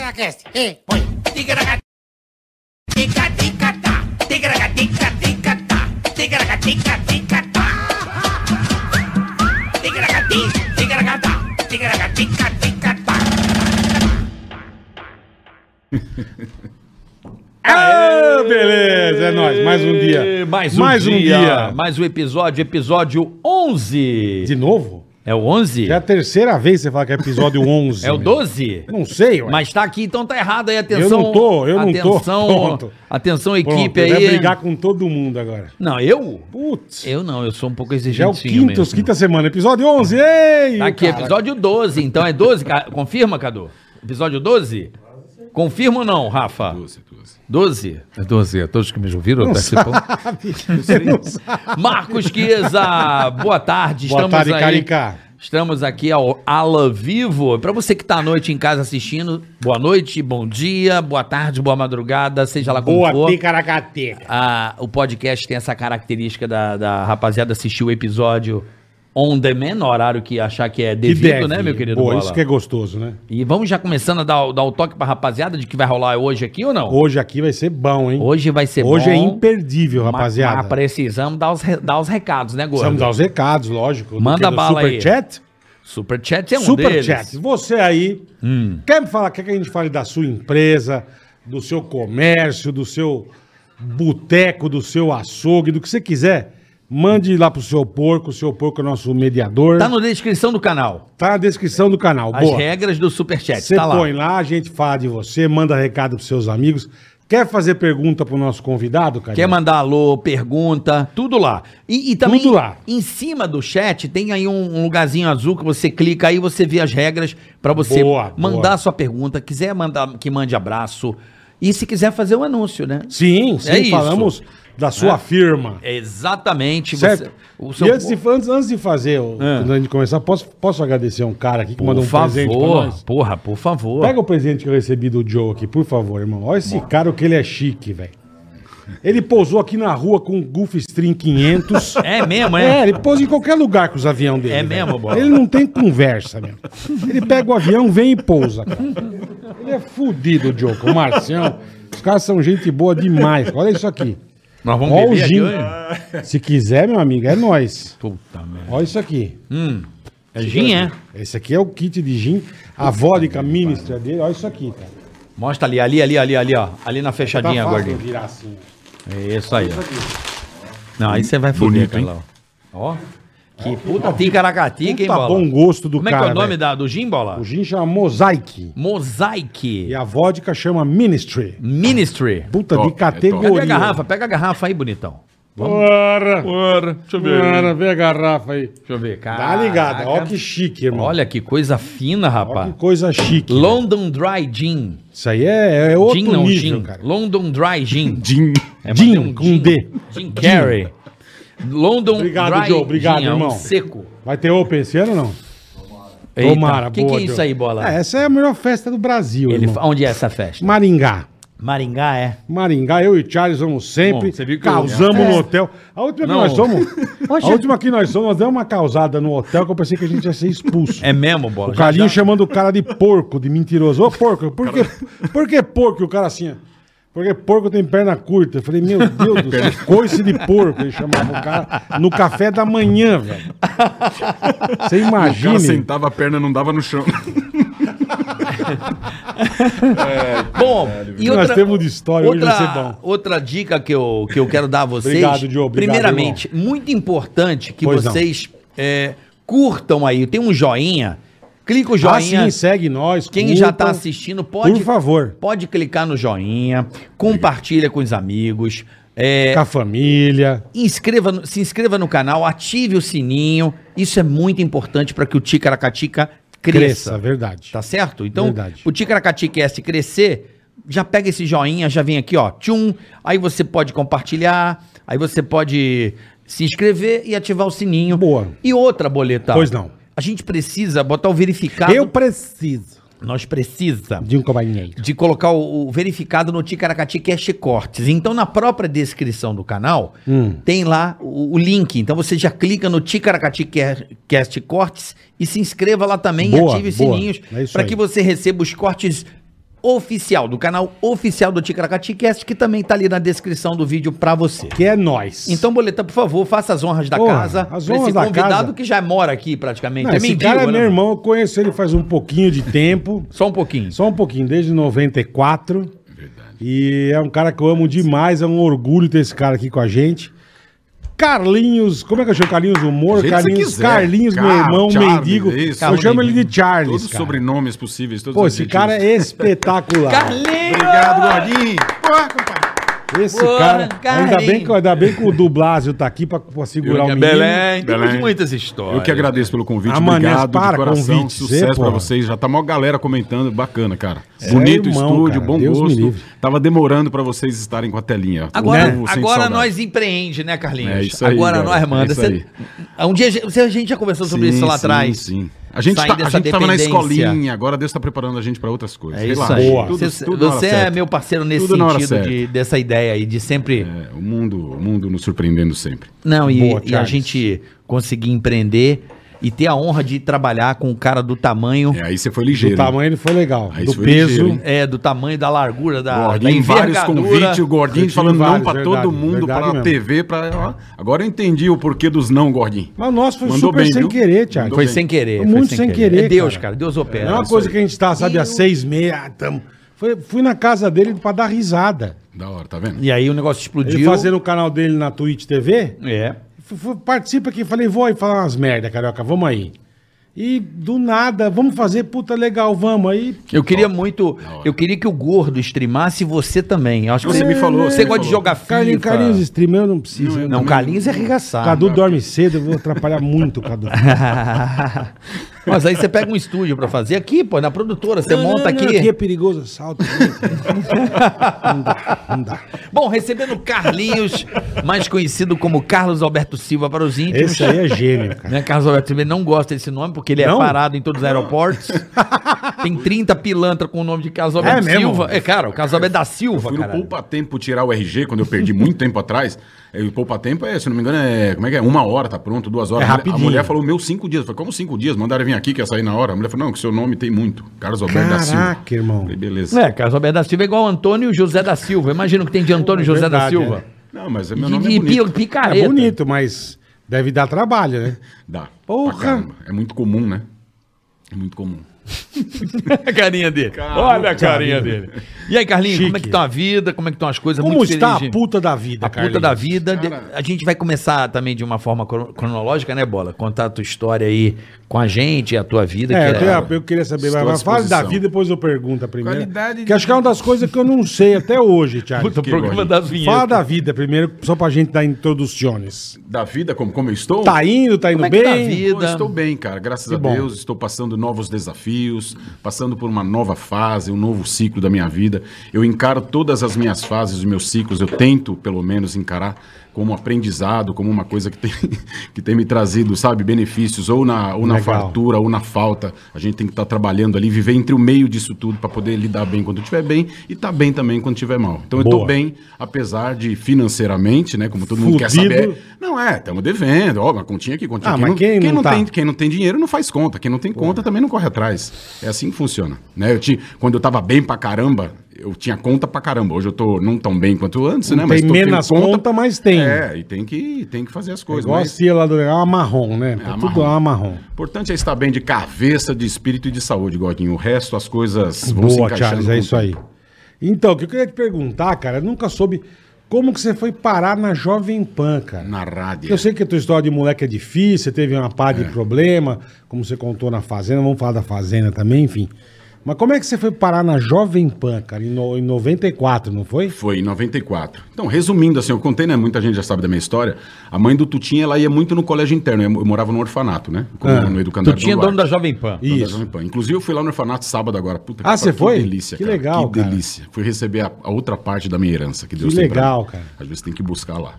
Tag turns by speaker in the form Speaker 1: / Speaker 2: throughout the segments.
Speaker 1: Ticaracast. Ei, põe. Ticaraca- tica, tica, tá. Ticaraca- tica, tica, tá. Ticaraca- tica, tica, tá. Ticaraca- ti- ticaraca, tá. Ticaraca- tica, tica, tá.
Speaker 2: Ah, beleza, é nóis. Mais um dia.
Speaker 3: Mais um, dia, Mais um episódio, episódio 11.
Speaker 2: De novo?
Speaker 3: É o 11?
Speaker 2: É a terceira vez que você fala que é episódio 11.
Speaker 3: É o
Speaker 2: meu.
Speaker 3: 12?
Speaker 2: Não sei, ué.
Speaker 3: Mas tá aqui, então tá errado aí. Atenção.
Speaker 2: Eu não tô, eu não tô.
Speaker 3: atenção,
Speaker 2: Pronto.
Speaker 3: Atenção,
Speaker 2: Pronto,
Speaker 3: equipe
Speaker 2: ele
Speaker 3: aí.
Speaker 2: vai brigar com todo mundo agora.
Speaker 3: Não, eu?
Speaker 2: Putz.
Speaker 3: Eu não, eu sou um pouco
Speaker 2: Já é o
Speaker 3: exigentinho
Speaker 2: quinto,
Speaker 3: mesmo.
Speaker 2: quinta semana. Episódio 11. Ei!
Speaker 3: Tá aqui,
Speaker 2: cara.
Speaker 3: episódio 12. Então é 12? Ca- Confirma, Cadu? Episódio 12? Confirma ou não, Rafa? 12. 12?
Speaker 4: É 12, a todos que me ouviram, participam.
Speaker 3: Marcos Chiesa, boa tarde.
Speaker 2: Boa
Speaker 3: Estamos
Speaker 2: tarde,
Speaker 3: aí.
Speaker 2: Carica.
Speaker 3: Estamos aqui ao Ala Vivo. Para você que está à noite em casa assistindo, boa noite, bom dia, boa tarde, boa madrugada, seja lá como
Speaker 2: Boa,
Speaker 3: for.
Speaker 2: ticaracateca.
Speaker 3: Ah, o podcast tem essa característica da, da rapaziada assistir o episódio on demand, no horário que achar que é devido,
Speaker 2: deve.
Speaker 3: né, meu querido?
Speaker 2: Boa,
Speaker 3: Bola?
Speaker 2: isso que é gostoso, né?
Speaker 3: E vamos já começando a dar, o- dar o toque pra rapaziada de que vai rolar hoje aqui ou não?
Speaker 2: Hoje aqui vai ser bom, hein?
Speaker 3: Hoje vai ser
Speaker 2: Hoje
Speaker 3: bom.
Speaker 2: é imperdível,
Speaker 3: mas-
Speaker 2: rapaziada.
Speaker 3: mas precisamos dar os, re- dar os recados, né, Gordo?
Speaker 2: Precisamos dar os recados, lógico.
Speaker 3: Manda bala aí.
Speaker 2: Superchat?
Speaker 3: Superchat é um
Speaker 2: Superchat.
Speaker 3: deles. Hum.
Speaker 2: Você aí quer me falar, quer que a gente fale da sua empresa, do seu comércio, do seu boteco, do seu açougue, do que você quiser, mande lá pro seu porco, o seu porco é nosso mediador.
Speaker 3: Tá na descrição do canal.
Speaker 2: Tá na descrição do canal.
Speaker 3: As
Speaker 2: Boa.
Speaker 3: regras do Superchat,
Speaker 2: Você
Speaker 3: tá lá.
Speaker 2: põe lá. a gente fala de você, manda recado pros seus amigos. Quer fazer pergunta pro nosso convidado, cara?
Speaker 3: Quer mandar alô, pergunta, tudo lá. E, e também
Speaker 2: Tudo lá.
Speaker 3: em cima do chat tem aí um, um lugarzinho azul que você clica aí, você vê as regras pra você
Speaker 2: Boa,
Speaker 3: mandar
Speaker 2: boa.
Speaker 3: sua pergunta, quiser mandar que mande abraço e se quiser fazer um anúncio, né?
Speaker 2: Sim, sim,
Speaker 3: É isso. É.
Speaker 2: falamos da sua firma.
Speaker 3: Exatamente,
Speaker 2: Certo?
Speaker 3: você- o seu
Speaker 2: e antes de, antes, antes de fazer, o-
Speaker 3: Ah.
Speaker 2: antes de começar, posso, posso agradecer a um cara aqui que
Speaker 3: Por
Speaker 2: mandou um
Speaker 3: favor,
Speaker 2: presente pra nós?
Speaker 3: porra, por favor.
Speaker 2: Pega o presente que eu recebi do Joe aqui, por favor, irmão. Olha esse cara, o que ele é chique, velho. Ele pousou aqui na rua com um o Gulfstream 500.
Speaker 3: É mesmo,
Speaker 2: É,
Speaker 3: é?
Speaker 2: ele pousa em qualquer lugar com os aviões dele.
Speaker 3: É
Speaker 2: velho.
Speaker 3: mesmo, Bola?
Speaker 2: Ele não tem conversa, meu. Ele pega o avião, vem e pousa, cara. Ele é fudido, o Joko. O Marcião. Os caras são gente boa demais. Olha isso aqui.
Speaker 3: Nós vamos
Speaker 2: Olha o
Speaker 3: beber aqui
Speaker 2: gin.
Speaker 3: hoje?
Speaker 2: Se quiser, meu amigo, é nós.
Speaker 3: Puta merda.
Speaker 2: Olha isso aqui.
Speaker 3: É gin, é?
Speaker 2: Esse aqui é o kit de gin. A vodka ministra dele. Olha isso aqui, cara. Tá
Speaker 3: Mostra ali, ali, ali, ali, ali, ó. Ali na fechadinha,
Speaker 2: fácil
Speaker 3: gordinho.
Speaker 2: virar assim. ó.
Speaker 3: É isso aí. ó. Não, aí você vai foder, Carlão. Ó. Que puta ticaracatica, hein,
Speaker 2: Puta
Speaker 3: Bola?
Speaker 2: bom gosto do
Speaker 3: Como é
Speaker 2: cara,
Speaker 3: que é o nome
Speaker 2: velho.
Speaker 3: da, do gin, Bola?
Speaker 2: O gin chama Mosaic. E
Speaker 3: Mosaic
Speaker 2: a vodka chama Ministry.
Speaker 3: Ministry.
Speaker 2: Puta
Speaker 4: Top,
Speaker 2: de
Speaker 4: é
Speaker 3: Cadê
Speaker 2: categoria.
Speaker 3: a garrafa? Pega a garrafa aí, bonitão.
Speaker 2: Bora!
Speaker 4: Deixa eu
Speaker 2: Bora, vê a garrafa aí.
Speaker 3: Deixa eu ver, cara.
Speaker 2: Tá ligado? Ó que chique, irmão.
Speaker 3: Olha que coisa fina,
Speaker 2: Ó
Speaker 3: rapaz.
Speaker 2: que coisa chique.
Speaker 3: London Dry Gin.
Speaker 2: Isso aí é, é outro
Speaker 3: Gin não,
Speaker 2: nível,
Speaker 3: gin.
Speaker 2: cara.
Speaker 3: London Dry Gin.
Speaker 4: Jim.
Speaker 3: É, mas
Speaker 2: Gin,
Speaker 3: tem
Speaker 2: com D.
Speaker 3: Gin Carrey. London
Speaker 2: Obrigado,
Speaker 3: Dry
Speaker 2: Joe, obrigado,
Speaker 3: Gin, é um
Speaker 2: irmão.
Speaker 3: seco.
Speaker 2: Vai ter Open esse ano ou não?
Speaker 3: Eita,
Speaker 2: Tomara,
Speaker 3: que
Speaker 2: boa,
Speaker 3: que é isso
Speaker 2: Joe.
Speaker 3: aí, Bola?
Speaker 2: Ah, essa é a melhor festa do Brasil,
Speaker 3: Ele,
Speaker 2: irmão.
Speaker 3: fa- onde é essa festa?
Speaker 2: Maringá.
Speaker 3: Maringá é.
Speaker 2: Maringá, eu e o Charles vamos sempre.
Speaker 3: Bom, você viu que
Speaker 2: causamos no hotel. A última
Speaker 3: Não.
Speaker 2: que nós somos. a última que nós somos, nós demos uma causada no hotel que eu pensei que a gente ia ser expulso.
Speaker 3: É mesmo, bola.
Speaker 2: O Carlinho chamando o cara de porco, de mentiroso. Ô, porco, por que, por que porco? E o cara assim, ó, porque porco tem perna curta. Eu falei, meu Deus do céu, coice de porco. Ele chamava o cara no café da manhã, velho. Você
Speaker 4: O cara
Speaker 2: imagina.
Speaker 4: sentava a perna não dava no chão.
Speaker 3: Bom, e
Speaker 2: Nós
Speaker 3: outra,
Speaker 2: temos de história, hoje
Speaker 3: outra,
Speaker 2: vai ser bom.
Speaker 3: outra dica que eu, que eu quero dar a vocês.
Speaker 2: Obrigado, Diogo, obrigado,
Speaker 3: Primeiramente, muito importante que
Speaker 2: Pois não.
Speaker 3: vocês é, curtam aí. Tem um joinha. Clica o
Speaker 2: Ah,
Speaker 3: joinha.
Speaker 2: sim, segue nós.
Speaker 3: Quem
Speaker 2: curta.
Speaker 3: já está assistindo, pode.
Speaker 2: Por favor.
Speaker 3: Pode clicar no joinha, compartilha com os amigos. é,
Speaker 2: Com a família.
Speaker 3: inscreva, no- se inscreva no canal, ative o sininho. Isso é muito importante para que o Ticaracatica cresça.
Speaker 2: Cresça, é verdade.
Speaker 3: Tá certo? Então,
Speaker 2: Verdade.
Speaker 3: o Ticaracati quer se crescer, já pega esse joinha, já vem aqui, ó, tchum, aí você pode compartilhar, aí você pode se inscrever e ativar o sininho.
Speaker 2: Boa.
Speaker 3: E outra boleta.
Speaker 2: Pois não.
Speaker 3: A gente precisa botar o verificado.
Speaker 2: Eu preciso
Speaker 3: Nós precisa
Speaker 2: de um companheiro.
Speaker 3: de colocar o, o verificado no Ticaracati Cash Cortes. Então, na própria descrição do canal,
Speaker 2: Hum.
Speaker 3: tem lá o, o link. Então, você já clica no Ticaracati Ca- Cast Cortes e se inscreva lá também e
Speaker 2: Boa,
Speaker 3: ative os
Speaker 2: boa.
Speaker 3: sininhos
Speaker 2: É isso
Speaker 3: para
Speaker 2: aí.
Speaker 3: que você receba os cortes oficial, do canal oficial do Ticaracatecast, que também tá ali na descrição do vídeo pra você.
Speaker 2: Que é nós.
Speaker 3: Então, Boleta, por favor, faça as honras da
Speaker 2: Porra,
Speaker 3: casa.
Speaker 2: as
Speaker 3: pra
Speaker 2: honras
Speaker 3: esse
Speaker 2: da
Speaker 3: convidado
Speaker 2: casa.
Speaker 3: que já mora aqui praticamente.
Speaker 2: Não, esse
Speaker 3: mendigo,
Speaker 2: cara é
Speaker 3: né?
Speaker 2: meu irmão, eu conheço ele faz um pouquinho de tempo.
Speaker 3: Só um pouquinho.
Speaker 2: Só um pouquinho, desde 94. Verdade. E é um cara que eu amo demais, é um orgulho ter esse cara aqui com a gente. Carlinhos, como é que eu chamo? Carlinhos Humor?
Speaker 4: Do jeito que você
Speaker 2: Carlinhos, Carlinhos,
Speaker 4: quiser.
Speaker 2: meu
Speaker 4: Car-
Speaker 2: irmão,
Speaker 4: Charles,
Speaker 2: mendigo.
Speaker 4: isso.
Speaker 2: eu chamo ele de Charles.
Speaker 4: Todos os
Speaker 2: cara.
Speaker 4: sobrenomes possíveis. Todos
Speaker 2: Pô,
Speaker 4: os
Speaker 2: esse cara é espetacular.
Speaker 3: Carlinhos!
Speaker 4: Obrigado, Gordinho. Porra, compadre.
Speaker 2: Esse
Speaker 3: Porra,
Speaker 2: cara. Ainda bem, que,
Speaker 3: Carlinhos.
Speaker 2: ainda bem que o do Blasio tá aqui pra, pra segurar o menino.
Speaker 5: Belém, temos
Speaker 4: é Belém.
Speaker 5: muitas histórias.
Speaker 4: Eu que agradeço pelo convite,
Speaker 2: Ah, Manés,
Speaker 4: obrigado
Speaker 2: para,
Speaker 4: de coração,
Speaker 2: convite,
Speaker 4: sucesso
Speaker 2: você,
Speaker 4: pra
Speaker 2: porra.
Speaker 4: vocês. Já tá mó galera comentando, bacana, cara.
Speaker 2: É,
Speaker 4: Bonito o
Speaker 2: irmão,
Speaker 4: estúdio,
Speaker 2: cara,
Speaker 4: bom
Speaker 2: Deus me
Speaker 4: gosto.
Speaker 2: livre.
Speaker 4: Tava demorando pra vocês estarem com a telinha.
Speaker 3: Agora,
Speaker 4: Novo, Né? sem
Speaker 3: agora
Speaker 4: saudade.
Speaker 3: nós empreende, né, Carlinhos?
Speaker 4: É isso aí,
Speaker 3: agora
Speaker 4: galera,
Speaker 3: nós, mano.
Speaker 4: é isso
Speaker 3: Você-
Speaker 4: aí.
Speaker 3: um dia a gente- a gente já conversou sobre
Speaker 4: Sim,
Speaker 3: isso lá
Speaker 4: sim,
Speaker 3: atrás.
Speaker 4: Sim. A gente,
Speaker 3: Sair
Speaker 4: tá, a
Speaker 3: dessa
Speaker 4: gente tava na
Speaker 3: dependência.
Speaker 4: escolinha, agora Deus tá preparando a gente pra outras coisas.
Speaker 3: É isso
Speaker 4: Relaxa,
Speaker 3: aí.
Speaker 2: Boa.
Speaker 4: tudo-
Speaker 3: Você,
Speaker 4: tudo na hora
Speaker 3: você é
Speaker 4: certa.
Speaker 3: meu parceiro nesse
Speaker 4: Tudo na hora
Speaker 3: sentido
Speaker 4: certa.
Speaker 3: de- dessa ideia aí, de sempre.
Speaker 4: É, o mundo, o mundo nos surpreendendo sempre.
Speaker 3: Não, e,
Speaker 2: Boa,
Speaker 3: e a
Speaker 2: Charles.
Speaker 3: gente conseguir empreender e ter a honra de trabalhar com um cara do tamanho.
Speaker 4: É, aí você foi
Speaker 2: Do
Speaker 4: ligeiro.
Speaker 2: tamanho ele foi legal.
Speaker 4: Ah, isso
Speaker 2: do
Speaker 4: foi
Speaker 2: peso.
Speaker 4: ligeiro, hein?
Speaker 3: É, do tamanho, da largura, da, da
Speaker 4: Gordinho, vários
Speaker 3: Tá envergadura.
Speaker 4: convites, o Gordinho
Speaker 2: Gordinho,
Speaker 4: falando não
Speaker 2: vários,
Speaker 4: pra
Speaker 2: verdade,
Speaker 4: todo mundo,
Speaker 2: verdade
Speaker 4: pra
Speaker 2: mesmo.
Speaker 4: TV, pra. ó, Agora eu entendi o porquê dos não, Gordinho.
Speaker 2: Mas o nosso foi
Speaker 4: Mandou
Speaker 2: super
Speaker 4: bem,
Speaker 2: sem
Speaker 4: viu?
Speaker 2: querer, Thiago.
Speaker 4: Mandou
Speaker 3: Foi
Speaker 4: bem.
Speaker 3: sem querer.
Speaker 2: Foi muito sem querer,
Speaker 3: É Deus,
Speaker 2: cara.
Speaker 3: cara. Deus opera.
Speaker 2: Não é uma
Speaker 4: isso
Speaker 2: coisa
Speaker 4: aí.
Speaker 2: que a gente tá, sabe, há seis meses. ah, tamo- Foi- fui na casa dele pra dar risada.
Speaker 4: Da hora, tá vendo?
Speaker 3: E aí o negócio
Speaker 2: Ele
Speaker 3: explodiu.
Speaker 2: fazendo o canal dele na Twitch TV.
Speaker 3: É.
Speaker 2: Fu- fu- Participa aqui, falei, vou aí falar umas merda, carioca, vamos aí. E do nada, vamos fazer, puta legal, vamos aí.
Speaker 3: eu queria muito. Eu queria que o gordo streamasse e você também. Eu acho que
Speaker 4: Você me falou,
Speaker 3: Você
Speaker 4: você
Speaker 3: gosta
Speaker 4: me
Speaker 3: de
Speaker 4: falou.
Speaker 3: jogar FIFA.
Speaker 2: Carlinhos, Carlinhos stream, eu não preciso. eu
Speaker 3: Não,
Speaker 2: também-
Speaker 3: Carlinhos é arregaçado.
Speaker 2: Cadu dorme cedo, eu vou atrapalhar muito o Cadu.
Speaker 3: Mas aí você pega um estúdio pra fazer aqui, pô, na produtora, você
Speaker 2: Não, não,
Speaker 3: monta
Speaker 2: não,
Speaker 3: aqui.
Speaker 2: é perigoso assalto. não dá, não dá.
Speaker 3: Bom, recebendo Carlinhos, mais conhecido como Carlos Alberto Silva para os íntimos.
Speaker 2: Esse aí é gênio, cara.
Speaker 3: Né, Carlos Alberto Silva ele não gosta desse nome porque ele
Speaker 2: Não?
Speaker 3: é parado em todos os aeroportos. Tem 30 pilantra com o nome de Carlos Alberto
Speaker 2: mesmo?
Speaker 3: Silva. É, cara, o Carlos Alberto da Silva,
Speaker 4: Fui no
Speaker 3: cara.
Speaker 4: Poupa Tempo tirar o RG quando eu perdi muito tempo atrás. E o Poupa Tempo é, se não me engano, é. Como é que é? Uma hora, tá pronto, duas horas.
Speaker 2: É
Speaker 4: A mulher-
Speaker 2: rapidinho.
Speaker 4: A mulher falou, meu, cinco dias. Eu falei, como cinco dias? Mandaram vir aqui, que ia sair na hora. A mulher falou, não, que seu nome tem muito. Carlos Alberto da Silva.
Speaker 2: Caraca, irmão.
Speaker 4: Falei, beleza.
Speaker 3: É, Carlos Alberto da Silva é igual Antônio José da Silva. Imagina o que tem de Antônio José da
Speaker 2: É Verdade,
Speaker 3: Silva.
Speaker 4: Não, mas é
Speaker 3: E
Speaker 4: meu nome
Speaker 3: de
Speaker 4: é bonito.
Speaker 3: pi- picareta.
Speaker 2: É bonito, mas deve dar trabalho, né?
Speaker 4: Dá. pra
Speaker 2: Porra.
Speaker 4: caramba. É muito comum, né? É muito comum.
Speaker 3: A carinha dele. Olha a carinha dele. E aí, Carlinhos, como é que
Speaker 2: Chique.
Speaker 3: tá a vida? Como é que estão as coisas?
Speaker 2: Como
Speaker 3: Muito
Speaker 2: está
Speaker 3: feliz
Speaker 2: a
Speaker 3: de-
Speaker 2: puta da vida,
Speaker 3: A
Speaker 2: Carlinhos?
Speaker 3: puta da vida. De- A gente vai começar também de uma forma cro- cronológica, né, Bola? Contar a tua história aí com a gente, a tua vida.
Speaker 2: É, eu,
Speaker 3: que
Speaker 2: tenho- eu queria saber,
Speaker 4: Estou
Speaker 2: mas,
Speaker 4: à
Speaker 2: mas fala da
Speaker 4: disposição.
Speaker 2: vida, depois eu pergunto a primeira.
Speaker 4: Qualidade
Speaker 2: que acho que é uma das coisas que eu não sei até hoje, Thiago.
Speaker 3: Puta, o
Speaker 4: Que
Speaker 3: programa
Speaker 4: gordinho.
Speaker 3: das vinhetas.
Speaker 2: Fala da vida primeiro, só pra gente dar introduções.
Speaker 4: Da vida, como, como eu estou?
Speaker 2: Tá indo, tá indo
Speaker 3: Como é que
Speaker 2: bem?
Speaker 3: tá a vida?
Speaker 4: Pô, estou bem, cara. Graças a
Speaker 2: bom.
Speaker 4: Deus, estou passando novos desafios, passando por uma nova fase, um novo ciclo da minha vida. Eu encaro todas as minhas fases, os meus ciclos, eu tento, pelo menos, encarar como aprendizado, como uma coisa que tem, que tem me trazido, sabe, benefícios, ou na, ou na
Speaker 2: Legal.
Speaker 4: fartura, ou na falta. A gente tem que estar trabalhando ali, viver entre o meio disso tudo para poder lidar bem quando estiver bem e estar bem também quando estiver mal. Então eu
Speaker 2: Boa.
Speaker 4: estou bem, apesar de financeiramente, né, como todo mundo quer
Speaker 2: Fudido.
Speaker 4: saber. Não é, estamos devendo, ó, uma continha aqui, continha
Speaker 2: Ah,
Speaker 4: quem
Speaker 2: mas
Speaker 4: não,
Speaker 2: quem
Speaker 4: quem
Speaker 2: não
Speaker 4: não
Speaker 2: tá?
Speaker 4: tem, quem não tem dinheiro não faz conta, quem não tem conta também não corre atrás. É assim que funciona, né? Eu tinha, quando eu tava bem pra caramba, eu tinha conta pra caramba. Hoje eu tô não tão bem quanto antes, né?
Speaker 2: tem
Speaker 4: tô- tenho
Speaker 2: menos conta, mas tem.
Speaker 4: É, e tem que, tem que fazer as coisas.
Speaker 2: Igual a
Speaker 4: Mas
Speaker 2: tia lá do é uma marrom, né? Tá
Speaker 4: uma
Speaker 2: tudo
Speaker 4: marrom.
Speaker 2: uma marrom.
Speaker 4: o importante é estar bem de cabeça, de espírito e de saúde, Godinho. O resto, as coisas vão se
Speaker 2: Boa,
Speaker 4: encaixando.
Speaker 2: Charles, é
Speaker 4: com
Speaker 2: isso aí. Então, o que eu queria te perguntar, cara, eu nunca soube como que você foi parar na Jovem Pan, cara.
Speaker 4: Na rádio.
Speaker 2: Eu sei que a tua história de moleque é difícil, você teve uma pá de problema, como você contou na Fazenda, vamos falar da Fazenda também, enfim. Mas como é que você foi parar na Jovem Pan, cara, em, no, em 94, não foi?
Speaker 4: Foi em 94. Então, resumindo, assim, eu contei, né? Muita gente já sabe da minha história. A mãe do Tutinha, ela ia muito no colégio interno. Eu morava num orfanato, né? Como
Speaker 2: Ah.
Speaker 4: no educador
Speaker 3: Tu tinha é dono da Jovem Pan.
Speaker 2: E-
Speaker 4: Dono da
Speaker 2: Isso.
Speaker 4: Jovem Pan. Inclusive, eu fui lá no orfanato sábado agora. Puta
Speaker 2: Ah, você
Speaker 4: que
Speaker 2: foi?
Speaker 4: delícia,
Speaker 2: Que
Speaker 4: cara.
Speaker 2: legal,
Speaker 4: Que
Speaker 2: cara.
Speaker 4: delícia. Fui receber a, a outra parte da minha herança que Deus
Speaker 2: Que
Speaker 4: tem pra
Speaker 2: legal,
Speaker 4: mim.
Speaker 2: cara.
Speaker 4: Às vezes tem que buscar lá.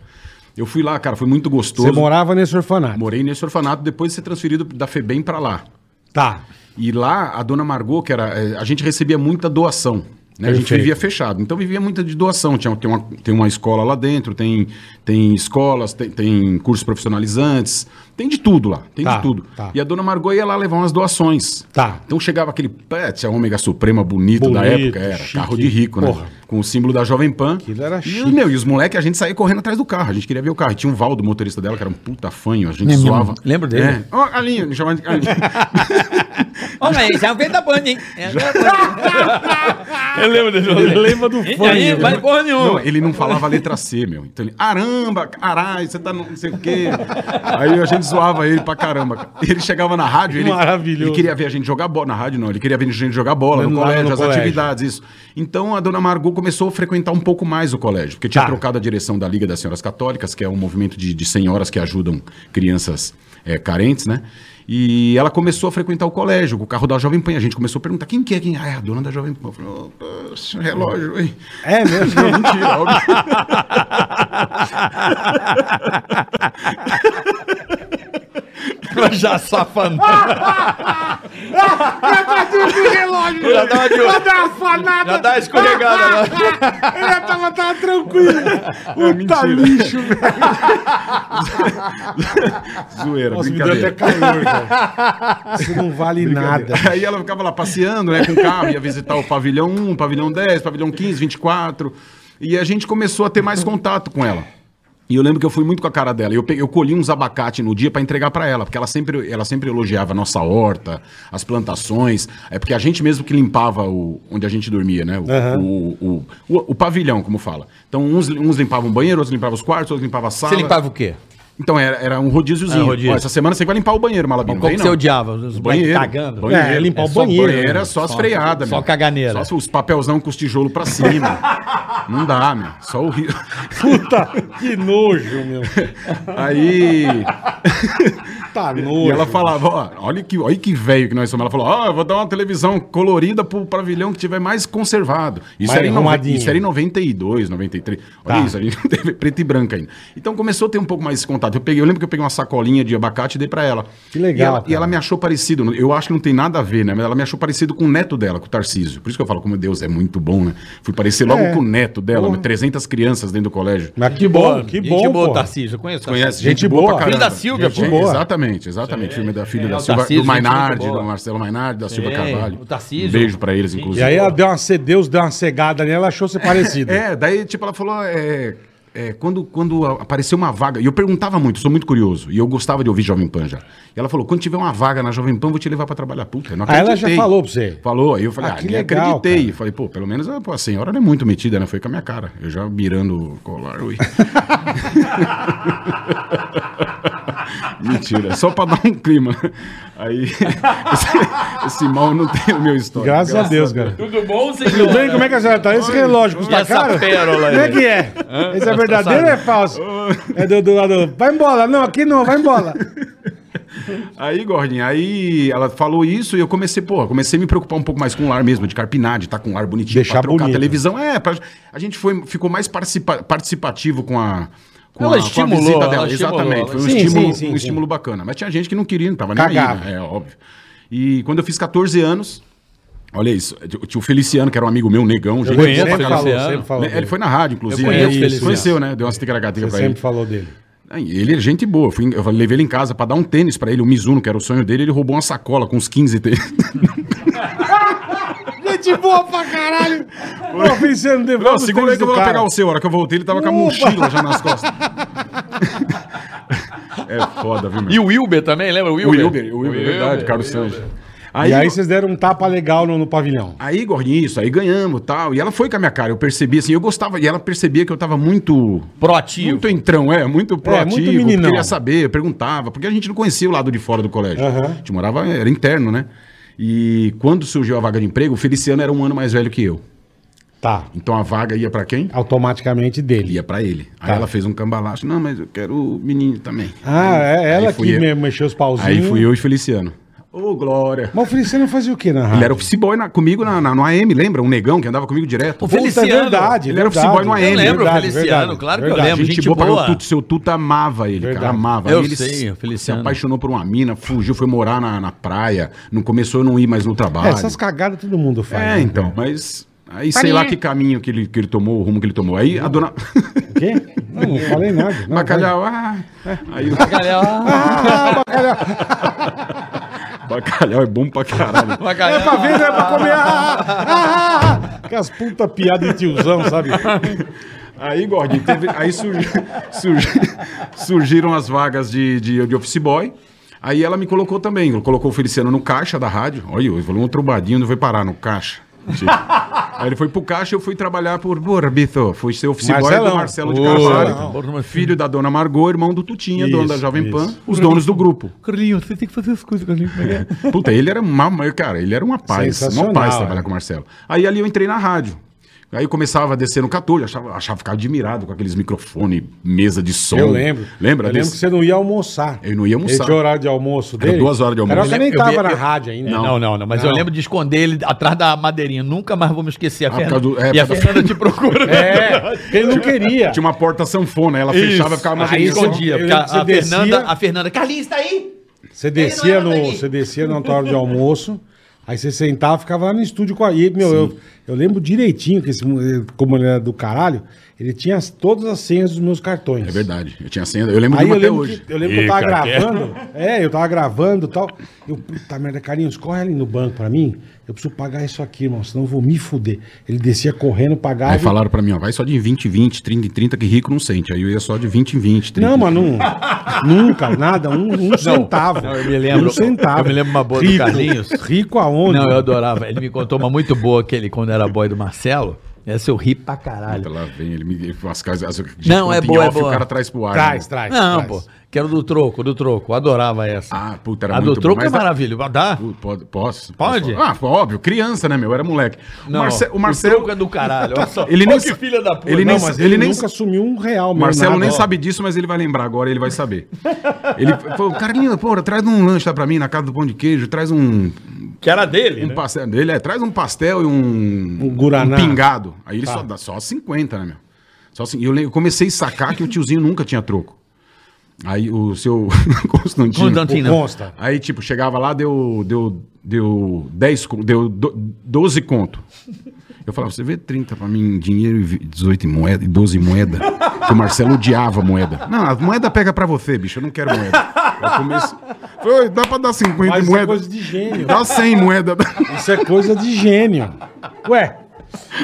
Speaker 4: Eu fui lá, cara, foi muito gostoso.
Speaker 2: Você morava nesse orfanato.
Speaker 4: Morei nesse orfanato, depois de ser transferido da FEBEM pra lá.
Speaker 2: Tá.
Speaker 4: é, E lá, a dona Margot, que era. eh, A gente recebia muita doação. né? A gente
Speaker 2: Perfeito.
Speaker 4: vivia fechado. Então vivia muita de doação. Tinha, tem, uma, tem uma escola lá dentro, tem, tem escolas, tem, tem cursos profissionalizantes, tem de tudo lá, tem
Speaker 2: Tá,
Speaker 4: de tudo.
Speaker 2: tá.
Speaker 4: E a dona Margot ia lá levar umas doações.
Speaker 2: Tá.
Speaker 4: Então chegava aquele pet, a ômega suprema bonito, da
Speaker 2: Bonito,
Speaker 4: época, era
Speaker 2: chique.
Speaker 4: carro de rico, né?
Speaker 2: Porra.
Speaker 4: Com o símbolo da Jovem Pan.
Speaker 2: Aquilo era
Speaker 4: e,
Speaker 2: chique.
Speaker 4: meu, e os moleques, a gente saía correndo atrás do carro. A gente queria ver o carro. E tinha um Valdo, motorista dela, que era um puta fanho, a gente
Speaker 6: Lembro-
Speaker 4: zoava.
Speaker 6: lembro dele.
Speaker 4: É. Ó, Alinho, me chamava de Alinho.
Speaker 6: Ô, mas
Speaker 3: um
Speaker 6: já veio da Band, hein? É,
Speaker 3: Eu lembro dele.
Speaker 2: Ele lembra do
Speaker 3: E
Speaker 2: fã.
Speaker 3: aí,
Speaker 2: né?
Speaker 3: vai porra nenhuma.
Speaker 4: Não, ele não falava a letra C, meu. Então ele, aramba, caralho, você tá no- não sei o quê. Aí a gente zoava ele pra caramba. cara. E Ele chegava na rádio, ele,
Speaker 2: Maravilhoso.
Speaker 4: ele queria ver a gente jogar bola. Na rádio não, ele queria ver a gente jogar bola no,
Speaker 2: No-
Speaker 4: colégio,
Speaker 2: no
Speaker 4: as
Speaker 2: colégio.
Speaker 4: atividades, isso. Então a dona Margot começou a frequentar um pouco mais o colégio, porque tinha
Speaker 2: Tá.
Speaker 4: trocado a direção da Liga das Senhoras Católicas, que é um movimento de, de senhoras que ajudam crianças eh, carentes, né? E ela começou a frequentar o colégio, com o carro da Jovem Pan. A gente começou a perguntar quem que é quem? Ah, é a dona da Jovem Pan. Eu falei, "Ô, poxa, relógio, hein?
Speaker 2: É mesmo.
Speaker 4: Mentira, óbvio.
Speaker 3: Já safanado.
Speaker 2: relógio.
Speaker 3: Já dá uma de-
Speaker 2: Já dá uma fanada.
Speaker 3: Já dá uma escorregada lá.
Speaker 2: Ele já tava, tava tranquilo. Puta
Speaker 4: mentira.
Speaker 2: lixo, velho.
Speaker 4: Zoeira,
Speaker 2: Nossa, me deu até
Speaker 4: brincadeira.
Speaker 2: calor, cara. Isso não vale nada.
Speaker 4: Aí ela ficava lá passeando, né, com o carro, ia visitar o pavilhão 1, pavilhão 10, pavilhão 15, 24. E a gente começou a ter mais contato com ela. E eu lembro que eu fui muito com a cara dela. Eu, peguei- eu colhi uns abacate no dia pra entregar pra ela, porque ela sempre, ela sempre elogiava a nossa horta, as plantações. É porque a gente mesmo que limpava o, onde a gente dormia, né? O,
Speaker 2: Aham.
Speaker 4: o, o- o- o pavilhão, como fala. Então, uns, uns limpavam o banheiro, outros limpavam os quartos, outros limpavam a sala.
Speaker 6: Você limpava o quê?
Speaker 4: Então era, era um rodíziozinho.
Speaker 6: Ah, rodízio.
Speaker 4: Ó, essa semana você vai limpar o banheiro, Malabino.
Speaker 6: Mas qual
Speaker 4: Vem
Speaker 6: que você
Speaker 4: não.
Speaker 6: odiava? Os
Speaker 4: O banheiro.
Speaker 6: moleques cagando?
Speaker 4: Banheiro.
Speaker 2: É, limpar o
Speaker 4: só
Speaker 2: banheiro,
Speaker 4: Era
Speaker 2: né?
Speaker 4: só as
Speaker 6: Só-
Speaker 4: freadas,
Speaker 6: só
Speaker 4: meu.
Speaker 6: caganeira.
Speaker 4: Só os papelzão com os tijolos pra cima. não dá, meu. Só o rio.
Speaker 2: Puta, que nojo, meu.
Speaker 4: Aí.
Speaker 2: Tá nojo.
Speaker 4: E ela falava, ó, olha que, olha que velho que nós somos. Ela falou, ó, eu vou dar uma televisão colorida pro pavilhão que tiver mais conservado. Isso,
Speaker 2: Mais
Speaker 4: era, em noven-
Speaker 2: arrumadinho.
Speaker 4: isso era em 92, 93.
Speaker 2: Tá.
Speaker 4: Olha isso, a gente não teve preto e branco ainda. Então começou a ter um pouco mais esse contato. Eu, peguei, eu lembro que eu peguei uma sacolinha de abacate e dei pra ela.
Speaker 2: Que legal,
Speaker 4: E ela, e
Speaker 2: cara.
Speaker 4: ela me achou parecido, eu acho que não tem nada a ver, né? Mas ela me achou parecido com o neto dela, com o Tarcísio. Por isso que eu falo, como Deus, é muito bom, né? Fui parecer logo
Speaker 2: É.
Speaker 4: com o neto dela,
Speaker 2: Porra.
Speaker 4: 300 crianças dentro do colégio.
Speaker 2: Mas que bom, que bom,
Speaker 6: Gente boa,
Speaker 3: tá
Speaker 2: pô.
Speaker 6: Tarcísio. Eu conheço.
Speaker 4: Conhece?
Speaker 2: Gente boa.
Speaker 4: pra
Speaker 2: Filho
Speaker 4: caramba.
Speaker 3: da Silvia,
Speaker 4: Gente
Speaker 2: pô. boa.
Speaker 4: Exatamente, exatamente. Filme da filha
Speaker 3: É,
Speaker 4: da
Speaker 3: o
Speaker 4: Silva,
Speaker 3: Tarcísio,
Speaker 4: do
Speaker 3: gente muito
Speaker 4: Mainardi,
Speaker 3: boa.
Speaker 4: do Marcelo Mainardi, da Silva
Speaker 6: É,
Speaker 4: Carvalho.
Speaker 6: o Tarcísio.
Speaker 4: Um beijo pra eles,
Speaker 2: E
Speaker 4: inclusive.
Speaker 2: aí ela deu uma, ce- Deus deu uma cegada nela, ela achou ser parecida.
Speaker 4: É, daí, tipo, ela falou, é... é, quando, quando a- apareceu uma vaga, e eu perguntava muito, sou muito curioso, e eu gostava de ouvir Jovem Pan já. E ela falou: quando tiver uma vaga na Jovem Pan, vou te levar pra trabalhar. Puta, eu não
Speaker 2: Aí Ah, ela
Speaker 4: acreditei.
Speaker 2: já falou pra você.
Speaker 4: Falou, aí eu falei,
Speaker 2: Ah,
Speaker 4: ah,
Speaker 2: que
Speaker 4: nem
Speaker 2: legal,
Speaker 4: acreditei.
Speaker 2: cara.
Speaker 4: Falei, pô, pelo menos ah, pô, a senhora não é muito metida, né? Foi com a minha cara. Eu já mirando o colar, ui. Mentira, só pra dar um clima. né? Aí, esse, esse mal não tem o meu histórico.
Speaker 2: Graças a Deus, cara.
Speaker 3: Tudo bom, senhor?
Speaker 2: Tudo bem? Como é que a senhora tá? Esse relógio custa
Speaker 3: essa
Speaker 2: caro?
Speaker 3: pérola aí?
Speaker 2: Como é que é? Esse é verdadeiro ou é falso? É do, do lado. Vai embora. Não, aqui não, vai embora.
Speaker 4: Aí, Gordinha, aí ela falou isso e eu comecei, pô, comecei a me preocupar um pouco mais com o lar mesmo, de carpinar, de estar com o lar bonitinho,
Speaker 2: Deixar
Speaker 4: pra trocar
Speaker 2: bonito.
Speaker 4: a televisão. É, pra- a gente foi, ficou mais participa- participativo com a. Com
Speaker 3: Ela
Speaker 4: a,
Speaker 3: estimulou,
Speaker 4: com a visita
Speaker 3: ela
Speaker 4: dela,
Speaker 3: estimulou. né?
Speaker 4: exatamente. Foi um,
Speaker 2: Sim,
Speaker 4: estímulo,
Speaker 2: sim, sim,
Speaker 4: um
Speaker 2: sim.
Speaker 4: estímulo bacana. Mas tinha gente que não queria, não tava nem
Speaker 2: Cagava.
Speaker 4: aí, né? É óbvio. E quando eu fiz 14 anos, olha isso, tinha o Feliciano, que era um amigo meu, negão, gente
Speaker 3: conheço,
Speaker 4: boa pra
Speaker 3: cara,
Speaker 2: sempre
Speaker 4: caramba.
Speaker 2: falou,
Speaker 3: Luciano.
Speaker 2: sempre falou.
Speaker 4: Ele
Speaker 2: dele.
Speaker 4: foi na rádio, inclusive.
Speaker 3: Eu conheço
Speaker 4: né?
Speaker 3: o Feliciano.
Speaker 4: Conheceu, né? Deu umas ticaracatica
Speaker 2: Você
Speaker 4: pra ele.
Speaker 2: sempre falou dele.
Speaker 4: Aí, Ele é gente boa. Eu fui- eu levei ele em casa pra dar um tênis pra ele, o Mizuno, que era o sonho dele. Ele roubou uma sacola com uns 15 tênis.
Speaker 2: Gente boa pra caralho. Ô, Feliciano, devolve
Speaker 4: Não,
Speaker 2: os
Speaker 4: segura
Speaker 2: tênis
Speaker 4: aí que eu
Speaker 2: do
Speaker 4: vou lá
Speaker 2: cara.
Speaker 4: pegar o seu. A hora que eu voltei, ele tava com a
Speaker 2: Opa!
Speaker 4: mochila já nas costas. é foda, viu, meu?
Speaker 3: E o Wilber também, lembra? O
Speaker 4: o
Speaker 3: Wilber.
Speaker 4: Wilber, o Wilber, é verdade, Carlos Sanches.
Speaker 2: E aí vocês deram um tapa legal no, no pavilhão.
Speaker 4: Aí, gordinho, isso, aí ganhamos tal. E ela foi com a minha cara. Eu percebi assim, eu gostava. E ela percebia que eu tava muito.
Speaker 3: Proativo.
Speaker 4: Muito entrão, é, muito proativo.
Speaker 2: muito meninão.
Speaker 4: queria saber, perguntava, porque a gente não conhecia o lado de fora do colégio.
Speaker 2: Aham.
Speaker 4: A gente morava, era interno, né? E quando surgiu a vaga de emprego, o Feliciano era um ano mais velho que eu.
Speaker 2: Tá.
Speaker 4: Então a vaga ia pra quem?
Speaker 2: Automaticamente dele.
Speaker 4: Ia pra ele.
Speaker 2: Tá.
Speaker 4: Aí ela fez um cambalacho. Não, mas eu quero o menino também.
Speaker 2: Ah, é ela
Speaker 4: Aí fui
Speaker 2: que
Speaker 4: eu.
Speaker 2: me- mexeu os pauzinhos.
Speaker 4: Aí fui eu e Feliciano. Ô, Glória!
Speaker 2: Mas o Feliciano fazia o quê na rádio?
Speaker 4: Ele era office boy na- comigo na, na, no AM, lembra? Um negão que andava comigo direto.
Speaker 3: O
Speaker 2: Puta,
Speaker 3: Feliciano.
Speaker 2: é verdade.
Speaker 4: Ele era
Speaker 2: verdade.
Speaker 4: office boy no AM.
Speaker 3: Eu lembro, o
Speaker 2: Verdade,
Speaker 3: Feliciano,
Speaker 2: verdade,
Speaker 3: claro que
Speaker 2: verdade.
Speaker 3: eu lembro. Gente,
Speaker 4: pra
Speaker 3: boa.
Speaker 4: caramba. O Tuto, seu Tuto amava ele,
Speaker 2: Verdade.
Speaker 4: cara. Amava.
Speaker 3: Eu assim, "Ah,
Speaker 4: E ele
Speaker 3: sei,
Speaker 4: se-
Speaker 3: o Feliciano.
Speaker 4: Se apaixonou por uma mina, fugiu, foi morar na, na praia. Não começou a não ir mais no trabalho.
Speaker 2: É, essas cagadas todo mundo faz.
Speaker 4: É,
Speaker 2: É, né?
Speaker 4: então, mas Aí sei lá que caminho que ele, que ele tomou, o rumo que ele tomou. Aí a dona.
Speaker 2: O quê? Não, não falei nada. Não,
Speaker 4: Bacalhau, ah! Aí o
Speaker 3: Bacalhau.
Speaker 4: bacalhau é bom pra caralho.
Speaker 2: vai. É pra
Speaker 3: Bacalhau.
Speaker 2: ver, não é pra comer. Ah, ah, ah, ah. Com as puta piada de tiozão, sabe?
Speaker 4: Aí, Gordinho, teve- aí surgi- surgi- surgiram as vagas de, de, de office boy. Aí ela me colocou também. Colocou o Feliciano no caixa da rádio. Olha, ele falou um trombadinho, não foi parar no caixa. Mentira. Aí ele foi pro caixa e eu fui trabalhar por Borbito. Fui ser office boy
Speaker 2: Marcelão.
Speaker 4: do Marcelo de
Speaker 2: Ô,
Speaker 4: Carvalho.
Speaker 2: Marcelão.
Speaker 3: Porra,
Speaker 4: Filho da dona Margot, irmão do Tutinha,
Speaker 2: Isso,
Speaker 4: dono da Jovem Pan.
Speaker 2: isso.
Speaker 4: Os donos do grupo.
Speaker 3: Carlinhos, você tem que fazer as coisas, Carlinhos. Como é que é?
Speaker 4: Puta, ele era uma, cara, ele era uma paz,
Speaker 2: Sensacional,
Speaker 4: uma paz
Speaker 2: é.
Speaker 4: trabalhar com o Marcelo. Aí ali eu entrei na rádio. Aí eu começava a descer no 14, achava, achava ficava admirado com aqueles microfone, mesa de som.
Speaker 2: Eu lembro.
Speaker 4: Lembra
Speaker 2: Eu lembro que você não ia almoçar.
Speaker 4: Eu não ia almoçar.
Speaker 2: Esse horário de almoço dele.
Speaker 4: duas horas de almoço.
Speaker 2: Era que nem
Speaker 3: Eu
Speaker 2: tava
Speaker 3: vi-
Speaker 2: na
Speaker 3: eu-
Speaker 2: rádio ainda.
Speaker 4: Não.
Speaker 3: Não, não, não. Mas eu
Speaker 2: Não.
Speaker 3: lembro de esconder ele atrás da madeirinha. Nunca mais vou me esquecer. A
Speaker 4: por
Speaker 3: Fernanda-
Speaker 4: causa do- é,
Speaker 3: e a
Speaker 4: por causa-
Speaker 3: Fernanda te procura.
Speaker 2: É, ele não queria.
Speaker 4: Tinha uma porta sanfona, ela fechava e ficava mais
Speaker 3: Aí
Speaker 2: Aí
Speaker 4: bonito.
Speaker 2: escondia,
Speaker 3: escondia.
Speaker 2: eu
Speaker 3: Porque a,
Speaker 2: lembro que
Speaker 3: a
Speaker 2: você
Speaker 3: Fernanda,
Speaker 2: descia-
Speaker 3: a Fernanda, Carlinhos, tá aí?
Speaker 2: Você
Speaker 3: não
Speaker 2: descia,
Speaker 3: era
Speaker 2: no,
Speaker 3: daqui.
Speaker 2: você descia na tua hora de almoço, aí você sentava e ficava lá no estúdio com a. E, meu, eu, eu lembro direitinho que esse, mu- eh, como ele era do caralho, ele tinha as- todas as senhas dos meus cartões.
Speaker 4: É verdade. Eu tinha senha, eu lembro de
Speaker 2: Aí
Speaker 4: uma
Speaker 2: eu
Speaker 4: até
Speaker 2: lembro,
Speaker 4: hoje.
Speaker 2: que, eu lembro que eu tava gravando. É, eu tava gravando e tal. Eu, puta merda, Carlinhos, corre ali no banco pra mim. Eu preciso pagar isso aqui, irmão, senão eu vou me fuder. Ele descia correndo, pagava.
Speaker 4: Aí
Speaker 2: e-
Speaker 4: falaram pra mim, ó, vai só de 20 em 20, 30 em 30, que rico não sente. Aí eu ia só de 20 em 20, 30
Speaker 2: Não, mas não, nunca, nada, um, um centavo.
Speaker 3: Não, eu me lembro.
Speaker 2: Um centavo.
Speaker 3: Eu me lembro uma boa do
Speaker 2: rico,
Speaker 3: Carlinhos.
Speaker 2: Rico aonde?
Speaker 3: Não, eu adorava. Ele me contou uma muito boa que ele, quando era boy do Marcelo, essa eu ri pra caralho.
Speaker 4: Lá vem, ele me... As casas, as,
Speaker 3: Não, é
Speaker 4: em
Speaker 3: boa, é
Speaker 4: off,
Speaker 3: boa.
Speaker 4: O cara traz pro ar.
Speaker 2: Traz,
Speaker 4: né?
Speaker 2: traz.
Speaker 3: Não,
Speaker 2: traz.
Speaker 3: pô. Que era do troco, do troco. Eu adorava essa.
Speaker 4: Ah, puta, era
Speaker 3: A do
Speaker 4: muito
Speaker 3: troco é
Speaker 4: mas-
Speaker 3: maravilha. Dá?
Speaker 4: Pu- Pode, posso?
Speaker 3: Pode?
Speaker 4: Posso falar? ah, óbvio, criança, né, meu? Era moleque.
Speaker 3: Não,
Speaker 4: o, Marce- o
Speaker 3: O
Speaker 4: Marcelo.
Speaker 3: troco é do caralho. Olha só.
Speaker 4: Ele
Speaker 3: Olha
Speaker 4: nem
Speaker 3: que
Speaker 4: sa-
Speaker 3: filha da puta.
Speaker 4: ele
Speaker 2: Não,
Speaker 4: nem-
Speaker 2: mas ele,
Speaker 4: ele nem-
Speaker 2: nunca assumiu um real,
Speaker 4: O Marcelo
Speaker 2: nada,
Speaker 4: nem
Speaker 2: ó.
Speaker 4: sabe disso, mas ele vai lembrar agora, ele vai saber. Ele falou, Carlinhos, porra, traz um lanche lá pra mim na casa do pão de queijo, traz um,
Speaker 3: Que era dele,
Speaker 4: um
Speaker 3: né?
Speaker 4: pastel dele, é, traz um pastel e um,
Speaker 2: Um guaraná.
Speaker 4: pingado. Aí ele
Speaker 3: Tá.
Speaker 4: só dá só 50, né, meu? Só assim, e eu, lem- eu comecei a sacar que o tiozinho nunca tinha troco. Aí o seu Constantino.
Speaker 3: Constantino.
Speaker 2: Consta.
Speaker 4: Aí, tipo, chegava lá, deu, deu, deu 10, co- deu do- 12 conto. Eu falava, você vê 30 pra mim em dinheiro e vi- 18 em moeda, e 12 em moeda. Que o Marcelo odiava moeda. Não, a moeda pega pra você, bicho, eu não quero moeda. Eu comecei... Falei, "Oi, dá pra dar 50
Speaker 2: Mas
Speaker 4: em
Speaker 2: isso é
Speaker 4: moeda?
Speaker 2: coisa de gênio.
Speaker 4: Dá 100 em moeda.
Speaker 2: Isso é coisa de gênio. Ué,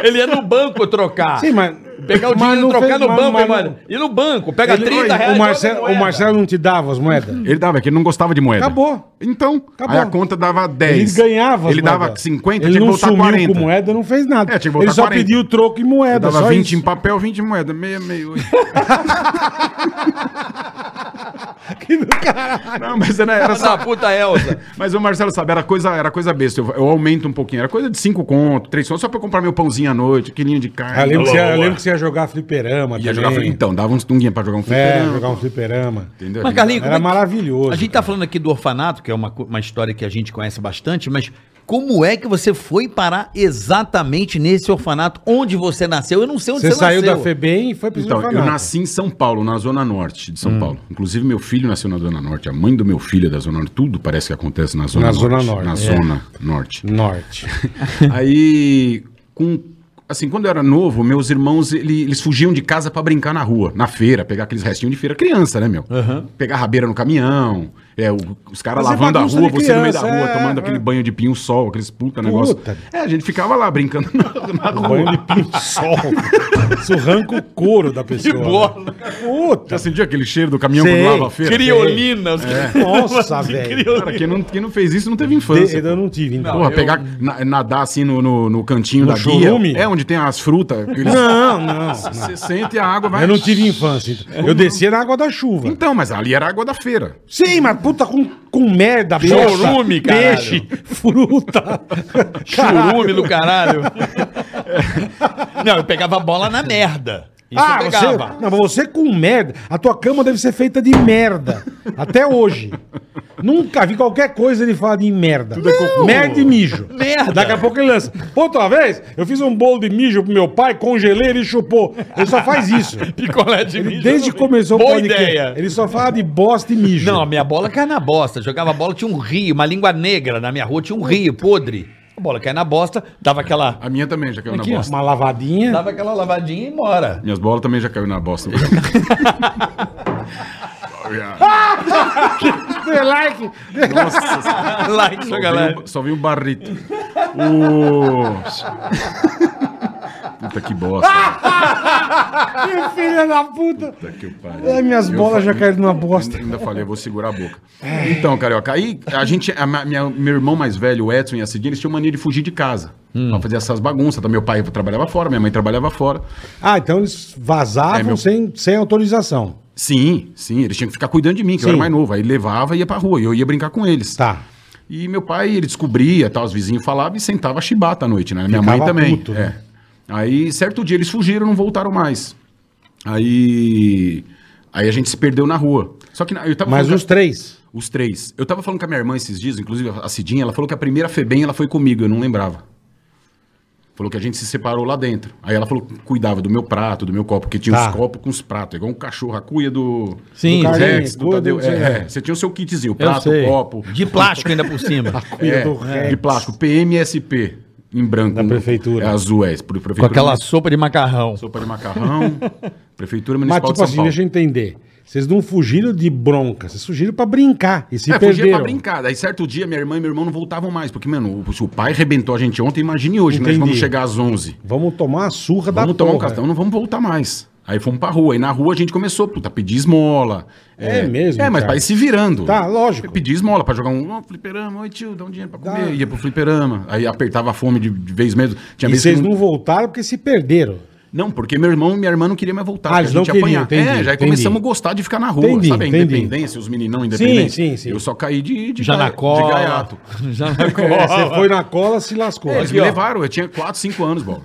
Speaker 3: Ele ia no banco trocar.
Speaker 2: sim, mas.
Speaker 3: Pegar o
Speaker 2: mas
Speaker 3: dinheiro e
Speaker 2: não
Speaker 3: trocar
Speaker 2: fez-
Speaker 3: no
Speaker 2: mas-
Speaker 3: banco,
Speaker 2: mas
Speaker 3: hein, mano. E no banco, pega
Speaker 2: Ele-
Speaker 3: 30 reais.
Speaker 2: o,
Speaker 3: e
Speaker 2: Marcelo,
Speaker 3: joga
Speaker 2: o
Speaker 3: moeda.
Speaker 2: Marcelo não te dava as moedas?
Speaker 4: Ele dava, que ele não gostava de moeda.
Speaker 2: Acabou.
Speaker 4: Então,
Speaker 2: Acabou.
Speaker 4: aí a conta dava 10.
Speaker 2: Ele ganhava as
Speaker 4: Ele dava
Speaker 2: moedas.
Speaker 4: 50,
Speaker 2: ele
Speaker 4: tinha que
Speaker 2: não
Speaker 4: botar
Speaker 2: sumiu
Speaker 4: 40.
Speaker 2: com moeda, não fez nada.
Speaker 4: É, tinha que botar
Speaker 2: ele só
Speaker 4: 40.
Speaker 2: pediu troco em
Speaker 4: Eu
Speaker 2: moeda,
Speaker 4: dava
Speaker 2: só
Speaker 4: 20
Speaker 2: isso.
Speaker 4: em papel, 20 em moeda. Meia, meia, oito.
Speaker 2: Que do caralho.
Speaker 4: Não, mas era, era
Speaker 3: Essa
Speaker 4: só...
Speaker 3: puta Elza.
Speaker 4: Mas o Marcelo sabe, era coisa, era coisa besta. Eu, eu aumento um pouquinho. Era coisa de cinco conto, três conto, só pra eu comprar meu pãozinho à noite, quilinho de carne.
Speaker 2: Eu lembro, que você,
Speaker 4: Ia
Speaker 2: eu lembro que você ia jogar fliperama também.
Speaker 4: jogar fli- Então, dava uns tunguinhos pra jogar um
Speaker 2: É,
Speaker 4: fliperama,
Speaker 2: jogar um fliperama.
Speaker 4: Entendeu?
Speaker 3: Mas, Carlinhos,
Speaker 2: Era
Speaker 3: como é que-
Speaker 2: maravilhoso.
Speaker 3: A gente tá falando aqui do orfanato, que é uma, co- uma história que a gente conhece bastante, mas como é que você foi parar exatamente nesse orfanato onde você nasceu? Eu não sei onde
Speaker 2: Você
Speaker 3: você,
Speaker 2: saiu
Speaker 3: nasceu.
Speaker 2: da FEBEM e foi pro
Speaker 4: Então, eu
Speaker 2: orfanato.
Speaker 4: nasci em São Paulo, na Zona Norte de São Paulo. Inclusive, meu filho nasceu na Zona Norte, a mãe do meu filho é da Zona Norte. Tudo parece que acontece na Zona
Speaker 2: Na
Speaker 4: Norte.
Speaker 2: Zona Norte,
Speaker 4: Na
Speaker 2: é.
Speaker 4: Zona Norte.
Speaker 2: Norte.
Speaker 4: Aí, com. Assim, quando eu era novo, meus irmãos, ele- eles fugiam de casa pra brincar na rua, na feira, pegar aqueles restinhos de feira. Criança, né, meu? Pegar rabeira no caminhão, é, o- os caras
Speaker 2: Fazer
Speaker 4: lavando a
Speaker 2: bagunça
Speaker 4: rua,
Speaker 2: de
Speaker 4: você no meio da
Speaker 2: criança,
Speaker 4: rua,
Speaker 2: é,
Speaker 4: tomando
Speaker 2: é.
Speaker 4: aquele banho de pinho-sol, aqueles puta negócio. É, a gente ficava lá brincando na, na rua.
Speaker 2: Banho de pinho-sol. Isso arranca o couro da pessoa. né?
Speaker 3: bola.
Speaker 2: Puta.
Speaker 4: Já sentiu assim, aquele cheiro do caminhão
Speaker 2: Sei.
Speaker 4: quando lava a feira?
Speaker 3: Criolina.
Speaker 2: Nossa, velho.
Speaker 4: Cara, quem não, quem não fez isso não teve infância.
Speaker 2: Eu não tive, então.
Speaker 4: Porra, pegar, na- nadar assim no, no, no cantinho
Speaker 2: No
Speaker 4: da
Speaker 2: chorume?
Speaker 4: guia. É, onde tem as frutas. aqueles-
Speaker 2: Não, não.
Speaker 4: Você senta e a água vai...
Speaker 2: Eu não tive infância. então. Eu descia na água da chuva.
Speaker 4: Então, mas ali era água da feira.
Speaker 2: Sim, mas puta com, com merda,
Speaker 3: Chorume, caralho.
Speaker 2: bosta, peixe, fruta.
Speaker 3: Churume do caralho. Não, eu pegava a bola na merda. Isso
Speaker 2: ah,
Speaker 3: eu
Speaker 2: você,
Speaker 3: pegava.
Speaker 2: não, mas você com merda. A tua cama deve ser feita de merda. Até hoje. Nunca vi qualquer coisa ele falar de merda. Merda e mijo.
Speaker 3: é Merda.
Speaker 2: Daqui a pouco ele lança. Outra vez, eu fiz um bolo de mijo pro meu pai, congelei ele chupou. Ele só faz isso.
Speaker 3: Picolé de
Speaker 2: Ele,
Speaker 3: milho,
Speaker 2: desde
Speaker 3: eu
Speaker 2: que
Speaker 3: não-
Speaker 2: começou
Speaker 3: Boa
Speaker 2: podcast,
Speaker 3: ideia.
Speaker 2: Ele só fala de bosta e mijo.
Speaker 3: Não, a minha bola caia na bosta. Jogava bola, tinha um rio, uma língua negra na minha rua, tinha um rio podre. A bola cai na bosta, dava aquela.
Speaker 4: A minha também já caiu
Speaker 2: Aqui,
Speaker 4: na
Speaker 2: ó,
Speaker 4: bosta.
Speaker 2: uma lavadinha.
Speaker 3: Dava aquela lavadinha e mora.
Speaker 4: Minhas bolas também já caiu na bosta.
Speaker 2: Ah, Dê like.
Speaker 4: Nossa,
Speaker 3: Like,
Speaker 4: só,
Speaker 3: galera.
Speaker 4: vi o, só vi o barrito. O... Puta que
Speaker 2: Ah!
Speaker 4: bosta.
Speaker 2: Que filha da puta.
Speaker 4: Puta que pariu.
Speaker 2: Ai, minhas
Speaker 4: Eu
Speaker 2: bolas já
Speaker 4: falei-
Speaker 2: caíram na bosta. É.
Speaker 4: Ainda falei, eu vou segurar a boca. Então, Carioca, aí a gente, a ma- minha- meu irmão mais velho, o Edson e a seguir, eles tinham mania de fugir de casa.
Speaker 2: Hum.
Speaker 4: Pra fazer essas bagunças. Tá? Meu pai trabalhava fora, minha mãe trabalhava fora.
Speaker 2: Ah, então eles vazavam
Speaker 4: É, meu-
Speaker 2: sem, sem autorização.
Speaker 4: Sim, sim, eles tinham que ficar cuidando de mim, que
Speaker 2: Sim.
Speaker 4: eu era mais novo. Aí levava e ia pra rua, e eu ia brincar com eles.
Speaker 2: Tá.
Speaker 4: E meu pai, ele descobria, tal, os vizinhos falavam e sentava chibata à noite, né? Minha
Speaker 2: Ficava
Speaker 4: mãe também.
Speaker 2: puto,
Speaker 4: é.
Speaker 2: né?
Speaker 4: Aí, certo dia, eles fugiram, não voltaram mais. Aí. Aí a gente se perdeu na rua. Só que na- eu tava
Speaker 2: Mas
Speaker 4: falando
Speaker 2: os
Speaker 4: com-
Speaker 2: três.
Speaker 4: os três. Eu tava falando com a minha irmã esses dias, inclusive a Cidinha, ela falou que a primeira Febem ela foi comigo, eu não lembrava. Falou que a gente se separou lá dentro. Aí ela falou que cuidava do meu prato, do meu copo, porque tinha
Speaker 2: Tá.
Speaker 4: os copos com os pratos, igual um cachorro, a cuia do,
Speaker 3: Sim,
Speaker 4: do Rex,
Speaker 2: Carlinhos,
Speaker 4: do
Speaker 2: cuia
Speaker 4: Tadeu.
Speaker 2: do-
Speaker 4: É, é, você tinha o seu kitzinho, o
Speaker 3: Eu
Speaker 4: prato,
Speaker 3: sei.
Speaker 4: o copo,
Speaker 3: De plástico ainda por cima.
Speaker 2: Cuida
Speaker 4: é,
Speaker 2: do Rex.
Speaker 4: de plástico, PMSP, em branco.
Speaker 2: Da prefeitura.
Speaker 4: É, azul, é, por prefeitura.
Speaker 3: Com aquela sopa de macarrão.
Speaker 4: Sopa de macarrão, prefeitura
Speaker 2: Mas,
Speaker 4: municipal
Speaker 2: tipo
Speaker 4: de São
Speaker 2: assim,
Speaker 4: Paulo.
Speaker 2: deixa eu entender. Vocês não fugiram de bronca, vocês fugiram pra brincar e se
Speaker 4: é, fugia
Speaker 2: perderam.
Speaker 4: pra brincar. Daí certo dia, minha irmã e meu irmão não voltavam mais. Porque, mano, o, se o pai arrebentou a gente ontem, imagine hoje, né?
Speaker 2: Entendi.
Speaker 4: Vamos chegar às 11.
Speaker 2: Vamos tomar a surra da
Speaker 4: Vamos tomar um
Speaker 2: porra.
Speaker 4: cartão, não vamos voltar mais. Aí fomos pra rua. Aí na rua a gente começou, puta, pedir esmola.
Speaker 2: É mesmo,
Speaker 4: É, mas
Speaker 2: cara?
Speaker 4: pra ir se virando.
Speaker 2: Tá, lógico.
Speaker 4: Pedir esmola pra jogar um ó, fliperama. Oi, tio, dá um dinheiro pra comer. Ia pro fliperama. Aí apertava a fome de, de vez mesmo. Tinha
Speaker 2: E
Speaker 4: vez que
Speaker 2: vocês
Speaker 4: não-
Speaker 2: não voltaram porque se perderam.
Speaker 4: não, porque meu irmão e minha irmã não queriam mais voltar.
Speaker 2: Ah,
Speaker 4: porque
Speaker 2: eles não queriam, entendi,
Speaker 4: é, já aí
Speaker 2: entendi.
Speaker 4: começamos a gostar de ficar na rua,
Speaker 2: Entendi,
Speaker 4: sabe? A
Speaker 2: entendi.
Speaker 4: independência, os meninão independentes.
Speaker 2: Sim, sim, sim.
Speaker 4: Eu só caí de, de,
Speaker 3: Já na
Speaker 4: ga- de
Speaker 3: cola.
Speaker 4: gaiato.
Speaker 3: Já na
Speaker 2: É,
Speaker 3: cola.
Speaker 2: Você foi na cola, se lascou.
Speaker 4: É, Eles me levaram, eu tinha 4, 5 anos, bom.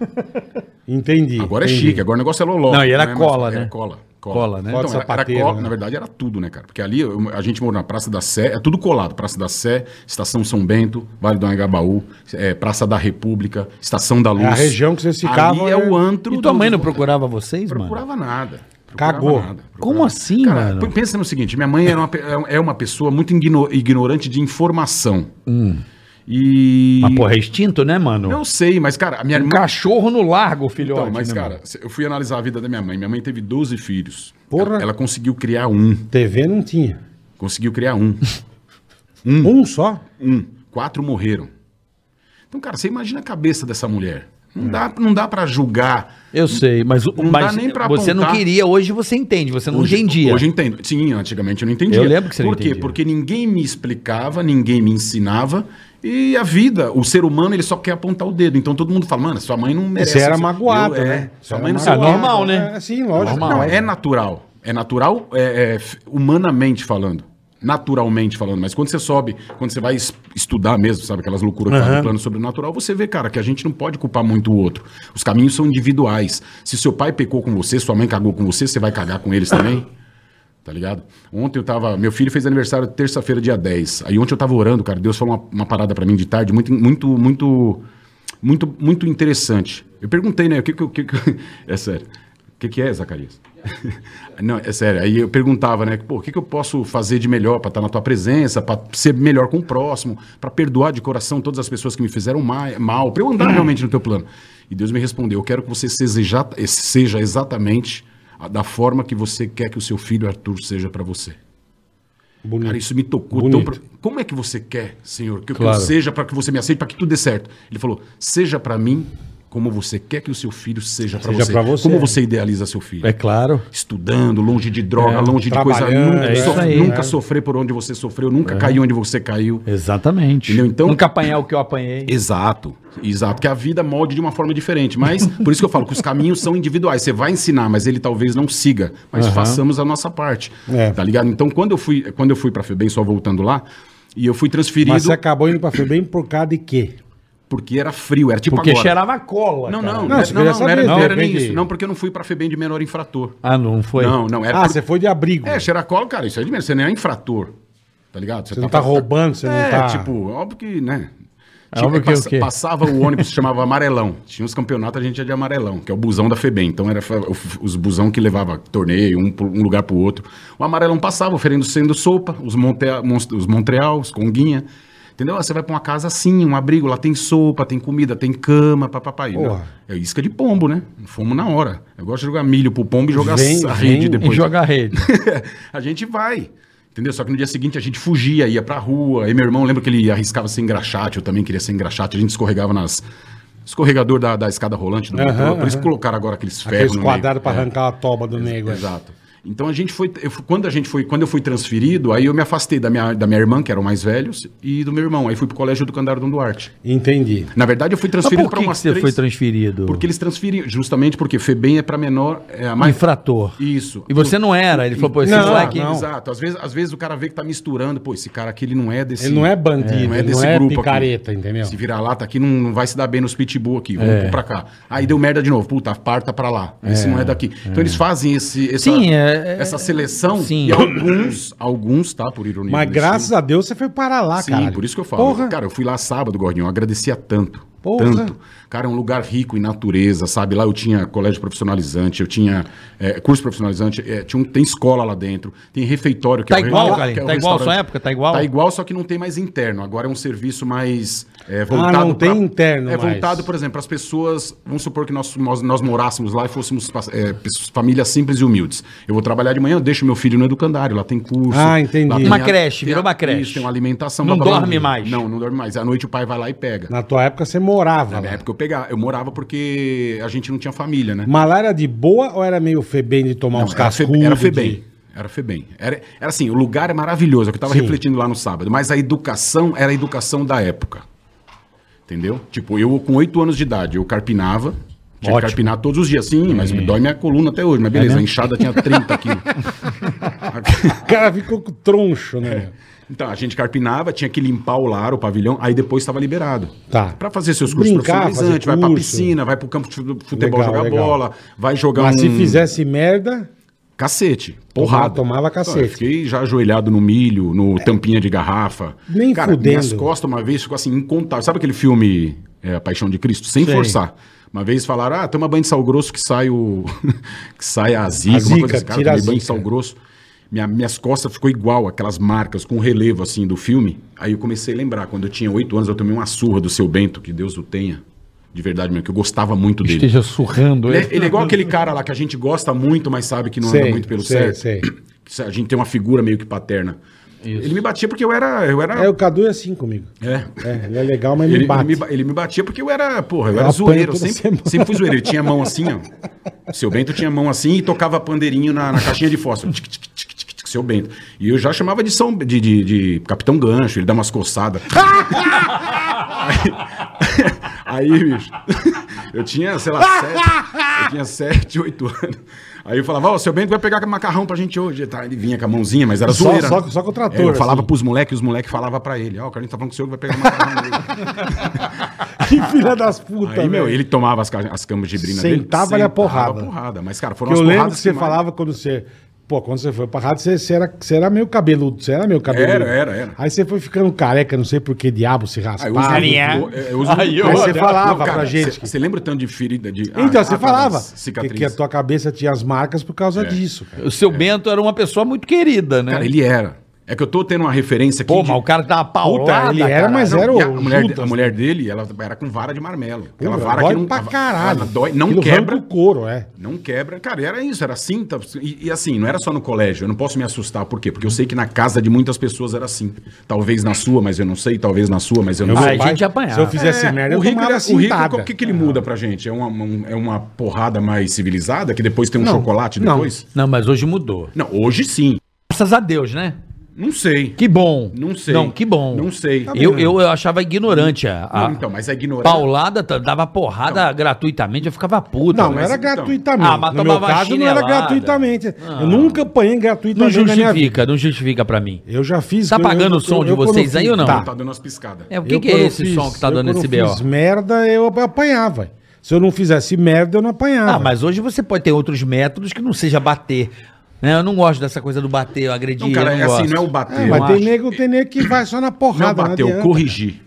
Speaker 2: Entendi.
Speaker 4: Agora é
Speaker 2: entendi.
Speaker 4: chique, agora o negócio é loló.
Speaker 3: Não, e era
Speaker 4: é mais-
Speaker 3: cola,
Speaker 4: Era
Speaker 3: né?
Speaker 4: cola.
Speaker 3: Cola, né?
Speaker 4: Então,
Speaker 2: Cola de
Speaker 4: era- era,
Speaker 2: sapateiro,
Speaker 4: cola,
Speaker 2: né?
Speaker 4: na verdade era tudo, né, cara? Porque ali eu- a gente morou na Praça da Sé, é tudo colado. Praça da Sé, Estação São Bento, Vale do Anhangabaú, é, Praça da República, Estação da Luz.
Speaker 2: É a região que vocês ficavam,
Speaker 4: Ali é o
Speaker 2: né?
Speaker 4: antro
Speaker 3: E tua mãe
Speaker 4: do-
Speaker 3: não procurava vocês, mano?
Speaker 4: Procurava nada. Procurava
Speaker 2: Cagou.
Speaker 4: nada, procurava
Speaker 3: Como
Speaker 4: nada.
Speaker 3: assim,
Speaker 4: Cara,
Speaker 3: mano?
Speaker 4: p- pensa no seguinte: minha mãe era uma pe- é um- é uma pessoa muito igno- ignorante de informação. E.
Speaker 3: Hum. Mas, porra, é extinto, né, mano?
Speaker 4: Eu sei, mas, cara, a minha
Speaker 3: Um
Speaker 4: irmã.
Speaker 3: cachorro no largo, filhote.
Speaker 4: Então, mas,
Speaker 3: né,
Speaker 4: cara,
Speaker 3: mano?
Speaker 4: se- eu fui analisar a vida da minha mãe. Minha mãe teve 12 filhos.
Speaker 2: Porra.
Speaker 4: Ela, ela conseguiu criar um.
Speaker 2: TV não tinha.
Speaker 4: Conseguiu criar um. Hum.
Speaker 2: Um só?
Speaker 4: um. Quatro morreram. Então, cara, você imagina a cabeça dessa mulher. Não
Speaker 3: Hum.
Speaker 4: dá, não dá para julgar
Speaker 3: Eu sei, mas, o-
Speaker 4: Não dá
Speaker 3: mas
Speaker 4: nem pra
Speaker 3: você não
Speaker 4: apontar.
Speaker 3: queria, hoje você entende, você não
Speaker 4: Hoje-
Speaker 3: entendia.
Speaker 4: Hoje eu entendo. Sim, antigamente eu não entendia.
Speaker 3: Eu lembro que você não
Speaker 4: Por quê?
Speaker 3: entendia.
Speaker 4: Porque ninguém me explicava, ninguém me ensinava. E a vida, o ser humano, ele só quer apontar o dedo. Então todo mundo fala, mano, sua mãe não merece.
Speaker 2: Você era
Speaker 4: isso."
Speaker 2: magoado,
Speaker 4: Eu- é,
Speaker 2: né? Você
Speaker 4: Sua
Speaker 2: era
Speaker 4: mãe não se
Speaker 2: magoado.
Speaker 3: É normal, né?
Speaker 2: É, sim, lógico.
Speaker 3: Normal.
Speaker 4: não,
Speaker 3: é.
Speaker 4: é natural. É natural, é, é, f- humanamente falando. Naturalmente falando. Mas quando você sobe, quando você vai es- estudar mesmo, sabe? Aquelas loucuras que fazem no plano sobrenatural, você vê, cara, que a gente não pode culpar muito o outro. Os caminhos são individuais. Se seu pai pecou com você, sua mãe cagou com você, você vai cagar com eles também? Tá ligado? Ontem eu tava. Meu filho fez aniversário terça-feira, dia 10. Aí ontem eu tava orando, cara. Deus falou uma, uma parada pra mim de tarde, muito, muito, muito, muito, muito interessante. Eu perguntei, né? O que que. eu- que que- é sério. O que, que é, Zacarias? Não, é sério. Aí eu perguntava, né? Pô, o que, que eu posso fazer de melhor pra estar na tua presença, pra ser melhor com o próximo, pra perdoar de coração todas as pessoas que me fizeram ma- mal, pra eu andar realmente no teu plano. E Deus me respondeu: Eu quero que você seja exa- seja exatamente a- da forma que você quer que o seu filho Arthur seja pra você.
Speaker 2: Bonito.
Speaker 4: Cara, isso me tocou.
Speaker 2: Bonito.
Speaker 4: tão pro- Como é que você quer, Senhor, que eu- que
Speaker 3: Claro.
Speaker 4: eu seja para que você me aceite, para que tudo dê certo? Ele falou: seja pra mim como você quer que o seu filho seja pra
Speaker 2: Seja
Speaker 4: você.
Speaker 2: pra você.
Speaker 4: Como você idealiza seu filho?
Speaker 3: É claro.
Speaker 4: Estudando, longe de droga, longe de coisa.
Speaker 2: trabalhando,
Speaker 4: Nunca,
Speaker 3: é isso
Speaker 4: sof-
Speaker 3: aí,
Speaker 4: nunca
Speaker 3: né?
Speaker 4: sofrer por onde você sofreu, nunca cair onde você caiu.
Speaker 3: Exatamente.
Speaker 4: Entendeu? Então-
Speaker 3: Nunca apanhar o que eu apanhei.
Speaker 4: Exato, exato. Que a vida molde de uma forma diferente. Mas, por isso que eu falo que os caminhos são individuais. Você vai ensinar, mas ele talvez não siga. Mas façamos a nossa parte.
Speaker 2: É.
Speaker 4: Tá ligado? Então, quando eu fui, quando eu fui pra Febem, só voltando lá, e eu fui transferido
Speaker 2: Mas é você acabou indo pra Febem por causa de quê?
Speaker 4: porque era frio, era tipo
Speaker 3: Porque
Speaker 4: agora.
Speaker 3: cheirava cola.
Speaker 4: Não,
Speaker 3: cara.
Speaker 4: não, não,
Speaker 2: Não,
Speaker 4: não,
Speaker 2: você queria
Speaker 4: não, não era,
Speaker 2: saber,
Speaker 4: não
Speaker 2: de
Speaker 4: era nem
Speaker 2: repente-
Speaker 4: isso. Não, porque eu não fui pra Febem de menor infrator.
Speaker 3: Ah, não foi?
Speaker 4: Não, não, era
Speaker 2: ah,
Speaker 4: por-
Speaker 2: você foi de abrigo.
Speaker 4: É, cheirar cola, cara, isso aí de menos, você nem é infrator. Tá ligado?
Speaker 2: Você não tá roubando, você não
Speaker 4: É,
Speaker 2: tá...
Speaker 4: tipo, óbvio que, né?
Speaker 3: É óbvio que o quê?
Speaker 4: Passava o ônibus, chamava amarelão. Tinha uns campeonatos, a gente ia de amarelão, que é o busão da Febem. Então era fa- o- os busão que levava torneio, um, pro- um lugar pro outro. O amarelão passava, oferecendo sendo sopa, os, Monte, Mon- os Montreal, os Conguinha. Entendeu? Ah, Você vai pra uma casa assim, um abrigo, lá tem sopa, tem comida, tem cama, papapá.
Speaker 2: Porra.
Speaker 4: É isca de pombo, né? Fomos na hora. Eu gosto de jogar milho pro pombo e jogar
Speaker 2: Vem,
Speaker 4: a
Speaker 2: vem
Speaker 4: rede depois.
Speaker 3: E jogar rede.
Speaker 4: a gente vai. Entendeu? Só que no dia seguinte a gente fugia, ia pra rua. Aí meu irmão lembra que ele arriscava ser engraxate, eu também queria ser engraxate. A gente escorregava nas. Escorregador da, da escada rolante do
Speaker 2: Aham,
Speaker 4: metrô. Por isso
Speaker 2: aham.
Speaker 4: colocaram agora aqueles ferros.
Speaker 2: Aqueles
Speaker 4: no meio.
Speaker 2: quadrados pra
Speaker 4: É.
Speaker 2: arrancar a toba do
Speaker 3: né?
Speaker 2: nego. é.
Speaker 4: Exato. Então a gente foi, eu fui- quando a gente foi, quando eu fui transferido, aí eu me afastei da minha, da minha irmã, que eram mais velhos, e do meu irmão. Aí fui pro colégio do Candardo Duarte.
Speaker 2: Entendi.
Speaker 4: Na verdade, eu fui
Speaker 3: Mas
Speaker 4: transferido
Speaker 3: por
Speaker 4: para
Speaker 3: que, que
Speaker 4: umas
Speaker 3: você
Speaker 4: três,
Speaker 3: foi transferido?
Speaker 4: porque eles transferiram, justamente porque FEBEM é para menor, é a mais
Speaker 3: Infrator.
Speaker 4: Isso.
Speaker 3: E você não era. Ele falou, pô, esse
Speaker 2: Não,
Speaker 3: moleque...
Speaker 2: não.
Speaker 4: Exato. Às vezes, às vezes o cara vê que tá misturando, pô, esse cara aqui ele não é desse
Speaker 2: Ele não é bandido,
Speaker 4: não é
Speaker 2: ele
Speaker 4: desse
Speaker 2: não é
Speaker 4: grupo aqui.
Speaker 2: picareta, entendeu?
Speaker 4: Se virar lata aqui, não, não vai se dar bem nos pitbull aqui. Vamos
Speaker 3: É.
Speaker 4: pôr pra cá. Aí deu merda de novo. Puta, parta pra lá. Esse não é daqui. Então eles fazem esse, essa,
Speaker 3: Sim, é- é-
Speaker 4: essa seleção.
Speaker 3: Sim.
Speaker 4: E alguns, alguns, tá? Por ironia.
Speaker 2: Mas
Speaker 4: do
Speaker 2: graças
Speaker 4: destino.
Speaker 2: a Deus você foi parar lá,
Speaker 4: Sim,
Speaker 2: cara.
Speaker 4: por isso que eu falo.
Speaker 2: Porra.
Speaker 4: Cara, eu fui lá sábado, Gordinho, eu agradecia tanto.
Speaker 2: Porra.
Speaker 4: Tanto. Cara, é um lugar rico em natureza, sabe? Lá eu tinha colégio profissionalizante, eu tinha eh, curso profissionalizante, eh, tinha um- tem escola lá dentro, tem refeitório. Que é
Speaker 3: Tá
Speaker 4: o re-
Speaker 3: igual,
Speaker 4: que
Speaker 3: Galinho?
Speaker 4: o
Speaker 3: Tá igual a sua
Speaker 4: restaurante.
Speaker 3: época? Tá igual?
Speaker 4: Tá igual, só que não tem mais interno. Agora é um serviço mais
Speaker 3: Ah,
Speaker 4: eh, voltado
Speaker 2: não tem
Speaker 4: pra-
Speaker 2: interno
Speaker 4: É
Speaker 2: mais.
Speaker 4: voltado, por exemplo, para as pessoas... Vamos supor que nós, nós, nós morássemos lá e fôssemos eh, pessoas- famílias simples e humildes. Eu vou trabalhar de manhã, eu deixo meu filho no educandário, lá tem curso.
Speaker 2: Ah, entendi.
Speaker 4: lá tem
Speaker 3: Uma
Speaker 4: a-
Speaker 3: creche,
Speaker 4: tem
Speaker 3: virou
Speaker 4: a-
Speaker 3: uma creche.
Speaker 4: Isso, tem uma alimentação.
Speaker 3: Não
Speaker 4: blá, blá, blá.
Speaker 3: dorme mais.
Speaker 4: Não, não dorme mais. À noite o pai vai lá e pega.
Speaker 2: Na tua época você morava
Speaker 4: Na
Speaker 2: Ah, lá.
Speaker 4: minha época eu pegava. Eu morava porque a gente não tinha família, né?
Speaker 2: Malária de boa ou era meio febem de tomar
Speaker 4: Não,
Speaker 2: uns
Speaker 4: era, fe,
Speaker 2: cascudos?
Speaker 4: era
Speaker 2: de-
Speaker 4: Febem. Era Febem. Era, era assim, o lugar é maravilhoso. é o que Eu tava
Speaker 2: Sim.
Speaker 4: refletindo lá no sábado. Mas a educação era a educação da época. Entendeu? Tipo, eu com oito anos de idade, eu carpinava.
Speaker 2: Ótimo.
Speaker 4: Tinha que
Speaker 2: É, né?
Speaker 4: carpinar todos os dias, sim, mas me dói minha coluna até hoje. Mas beleza, a enxada tinha 30 quilos.
Speaker 2: O cara ficou com troncho, né?
Speaker 4: Então, a gente carpinava, tinha que limpar o lar, o pavilhão, aí depois estava liberado.
Speaker 2: Tá.
Speaker 4: Pra fazer seus cursos
Speaker 2: Brincar,
Speaker 4: profissionalizantes,
Speaker 2: fazer
Speaker 4: vai pra
Speaker 2: curso.
Speaker 4: piscina, vai pro campo de fute- futebol
Speaker 2: Legal,
Speaker 4: jogar
Speaker 2: legal.
Speaker 4: bola, vai jogar um
Speaker 2: Mas se fizesse merda,
Speaker 4: Cacete, porrada.
Speaker 2: tomava cacete. É.
Speaker 4: Ah, eu fiquei já ajoelhado no milho, no tampinha de garrafa.
Speaker 2: Nem
Speaker 4: Cara,
Speaker 2: fudendo.
Speaker 4: minhas costas uma vez ficou assim, incontável. Sabe aquele filme é, A Paixão de Cristo? Sem forçar. Uma vez falaram, ah, toma banho de sal grosso que sai o... que sai a zica,
Speaker 2: A zica,
Speaker 4: assim. Cara,
Speaker 2: tira a
Speaker 4: tomei banho de
Speaker 2: zica.
Speaker 4: sal grosso. Minha- minhas costas ficou igual, aquelas marcas com relevo, assim, do filme. Aí eu comecei a lembrar, quando eu tinha oito anos, eu tomei uma surra do Seu Bento, que Deus o tenha. De verdade mesmo, que eu gostava muito dele.
Speaker 3: Esteja surrando
Speaker 4: Ele
Speaker 3: ele.
Speaker 4: é, ele é igual aquele cara lá que a gente gosta muito, mas sabe que não
Speaker 2: Sei,
Speaker 4: anda muito pelo
Speaker 2: sei,
Speaker 4: certo.
Speaker 2: sei.
Speaker 4: Que A gente tem uma figura meio que paterna. Ele me batia porque eu era. Eu era
Speaker 2: é o Cadu é assim comigo.
Speaker 4: é.
Speaker 2: É, ele é legal, mas
Speaker 4: Ele,
Speaker 2: ele
Speaker 4: ele
Speaker 2: bate.
Speaker 4: me, ba- ele me batia porque eu era, porra, eu,
Speaker 2: Eu
Speaker 4: era
Speaker 2: apanho
Speaker 4: zoeiro. eu
Speaker 2: toda
Speaker 4: Sempre,
Speaker 2: semana.
Speaker 4: sempre fui zoeiro. Ele tinha a mão assim, ó. Seu Bento tinha a mão assim e tocava pandeirinho na, na caixinha de fósforo. Tic, tic, tic, tic, tic, seu Bento. E eu já chamava de, São, de, de- de Capitão Gancho, ele dá umas coçadas. aí, aí, bicho, eu tinha, sei lá, sete, eu tinha sete, oito anos. Aí eu falava, ó, seu Bento vai pegar macarrão pra gente hoje. Tá, Ele vinha com a mãozinha, mas era
Speaker 2: Só-
Speaker 4: zoeira.
Speaker 2: só-
Speaker 4: né?
Speaker 2: só com o trator,
Speaker 4: É, eu falava
Speaker 2: assim.
Speaker 4: pros moleques e os moleques falavam pra ele, ó, o Carlinhos tá falando que o senhor vai pegar macarrão dele.
Speaker 2: Que filha das putas,
Speaker 4: Aí, meu,
Speaker 2: velho.
Speaker 4: ele tomava as, ca- as camas de brina
Speaker 2: Sentava-lhe a porrada.
Speaker 4: Mas, cara, foram
Speaker 2: Porque eu lembro que
Speaker 4: porradas
Speaker 2: você
Speaker 4: mais-
Speaker 2: falava quando você. Pô, quando você foi pra rádio, você, você era, você era meio cabeludo. Você era meio cabeludo.
Speaker 4: Era, era, era.
Speaker 2: Aí você foi ficando careca, não sei por que diabo se
Speaker 4: Ah, eu uso
Speaker 2: raspava.
Speaker 4: muito-
Speaker 2: é?
Speaker 4: eu uso
Speaker 3: Aí,
Speaker 4: muito-
Speaker 3: ó,
Speaker 4: Mas
Speaker 3: olha.
Speaker 4: você falava
Speaker 2: Não, cara,
Speaker 4: pra gente.
Speaker 2: cê-
Speaker 4: Você lembra o tanto de ferida de. ah,
Speaker 2: então, você
Speaker 4: ah, tá,
Speaker 2: falava
Speaker 4: das
Speaker 2: que,
Speaker 4: Cicatriz. É.
Speaker 2: que a tua cabeça tinha as marcas por causa disso, cara.
Speaker 3: O seu Bento era uma pessoa muito querida, né?
Speaker 4: Cara, ele era. É que eu tô tendo uma referência aqui.
Speaker 3: Pô,
Speaker 4: de-
Speaker 3: mas o cara tava paulada,
Speaker 2: ele era,
Speaker 3: cara.
Speaker 2: mas
Speaker 3: Não,
Speaker 2: era
Speaker 4: E
Speaker 2: o
Speaker 4: a, mulher, de-
Speaker 2: Judas,
Speaker 4: a mulher dele, ela era com vara de marmelo. Aquela
Speaker 2: né? Porra,
Speaker 4: vara
Speaker 2: dói
Speaker 4: que não.
Speaker 2: pra
Speaker 4: a-
Speaker 2: caralho.
Speaker 4: ela dói, não
Speaker 2: Aquilo arranca
Speaker 4: quebra.
Speaker 2: o couro, é.
Speaker 4: Não quebra. Cara, era isso, era cinta. E, e assim, não era só no colégio. Eu não posso me assustar. Por quê? Porque eu sei que na casa de muitas pessoas era assim. Talvez na sua, mas eu não sei. Talvez na sua, mas eu não
Speaker 3: Ah,
Speaker 4: sei.
Speaker 3: a
Speaker 2: Meu pai,
Speaker 3: gente apanhava.
Speaker 2: Se eu fizesse
Speaker 4: É,
Speaker 2: assim, merda,
Speaker 4: o
Speaker 2: eu
Speaker 4: rico,
Speaker 2: tomava
Speaker 4: ele, o rico,
Speaker 2: cintada.
Speaker 4: o que, que ele muda pra gente? É uma, um- é uma porrada mais civilizada que depois tem um chocolate
Speaker 2: não.
Speaker 4: depois?
Speaker 3: Não, mas hoje mudou.
Speaker 4: Não. hoje sim.
Speaker 3: Graças a Deus, né?
Speaker 4: Não sei.
Speaker 3: Que bom.
Speaker 4: Não sei.
Speaker 3: Não, que bom.
Speaker 4: Não sei.
Speaker 2: Tá
Speaker 3: Eu, Ah. eu, eu achava ignorante a, a
Speaker 4: Não, então, mas é ignorante.
Speaker 3: paulada, t- dava porrada gratuitamente, eu ficava puto.
Speaker 2: Não, não
Speaker 3: mas
Speaker 2: era
Speaker 4: então.
Speaker 2: gratuitamente.
Speaker 3: Ah, mas
Speaker 2: no meu
Speaker 3: tomava
Speaker 2: caso, não era
Speaker 3: chinelada. Ah.
Speaker 2: gratuitamente. Eu nunca apanhei
Speaker 3: não
Speaker 2: gratuitamente na é minha vida.
Speaker 3: justifica, não justifica pra mim.
Speaker 2: Eu já fiz...
Speaker 3: Tá
Speaker 2: eu-
Speaker 3: apagando
Speaker 2: eu-
Speaker 3: o som de
Speaker 2: eu- quando
Speaker 3: vocês
Speaker 2: eu
Speaker 3: aí
Speaker 2: fiz-
Speaker 3: ou não?
Speaker 2: Tá.
Speaker 4: Tá dando umas piscadas.
Speaker 3: É, o que,
Speaker 2: Eu,
Speaker 3: que é
Speaker 2: quando
Speaker 3: esse
Speaker 2: fiz-
Speaker 3: som que tá
Speaker 2: eu,
Speaker 3: dando
Speaker 2: quando
Speaker 3: esse
Speaker 2: eu
Speaker 3: B.O.?
Speaker 2: fiz merda, eu apanhava. Se eu não fizesse merda, eu não apanhava.
Speaker 3: Ah, mas hoje você pode ter outros métodos que não seja bater. Né? Eu não gosto dessa coisa do bater, eu agredir.
Speaker 4: Não, cara,
Speaker 3: eu
Speaker 4: é assim,
Speaker 3: gosto. Né?
Speaker 4: não é o bater.
Speaker 2: É,
Speaker 4: eu
Speaker 2: mas
Speaker 4: acho.
Speaker 2: tem nego, tem nego que vai só na
Speaker 4: Não é
Speaker 2: porrada.
Speaker 4: bater, eu
Speaker 2: adianta.
Speaker 4: corrigir.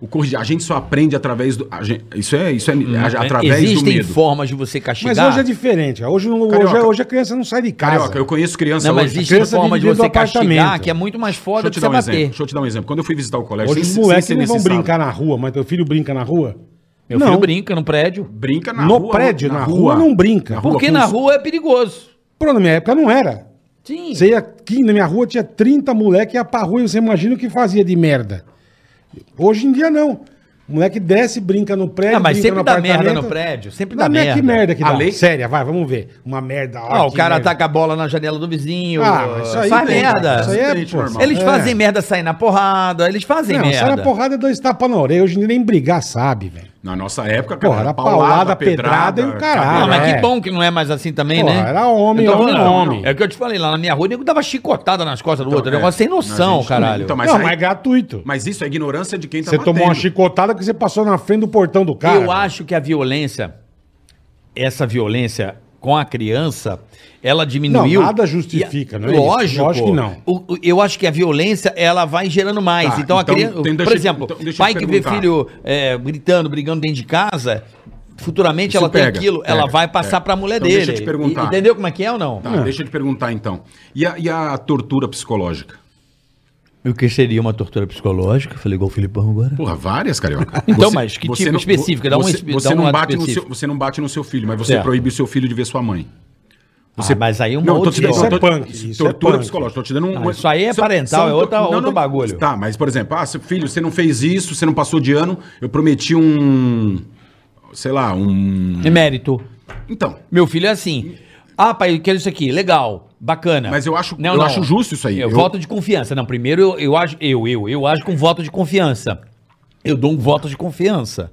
Speaker 4: O corrigir, a gente só aprende através do. a gente- isso é, isso é, a- através do
Speaker 3: Hum, Existem
Speaker 4: medo.
Speaker 3: formas de você
Speaker 2: Mas
Speaker 3: castigar.
Speaker 2: hoje é diferente. ó. Hoje, não- hoje,
Speaker 4: Carioca.
Speaker 2: é- hoje a criança não sai de casa.
Speaker 4: Carioca, eu conheço criança
Speaker 3: Não, mas
Speaker 4: hoje-
Speaker 3: existe
Speaker 2: criança
Speaker 3: forma
Speaker 2: vive
Speaker 3: de
Speaker 2: dentro do
Speaker 3: você castigar
Speaker 2: apartamento.
Speaker 3: que é muito mais
Speaker 4: Deixa
Speaker 3: foda
Speaker 4: eu
Speaker 3: do
Speaker 4: te
Speaker 3: que
Speaker 4: dar
Speaker 3: você
Speaker 4: um
Speaker 3: bater.
Speaker 4: exemplo. Deixa eu te dar um exemplo. Quando eu fui visitar o colégio,
Speaker 2: Hoje os
Speaker 4: sem-
Speaker 2: moleques
Speaker 4: sem ser
Speaker 2: não vão
Speaker 4: necessário.
Speaker 2: brincar na rua, mas teu filho brinca na rua?
Speaker 3: Meu filho brinca no prédio.
Speaker 4: Brinca na
Speaker 2: No
Speaker 4: rua.
Speaker 2: prédio, na rua não brinca.
Speaker 4: Na rua,
Speaker 3: Porque
Speaker 4: com
Speaker 3: na
Speaker 4: os-
Speaker 3: rua é perigoso.
Speaker 2: Pô, na minha época não era.
Speaker 3: Sim.
Speaker 2: Você ia aqui na minha rua, tinha 30 moleque ia pra rua e você imagina o que fazia de merda. Hoje em dia não. O moleque desce, brinca no prédio.
Speaker 3: Ah, mas
Speaker 2: brinca
Speaker 3: sempre dá
Speaker 2: apartamento.
Speaker 3: merda no prédio, sempre
Speaker 2: Dá
Speaker 3: dá
Speaker 2: merda. é Que
Speaker 3: merda.
Speaker 2: merda que
Speaker 4: A
Speaker 2: dá.
Speaker 4: lei-
Speaker 2: Séria, vai, vamos ver. Uma merda. ó,
Speaker 3: Ah, o
Speaker 2: que
Speaker 3: cara
Speaker 2: merda.
Speaker 3: ataca a bola na janela do vizinho.
Speaker 2: Ah, mas isso aí
Speaker 3: faz
Speaker 2: tem,
Speaker 3: merda.
Speaker 2: Isso aí é,
Speaker 4: Acidente
Speaker 2: pô,
Speaker 4: normal.
Speaker 3: Eles
Speaker 2: é.
Speaker 3: fazem merda sair na porrada, eles fazem
Speaker 2: Não,
Speaker 3: merda.
Speaker 2: sai na porrada e dois tapas na orelha. Hoje em dia nem brigar sabe, velho.
Speaker 4: Na nossa época, cara,
Speaker 2: Porra, era paulada, pedrada e o caralho.
Speaker 3: Ah, mas
Speaker 2: É.
Speaker 3: que bom que não é mais assim também,
Speaker 2: Porra,
Speaker 3: né?
Speaker 2: era homem,
Speaker 3: Eu tô
Speaker 2: homem,
Speaker 3: falando,
Speaker 2: homem.
Speaker 3: É o que eu te falei, lá na minha rua, o nego dava chicotada nas costas do outro. um
Speaker 4: é.
Speaker 3: negócio sem
Speaker 4: A
Speaker 3: noção,
Speaker 4: gente-
Speaker 3: caralho.
Speaker 4: Então, mas
Speaker 2: não,
Speaker 4: aí-
Speaker 2: mas é gratuito.
Speaker 4: Mas isso é ignorância de quem tá
Speaker 2: você tomou uma
Speaker 4: batendo.
Speaker 2: chicotada que você passou na frente do portão do cara.
Speaker 3: eu acho que a violência, essa violência com a criança, ela diminuiu.
Speaker 2: Não, nada justifica,
Speaker 3: E-
Speaker 2: não é isso?
Speaker 3: Lógico.
Speaker 2: Lógico que não.
Speaker 3: O- o- eu acho que a violência, ela vai gerando mais.
Speaker 4: Tá,
Speaker 3: então, a
Speaker 4: então,
Speaker 3: criança.
Speaker 4: tem- deixa
Speaker 3: por
Speaker 4: eu-
Speaker 3: exemplo,
Speaker 4: então, deixa eu
Speaker 3: pai
Speaker 4: te
Speaker 3: que vê
Speaker 4: perguntar.
Speaker 3: filho é, gritando, brigando dentro de casa. Futuramente
Speaker 4: Isso
Speaker 3: ela tem
Speaker 4: pega,
Speaker 3: aquilo,
Speaker 4: pega,
Speaker 3: ela vai passar
Speaker 4: é.
Speaker 3: pra mulher
Speaker 4: Então,
Speaker 3: dele.
Speaker 4: deixa eu te perguntar.
Speaker 3: E- entendeu como é que é ou não?
Speaker 4: Tá,
Speaker 2: Ah.
Speaker 4: deixa eu te perguntar então. E a, e a tortura psicológica?
Speaker 3: O que seria uma tortura psicológica? Falei igual o Filipão agora.
Speaker 4: Porra, várias, carioca.
Speaker 3: Então, mas que tipo
Speaker 4: não-
Speaker 3: específica? Dá um
Speaker 4: você,
Speaker 3: espe-
Speaker 4: você
Speaker 3: dá um
Speaker 4: não
Speaker 3: lado
Speaker 4: bate no seu,
Speaker 3: específico. É.
Speaker 4: Você não bate no seu filho, mas você
Speaker 3: Certo.
Speaker 4: proíbe o seu filho de ver sua mãe.
Speaker 3: Ah, mas aí é uma
Speaker 4: não, eu tô
Speaker 3: outra
Speaker 4: te dando,
Speaker 2: Isso é
Speaker 4: tô-
Speaker 2: punk,
Speaker 4: isso-
Speaker 2: isso é
Speaker 4: tortura
Speaker 2: punk.
Speaker 4: psicológica. Tô te dando um,
Speaker 3: Ah, isso aí é
Speaker 4: são-
Speaker 3: parental,
Speaker 4: são
Speaker 3: é
Speaker 4: to-
Speaker 3: outra- outro bagulho.
Speaker 4: Tá, mas por exemplo, ah, seu filho, você não fez isso, você não passou de ano, eu prometi um sei lá, um
Speaker 3: Emérito.
Speaker 4: Então,
Speaker 3: Meu filho é assim. Ah, pai, eu quero isso aqui. Legal, bacana.
Speaker 4: Mas eu acho- eu acho justo isso aí.
Speaker 3: Eu,
Speaker 4: Eu-
Speaker 3: voto de confiança. Não, primeiro eu, eu acho, eu, eu, eu acho com voto de confiança. Eu dou um voto de confiança.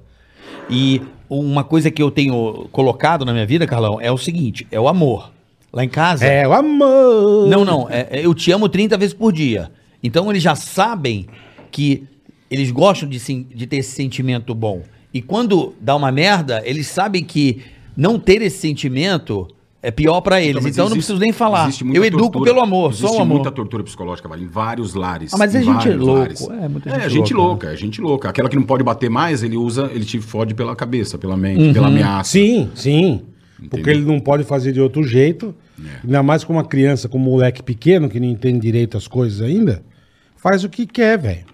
Speaker 3: E uma coisa que eu tenho colocado na minha vida, Carlão, é o seguinte: é o amor. Lá em casa.
Speaker 2: É o amor.
Speaker 3: Não, não. é- é eu te amo 30 vezes por dia. Então eles já sabem que eles gostam de, sen- de ter esse sentimento bom. E quando dá uma merda, eles sabem que não ter esse sentimento é pior pra eles. Então,
Speaker 4: mas
Speaker 3: eu não
Speaker 4: existe-
Speaker 3: preciso nem falar.
Speaker 4: existe muita
Speaker 3: Eu educo
Speaker 4: tortura.
Speaker 3: pelo amor,
Speaker 4: existe
Speaker 3: só o amor.
Speaker 4: muita tortura psicológica, Vale, em vários lares.
Speaker 3: Ah, mas
Speaker 4: em
Speaker 3: é gente
Speaker 4: vários
Speaker 3: louco,
Speaker 4: lares.
Speaker 3: é, muita
Speaker 4: É,
Speaker 3: gente
Speaker 4: gente
Speaker 3: louca,
Speaker 4: louca, é gente louca. Aquela que não pode bater mais, ele usa, ele te fode pela cabeça, pela mente,
Speaker 3: Uhum.
Speaker 4: pela ameaça.
Speaker 2: Sim, sim. Porque
Speaker 4: Entendeu?
Speaker 2: ele não pode fazer de outro jeito. Ainda mais com uma criança, com um moleque pequeno que não entende direito as coisas ainda. Faz o que quer, velho.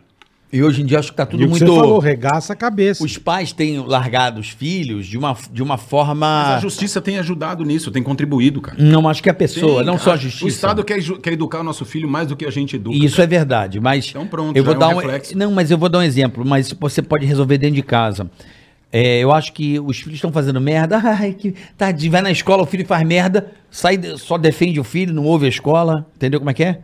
Speaker 3: E hoje em dia acho que tá
Speaker 2: E
Speaker 3: tudo
Speaker 2: o que
Speaker 3: muito.
Speaker 2: você falou, regaça a cabeça.
Speaker 3: Os pais têm largado os filhos de uma, de uma
Speaker 4: Mas
Speaker 3: forma.
Speaker 4: a justiça tem ajudado nisso, tem contribuído, cara.
Speaker 3: Não, acho que é a pessoa,
Speaker 4: Tem,
Speaker 3: não
Speaker 4: cara.
Speaker 3: só a justiça.
Speaker 4: O Estado quer, ju- quer educar o nosso filho mais do que a gente educa.
Speaker 3: Isso é verdade, mas
Speaker 4: Então pronto,
Speaker 3: eu vou
Speaker 4: já é um
Speaker 3: dar um,
Speaker 4: reflexo.
Speaker 3: não, mas eu vou dar um exemplo, mas você pode resolver dentro de casa. É, eu acho que os filhos estão fazendo merda, ai que tadinho, vai na escola, o filho faz merda, sai só defende o filho, não ouve a escola, entendeu como é que é?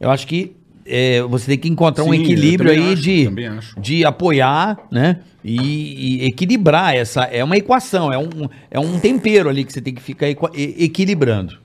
Speaker 3: Eu acho que é, você tem que encontrar um
Speaker 4: Sim, eu
Speaker 3: equilíbrio
Speaker 4: também
Speaker 3: aí
Speaker 4: acho,
Speaker 3: de
Speaker 4: também acho.
Speaker 3: de apoiar, né? E, e equilibrar essa é uma equação, é um, é um tempero ali que você tem que ficar equa- e- equilibrando.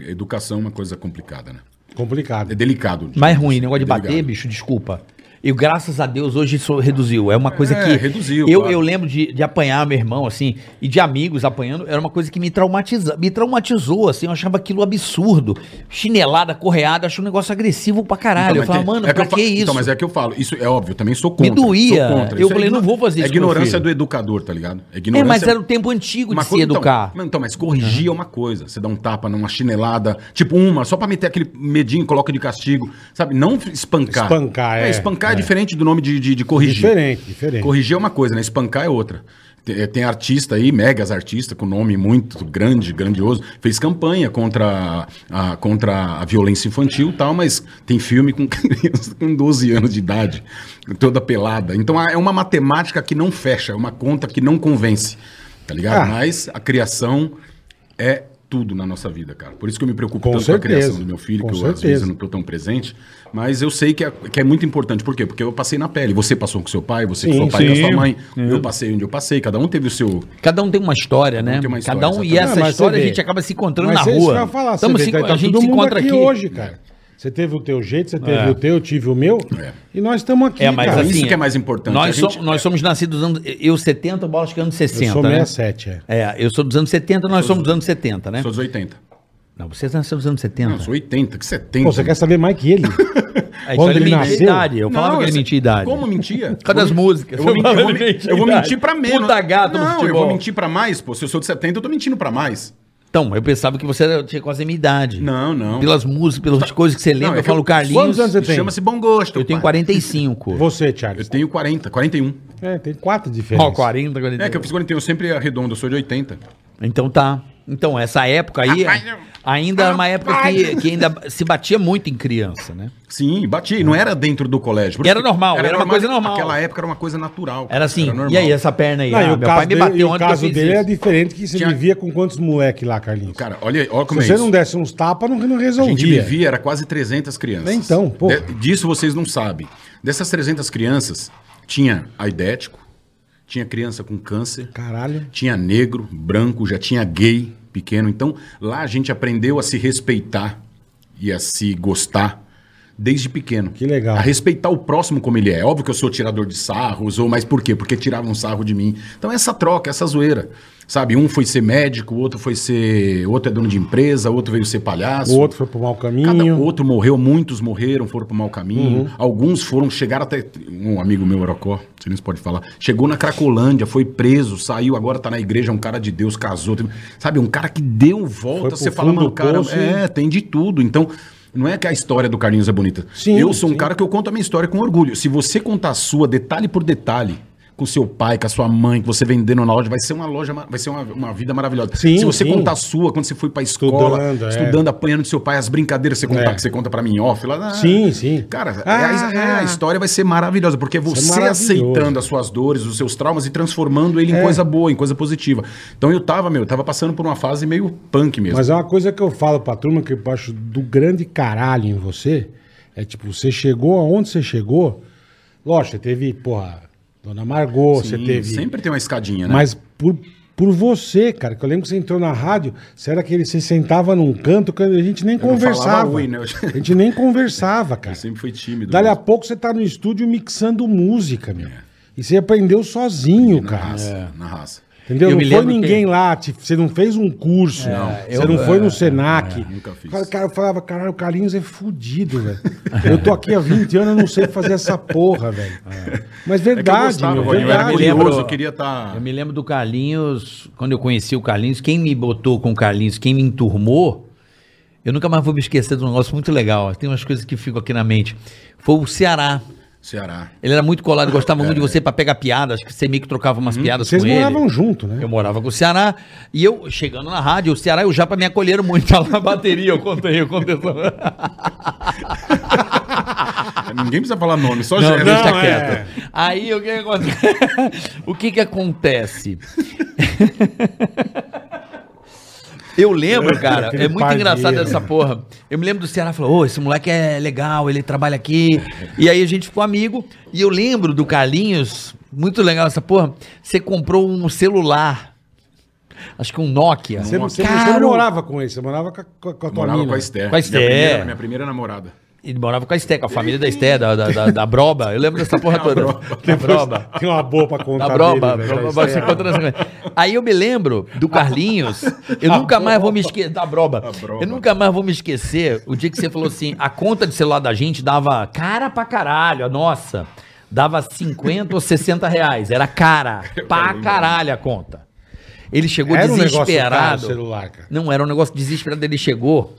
Speaker 4: É, educação é uma coisa complicada, né?
Speaker 2: Complicado.
Speaker 4: É delicado. É
Speaker 3: Mais ruim, negócio de
Speaker 4: Delicado. Então,
Speaker 3: bater, bicho, desculpa. E graças a Deus hoje isso reduziu. É uma coisa
Speaker 4: É,
Speaker 3: que.
Speaker 4: reduziu,
Speaker 3: Eu,
Speaker 4: claro.
Speaker 3: eu lembro de, de apanhar meu irmão, assim, e de amigos apanhando. Era uma coisa que me, traumatiza, me traumatizou, assim. Eu achava aquilo absurdo. Chinelada, correada, acho um negócio agressivo pra caralho.
Speaker 4: Então,
Speaker 3: eu
Speaker 4: mas
Speaker 3: falava,
Speaker 4: tem-
Speaker 3: mano,
Speaker 4: é
Speaker 3: pra
Speaker 4: eu
Speaker 3: que,
Speaker 4: fa-
Speaker 3: isso?
Speaker 4: Então, mas é que eu falo, isso é óbvio, eu também sou contra. sou
Speaker 3: doía.
Speaker 4: contra.
Speaker 3: Eu
Speaker 4: Isso é
Speaker 3: falei,
Speaker 4: igno-
Speaker 3: não vou fazer
Speaker 4: É
Speaker 3: isso com meu
Speaker 4: ignorância
Speaker 3: filho.
Speaker 4: do educador, tá ligado?
Speaker 3: é,
Speaker 4: ignorância-
Speaker 3: mas era o tempo antigo de
Speaker 4: Uma
Speaker 3: se
Speaker 4: coisa-
Speaker 3: educar.
Speaker 4: Então, então, mas corrigir é uma coisa. Você dá um tapa numa chinelada, tipo uma, só pra meter aquele medinho, coloca de castigo, sabe? Não f- espancar.
Speaker 2: Espancar, é.
Speaker 4: espancar é,
Speaker 2: É.
Speaker 4: diferente do nome de, de, de corrigir.
Speaker 2: Diferente, diferente.
Speaker 4: Corrigir é uma coisa, né? Espancar é outra. Tem, tem artista aí, megas artista, com nome muito grande, grandioso, fez campanha contra a, contra a violência infantil e tal, mas tem filme com criança com 12 anos de idade, toda pelada. Então é uma matemática que não fecha, é uma conta que não convence, tá ligado?
Speaker 2: Ah.
Speaker 4: Mas a criação é tudo na nossa vida, cara. Por isso que eu me preocupo
Speaker 2: Com
Speaker 4: tanto com a
Speaker 2: certeza.
Speaker 4: criação do meu filho,
Speaker 2: Com
Speaker 4: que eu, às
Speaker 2: certeza.
Speaker 4: vezes eu não tô tão presente, mas eu sei que é, que é muito importante. Por quê? Porque eu passei na pele. Você passou com seu pai, você com
Speaker 2: Sim,
Speaker 4: seu pai e com
Speaker 2: sim.
Speaker 4: sua mãe. Eu passei onde eu passei, cada um teve o seu.
Speaker 3: Cada um tem uma história, né?
Speaker 4: tem uma história,
Speaker 3: Cada um e
Speaker 4: exatamente.
Speaker 3: essa
Speaker 2: Ah, mas
Speaker 3: história
Speaker 2: você
Speaker 3: a
Speaker 2: vê.
Speaker 3: gente acaba se encontrando
Speaker 2: Mas
Speaker 3: na
Speaker 2: é isso
Speaker 3: rua.
Speaker 2: que eu ia falar, você
Speaker 3: Tamo
Speaker 2: vê,
Speaker 3: se-
Speaker 2: tá
Speaker 3: a gente
Speaker 2: todo
Speaker 3: se
Speaker 2: mundo
Speaker 3: encontra aqui. É.
Speaker 2: hoje, cara. Você teve o teu jeito, você teve o teu, eu tive o meu.
Speaker 4: É.
Speaker 2: E nós estamos aqui,
Speaker 3: É, mas
Speaker 2: cara.
Speaker 3: assim,
Speaker 4: Isso que é mais importante.
Speaker 3: Nós,
Speaker 4: A gente-
Speaker 3: somos- nós somos nascidos nos anos. Eu 70, o Bolas que é anos 60.
Speaker 2: eu sou
Speaker 3: né?
Speaker 2: 67, é.
Speaker 3: É, eu sou dos anos 70, nós somos dos anos 70, né?
Speaker 4: Sou dos 80.
Speaker 3: Não, vocês nasceram dos anos 70.
Speaker 4: Não, sou 80, que 70.
Speaker 2: Pô, você quer saber mais que ele?
Speaker 3: É,
Speaker 2: Quando
Speaker 3: ele
Speaker 2: ele
Speaker 3: mentia
Speaker 2: nasceu?
Speaker 3: idade. Eu falava que ele
Speaker 4: sei-
Speaker 3: mentia idade.
Speaker 4: Como mentia?
Speaker 3: Por causa das músicas.
Speaker 4: Eu vou, mentir, eu vou,
Speaker 3: Ele
Speaker 4: men-
Speaker 3: mentia
Speaker 4: eu vou
Speaker 3: idade.
Speaker 4: mentir pra menos.
Speaker 3: Puta gata no
Speaker 4: Não, eu
Speaker 3: futebol.
Speaker 4: vou mentir pra mais, pô. Se eu sou de 70, eu tô mentindo pra mais.
Speaker 3: Então, eu pensava que você era- tinha quase a minha idade.
Speaker 4: Não, não.
Speaker 3: Pelas músicas, pelas coisas que você lembra.
Speaker 4: Não, é
Speaker 3: eu
Speaker 4: que
Speaker 3: falo,
Speaker 4: eu-
Speaker 3: Carlinhos,
Speaker 2: Quantos anos você tem?
Speaker 4: Chama-se bom gosto.
Speaker 3: eu tenho
Speaker 4: pai.
Speaker 3: 45.
Speaker 2: Você, Thiago.
Speaker 4: Eu tenho 40, 41.
Speaker 2: É, tem quatro diferenças.
Speaker 3: Ó, 40, 40.
Speaker 4: É que eu fiz 41, eu sempre arredondo, eu sou de 80.
Speaker 3: Então tá. Então, essa época aí
Speaker 4: Rapaz,
Speaker 3: é-
Speaker 4: eu-
Speaker 3: ainda era uma época que, que ainda se batia muito em criança, né?
Speaker 4: Sim, bati. Não era dentro do colégio. Porque
Speaker 3: Era normal, era uma coisa normal.
Speaker 4: Naquela época era uma coisa natural. cara.
Speaker 3: Era assim,
Speaker 4: normal.
Speaker 3: e aí, essa perna aí?
Speaker 2: Não, e
Speaker 3: Ah,
Speaker 2: o caso dele, e o
Speaker 3: ontem que eu
Speaker 2: caso
Speaker 3: fiz
Speaker 2: dele é
Speaker 3: isso.
Speaker 2: diferente que você
Speaker 4: Tinha-
Speaker 2: vivia com quantos moleque lá, Carlinhos?
Speaker 4: Cara, olha, aí, olha como
Speaker 2: Se
Speaker 4: é
Speaker 2: você
Speaker 4: isso.
Speaker 2: não desse uns tapas, não, não
Speaker 4: A gente
Speaker 2: resolvia.
Speaker 4: vivia, era quase 300 crianças.
Speaker 2: Então, pô.
Speaker 4: De- disso vocês não sabem. Dessas 300 crianças, tinha aidético, tinha criança com câncer,
Speaker 2: Caralho.
Speaker 4: tinha negro, branco, já tinha gay pequeno. Então, lá a gente aprendeu a se respeitar e a se gostar desde pequeno.
Speaker 2: Que legal.
Speaker 4: A respeitar o próximo como ele é. Óbvio que eu sou tirador de sarros, ou mas por quê? Porque tiravam sarro de mim. Então, essa troca, essa zoeira. Sabe, um foi ser médico, o outro foi ser. o outro é dono de empresa, o outro veio ser palhaço.
Speaker 2: O outro foi pro mau
Speaker 4: Cada um.
Speaker 2: caminho. Uhum.
Speaker 4: outro morreu, muitos morreram, foram pro mau caminho. Alguns foram, chegaram até. Um amigo meu, Orocó, você nem pode falar. Chegou na Cracolândia, foi preso, saiu, agora tá na igreja, é um cara de Deus, casou. teve- Sabe, um cara que deu
Speaker 2: Foi
Speaker 4: volta,
Speaker 2: pro
Speaker 4: você fala,
Speaker 2: fundo
Speaker 4: mano,
Speaker 2: do
Speaker 4: cara,
Speaker 2: poço,
Speaker 4: é, tem de tudo. Então. Não é que a história do Carlinhos é bonita.
Speaker 2: Sim,
Speaker 4: eu sou um
Speaker 2: sim.
Speaker 4: cara que eu conto a minha história com orgulho. Se você contar a sua detalhe por detalhe, com seu pai, com a sua mãe, que você vendendo na loja, vai ser uma loja, ma- vai ser uma, uma vida maravilhosa.
Speaker 2: Sim,
Speaker 4: Se você
Speaker 2: sim.
Speaker 4: contar a sua, quando você foi pra escola,
Speaker 2: Estudando, é.
Speaker 4: estudando andando apanhando do seu pai, as brincadeiras que você conta,
Speaker 2: É.
Speaker 4: que você conta pra mim em off. Lá, ah,
Speaker 2: Sim, sim.
Speaker 4: Cara, é
Speaker 2: Ah,
Speaker 4: a, é, a história vai ser maravilhosa, porque você
Speaker 2: maravilhoso. É.
Speaker 4: aceitando as suas dores, os seus traumas e transformando ele em coisa boa, em coisa positiva. Então eu tava, meu, eu tava passando por uma fase meio punk mesmo.
Speaker 2: Mas é uma coisa que eu falo pra turma que eu acho do grande caralho em você. É tipo, você chegou aonde você chegou. Lógico, você teve, porra, Dona Margot, você
Speaker 4: Sim,
Speaker 2: teve.
Speaker 4: Sempre tem uma escadinha, né?
Speaker 2: Mas por, por você, cara, que eu lembro que você entrou na rádio, você era aquele, você sentava num canto, que a gente nem
Speaker 4: não
Speaker 2: conversava.
Speaker 4: falava ui, né?
Speaker 2: A gente nem conversava, cara.
Speaker 4: Eu sempre fui É. tímido.
Speaker 2: Dali a
Speaker 4: mesmo.
Speaker 2: pouco você tá no estúdio mixando música, meu. E você aprendeu sozinho,
Speaker 4: na
Speaker 2: cara.
Speaker 4: raça, na raça.
Speaker 2: Entendeu?
Speaker 3: Eu
Speaker 2: não
Speaker 3: me
Speaker 2: foi
Speaker 3: lembro
Speaker 2: ninguém
Speaker 3: que-
Speaker 2: lá, te- você não fez um curso,
Speaker 4: É,
Speaker 2: você
Speaker 3: eu-
Speaker 2: não foi no Senac.
Speaker 4: nunca fiz.
Speaker 2: Cara, cara, eu falava, caralho, o Carlinhos é fudido, velho. eu tô aqui há 20 anos, eu não sei fazer essa porra, velho. Mas
Speaker 4: é que eu
Speaker 2: verdade,
Speaker 4: gostava,
Speaker 2: meu,
Speaker 4: Rony, eu era
Speaker 2: verdade. É.
Speaker 3: orgulhoso.
Speaker 4: curioso, eu queria tá estar...
Speaker 3: Eu me lembro do Carlinhos, quando eu conheci o Carlinhos, quem me botou com o Carlinhos, quem me enturmou, eu nunca mais vou me esquecer de um negócio muito legal. Tem umas coisas que ficam aqui na mente. Foi o Ceará.
Speaker 4: Ceará.
Speaker 3: Ele era muito colado, gostava muito de você pra pegar piada, acho que você meio que trocava umas piadas
Speaker 2: Uhum. Vocês
Speaker 3: com ele.
Speaker 2: moravam junto, né?
Speaker 3: Eu morava com o Ceará e eu, chegando na rádio, o Ceará e o Japa me acolheram muito Tá lá na bateria, eu contei, eu contei.
Speaker 4: Ninguém precisa falar nome, só
Speaker 3: Não,
Speaker 4: gera.
Speaker 3: deixa
Speaker 2: não, é.
Speaker 3: quieto. Aí o que que acontece? o que que acontece? Eu lembro, cara,
Speaker 2: Aquele
Speaker 3: é muito
Speaker 2: pardieiro.
Speaker 3: engraçado essa porra. Eu me lembro do Ceará falou: "Ô, esse moleque é legal, ele trabalha aqui". E aí a gente ficou amigo, e eu lembro do Carlinhos, muito legal essa porra. Você comprou um celular. Acho que um Nokia.
Speaker 2: Você, não- você não- você
Speaker 3: Caro.
Speaker 2: não morava com ele, você morava com a, com a- com a tua
Speaker 4: Morava
Speaker 2: mina.
Speaker 4: com a Esther.
Speaker 3: Com a
Speaker 4: minha
Speaker 3: Esther.
Speaker 4: primeira- minha primeira namorada.
Speaker 3: Ele morava com a Esté, com a família da Esté, da, da, da, da Broba. Eu lembro dessa porra toda. Da Broba.
Speaker 2: Tem uma boa pra contar
Speaker 3: Da broba, broba,
Speaker 2: dele, velho. É. um
Speaker 3: broba, você conta nessa coisa. Aí eu me lembro do Carlinhos, eu
Speaker 2: Tá
Speaker 3: nunca mais vou me esquecer, da broba.
Speaker 4: broba.
Speaker 3: eu nunca mais vou me esquecer o dia que você falou assim, a conta de celular da gente dava cara pra caralho, a nossa, dava 50 ou 60 reais, era cara, pra caralho a conta. Ele chegou
Speaker 2: Era um negócio caro
Speaker 3: desesperado.
Speaker 2: o celular, cara.
Speaker 3: Não, era um negócio desesperado, ele chegou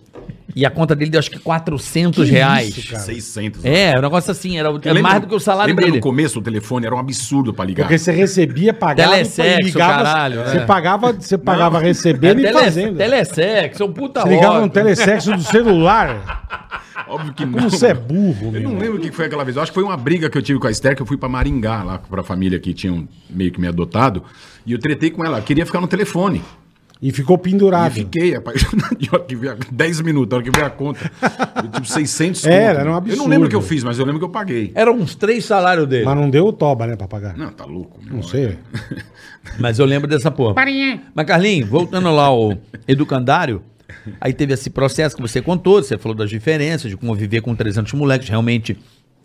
Speaker 3: e a conta dele deu acho que 400
Speaker 2: Que
Speaker 3: reais.
Speaker 2: isso, cara?
Speaker 4: 600.
Speaker 3: É, era um negócio assim, era, era
Speaker 4: Lembra-
Speaker 3: mais do que o salário
Speaker 4: lembra
Speaker 3: dele.
Speaker 4: no começo o telefone era um absurdo pra ligar.
Speaker 2: Porque você recebia, pagava,
Speaker 3: Telesexo, caralho,
Speaker 2: você
Speaker 3: é.
Speaker 2: pagava, você pagava recebendo e
Speaker 3: tele-
Speaker 2: fazendo.
Speaker 3: Telesexo, um puta
Speaker 2: Você ligava
Speaker 3: rock.
Speaker 2: no telesexo do celular.
Speaker 4: Óbvio que não.
Speaker 2: Como você é burro,
Speaker 4: Eu
Speaker 2: meu.
Speaker 4: não lembro o que foi aquela vez. Eu acho que foi uma briga que eu tive com a Esther, que eu fui pra Maringá, lá pra família que tinham meio que me adotado. E eu tretei com ela. Ela Queria ficar no telefone.
Speaker 2: E ficou
Speaker 4: E
Speaker 2: pendurado.
Speaker 4: fiquei apaixonado. E a hora que veio a- 10 minutos, a hora que veio a conta. Eu, tipo 600 conto.
Speaker 2: Era, era um
Speaker 4: Eu
Speaker 2: absurdo.
Speaker 4: não lembro o que eu fiz, mas eu lembro que eu paguei.
Speaker 3: Eram uns três salários dele.
Speaker 2: Mas não deu o toba, né, pra pagar. Não,
Speaker 4: Não, tá louco. meu.
Speaker 2: sei.
Speaker 3: Mas eu lembro dessa porra. Mas, Carlinhos, voltando lá ao educandário, aí teve esse processo que você contou, você falou das diferenças, de conviver com 300 moleques, realmente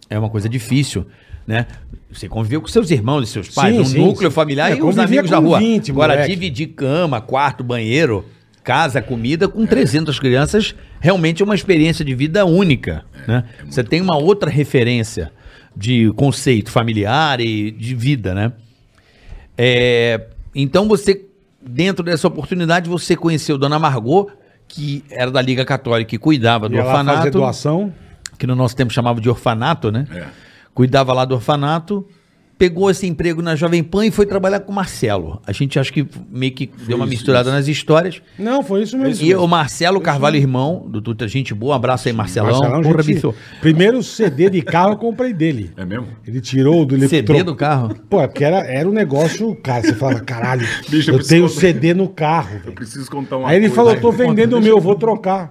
Speaker 3: é uma coisa difícil, né? Você conviveu com seus irmãos e seus pais,
Speaker 2: Sim,
Speaker 3: um
Speaker 2: sim,
Speaker 3: núcleo
Speaker 2: sim.
Speaker 3: familiar e
Speaker 2: É,
Speaker 3: os
Speaker 2: convivia
Speaker 3: amigos da
Speaker 2: com
Speaker 3: rua.
Speaker 2: 20
Speaker 3: Agora,
Speaker 2: moleque.
Speaker 3: dividir cama, quarto, banheiro, casa, comida, com 300 crianças, realmente é uma experiência de vida única. né? Você tem uma outra referência de conceito familiar e de vida, né? É, então você, dentro dessa oportunidade, você conheceu Dona Margot, que era da Liga Católica e cuidava do
Speaker 2: Ia lá fazer
Speaker 3: orfanato,
Speaker 2: doação.
Speaker 3: que no nosso tempo chamava de orfanato, né?
Speaker 4: É.
Speaker 3: Cuidava lá do orfanato, pegou esse emprego na Jovem Pan e foi trabalhar com o Marcelo. A gente acho que meio que deu uma
Speaker 4: isso,
Speaker 3: misturada nas histórias.
Speaker 2: Não, foi isso mesmo.
Speaker 3: E o Marcelo Carvalho, irmão do Tuta, gente boa, abraço aí, Marcelão.
Speaker 2: Marcelão,
Speaker 3: Porra,
Speaker 2: gente-
Speaker 3: bicho,
Speaker 2: Primeiro CD de carro eu comprei dele.
Speaker 4: É mesmo?
Speaker 2: Ele tirou do
Speaker 3: CD
Speaker 2: eletrônico.
Speaker 3: do carro.
Speaker 2: Pô, é porque era, era um negócio, cara, você falava, caralho,
Speaker 4: Bicho, eu
Speaker 2: eu tenho
Speaker 4: preciso-
Speaker 2: CD no carro. velho.
Speaker 4: Preciso contar uma
Speaker 2: Aí ele
Speaker 4: coisa. É.
Speaker 2: falou, eu tô vendendo o meu, vou trocar.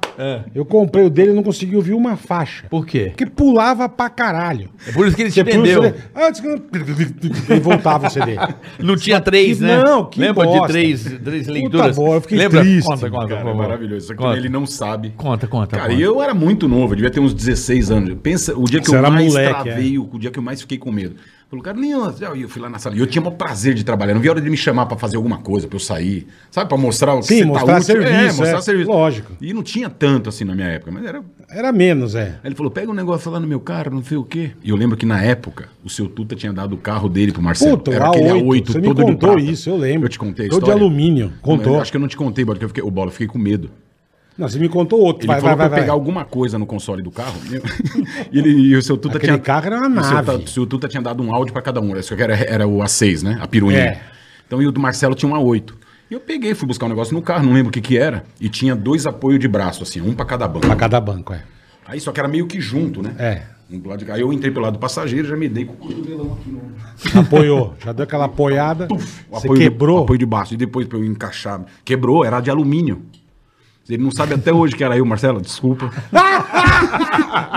Speaker 2: Eu comprei o dele e não consegui ouvir uma faixa.
Speaker 3: Por quê?
Speaker 2: Porque pulava pra caralho.
Speaker 3: É por isso que ele te
Speaker 2: Você punha o
Speaker 3: vendeu.
Speaker 2: CD, ah, disse que- e voltava o CD.
Speaker 3: Não tinha três,
Speaker 2: que-
Speaker 3: né?
Speaker 2: não, que
Speaker 3: Lembra
Speaker 2: bosta.
Speaker 3: de três, três
Speaker 2: Puta
Speaker 3: leituras?
Speaker 2: bola, eu fiquei
Speaker 3: Lembra?
Speaker 2: triste,
Speaker 3: Conta, conta,
Speaker 4: Cara,
Speaker 3: por
Speaker 4: é
Speaker 3: favor.
Speaker 4: maravilhoso. Só que
Speaker 3: Conta.
Speaker 4: ele não sabe.
Speaker 3: Conta,
Speaker 2: Tá
Speaker 3: conta.
Speaker 4: Cara,
Speaker 3: conta.
Speaker 4: eu era muito novo, eu devia ter uns 16 anos. Pensa, o dia que
Speaker 2: Você
Speaker 4: eu
Speaker 2: era
Speaker 4: mais
Speaker 2: moleque, é.
Speaker 4: travei, o dia que eu mais fiquei com medo. Falou, cara, nem eu, eu fui lá na sala. E eu tinha o maior prazer de trabalhar. Não vi a hora de me chamar pra fazer alguma coisa, pra eu sair. Sabe, pra mostrar o que tá
Speaker 2: Sim, mostrar serviço,
Speaker 4: mostrar
Speaker 2: é,
Speaker 4: serviço.
Speaker 2: lógico.
Speaker 4: E não tinha tanto assim na minha época, mas era. Aí
Speaker 2: Era menos, é.
Speaker 4: ele falou, pega um negócio lá no meu carro, não sei o quê. E eu lembro que na época, o seu Tuta tinha dado o carro dele pro Marcelo.
Speaker 2: Puta, o A8, você me
Speaker 4: de
Speaker 2: contou
Speaker 4: prata.
Speaker 2: isso, eu lembro.
Speaker 4: Eu te contei a
Speaker 2: Todo de
Speaker 4: história?
Speaker 2: alumínio, contou.
Speaker 4: Eu acho que eu não te contei, porque eu fiquei, o bola, eu fiquei com medo.
Speaker 2: Não, você me contou outro.
Speaker 4: Ele falou pra eu pegar alguma coisa no console do carro. e, ele, e o seu Tuta
Speaker 2: Aquele
Speaker 4: tinha.
Speaker 2: carro era uma
Speaker 4: o seu
Speaker 2: nave.
Speaker 4: Ta- O seu Tuta tinha dado um áudio pra cada um. Isso que era, era o A6, né? A piruinha.
Speaker 2: É.
Speaker 4: Então e o do Marcelo tinha um A8. E eu peguei, fui buscar um negócio no carro, não lembro o que que era. E tinha dois apoios de braço, assim, um pra cada banco.
Speaker 2: Pra cada banco, é.
Speaker 4: Aí só que era meio que junto, né?
Speaker 2: É.
Speaker 4: Um do lado de cá. Aí eu entrei pelo lado do passageiro, já me dei com o cotovelão aqui no.
Speaker 2: Apoiou. Já deu aquela apoiada.
Speaker 4: Puf, o
Speaker 2: você
Speaker 4: apoio
Speaker 2: quebrou.
Speaker 4: De, o apoio de baixo. E depois pra eu encaixar. Quebrou, era de alumínio. Ele não sabe até hoje que era eu, Marcelo, desculpa.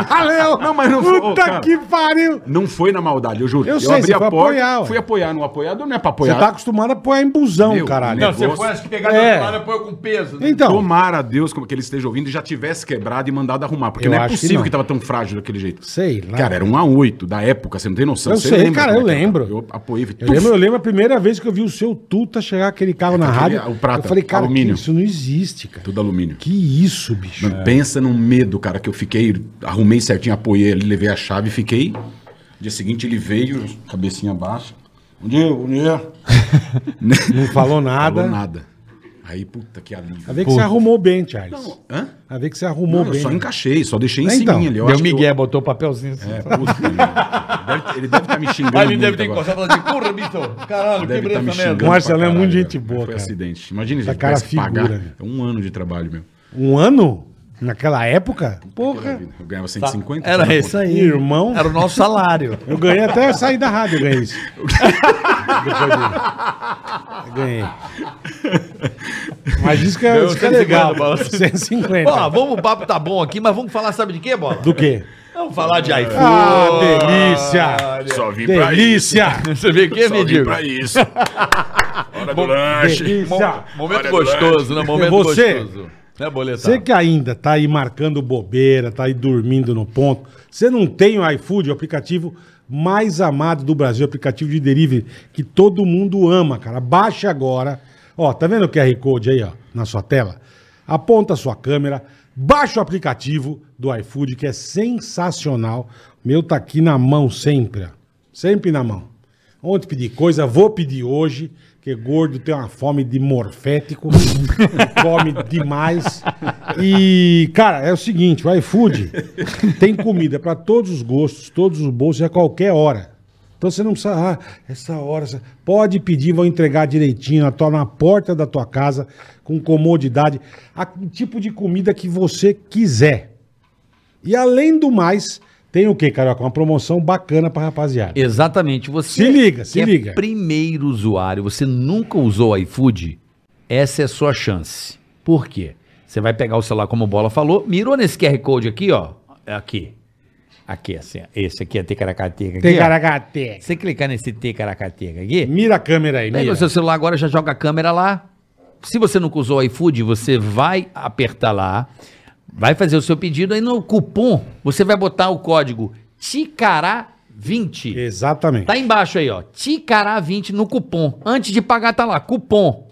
Speaker 2: Valeu!
Speaker 4: Não, mas não foi,
Speaker 2: Puta
Speaker 4: cara.
Speaker 2: que pariu!
Speaker 4: Não foi na maldade, eu juro.
Speaker 2: Eu sei, você foi apoiar, ué.
Speaker 4: fui apoiar no apoiador, não é pra
Speaker 2: Você
Speaker 4: apoiar.
Speaker 2: tá acostumado a apoiar em busão,
Speaker 4: Meu,
Speaker 2: caralho.
Speaker 4: não, você foi,
Speaker 3: acho que pegar
Speaker 2: do outro lado,
Speaker 3: depois com peso. né?
Speaker 2: Então,
Speaker 4: Tomara a Deus como que ele esteja ouvindo e já tivesse quebrado e mandado arrumar. Porque
Speaker 2: Eu
Speaker 4: não é
Speaker 2: acho que
Speaker 4: possível
Speaker 2: não.
Speaker 4: que, tava tão frágil daquele jeito.
Speaker 2: sei lá.
Speaker 4: Cara, era um A8 da época, você não tem noção.
Speaker 2: Eu
Speaker 4: Você
Speaker 2: sei,
Speaker 4: lembra
Speaker 2: cara,
Speaker 4: como
Speaker 2: eu
Speaker 4: é que era?
Speaker 2: lembro.
Speaker 4: Eu apoiei.
Speaker 2: eu, lembro, eu lembro a primeira vez que eu vi o seu Tuta chegar aquele carro na
Speaker 4: Aquele-
Speaker 2: rádio.
Speaker 4: o prata,
Speaker 2: eu falei, cara, que
Speaker 4: alumínio.
Speaker 2: isso não existe, cara.
Speaker 4: Tudo alumínio.
Speaker 2: Que isso, bicho.
Speaker 4: Mano, Pensa num medo, cara, que eu fiquei. Arrumei certinho, apoiei ele, levei a chave e fiquei. Dia seguinte ele veio, cabecinha baixa. Bom dia, bom dia.
Speaker 2: Não falou nada.
Speaker 4: Falou nada. Aí, puta que alívio.
Speaker 2: A ver que você arrumou bem, Charles.
Speaker 4: Hã?
Speaker 2: A ver que você
Speaker 4: Não,
Speaker 2: arrumou
Speaker 4: eu
Speaker 2: bem.
Speaker 4: só encaixei, só deixei em
Speaker 2: É,
Speaker 4: cima
Speaker 2: então.
Speaker 4: ali. Eu
Speaker 3: Deu
Speaker 4: acho que eu-
Speaker 3: Miguel, botou o papelzinho. assim.
Speaker 4: É, puta, deve- ele deve estar me xingando.
Speaker 3: Aí Ah, ele deve
Speaker 4: muito
Speaker 3: ter
Speaker 4: agora.
Speaker 3: encostado e falado assim, porra, bicho, caralho,
Speaker 4: Deve
Speaker 3: quebrei
Speaker 4: estar
Speaker 3: essa
Speaker 4: me xingando.
Speaker 2: O
Speaker 3: merda.
Speaker 4: pra
Speaker 2: Marcelo é
Speaker 4: caralho,
Speaker 2: muito
Speaker 4: velho.
Speaker 2: gente
Speaker 4: Mas
Speaker 2: boa,
Speaker 4: Foi
Speaker 2: cara.
Speaker 4: acidente. Imagina se
Speaker 2: Essa
Speaker 4: ele
Speaker 2: cara
Speaker 4: tivesse que pagar.
Speaker 2: figura, velho.
Speaker 4: É um ano de trabalho, meu.
Speaker 2: Um ano? Naquela época?
Speaker 4: Pela
Speaker 2: Porra.
Speaker 4: vida. Eu ganhava 150.
Speaker 3: Tá. Era
Speaker 4: pagava
Speaker 3: isso aí.
Speaker 2: Irmão.
Speaker 3: Era o nosso salário.
Speaker 2: Eu ganhei até sair da rádio, eu ganhei isso. Depois de... Eu Ganhei. Mas isso que é,
Speaker 3: Ganhou
Speaker 2: isso que é legal.
Speaker 3: 150 bola.
Speaker 2: 150.
Speaker 3: Ó, vamos, o papo tá bom aqui, mas vamos falar, sabe de quê, Bola?
Speaker 2: Do quê?
Speaker 3: Vamos falar de iPhone.
Speaker 2: Ah, delícia!
Speaker 4: Só vim pra isso.
Speaker 2: Delícia!
Speaker 3: Você vê o que, é,
Speaker 4: Só vim
Speaker 3: Medigo?
Speaker 4: pra isso. Hora do lanche.
Speaker 2: Delícia!
Speaker 3: Momento
Speaker 4: Olha,
Speaker 3: gostoso, né? Momento
Speaker 2: Você-
Speaker 3: gostoso. Né, boletar?
Speaker 2: Você que ainda tá aí marcando bobeira, tá aí dormindo no ponto, você não tem o iFood, o aplicativo mais amado do Brasil, o aplicativo de delivery que todo mundo ama, cara. Baixa agora. Ó, tá vendo o QR Code aí, ó, na sua tela? Aponta a sua câmera, baixa o aplicativo do iFood, que é sensacional. Meu tá aqui na mão sempre, ó. Sempre na mão. Ontem pedi coisa, vou pedir hoje, que gordo tem uma fome de morfético, fome demais. E, cara, é o seguinte, o iFood tem comida para todos os gostos, todos os bolsos, a qualquer hora. Então você não precisa, ah, essa hora, essa... pode pedir, vão entregar direitinho na, tua, na porta da tua casa, com comodidade, a- o tipo de comida que você quiser. E além do mais, tem o que, Carioca? Uma promoção bacana pra rapaziada.
Speaker 3: Exatamente. Você
Speaker 2: Se liga, se
Speaker 3: que
Speaker 2: liga.
Speaker 3: É primeiro usuário, você nunca usou o iFood, essa é a sua chance. Por quê? Você vai pegar o celular, como o Bola falou, mirou nesse QR Code aqui, ó. É Aqui. Aqui, assim. ó. Esse aqui é Tecaracateca. aqui, ó.
Speaker 2: Tecaracate.
Speaker 3: Você clicar nesse Tecaracateca aqui,
Speaker 2: Mira a câmera aí,
Speaker 3: pega
Speaker 2: mira.
Speaker 3: o seu celular agora, já joga a câmera lá. Se você nunca usou o iFood, você vai apertar lá, vai fazer o seu pedido, aí no cupom você vai botar o código TICARA20.
Speaker 2: Exatamente.
Speaker 3: Tá embaixo aí, ó. Ticará20 no tá cupom. Antes de pagar, tá lá. Cupom.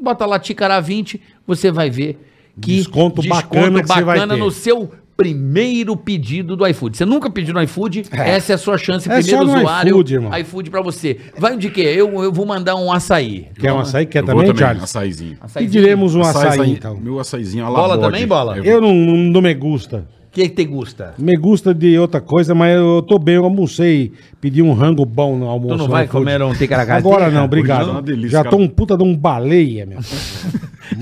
Speaker 3: bota lá Ticará 20, você vai ver que
Speaker 2: Desconto bacana que você vai
Speaker 3: bacana
Speaker 2: ter.
Speaker 3: no seu primeiro pedido do iFood. Você nunca pediu no iFood? Essa é a sua chance,
Speaker 2: É
Speaker 3: primeiro
Speaker 2: só no
Speaker 3: usuário,
Speaker 2: iFood, irmão.
Speaker 3: iFood pra você. Vai de quê? Eu, eu vou mandar um açaí.
Speaker 2: Quer um açaí? Quer
Speaker 4: Eu vou
Speaker 2: também, Charles?
Speaker 4: açaizinho.
Speaker 3: Açaizinho.
Speaker 2: Pediremos um açaí,
Speaker 4: Açaizinho,
Speaker 2: então.
Speaker 4: Meu açaizinho, a
Speaker 3: Bola
Speaker 4: Laborde.
Speaker 3: também, bola?
Speaker 4: É,
Speaker 2: Eu não, não, não me gusta.
Speaker 3: O que, que te gusta?
Speaker 2: Me gusta de outra coisa, mas eu tô bem, eu almocei, pedi um rango bom no almoço.
Speaker 3: Tu não vai
Speaker 2: no iFood.
Speaker 3: comer um ticaracá?
Speaker 2: Agora não,
Speaker 4: Hoje é
Speaker 2: obrigado.
Speaker 4: uma delícia,
Speaker 2: Já tô
Speaker 4: cara.
Speaker 2: um puta de um baleia, meu.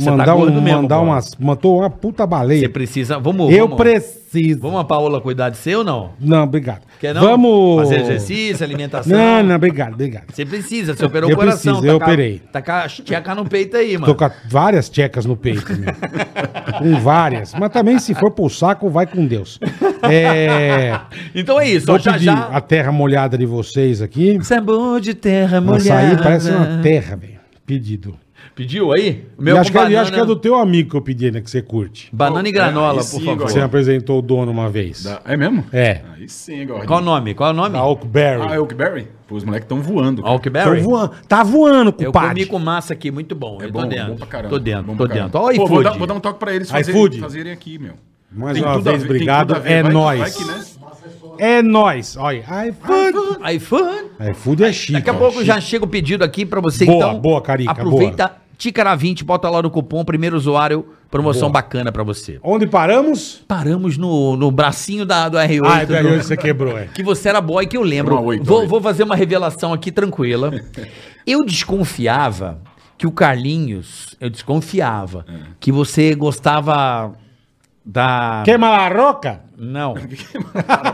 Speaker 2: mandar
Speaker 3: tá gordo
Speaker 2: um,
Speaker 3: mesmo,
Speaker 2: mandar
Speaker 3: Bola.
Speaker 2: umas, mandou uma puta
Speaker 3: Você
Speaker 2: baleia.
Speaker 3: precisa. Vamos.
Speaker 2: Eu
Speaker 3: vamos,
Speaker 2: preciso.
Speaker 3: Vamos a Paola cuidar de você ou não?
Speaker 2: Não, obrigado.
Speaker 3: Quer não?
Speaker 2: Vamos.
Speaker 3: Fazer exercício, alimentação.
Speaker 2: Não, não, obrigado, obrigado.
Speaker 3: Você precisa, você operou
Speaker 2: Eu
Speaker 3: o coração.
Speaker 2: preciso, eu
Speaker 3: tá com a-
Speaker 2: operei.
Speaker 3: Tá com a tcheca no peito aí, mano.
Speaker 2: Tô com a- várias tchecas no peito, meu. com várias. Mas também, se for pro saco, vai com Deus. É,
Speaker 3: Então é isso, ó,
Speaker 2: vou
Speaker 3: já
Speaker 2: pedir
Speaker 3: já.
Speaker 2: a terra molhada de vocês aqui.
Speaker 3: Sabor é de terra
Speaker 2: Nossa,
Speaker 3: molhada.
Speaker 2: aí parece uma terra, velho. Pedido.
Speaker 3: Pediu aí? O
Speaker 2: e
Speaker 3: com
Speaker 2: acho que, é- e
Speaker 3: banana-
Speaker 2: acho que é do teu amigo que eu pedi, né? Que você curte.
Speaker 3: Banana e
Speaker 4: Oh,
Speaker 3: granola,
Speaker 4: é,
Speaker 3: por
Speaker 4: sim,
Speaker 3: favor.
Speaker 2: Você me apresentou o dono uma vez.
Speaker 4: da- é mesmo?
Speaker 2: É.
Speaker 4: Aí sim, agora.
Speaker 3: Qual o nome? Qual o nome?
Speaker 2: Da Oakberry.
Speaker 4: Ah, é o Oakberry? Pô, os moleques estão voando. cara.
Speaker 2: Tão
Speaker 3: Alckberry?
Speaker 2: voando. Tá voando,
Speaker 3: Eu
Speaker 2: compadre.
Speaker 3: comi com massa aqui, muito bom.
Speaker 4: É
Speaker 3: eu
Speaker 4: bom,
Speaker 3: tô
Speaker 4: é
Speaker 3: dentro.
Speaker 4: bom pra caramba.
Speaker 3: tô
Speaker 4: é bom
Speaker 3: dentro, tô
Speaker 4: pra
Speaker 3: dentro.
Speaker 4: caramba.
Speaker 3: Olha o
Speaker 4: Pô, vou, dar,
Speaker 3: iFood.
Speaker 4: vou dar um toque pra eles
Speaker 2: iFood.
Speaker 4: fazerem, fazerem aqui, meu.
Speaker 2: Mais
Speaker 4: Tem
Speaker 2: uma
Speaker 4: tudo a
Speaker 2: vez,
Speaker 4: ver- tem
Speaker 2: obrigado.
Speaker 4: tudo a ver,
Speaker 2: É
Speaker 4: vai que-
Speaker 2: nóis.
Speaker 4: vai que, né?
Speaker 2: É nóis. Olha, iFood.
Speaker 4: um-
Speaker 3: iFood.
Speaker 2: iFood é chique.
Speaker 3: Daqui a
Speaker 2: ó,
Speaker 3: pouco
Speaker 2: chique.
Speaker 3: já chega o pedido aqui pra você,
Speaker 2: Boa,
Speaker 3: então.
Speaker 2: boa, Carica,
Speaker 3: Aproveita, Ticará 20, bota lá no cupom, primeiro usuário, promoção
Speaker 2: Boa.
Speaker 3: bacana pra você.
Speaker 2: Onde paramos?
Speaker 3: Paramos no, no bracinho da, do R8.
Speaker 2: Ah,
Speaker 3: do-
Speaker 2: velho, você quebrou, é.
Speaker 3: Que você era boy, que eu lembro.
Speaker 4: Uma oito,
Speaker 3: vou,
Speaker 4: oito.
Speaker 3: vou fazer uma revelação aqui tranquila. Eu desconfiava que o Carlinhos, eu desconfiava que você gostava da.
Speaker 2: Queima a roca?
Speaker 3: Não.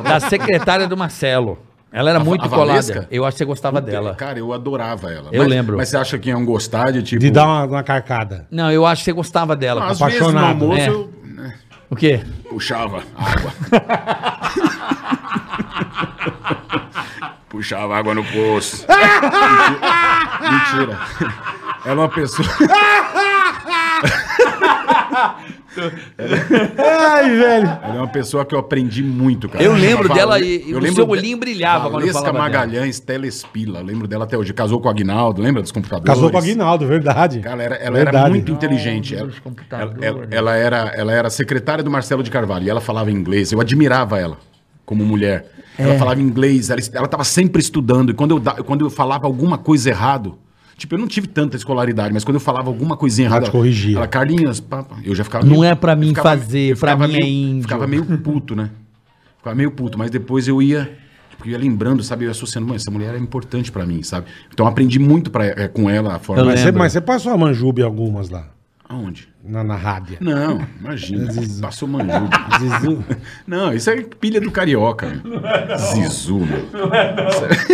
Speaker 3: da secretária do Marcelo. Ela era
Speaker 4: A Va-
Speaker 3: muito
Speaker 4: a
Speaker 3: colada.
Speaker 4: Valesca?
Speaker 3: Eu acho que você gostava
Speaker 4: Puta,
Speaker 3: dela.
Speaker 4: Cara, eu adorava ela.
Speaker 3: Eu
Speaker 4: Mas-
Speaker 3: lembro.
Speaker 4: Mas você acha que iam gostar de tipo.
Speaker 2: De dar uma, uma carcada.
Speaker 3: Não, eu acho que você gostava dela.
Speaker 4: Ah, Às
Speaker 2: apaixonado,
Speaker 4: vezes no almoço
Speaker 3: um né?
Speaker 4: eu né,
Speaker 3: O quê?
Speaker 4: puxava água. puxava água no poço. Mentira. Mentira. Era uma pessoa.
Speaker 2: Ai, velho.
Speaker 4: Ela é uma pessoa que eu aprendi muito, cara.
Speaker 3: Eu lembro
Speaker 4: Ela-
Speaker 3: dela e- e o seu
Speaker 4: de-
Speaker 3: olhinho brilhava quando eu
Speaker 4: Valesca
Speaker 3: falava dela.
Speaker 4: Magalhães, Telespila. Eu lembro dela até hoje. Casou com o Agnaldo, lembra dos computadores?
Speaker 2: Casou com o Aguinaldo, verdade.
Speaker 4: Cara, era- ela era
Speaker 2: Verdade.
Speaker 4: muito inteligente. Ela, ela- ela era, ela era secretária do Marcelo de Carvalho e ela falava inglês. Eu admirava ela como mulher.
Speaker 3: É.
Speaker 4: Ela falava inglês, ela estava sempre estudando. E quando eu, da- quando eu falava alguma coisa errado, tipo, eu não tive tanta escolaridade, mas quando eu falava alguma coisinha errada,
Speaker 2: te corrigia.
Speaker 4: ela, Carlinhos, pá, pá, eu já ficava.
Speaker 3: Não
Speaker 4: meio-
Speaker 3: é pra
Speaker 4: eu
Speaker 3: mim
Speaker 4: ficava-
Speaker 3: fazer,
Speaker 4: eu
Speaker 3: pra
Speaker 4: ficava
Speaker 3: mim é
Speaker 4: meio,
Speaker 3: índio.
Speaker 4: Ficava meio puto, né? Ficava meio puto, mas depois eu ia. Porque eu ia lembrando, sabe? Eu ia associando, mano, essa mulher é importante pra mim, sabe? Então eu aprendi muito pra, eh, com ela a forma.
Speaker 3: Eu
Speaker 2: Mas você,
Speaker 3: lembro.
Speaker 2: mas você passou a manjuba em algumas lá,
Speaker 4: Aonde?
Speaker 2: na, na rádio.
Speaker 4: Não, imagina. Passou manjuba.
Speaker 2: Zizu.
Speaker 4: Não, isso é pilha do carioca. meu. Zizu, meu. é-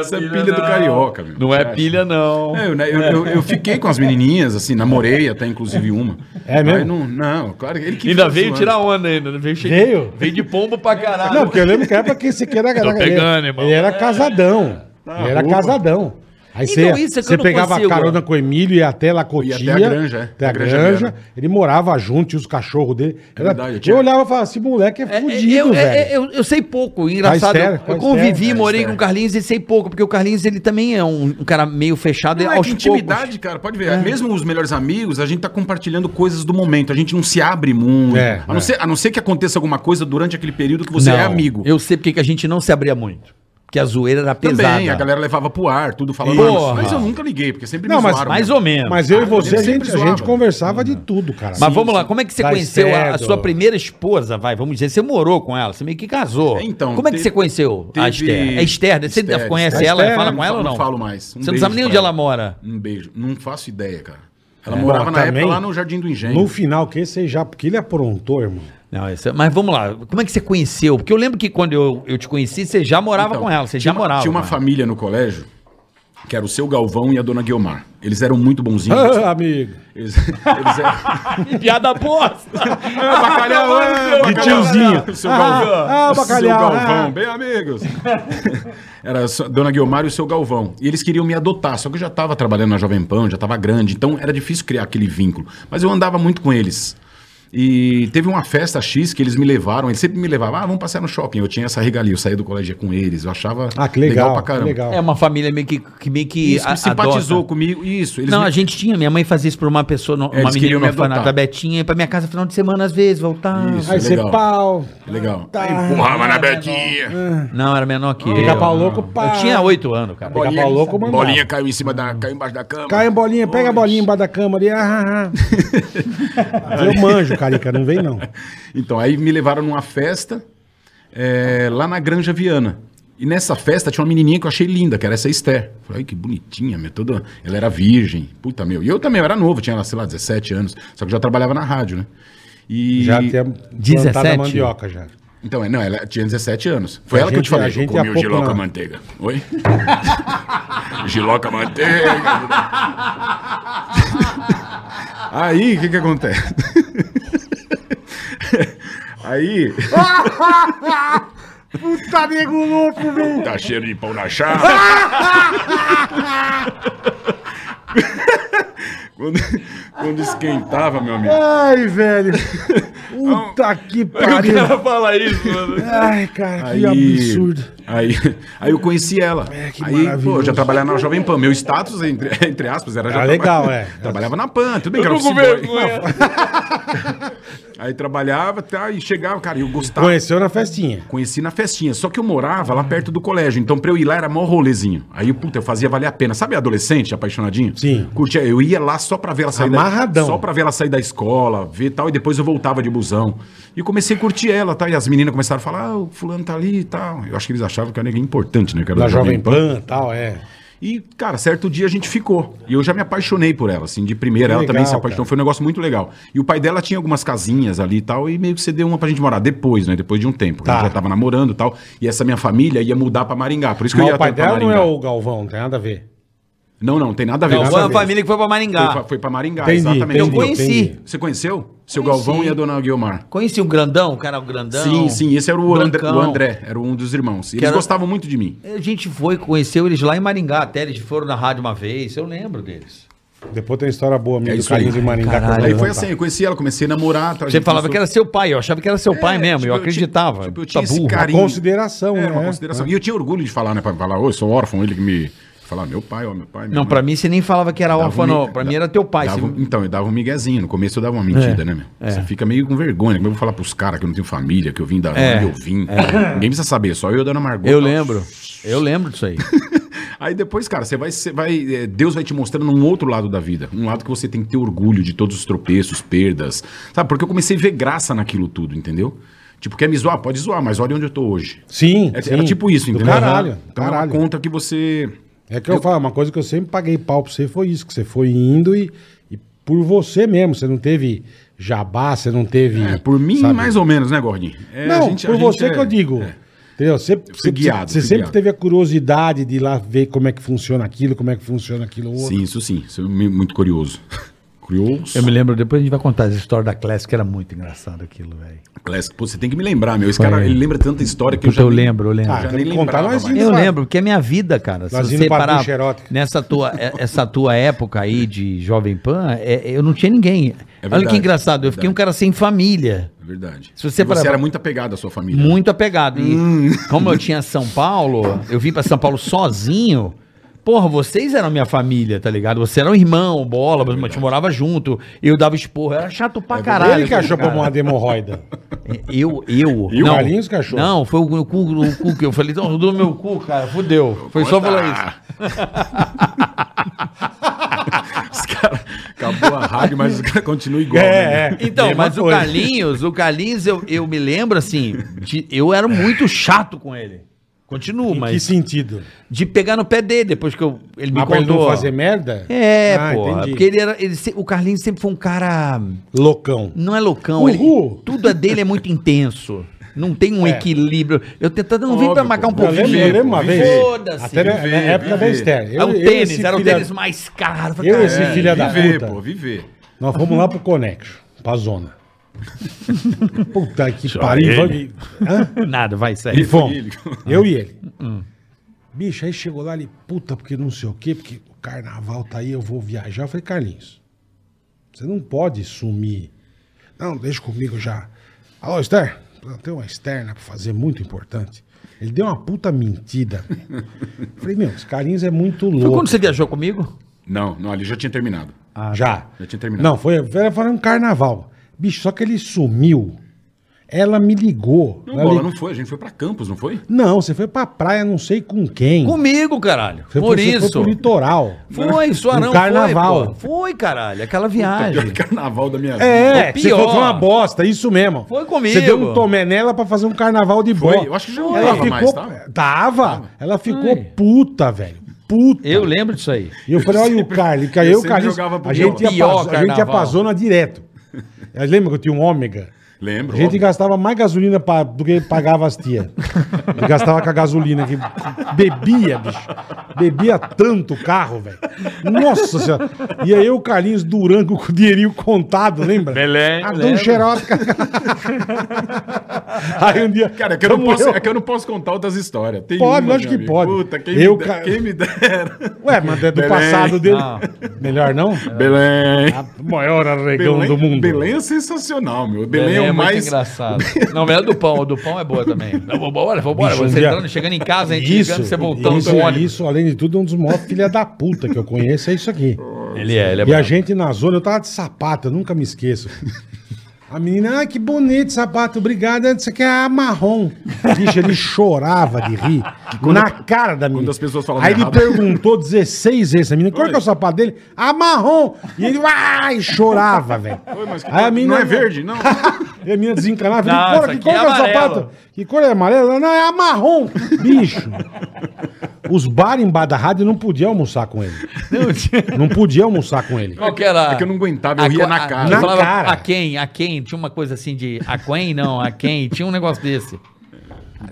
Speaker 4: Isso é pilha do carioca, meu.
Speaker 3: Não é
Speaker 4: Você acha?
Speaker 3: pilha, não.
Speaker 4: É, Eu, né, eu- eu- eu fiquei com as menininhas, assim, namorei até inclusive uma.
Speaker 2: É mesmo?
Speaker 4: Mas Não, não, claro que ele que
Speaker 3: Ainda
Speaker 4: fica
Speaker 3: veio
Speaker 4: zoando.
Speaker 3: tirar onda ainda. ainda Veio, cheio-
Speaker 2: Veio?
Speaker 3: veio de pombo pra caralho.
Speaker 2: Não, porque eu lembro que era pra que esse aqui era...
Speaker 3: Tô
Speaker 2: era-
Speaker 3: pegando,
Speaker 2: ele,
Speaker 3: irmão.
Speaker 2: ele era casadão. ele era
Speaker 4: roupa.
Speaker 2: casadão. Aí
Speaker 3: Então,
Speaker 2: você,
Speaker 3: isso é que
Speaker 2: você
Speaker 3: eu não
Speaker 2: pegava
Speaker 3: consigo,
Speaker 2: carona
Speaker 3: ó.
Speaker 2: com o Emílio e até lá Cotia.
Speaker 4: até a granja, é.
Speaker 2: Até a
Speaker 4: A granja
Speaker 2: granja.
Speaker 4: dele.
Speaker 2: Ele morava junto, tinha os cachorros dele. Era-
Speaker 4: verdade, eu
Speaker 2: eu
Speaker 4: tinha-
Speaker 2: olhava e falava, esse moleque é,
Speaker 3: É, é,
Speaker 2: fudido,
Speaker 3: eu,
Speaker 2: velho.
Speaker 3: é, é, eu, eu sei pouco, engraçado.
Speaker 2: Tá histérico,
Speaker 3: eu
Speaker 2: tá
Speaker 3: convivi,
Speaker 2: histérico,
Speaker 3: morei
Speaker 4: tá
Speaker 3: com o Carlinhos e sei pouco, porque o Carlinhos ele também é um, um cara meio fechado e
Speaker 4: Não, é
Speaker 3: aos É.
Speaker 4: que intimidade, cara, pode ver. Mesmo os melhores amigos, a gente tá compartilhando coisas do momento. A gente não se abre muito.
Speaker 2: É,
Speaker 4: a, não
Speaker 2: é.
Speaker 4: Ser, a não ser que aconteça alguma coisa durante aquele período que
Speaker 3: poucos.
Speaker 4: você é
Speaker 3: Não,
Speaker 4: amigo.
Speaker 3: Eu sei porque que a gente não se abria muito. Porque a zoeira era pesada.
Speaker 4: Também, a galera levava pro ar, tudo falando.
Speaker 3: Porra.
Speaker 4: "Ah, Mas eu nunca liguei, porque sempre
Speaker 2: Não, mas-
Speaker 3: Mais
Speaker 4: mano."
Speaker 3: ou menos.
Speaker 2: Mas eu e você, a
Speaker 4: sempre
Speaker 2: gente, a
Speaker 4: zoava.
Speaker 2: gente conversava de tudo, cara.
Speaker 3: Mas vamos lá, como é que você
Speaker 2: Tá
Speaker 3: conheceu a- a,
Speaker 2: cedo.
Speaker 3: sua primeira esposa, vai? Vamos dizer, você morou com ela, você meio que casou.
Speaker 4: Então,
Speaker 3: como é que
Speaker 4: teve-
Speaker 3: você conheceu a
Speaker 4: teve-
Speaker 3: Esther? É Esther, né? você
Speaker 4: Esther,
Speaker 3: conhece
Speaker 2: Esther.
Speaker 3: ela,
Speaker 2: Esther,
Speaker 3: fala
Speaker 2: não
Speaker 3: com ela ou
Speaker 4: falo-
Speaker 3: não?
Speaker 4: não falo mais. Um
Speaker 3: você não
Speaker 4: beijo
Speaker 3: sabe nem
Speaker 4: pra
Speaker 3: onde ela
Speaker 4: ela.
Speaker 3: mora.
Speaker 4: Um beijo. Não faço ideia, cara. Ela
Speaker 2: É,
Speaker 4: morava
Speaker 2: bom,
Speaker 4: na
Speaker 2: também-
Speaker 4: época lá no Jardim do Engenho.
Speaker 2: No final, que esse já. Porque ele aprontou, irmão.
Speaker 3: Não, isso é- mas vamos lá, como é que você conheceu? Porque eu lembro que quando eu, eu te conheci, você já morava
Speaker 4: Então,
Speaker 3: com ela, você
Speaker 4: tinha
Speaker 3: já
Speaker 4: uma-
Speaker 3: morava. né?
Speaker 4: Tinha uma
Speaker 3: com ela.
Speaker 4: família no colégio, que era o seu Galvão e a dona Guiomar. Eles eram muito bonzinhos.
Speaker 2: Ah, amigo.
Speaker 4: Eles, eles eram...
Speaker 3: Piada bosta!
Speaker 2: Ah,
Speaker 4: bacalhau, é,
Speaker 2: Que
Speaker 4: bacalhau.
Speaker 2: tiozinho.
Speaker 4: O seu Galvão.
Speaker 2: Ah, ah,
Speaker 4: O seu
Speaker 2: bacalhau,
Speaker 4: Galvão,
Speaker 2: ah.
Speaker 4: bem amigos. Era só- Dona Guiomar e o seu Galvão. E eles queriam me adotar, só que eu já estava trabalhando na Jovem Pan, já estava grande, então era difícil criar aquele vínculo. Mas eu andava muito com eles. E teve uma festa X que eles me levaram, eles sempre me levavam, ah, vamos passear no shopping. Eu tinha essa regalia, eu saía do colégio com eles, eu achava
Speaker 2: Ah, que legal.
Speaker 4: pra caramba.
Speaker 2: que legal.
Speaker 3: É uma família meio que, que meio que
Speaker 4: Isso,
Speaker 3: a-
Speaker 4: me simpatizou
Speaker 3: adota.
Speaker 4: comigo, isso. Eles
Speaker 3: Não,
Speaker 4: me-
Speaker 3: a gente tinha. Minha mãe fazia isso pra uma pessoa, no- uma
Speaker 4: eles
Speaker 3: menina
Speaker 4: queriam
Speaker 3: no
Speaker 4: me adotar.
Speaker 3: orfanato, a Betinha, ia pra minha casa final de semana às vezes, voltar.
Speaker 4: Isso.
Speaker 2: Aí você
Speaker 4: é legal.
Speaker 2: pau.
Speaker 4: Legal.
Speaker 2: Tá.
Speaker 4: Empurrava na Betinha.
Speaker 3: Não, era menor que
Speaker 2: Fica
Speaker 3: eu.
Speaker 2: pau louco,
Speaker 3: Eu
Speaker 2: pá.
Speaker 3: tinha oito anos, cara.
Speaker 2: Bolinha,
Speaker 4: Bolinha,
Speaker 2: louco, mandava.
Speaker 4: bolinha caiu em cima da. caiu embaixo da cama.
Speaker 2: Tá Cai a bolinha, pega a bolinha embaixo da cama ali. Ah, ah, ah. Eu manjo, Carica, não vem não.
Speaker 4: Então, aí me levaram numa festa é, lá na Granja Viana. E nessa festa tinha uma menininha que eu achei linda, que era essa Esther. Falei, "Ai, que bonitinha, meu. Toda... Ela era virgem. Puta, meu. E eu também, eu era novo, tinha, sei lá, 17 anos. Só que eu já trabalhava na rádio, né? E...
Speaker 2: Já tinha plantado
Speaker 3: 17?
Speaker 2: a mandioca já.
Speaker 4: Então, é, não, ela tinha 17 anos. Foi
Speaker 2: A
Speaker 4: ela que eu te
Speaker 2: gente- a
Speaker 4: falei.
Speaker 2: gente
Speaker 4: eu comi
Speaker 2: há
Speaker 4: o
Speaker 2: pouco
Speaker 4: giloca
Speaker 2: não.
Speaker 4: manteiga. Oi? giloca manteiga. Aí, o que que acontece? Aí...
Speaker 2: Puta nego louco, velho.
Speaker 4: Tá cheiro de pão na chapa. quando, quando esquentava, meu amigo.
Speaker 2: Ai, velho. Puta
Speaker 4: É
Speaker 2: que pariu.
Speaker 4: fala isso, mano.
Speaker 2: Ai, cara,
Speaker 4: Aí,
Speaker 2: que absurdo. É,
Speaker 4: Aí, aí eu conheci ela.
Speaker 2: que
Speaker 4: aí, pô,
Speaker 2: maravilhoso.
Speaker 4: eu já trabalhava na Jovem Pan. Meu status, entre, entre aspas, era já.
Speaker 2: Ah, legal, é.
Speaker 4: Trabalhava na Pan, tudo bem que era office boy. Aí trabalhava tá, e chegava, cara, e eu gostava.
Speaker 2: Conheceu na festinha.
Speaker 4: Conheci na festinha, só que eu morava lá perto do colégio, então pra eu ir lá era mó rolezinho. Aí, puta, eu fazia valer a pena. Sabe adolescente, apaixonadinho?
Speaker 2: Sim.
Speaker 4: Curtia, eu ia lá só pra ver ela sair
Speaker 2: Amarradão.
Speaker 4: da Só pra ver ela sair da escola, ver tal, e depois eu voltava de busão. E comecei a curtir ela, tá? E as meninas começaram a falar, ah, o fulano tá ali e tal. Eu acho que eles achavam que eu era ninguém importante, né? Que era
Speaker 2: Da
Speaker 4: do
Speaker 2: Jovem Pan e tal, é.
Speaker 4: e, cara, certo dia a gente ficou. E eu já me apaixonei por ela, assim, de primeira.
Speaker 2: Que
Speaker 4: ela também
Speaker 2: legal,
Speaker 4: se apaixonou.
Speaker 2: cara.
Speaker 4: Foi um negócio muito legal. E o pai dela tinha algumas casinhas ali e tal, e meio que cedeu uma pra gente morar depois, né? Depois de um tempo.
Speaker 2: Tá.
Speaker 4: A gente já tava namorando e tal. E essa minha família ia mudar pra Maringá. Por isso que
Speaker 2: Mas
Speaker 4: eu ia
Speaker 2: o pai
Speaker 4: tanto pra
Speaker 2: dela não é
Speaker 4: Maringá.
Speaker 2: o Galvão, não tem nada a ver.
Speaker 4: Não, não, tem nada a ver.
Speaker 3: Não,
Speaker 4: nada
Speaker 3: foi
Speaker 4: a
Speaker 3: uma
Speaker 4: ver.
Speaker 3: família que foi pra
Speaker 4: Foi,
Speaker 3: Maringá.
Speaker 4: pra- foi pra Maringá,
Speaker 2: Entendi,
Speaker 4: exatamente.
Speaker 2: entendi,
Speaker 3: Eu conheci.
Speaker 2: entendi.
Speaker 4: Você conheceu? Seu Galvão e a dona Guiomar.
Speaker 3: Conheci o grandão, o cara, o grandão.
Speaker 4: Sim, sim, esse era o André,
Speaker 3: Brancão.
Speaker 4: o André, era um dos irmãos. E
Speaker 3: Que
Speaker 4: Eles
Speaker 3: era-
Speaker 4: gostavam muito de mim.
Speaker 3: A gente foi, conheceu eles lá em Maringá, até eles foram na rádio uma vez, eu lembro deles.
Speaker 2: Depois tem uma história boa minha
Speaker 4: É
Speaker 2: do
Speaker 4: isso aí.
Speaker 2: Carlinhos de Maringá. que eu
Speaker 3: Caralho.
Speaker 2: vou
Speaker 4: Aí foi
Speaker 2: contar.
Speaker 4: assim, eu conheci ela, comecei a namorar. tá?
Speaker 3: Ah, então
Speaker 4: A
Speaker 3: tá. Você
Speaker 4: gente
Speaker 3: falava
Speaker 4: começou-
Speaker 3: que era seu pai, eu achava que era seu pai
Speaker 4: É,
Speaker 3: mesmo,
Speaker 4: tipo,
Speaker 3: eu
Speaker 4: eu ti-
Speaker 3: acreditava.
Speaker 4: tipo, eu
Speaker 3: tá
Speaker 4: tinha esse
Speaker 3: burro.
Speaker 4: carinho.
Speaker 2: Consideração,
Speaker 4: É,
Speaker 2: né?
Speaker 4: uma consideração. E eu tinha orgulho de falar, né? Pra falar, ô, eu sou órfão, ele que me. Falar, meu pai, ó, meu pai. minha
Speaker 3: Não,
Speaker 4: mãe."
Speaker 3: pra mim você nem falava que era
Speaker 4: Dava um
Speaker 3: órfão,
Speaker 4: mi-
Speaker 3: não. Pra
Speaker 4: da-
Speaker 3: mim era teu pai. É,
Speaker 4: dava
Speaker 3: você-
Speaker 4: um- Então, eu dava um miguezinho. No começo eu dava uma mentira, né, meu? Você fica meio com vergonha. Como eu vou falar pros caras que eu não tenho família, que eu vim da
Speaker 3: É.
Speaker 4: onde eu vim? Ninguém precisa saber, só eu e a dona Margot.
Speaker 3: Eu
Speaker 4: Tá?
Speaker 3: lembro, eu lembro disso aí.
Speaker 4: Aí depois, cara, você vai, você vai, é, Deus vai te mostrando um outro lado da vida, um lado que você tem que ter orgulho de todos os tropeços, perdas, sabe? Porque eu comecei a ver graça naquilo tudo, entendeu? Tipo, quer me zoar? Pode zoar, mas olha onde eu tô hoje.
Speaker 2: Sim,
Speaker 4: É,
Speaker 2: sim.
Speaker 4: Era tipo isso,
Speaker 2: Do
Speaker 4: entendeu?
Speaker 2: Caralho,
Speaker 4: Então
Speaker 2: caralho.
Speaker 4: é uma conta que você.
Speaker 2: É que eu, falo, uma coisa que eu sempre paguei pau pra você foi isso, que você foi indo e, e por você mesmo, você não teve jabá, você não teve...
Speaker 4: É, por mim,
Speaker 2: sabe?
Speaker 4: mais ou menos, né, Gordinho? É,
Speaker 2: não,
Speaker 4: a gente- a
Speaker 2: por
Speaker 4: gente
Speaker 2: você
Speaker 4: é-
Speaker 2: que eu digo. Entendeu? Você, você,
Speaker 4: guiado,
Speaker 2: você
Speaker 4: fui
Speaker 2: sempre
Speaker 4: guiado.
Speaker 2: teve a curiosidade de ir lá ver como é que funciona aquilo, como é que funciona aquilo outro.
Speaker 4: Sim, isso sim. Isso é mu- muito curioso. Curioso.
Speaker 3: Eu me lembro, depois a gente vai contar essa história da Classic, que era muito engraçado aquilo, velho.
Speaker 4: Classic. Pô, você tem que me lembrar, meu. Esse cara, ele lembra tanta história que eu
Speaker 3: Puta,
Speaker 4: já.
Speaker 3: eu
Speaker 4: nem-
Speaker 3: lembro, eu lembro.
Speaker 4: já
Speaker 2: Ah, tem
Speaker 4: nem
Speaker 2: que contar,
Speaker 4: lembrava
Speaker 2: nós
Speaker 4: mais.
Speaker 2: íamos.
Speaker 3: Eu
Speaker 2: Sabe?
Speaker 3: lembro, porque é minha vida, cara. Se
Speaker 2: Nós
Speaker 3: você
Speaker 2: indo pra
Speaker 3: parar
Speaker 2: ducha erótica.
Speaker 3: nessa tua, é- essa tua época aí de Jovem Pan, é- eu não tinha ninguém. Olha que
Speaker 4: verdade,
Speaker 3: engraçado, eu fiquei
Speaker 4: verdade.
Speaker 3: um cara sem família.
Speaker 4: É Verdade.
Speaker 3: Se você
Speaker 4: E
Speaker 3: parar-
Speaker 4: era muito apegado à sua família. né?
Speaker 3: Muito apegado. E
Speaker 2: Hum.
Speaker 3: como eu tinha São Paulo, eu vim pra São Paulo sozinho. Porra, vocês eram minha família, tá ligado? Você era um irmão, bola, a gente morava junto, eu dava esporro, era chato pra caralho.
Speaker 2: É Ele que achou pra
Speaker 3: cara.
Speaker 2: uma hemorroida.
Speaker 3: Eu, eu.
Speaker 2: E o Carlinhos que achou?
Speaker 3: Não, foi o, o cu, o cu que eu falei, então do meu cu, cara, fudeu. Foi só falar isso.
Speaker 4: Os caras. Acabou a rádio, mas os caras continuam igual. né?
Speaker 3: Então,
Speaker 2: Mesma
Speaker 3: mas
Speaker 2: coisa.
Speaker 3: o Carlinhos, o Carlinhos, eu, eu me lembro assim, de- eu era muito chato com ele. Continuo,
Speaker 2: Em que
Speaker 3: mas.
Speaker 2: sentido?
Speaker 3: De pegar no pé dele, depois que eu, ele me
Speaker 2: Ah, pra ele não
Speaker 3: contou.
Speaker 2: fazer merda?
Speaker 3: É,
Speaker 2: Ah,
Speaker 3: porra.
Speaker 2: entendi.
Speaker 3: Porque ele era. Ele, se- o Carlinhos sempre foi um cara.
Speaker 2: Loucão.
Speaker 3: Não é loucão. ele-
Speaker 2: Uhul.
Speaker 3: tudo é dele é muito intenso. Não tem um
Speaker 2: É.
Speaker 3: equilíbrio. Eu tentando não vim pra
Speaker 4: Óbvio,
Speaker 3: marcar um
Speaker 4: pô.
Speaker 2: Eu
Speaker 3: pouquinho.
Speaker 2: lembro, eu lembro uma
Speaker 4: Viver,
Speaker 2: vez.
Speaker 3: foda-se.
Speaker 2: Até na, na
Speaker 4: Viver,
Speaker 2: época da
Speaker 4: viver.
Speaker 2: Esther.
Speaker 3: é o
Speaker 2: eu- eu e
Speaker 3: tênis,
Speaker 2: esse
Speaker 3: era o
Speaker 2: filha-
Speaker 3: tênis mais caro.
Speaker 2: Eu e esse
Speaker 3: Caralho.
Speaker 2: filha da
Speaker 4: É, viver,
Speaker 2: puta.
Speaker 4: pô, viver.
Speaker 2: Nós fomos lá pro Connection, pra zona. Puta que
Speaker 4: Só
Speaker 2: pariu.
Speaker 4: ele.
Speaker 2: vamos- Hã?
Speaker 3: Nada, vai,
Speaker 2: E
Speaker 3: sério.
Speaker 2: fomos.
Speaker 4: ele. Hum,
Speaker 2: Eu e ele. Bicho, aí chegou lá ele, puta, porque não sei o quê, porque o carnaval tá aí, eu vou viajar. Eu falei, Carlinhos, você não pode sumir. Não, deixa comigo já. Alô, Esther? Não, Tem uma externa pra fazer muito importante. Ele deu uma puta mentira. Falei, meu, os carinhos é
Speaker 3: Foi
Speaker 2: muito louco. Ah,
Speaker 3: quando você viajou comigo?
Speaker 4: Não, não, ali já tinha terminado.
Speaker 2: já.
Speaker 4: Ah, tá. já tinha terminado.
Speaker 2: Não, foi, era para um carnaval. Bicho, só que ele sumiu. Ela me ligou.
Speaker 4: Não,
Speaker 2: Ela
Speaker 4: bola,
Speaker 2: lig-
Speaker 4: não foi. A gente foi pra Campos, não foi?
Speaker 2: Não, você foi pra praia, não sei com quem.
Speaker 3: Comigo, caralho.
Speaker 2: Você
Speaker 3: Por
Speaker 2: foi, você
Speaker 3: isso.
Speaker 2: foi pro litoral.
Speaker 3: Foi, Suarão,
Speaker 2: No
Speaker 3: foi,
Speaker 2: carnaval.
Speaker 3: pô. Foi, caralho, aquela
Speaker 4: Pior
Speaker 3: viagem.
Speaker 4: carnaval da minha
Speaker 2: É,
Speaker 3: O
Speaker 2: que você
Speaker 3: pior.
Speaker 2: falou que foi uma bosta, isso mesmo.
Speaker 3: Foi comigo.
Speaker 2: Você deu um tomé nela pra fazer um carnaval de
Speaker 4: Foi,
Speaker 2: bola.
Speaker 4: eu acho que já não
Speaker 2: ela
Speaker 4: tava
Speaker 2: ficou,
Speaker 4: mais, tava?
Speaker 2: Tava. Ela ficou puta, velho. Puta.
Speaker 3: Eu lembro disso aí.
Speaker 2: E eu falei, olha o Carly, que aí
Speaker 4: eu
Speaker 2: eu, o
Speaker 4: sempre
Speaker 2: Carlinhos,
Speaker 4: jogava pro
Speaker 2: a gente, ia
Speaker 3: pior
Speaker 2: pra, a gente ia
Speaker 3: carnaval.
Speaker 2: pra zona direto. Eu lembro que eu tinha um ômega?
Speaker 4: Lembro.
Speaker 2: A gente
Speaker 4: óbvio.
Speaker 2: gastava mais gasolina pra, do que pagava as tia. Eu gastava com a gasolina, que bebia, bicho. Bebia tanto o carro, velho. Nossa senhora. E aí eu, Carlinhos Durango, com o dinheirinho contado, lembra?
Speaker 3: Belém,
Speaker 2: Ah, dou um
Speaker 3: lembro.
Speaker 2: xeroca. aí um dia.
Speaker 4: Cara, é que, eu não
Speaker 2: tamo
Speaker 4: posso, é que eu não posso contar outras histórias. Tem
Speaker 2: Pode,
Speaker 4: uma,
Speaker 2: lógico
Speaker 4: meu
Speaker 2: que
Speaker 4: amigo.
Speaker 2: pode.
Speaker 4: Puta, quem,
Speaker 2: Eu
Speaker 4: me, de-
Speaker 2: ca-
Speaker 4: quem me dera.
Speaker 2: Ué, mas é do
Speaker 4: Belém.
Speaker 2: passado dele.
Speaker 3: Ah.
Speaker 2: Melhor não?
Speaker 4: Belém.
Speaker 2: A maior arregão
Speaker 4: Belém,
Speaker 2: do mundo.
Speaker 4: Belém é sensacional, meu. Belém, é
Speaker 3: muito
Speaker 4: o mais.
Speaker 3: engraçado. Não, melhor do pão. O do pão é boa também. Não, vambora, vambora.
Speaker 2: Bicho, um
Speaker 3: Você
Speaker 2: dia-
Speaker 3: entrando, chegando em casa, a gente
Speaker 2: Isso,
Speaker 3: ligando, você voltando
Speaker 2: isso,
Speaker 3: com o ônibus.
Speaker 2: isso, além de tudo, é um dos maiores filha da puta que eu conheço, é isso aqui.
Speaker 3: Ele é, ele é
Speaker 2: E a
Speaker 3: brabo.
Speaker 2: gente na zona, eu tava de sapato, eu nunca me esqueço. A menina, ah, que bonito sapato, obrigada. Você quer a Ah, marrom. Bicho, ele chorava de rir na cara da menina.
Speaker 4: quando as pessoas falam
Speaker 2: Aí ele
Speaker 4: errado.
Speaker 2: perguntou 16 vezes a menina, qual que é o
Speaker 4: Oi.
Speaker 2: sapato dele? A marrom. E ele, ai, chorava, velho.
Speaker 4: Oi, mas que-
Speaker 2: Aí a menina
Speaker 4: não é verde, não.
Speaker 2: E a menina desencanava. falei,
Speaker 3: Não,
Speaker 2: "Porra,
Speaker 3: isso
Speaker 2: que
Speaker 3: aqui
Speaker 2: cor
Speaker 3: é
Speaker 2: que é o
Speaker 3: amarelo."
Speaker 2: sapato? Que cor é amarela? Ela, Não, é a marrom. Bicho. Os bar em bar da rádio não podia almoçar com ele. Não podia almoçar com ele.
Speaker 3: Qual que era?
Speaker 4: É que eu não aguentava, eu
Speaker 3: A-
Speaker 4: ria
Speaker 3: a-
Speaker 4: na cara.
Speaker 3: eu
Speaker 2: Na
Speaker 3: falava,
Speaker 2: cara.
Speaker 3: A quem? A quem? Tinha uma coisa assim de. A quem? Não, a quem? Tinha um negócio desse.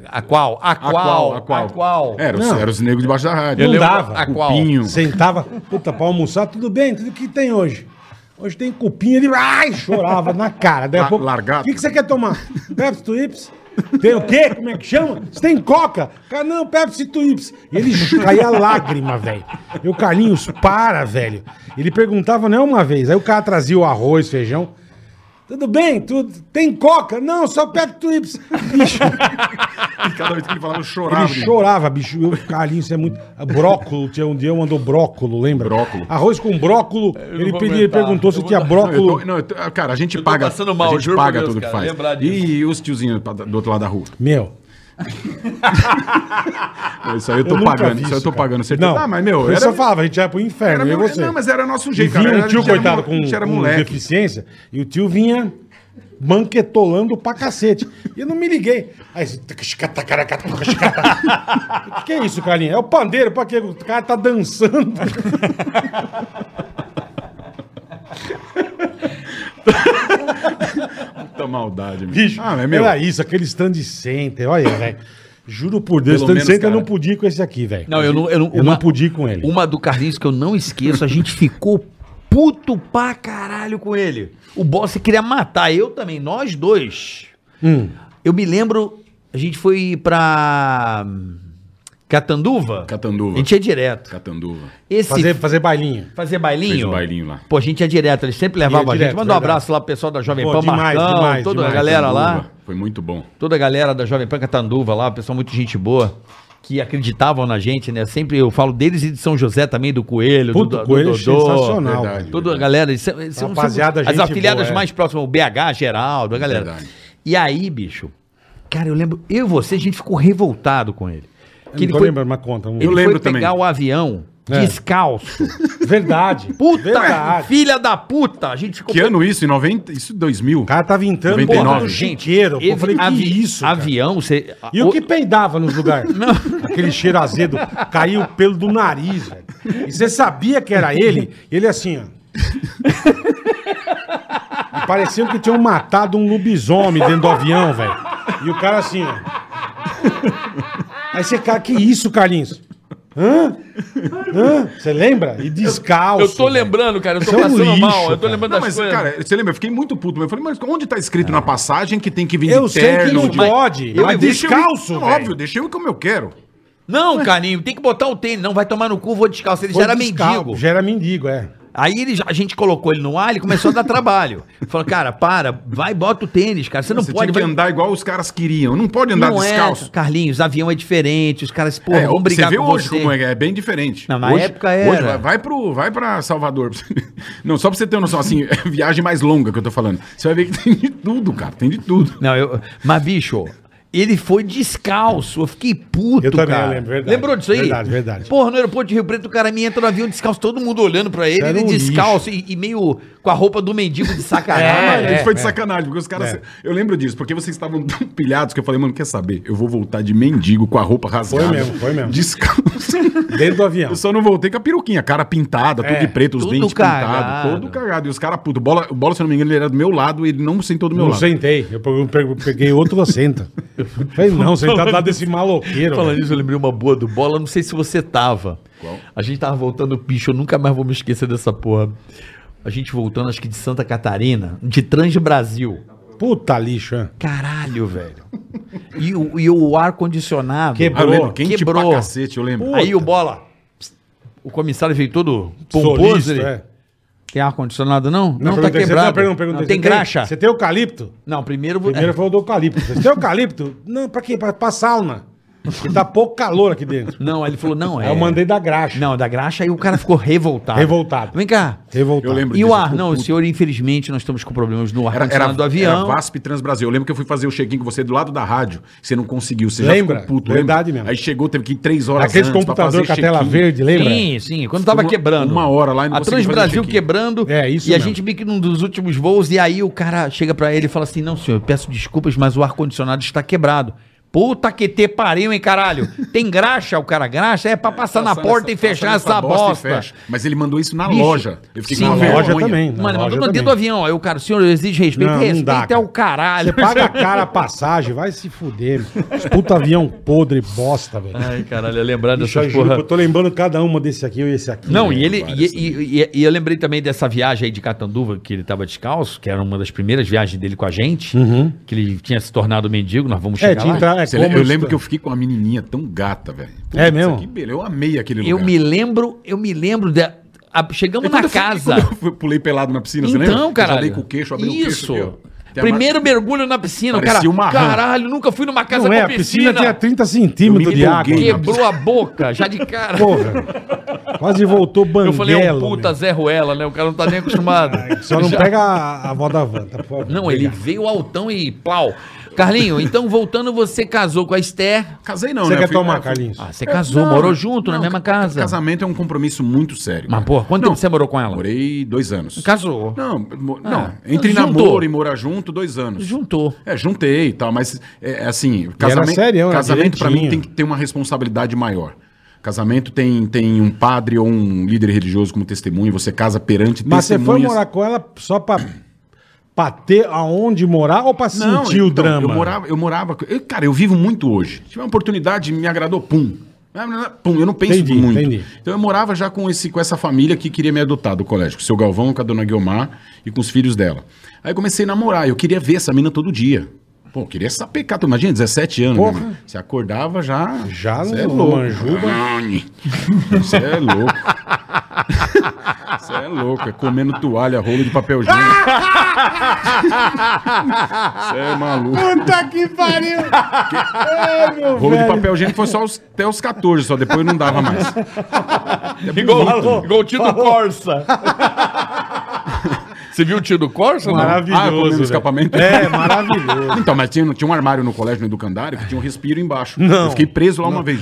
Speaker 3: A qual? A
Speaker 4: A
Speaker 3: qual? A qual? É,
Speaker 4: Era, os,
Speaker 2: Não.
Speaker 4: era os negros debaixo da rádio.
Speaker 2: Eu
Speaker 4: O
Speaker 2: lembro-
Speaker 3: Lembrava.
Speaker 2: dava.
Speaker 3: A qual?
Speaker 4: Pinho.
Speaker 2: Sentava, puta, pra almoçar, tudo bem, tudo que tem hoje. Hoje tem cupinha, ele ai, chorava na cara. Daí a
Speaker 4: La-
Speaker 2: pouco,
Speaker 4: largado.
Speaker 2: O que, que você quer tomar? Pepsi Twips? Tem o quê? Como é que chama? Você tem coca? Cara, não, Pepsi Twips. E ele caía lágrima, velho. E o Carlinhos, para, velho. Ele perguntava não é uma vez. Aí o cara trazia o arroz, feijão. Tudo bem? Tudo... Tem coca? Não, só Pepsi Twips. Bicho,
Speaker 4: E cada vez que ele falava, eu chorava.
Speaker 2: ele
Speaker 4: meu.
Speaker 2: chorava, bicho. Eu, Carlinhos, isso é muito. Brócolo, tinha um dia eu mandou brócolo, lembra?
Speaker 4: Brócolo.
Speaker 2: Arroz com brócolo. Ele,
Speaker 3: vou
Speaker 2: pedi- ele
Speaker 3: aguentar.
Speaker 2: perguntou se
Speaker 3: Eu vou
Speaker 2: tinha
Speaker 3: dar-
Speaker 4: Não, eu
Speaker 2: brócolo.
Speaker 4: tô- não, eu tô- cara, a gente
Speaker 3: tô
Speaker 4: paga.
Speaker 3: passando mal,
Speaker 4: a gente
Speaker 3: juro por
Speaker 4: paga
Speaker 3: Deus,
Speaker 4: tudo
Speaker 3: cara,
Speaker 4: que
Speaker 3: lembrar
Speaker 4: faz.
Speaker 3: disso.
Speaker 4: E os tiozinhos pra- do outro lado da rua?
Speaker 2: Meu.
Speaker 4: Isso aí eu tô
Speaker 2: nunca
Speaker 4: pagando.
Speaker 2: vi
Speaker 4: Isso aí eu tô
Speaker 2: cara.
Speaker 4: pagando. certeza.
Speaker 2: Não,
Speaker 4: Ah, mas meu,
Speaker 2: Por isso
Speaker 4: era,
Speaker 2: eu falava, a gente ia pro inferno.
Speaker 4: era
Speaker 2: e
Speaker 4: meu,
Speaker 2: você?
Speaker 4: Não, mas era nosso
Speaker 2: E
Speaker 4: jeito, cara.
Speaker 2: vinha
Speaker 4: Era-
Speaker 2: um
Speaker 4: a
Speaker 2: tio,
Speaker 4: gente era
Speaker 2: coitado,
Speaker 4: mo-
Speaker 2: com,
Speaker 4: a gente era
Speaker 2: com
Speaker 4: moleque.
Speaker 2: deficiência, e o tio vinha banquetolando pra cacete. E eu não me liguei. Aí, esse tacacata, caracata, tacacata. O que que é isso, Carlinhos? É o pandeiro, pra quê? O cara tá dançando.
Speaker 4: Puta maldade, meu.
Speaker 2: Bicho,
Speaker 4: Ah, mas meu.
Speaker 2: era isso, aquele stand center, olha, velho. Juro por Deus,
Speaker 4: Pelo
Speaker 2: stand
Speaker 4: menos,
Speaker 2: center eu
Speaker 4: cara.
Speaker 2: não podia ir com esse aqui, velho.
Speaker 3: Não, eu não. Eu não,
Speaker 2: Eu não podia ir com ele.
Speaker 3: Uma do Carlinhos que eu não esqueço, a gente ficou puto pra caralho com ele. O boss queria matar, eu também, nós dois.
Speaker 2: Hum.
Speaker 3: Eu me lembro, a gente foi pra. hum, Catanduva?
Speaker 4: Catanduva.
Speaker 3: A gente ia direto.
Speaker 4: Catanduva.
Speaker 3: Esse
Speaker 2: Fazer, fazer bailinho.
Speaker 3: Fazer bailinho?
Speaker 4: Fez um bailinho lá.
Speaker 3: Pô, a gente ia direto, eles sempre levavam a gente.
Speaker 2: direto,
Speaker 3: Manda um
Speaker 2: verdade.
Speaker 3: abraço lá pro pessoal da Jovem
Speaker 2: Pô,
Speaker 3: Pan,
Speaker 2: demais,
Speaker 3: Marcão,
Speaker 2: demais,
Speaker 3: toda
Speaker 2: demais,
Speaker 3: a galera lá.
Speaker 4: Catanduva. Foi muito bom.
Speaker 3: Toda a galera da Jovem Pan Catanduva lá, pessoal muito gente boa, que acreditavam na gente, né? Sempre eu falo deles e de São José também, do Coelho,
Speaker 2: Puto
Speaker 3: do, do
Speaker 2: coelho é
Speaker 3: Dodô. né?
Speaker 2: sensacional.
Speaker 4: verdade.
Speaker 2: velho.
Speaker 3: Toda a galera, é, eles são- eles um são-
Speaker 2: Rapaziada,
Speaker 3: são- as
Speaker 2: gente
Speaker 3: afiliadas
Speaker 2: boa, é.
Speaker 3: mais próximas, o BH, Geraldo, a galera.
Speaker 4: Verdade.
Speaker 3: E aí, bicho, cara, eu lembro, eu e você, a gente ficou revoltado com ele. Que
Speaker 2: Eu
Speaker 3: ele
Speaker 2: não
Speaker 3: foi,
Speaker 2: lembro, mas conta. um-
Speaker 3: ele
Speaker 4: Eu lembro
Speaker 3: foi pegar
Speaker 4: também.
Speaker 3: o avião
Speaker 2: É.
Speaker 3: descalço.
Speaker 2: Verdade.
Speaker 3: Puta,
Speaker 2: Verdade.
Speaker 3: filha da puta, a gente ficou
Speaker 4: Que ano isso? Em 90? Isso 2000?
Speaker 2: O cara tava entrando
Speaker 4: 99.
Speaker 2: porra, no chiqueiro. Pô, Eu
Speaker 3: evi-
Speaker 2: falei, que
Speaker 3: avi-
Speaker 2: isso, cara?
Speaker 3: Avião, você...
Speaker 2: E o que peidava nos lugares? Aquele cheiro azedo. Caiu o pelo do nariz, velho. E você sabia que era ele? Ele assim, ó. E parecia que tinham matado um lobisomem dentro do avião, velho. E o cara assim, ó. Aí você, cara, que isso, Carlinhos? Hã? Hã? Você lembra? E descalço.
Speaker 3: Eu tô
Speaker 2: velho.
Speaker 3: lembrando, cara, eu tô
Speaker 2: Isso é um
Speaker 3: passando
Speaker 2: lixo,
Speaker 3: mal, eu tô
Speaker 2: cara.
Speaker 3: lembrando
Speaker 4: Não,
Speaker 3: das
Speaker 4: mas,
Speaker 3: coisas.
Speaker 4: cara, você lembra? Eu fiquei muito puto. mas Eu falei, mas onde tá escrito na passagem que tem que vir Tipo,
Speaker 2: Eu sei que não
Speaker 4: de-
Speaker 2: pode,
Speaker 4: Eu
Speaker 2: mas
Speaker 4: deixei-
Speaker 2: descalço,
Speaker 4: Não,
Speaker 2: velho.
Speaker 4: Óbvio, deixei o como eu quero.
Speaker 3: um Não, Carlinho, tem que botar o tênis, não, vai tomar no cu, vou descalço. Ele já era
Speaker 2: descalço,
Speaker 3: mendigo.
Speaker 2: Já era mendigo, é.
Speaker 3: Aí ele, já- a gente colocou ele no ar, ele começou a dar trabalho. Falou, cara, para, vai, bota o tênis, cara. Você não
Speaker 4: Você
Speaker 3: pode.
Speaker 4: tinha que
Speaker 3: vai-
Speaker 4: andar igual os caras queriam. Não pode andar
Speaker 3: não
Speaker 4: descalço.
Speaker 3: É, Carlinhos, avião é diferente, os caras, porra,
Speaker 4: É,
Speaker 3: vão brigar
Speaker 4: você vê
Speaker 3: com
Speaker 4: hoje
Speaker 3: você.
Speaker 4: como é, é bem diferente.
Speaker 3: Não, na
Speaker 4: hoje,
Speaker 3: época
Speaker 4: Hoje
Speaker 3: era.
Speaker 4: vai, vai, pro, vai pra Salvador. pra você ver. Não, só pra você ter uma noção, assim, é viagem mais longa que eu tô falando. Você vai ver que tem de tudo, cara, tem de tudo.
Speaker 3: Não, eu, mas, bicho, ele foi descalço. Eu fiquei puto,
Speaker 2: Eu também,
Speaker 3: cara.
Speaker 2: eu lembro, verdade.
Speaker 3: Lembrou disso aí?
Speaker 2: Verdade, verdade.
Speaker 3: Porra, no aeroporto de Rio Preto, o cara me entra no avião descalço, todo mundo olhando pra ele,
Speaker 2: Era
Speaker 3: ele
Speaker 2: um
Speaker 3: descalço e, e meio com a roupa do mendigo de
Speaker 4: Ah,
Speaker 3: sacanagem. É,
Speaker 4: mas isso foi de sacanagem, porque os caras.
Speaker 2: É.
Speaker 4: Eu lembro disso, porque vocês estavam tão pilhados que eu falei, mano, quer saber? Eu vou voltar de mendigo com a roupa rasgada.
Speaker 2: mesmo, foi mesmo.
Speaker 4: Descalço.
Speaker 2: Dentro do avião.
Speaker 4: Eu só não voltei com a peruquinha, cara pintada,
Speaker 2: É,
Speaker 4: tudo de preto, os
Speaker 3: tudo
Speaker 4: dentes
Speaker 3: cagado.
Speaker 4: pintados, todo cagado. E os caras puto. Bola, bola, se eu não me engano, ele era do meu lado e ele não sentou do meu
Speaker 2: Não
Speaker 4: lado.
Speaker 2: sentei. Eu pe- pe- peguei outro assento. Falei, não, sentado lá desse maloqueiro.
Speaker 3: Falando
Speaker 2: velho.
Speaker 3: nisso, eu lembrei uma boa do bola, não sei se você tava. A gente tava voltando picho, eu nunca mais vou me esquecer dessa porra. A gente voltando, acho que de Santa Catarina, de Trans Brasil.
Speaker 2: Puta lixo, é.
Speaker 3: Caralho, velho. E o, e o ar-condicionado.
Speaker 2: Quebrou.
Speaker 4: Ah, eu lembro, quente
Speaker 3: Quebrou.
Speaker 4: pra cacete, eu lembro.
Speaker 3: Aí o bola. pss, O comissário veio todo pomposo.
Speaker 2: Solista,
Speaker 3: ele,
Speaker 2: é.
Speaker 3: Tem ar-condicionado, não? Não, tá
Speaker 2: perguntei, você
Speaker 3: quebrado.
Speaker 2: perguntei, perguntei,
Speaker 3: não, tem
Speaker 2: você
Speaker 3: graxa?
Speaker 2: Você tem eucalipto?
Speaker 3: Não, primeiro. vou-
Speaker 2: Primeiro
Speaker 3: é.
Speaker 2: foi o do eucalipto. Você tem eucalipto? Não, pra quê? Pra, pra sauna. Porque tá pouco calor aqui dentro.
Speaker 3: Não, aí ele falou, não, é.
Speaker 2: Aí eu mandei da graxa.
Speaker 3: Não, da graxa, aí o cara ficou revoltado.
Speaker 2: Revoltado.
Speaker 3: Vem cá.
Speaker 2: Revoltado.
Speaker 4: Eu lembro.
Speaker 3: E o
Speaker 4: disso,
Speaker 3: ar?
Speaker 4: ficou
Speaker 3: Não,
Speaker 4: puto.
Speaker 3: senhor, infelizmente nós estamos com problemas no
Speaker 4: Era, era,
Speaker 3: ar-condicionado do
Speaker 4: era
Speaker 3: avião.
Speaker 4: VASP Transbrasil. Eu lembro que eu fui fazer o check-in com você do lado da rádio. que Você não conseguiu, você
Speaker 2: Lembra?
Speaker 4: já ficou puto.
Speaker 2: Verdade
Speaker 4: lembra?
Speaker 2: mesmo.
Speaker 4: Aí chegou, teve que ir três horas
Speaker 2: Aqueles
Speaker 4: antes pra
Speaker 2: computador
Speaker 4: fazer
Speaker 2: com a tela
Speaker 4: check-in.
Speaker 2: verde, lembra?
Speaker 3: Sim, sim, quando tava
Speaker 4: Uma-
Speaker 3: quebrando.
Speaker 4: uma hora lá e não
Speaker 3: A
Speaker 4: conseguiu fazer
Speaker 3: Transbrasil
Speaker 4: check-in.
Speaker 3: quebrando.
Speaker 2: É, isso
Speaker 3: E a
Speaker 2: mesmo.
Speaker 3: gente meio que num dos últimos voos, e aí o cara chega pra ele e fala assim: Não, senhor, eu peço desculpas, mas o ar-condicionado está quebrado. Puta que te pariu, hein, caralho. Tem graxa, o cara graxa? É pra passar na
Speaker 4: tá Passando
Speaker 3: porta e
Speaker 4: essa-
Speaker 3: fechar
Speaker 4: passando
Speaker 3: essa bosta.
Speaker 4: fecha. Mas ele mandou isso na
Speaker 3: Bicho,
Speaker 4: loja. Eu fiquei
Speaker 3: sim, na
Speaker 4: com uma
Speaker 3: loja
Speaker 4: vergonha.
Speaker 2: também. Na
Speaker 3: Mano,
Speaker 2: loja
Speaker 3: mandou no
Speaker 2: também.
Speaker 3: dentro do avião. Aí o cara, senhor, eu exijo respeito.
Speaker 2: Não, não
Speaker 3: respeito
Speaker 2: dá,
Speaker 3: é
Speaker 2: cara.
Speaker 3: o caralho.
Speaker 2: Você paga a cara a passagem, vai se fuder. meu. Esse puta avião podre, bosta, velho.
Speaker 3: Ai, caralho, é lembrar
Speaker 2: Bicho, eu
Speaker 3: dessas
Speaker 2: juro
Speaker 3: porra.
Speaker 2: que eu tô lembrando cada uma desse aqui e esse aqui. né?
Speaker 3: Não,
Speaker 2: velho.
Speaker 3: e ele. E, e- e- e eu lembrei também dessa viagem aí de Catanduva, que ele tava descalço, que era uma das primeiras viagens dele com a gente, que ele tinha se tornado mendigo, nós vamos
Speaker 2: Uhum. É,
Speaker 3: chegar
Speaker 2: tinha
Speaker 3: lá.
Speaker 2: entrado- é,
Speaker 4: Você lembra-
Speaker 2: como
Speaker 4: eu lembro que eu fiquei com uma menininha tão gata, velho.
Speaker 2: É mesmo?
Speaker 4: Que beleza. Eu amei aquele lugar.
Speaker 3: Eu me lembro, eu me lembro da. a-
Speaker 4: É
Speaker 3: chegamos
Speaker 4: quando
Speaker 3: na
Speaker 4: eu fui-
Speaker 3: casa.
Speaker 4: quando Eu fui- pulei pelado na piscina, você lembra?
Speaker 3: Então,
Speaker 4: Eu já
Speaker 3: cara.
Speaker 4: dei com o queixo, abri
Speaker 3: Isso.
Speaker 4: o queixo. aqui, ó. Tem a
Speaker 3: Primeiro mergulho na piscina,
Speaker 4: Parecia
Speaker 3: cara.
Speaker 4: uma rã.
Speaker 3: Caralho, nunca fui numa casa
Speaker 2: Não é,
Speaker 3: com
Speaker 2: a piscina tinha 30 centímetros
Speaker 4: Eu me
Speaker 2: de água.
Speaker 4: empolguei,
Speaker 2: né?
Speaker 3: Quebrou a boca, já de cara.
Speaker 2: Porra. Quase voltou banguela.
Speaker 3: eu falei, é um puta
Speaker 2: meu.
Speaker 3: Zé Ruela, né? O cara não tá nem acostumado.
Speaker 2: Só não
Speaker 3: Já-
Speaker 2: pega a, a vó da van, tá, por favor.
Speaker 3: Não, ele
Speaker 2: Obrigado.
Speaker 3: veio altão e pau. Carlinho, então voltando, você casou com a Esther.
Speaker 4: Casei não,
Speaker 2: Você
Speaker 4: né?
Speaker 2: quer
Speaker 4: Eu fui-
Speaker 2: tomar,
Speaker 4: eu fui-
Speaker 2: Carlinhos?
Speaker 3: Ah, você casou, morou junto na
Speaker 4: É, Não,
Speaker 3: mesma
Speaker 4: ca-
Speaker 3: casa.
Speaker 4: Casamento é um compromisso muito sério.
Speaker 3: Mas,
Speaker 4: cara.
Speaker 3: porra, quanto
Speaker 4: Não,
Speaker 3: tempo você morou com ela?
Speaker 4: Morei dois anos.
Speaker 3: Casou.
Speaker 4: Não, mo-
Speaker 3: Ah,
Speaker 4: não. Entre
Speaker 3: juntou.
Speaker 4: namoro e morar junto, dois anos.
Speaker 3: Juntou.
Speaker 4: É, juntei e tal, mas é, é assim,
Speaker 2: sério, era
Speaker 4: casamento pra mim
Speaker 2: direitinho.
Speaker 4: tem que ter uma responsabilidade maior. Casamento tem, tem um padre ou um líder religioso como testemunho, você casa perante
Speaker 2: Mas você foi
Speaker 4: testemunhas.
Speaker 2: morar com ela só pra, pra ter aonde morar ou pra
Speaker 4: Não,
Speaker 2: sentir o
Speaker 4: então,
Speaker 2: drama?
Speaker 4: Eu morava, eu morava. eu- cara, eu vivo muito hoje. Tive uma oportunidade, me agradou, pum. Pum, eu não penso
Speaker 2: Entendi,
Speaker 4: muito.
Speaker 2: entendi.
Speaker 4: Então eu morava já com, esse, com essa família que queria me adotar do colégio, com o seu Galvão, com a dona Guiomar e com os filhos dela. Aí eu comecei a namorar, eu queria ver essa mina todo dia. Pô, eu queria saber, cara, tu imagina, 17 anos. né,
Speaker 2: Porra.
Speaker 4: meu irmão. Você acordava já.
Speaker 2: Já
Speaker 4: Você é
Speaker 2: no
Speaker 4: louco.
Speaker 2: Manjuba.
Speaker 4: Você é louco. Você é louco, é comendo toalha, rolo de papel higiênico. Você é maluco.
Speaker 2: Puta que pariu! Ai, meu
Speaker 4: Rolo de
Speaker 2: velho.
Speaker 4: papel higiênico foi só os- até os 14, só depois não dava mais. É bonito.
Speaker 3: Igual, igual o tio do Corsa.
Speaker 2: Ah,
Speaker 3: você viu o tio do Corsa? não?
Speaker 4: Ah, eu comi no
Speaker 2: Maravilhoso. velho.
Speaker 4: escapamento.
Speaker 2: é, maravilhoso.
Speaker 4: Então, mas tinha, tinha um armário no colégio, no educandário, que tinha um respiro embaixo.
Speaker 2: Não.
Speaker 4: Eu fiquei preso lá uma vez.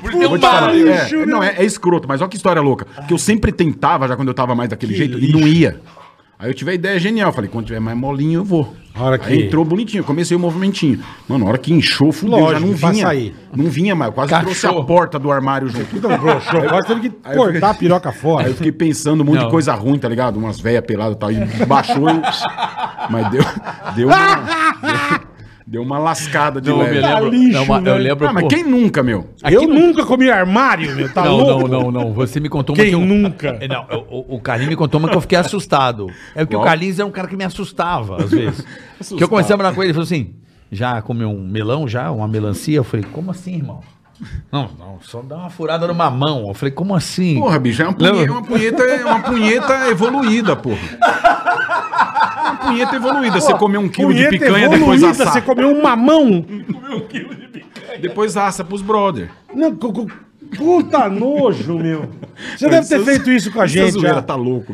Speaker 3: Por ter
Speaker 4: Vou
Speaker 3: um
Speaker 4: te falar,
Speaker 3: barulho.
Speaker 4: é, não, é, é escroto, mas olha que história louca. Porque eu sempre tentava, já quando eu tava mais daquele jeito, e não ia. Aí eu tive a ideia genial. Falei, quando tiver mais molinho, eu vou.
Speaker 2: A hora
Speaker 4: Aí
Speaker 2: que-
Speaker 4: entrou bonitinho, comecei o movimentinho. Mano, na hora que inchou, fudeu,
Speaker 2: Lógico,
Speaker 4: já não
Speaker 2: pra
Speaker 4: vinha.
Speaker 2: sair.
Speaker 4: Não vinha mais. Eu quase trouxe a porta do armário junto.
Speaker 2: Então, broxou. Agora teve que
Speaker 4: Aí eu fiquei-
Speaker 2: cortar a piroca fora.
Speaker 4: Aí eu fiquei pensando um monte de coisa ruim, tá ligado? Umas velhas peladas e tal. E baixou, eu... mas deu, deu, uma, deu uma lascada de
Speaker 3: Não, eu
Speaker 4: leve.
Speaker 3: me lembro.
Speaker 2: lixo,
Speaker 3: não, mas eu
Speaker 2: velho.
Speaker 3: lembro.
Speaker 4: Ah, mas
Speaker 3: pô,
Speaker 4: quem nunca, meu?
Speaker 2: Eu nunca comi armário, meu. Tá
Speaker 3: não,
Speaker 2: louco?
Speaker 3: não, não, não. Você me contou
Speaker 2: Quem
Speaker 3: que eu-
Speaker 2: nunca?
Speaker 3: É, Não, o- o, o Carlinhos me contou uma que eu fiquei assustado. É porque
Speaker 4: Qual?
Speaker 3: o Carlinhos é um cara que me assustava, às vezes. que eu comecei a falar com ele, ele falou assim: já comeu um melão, já? Uma melancia? Eu falei, como assim, irmão? Não, não, só dá uma furada no mamão. Eu falei, como assim?
Speaker 4: Porra, bicho, é uma punheta, uma punheta, é uma punheta evoluída, porra. É Uma punheta evoluída. Você comeu um quilo de
Speaker 2: Punheta
Speaker 4: picanha, depois
Speaker 2: evoluída,
Speaker 4: assa.
Speaker 2: Você comeu um mamão.
Speaker 4: Depois assa pros brother.
Speaker 2: Não, cu- cu- puta nojo, meu. Você deve ter
Speaker 4: Essa-
Speaker 2: feito isso com a
Speaker 4: essa
Speaker 2: gente.
Speaker 4: zoeira
Speaker 2: já.
Speaker 4: tá louco.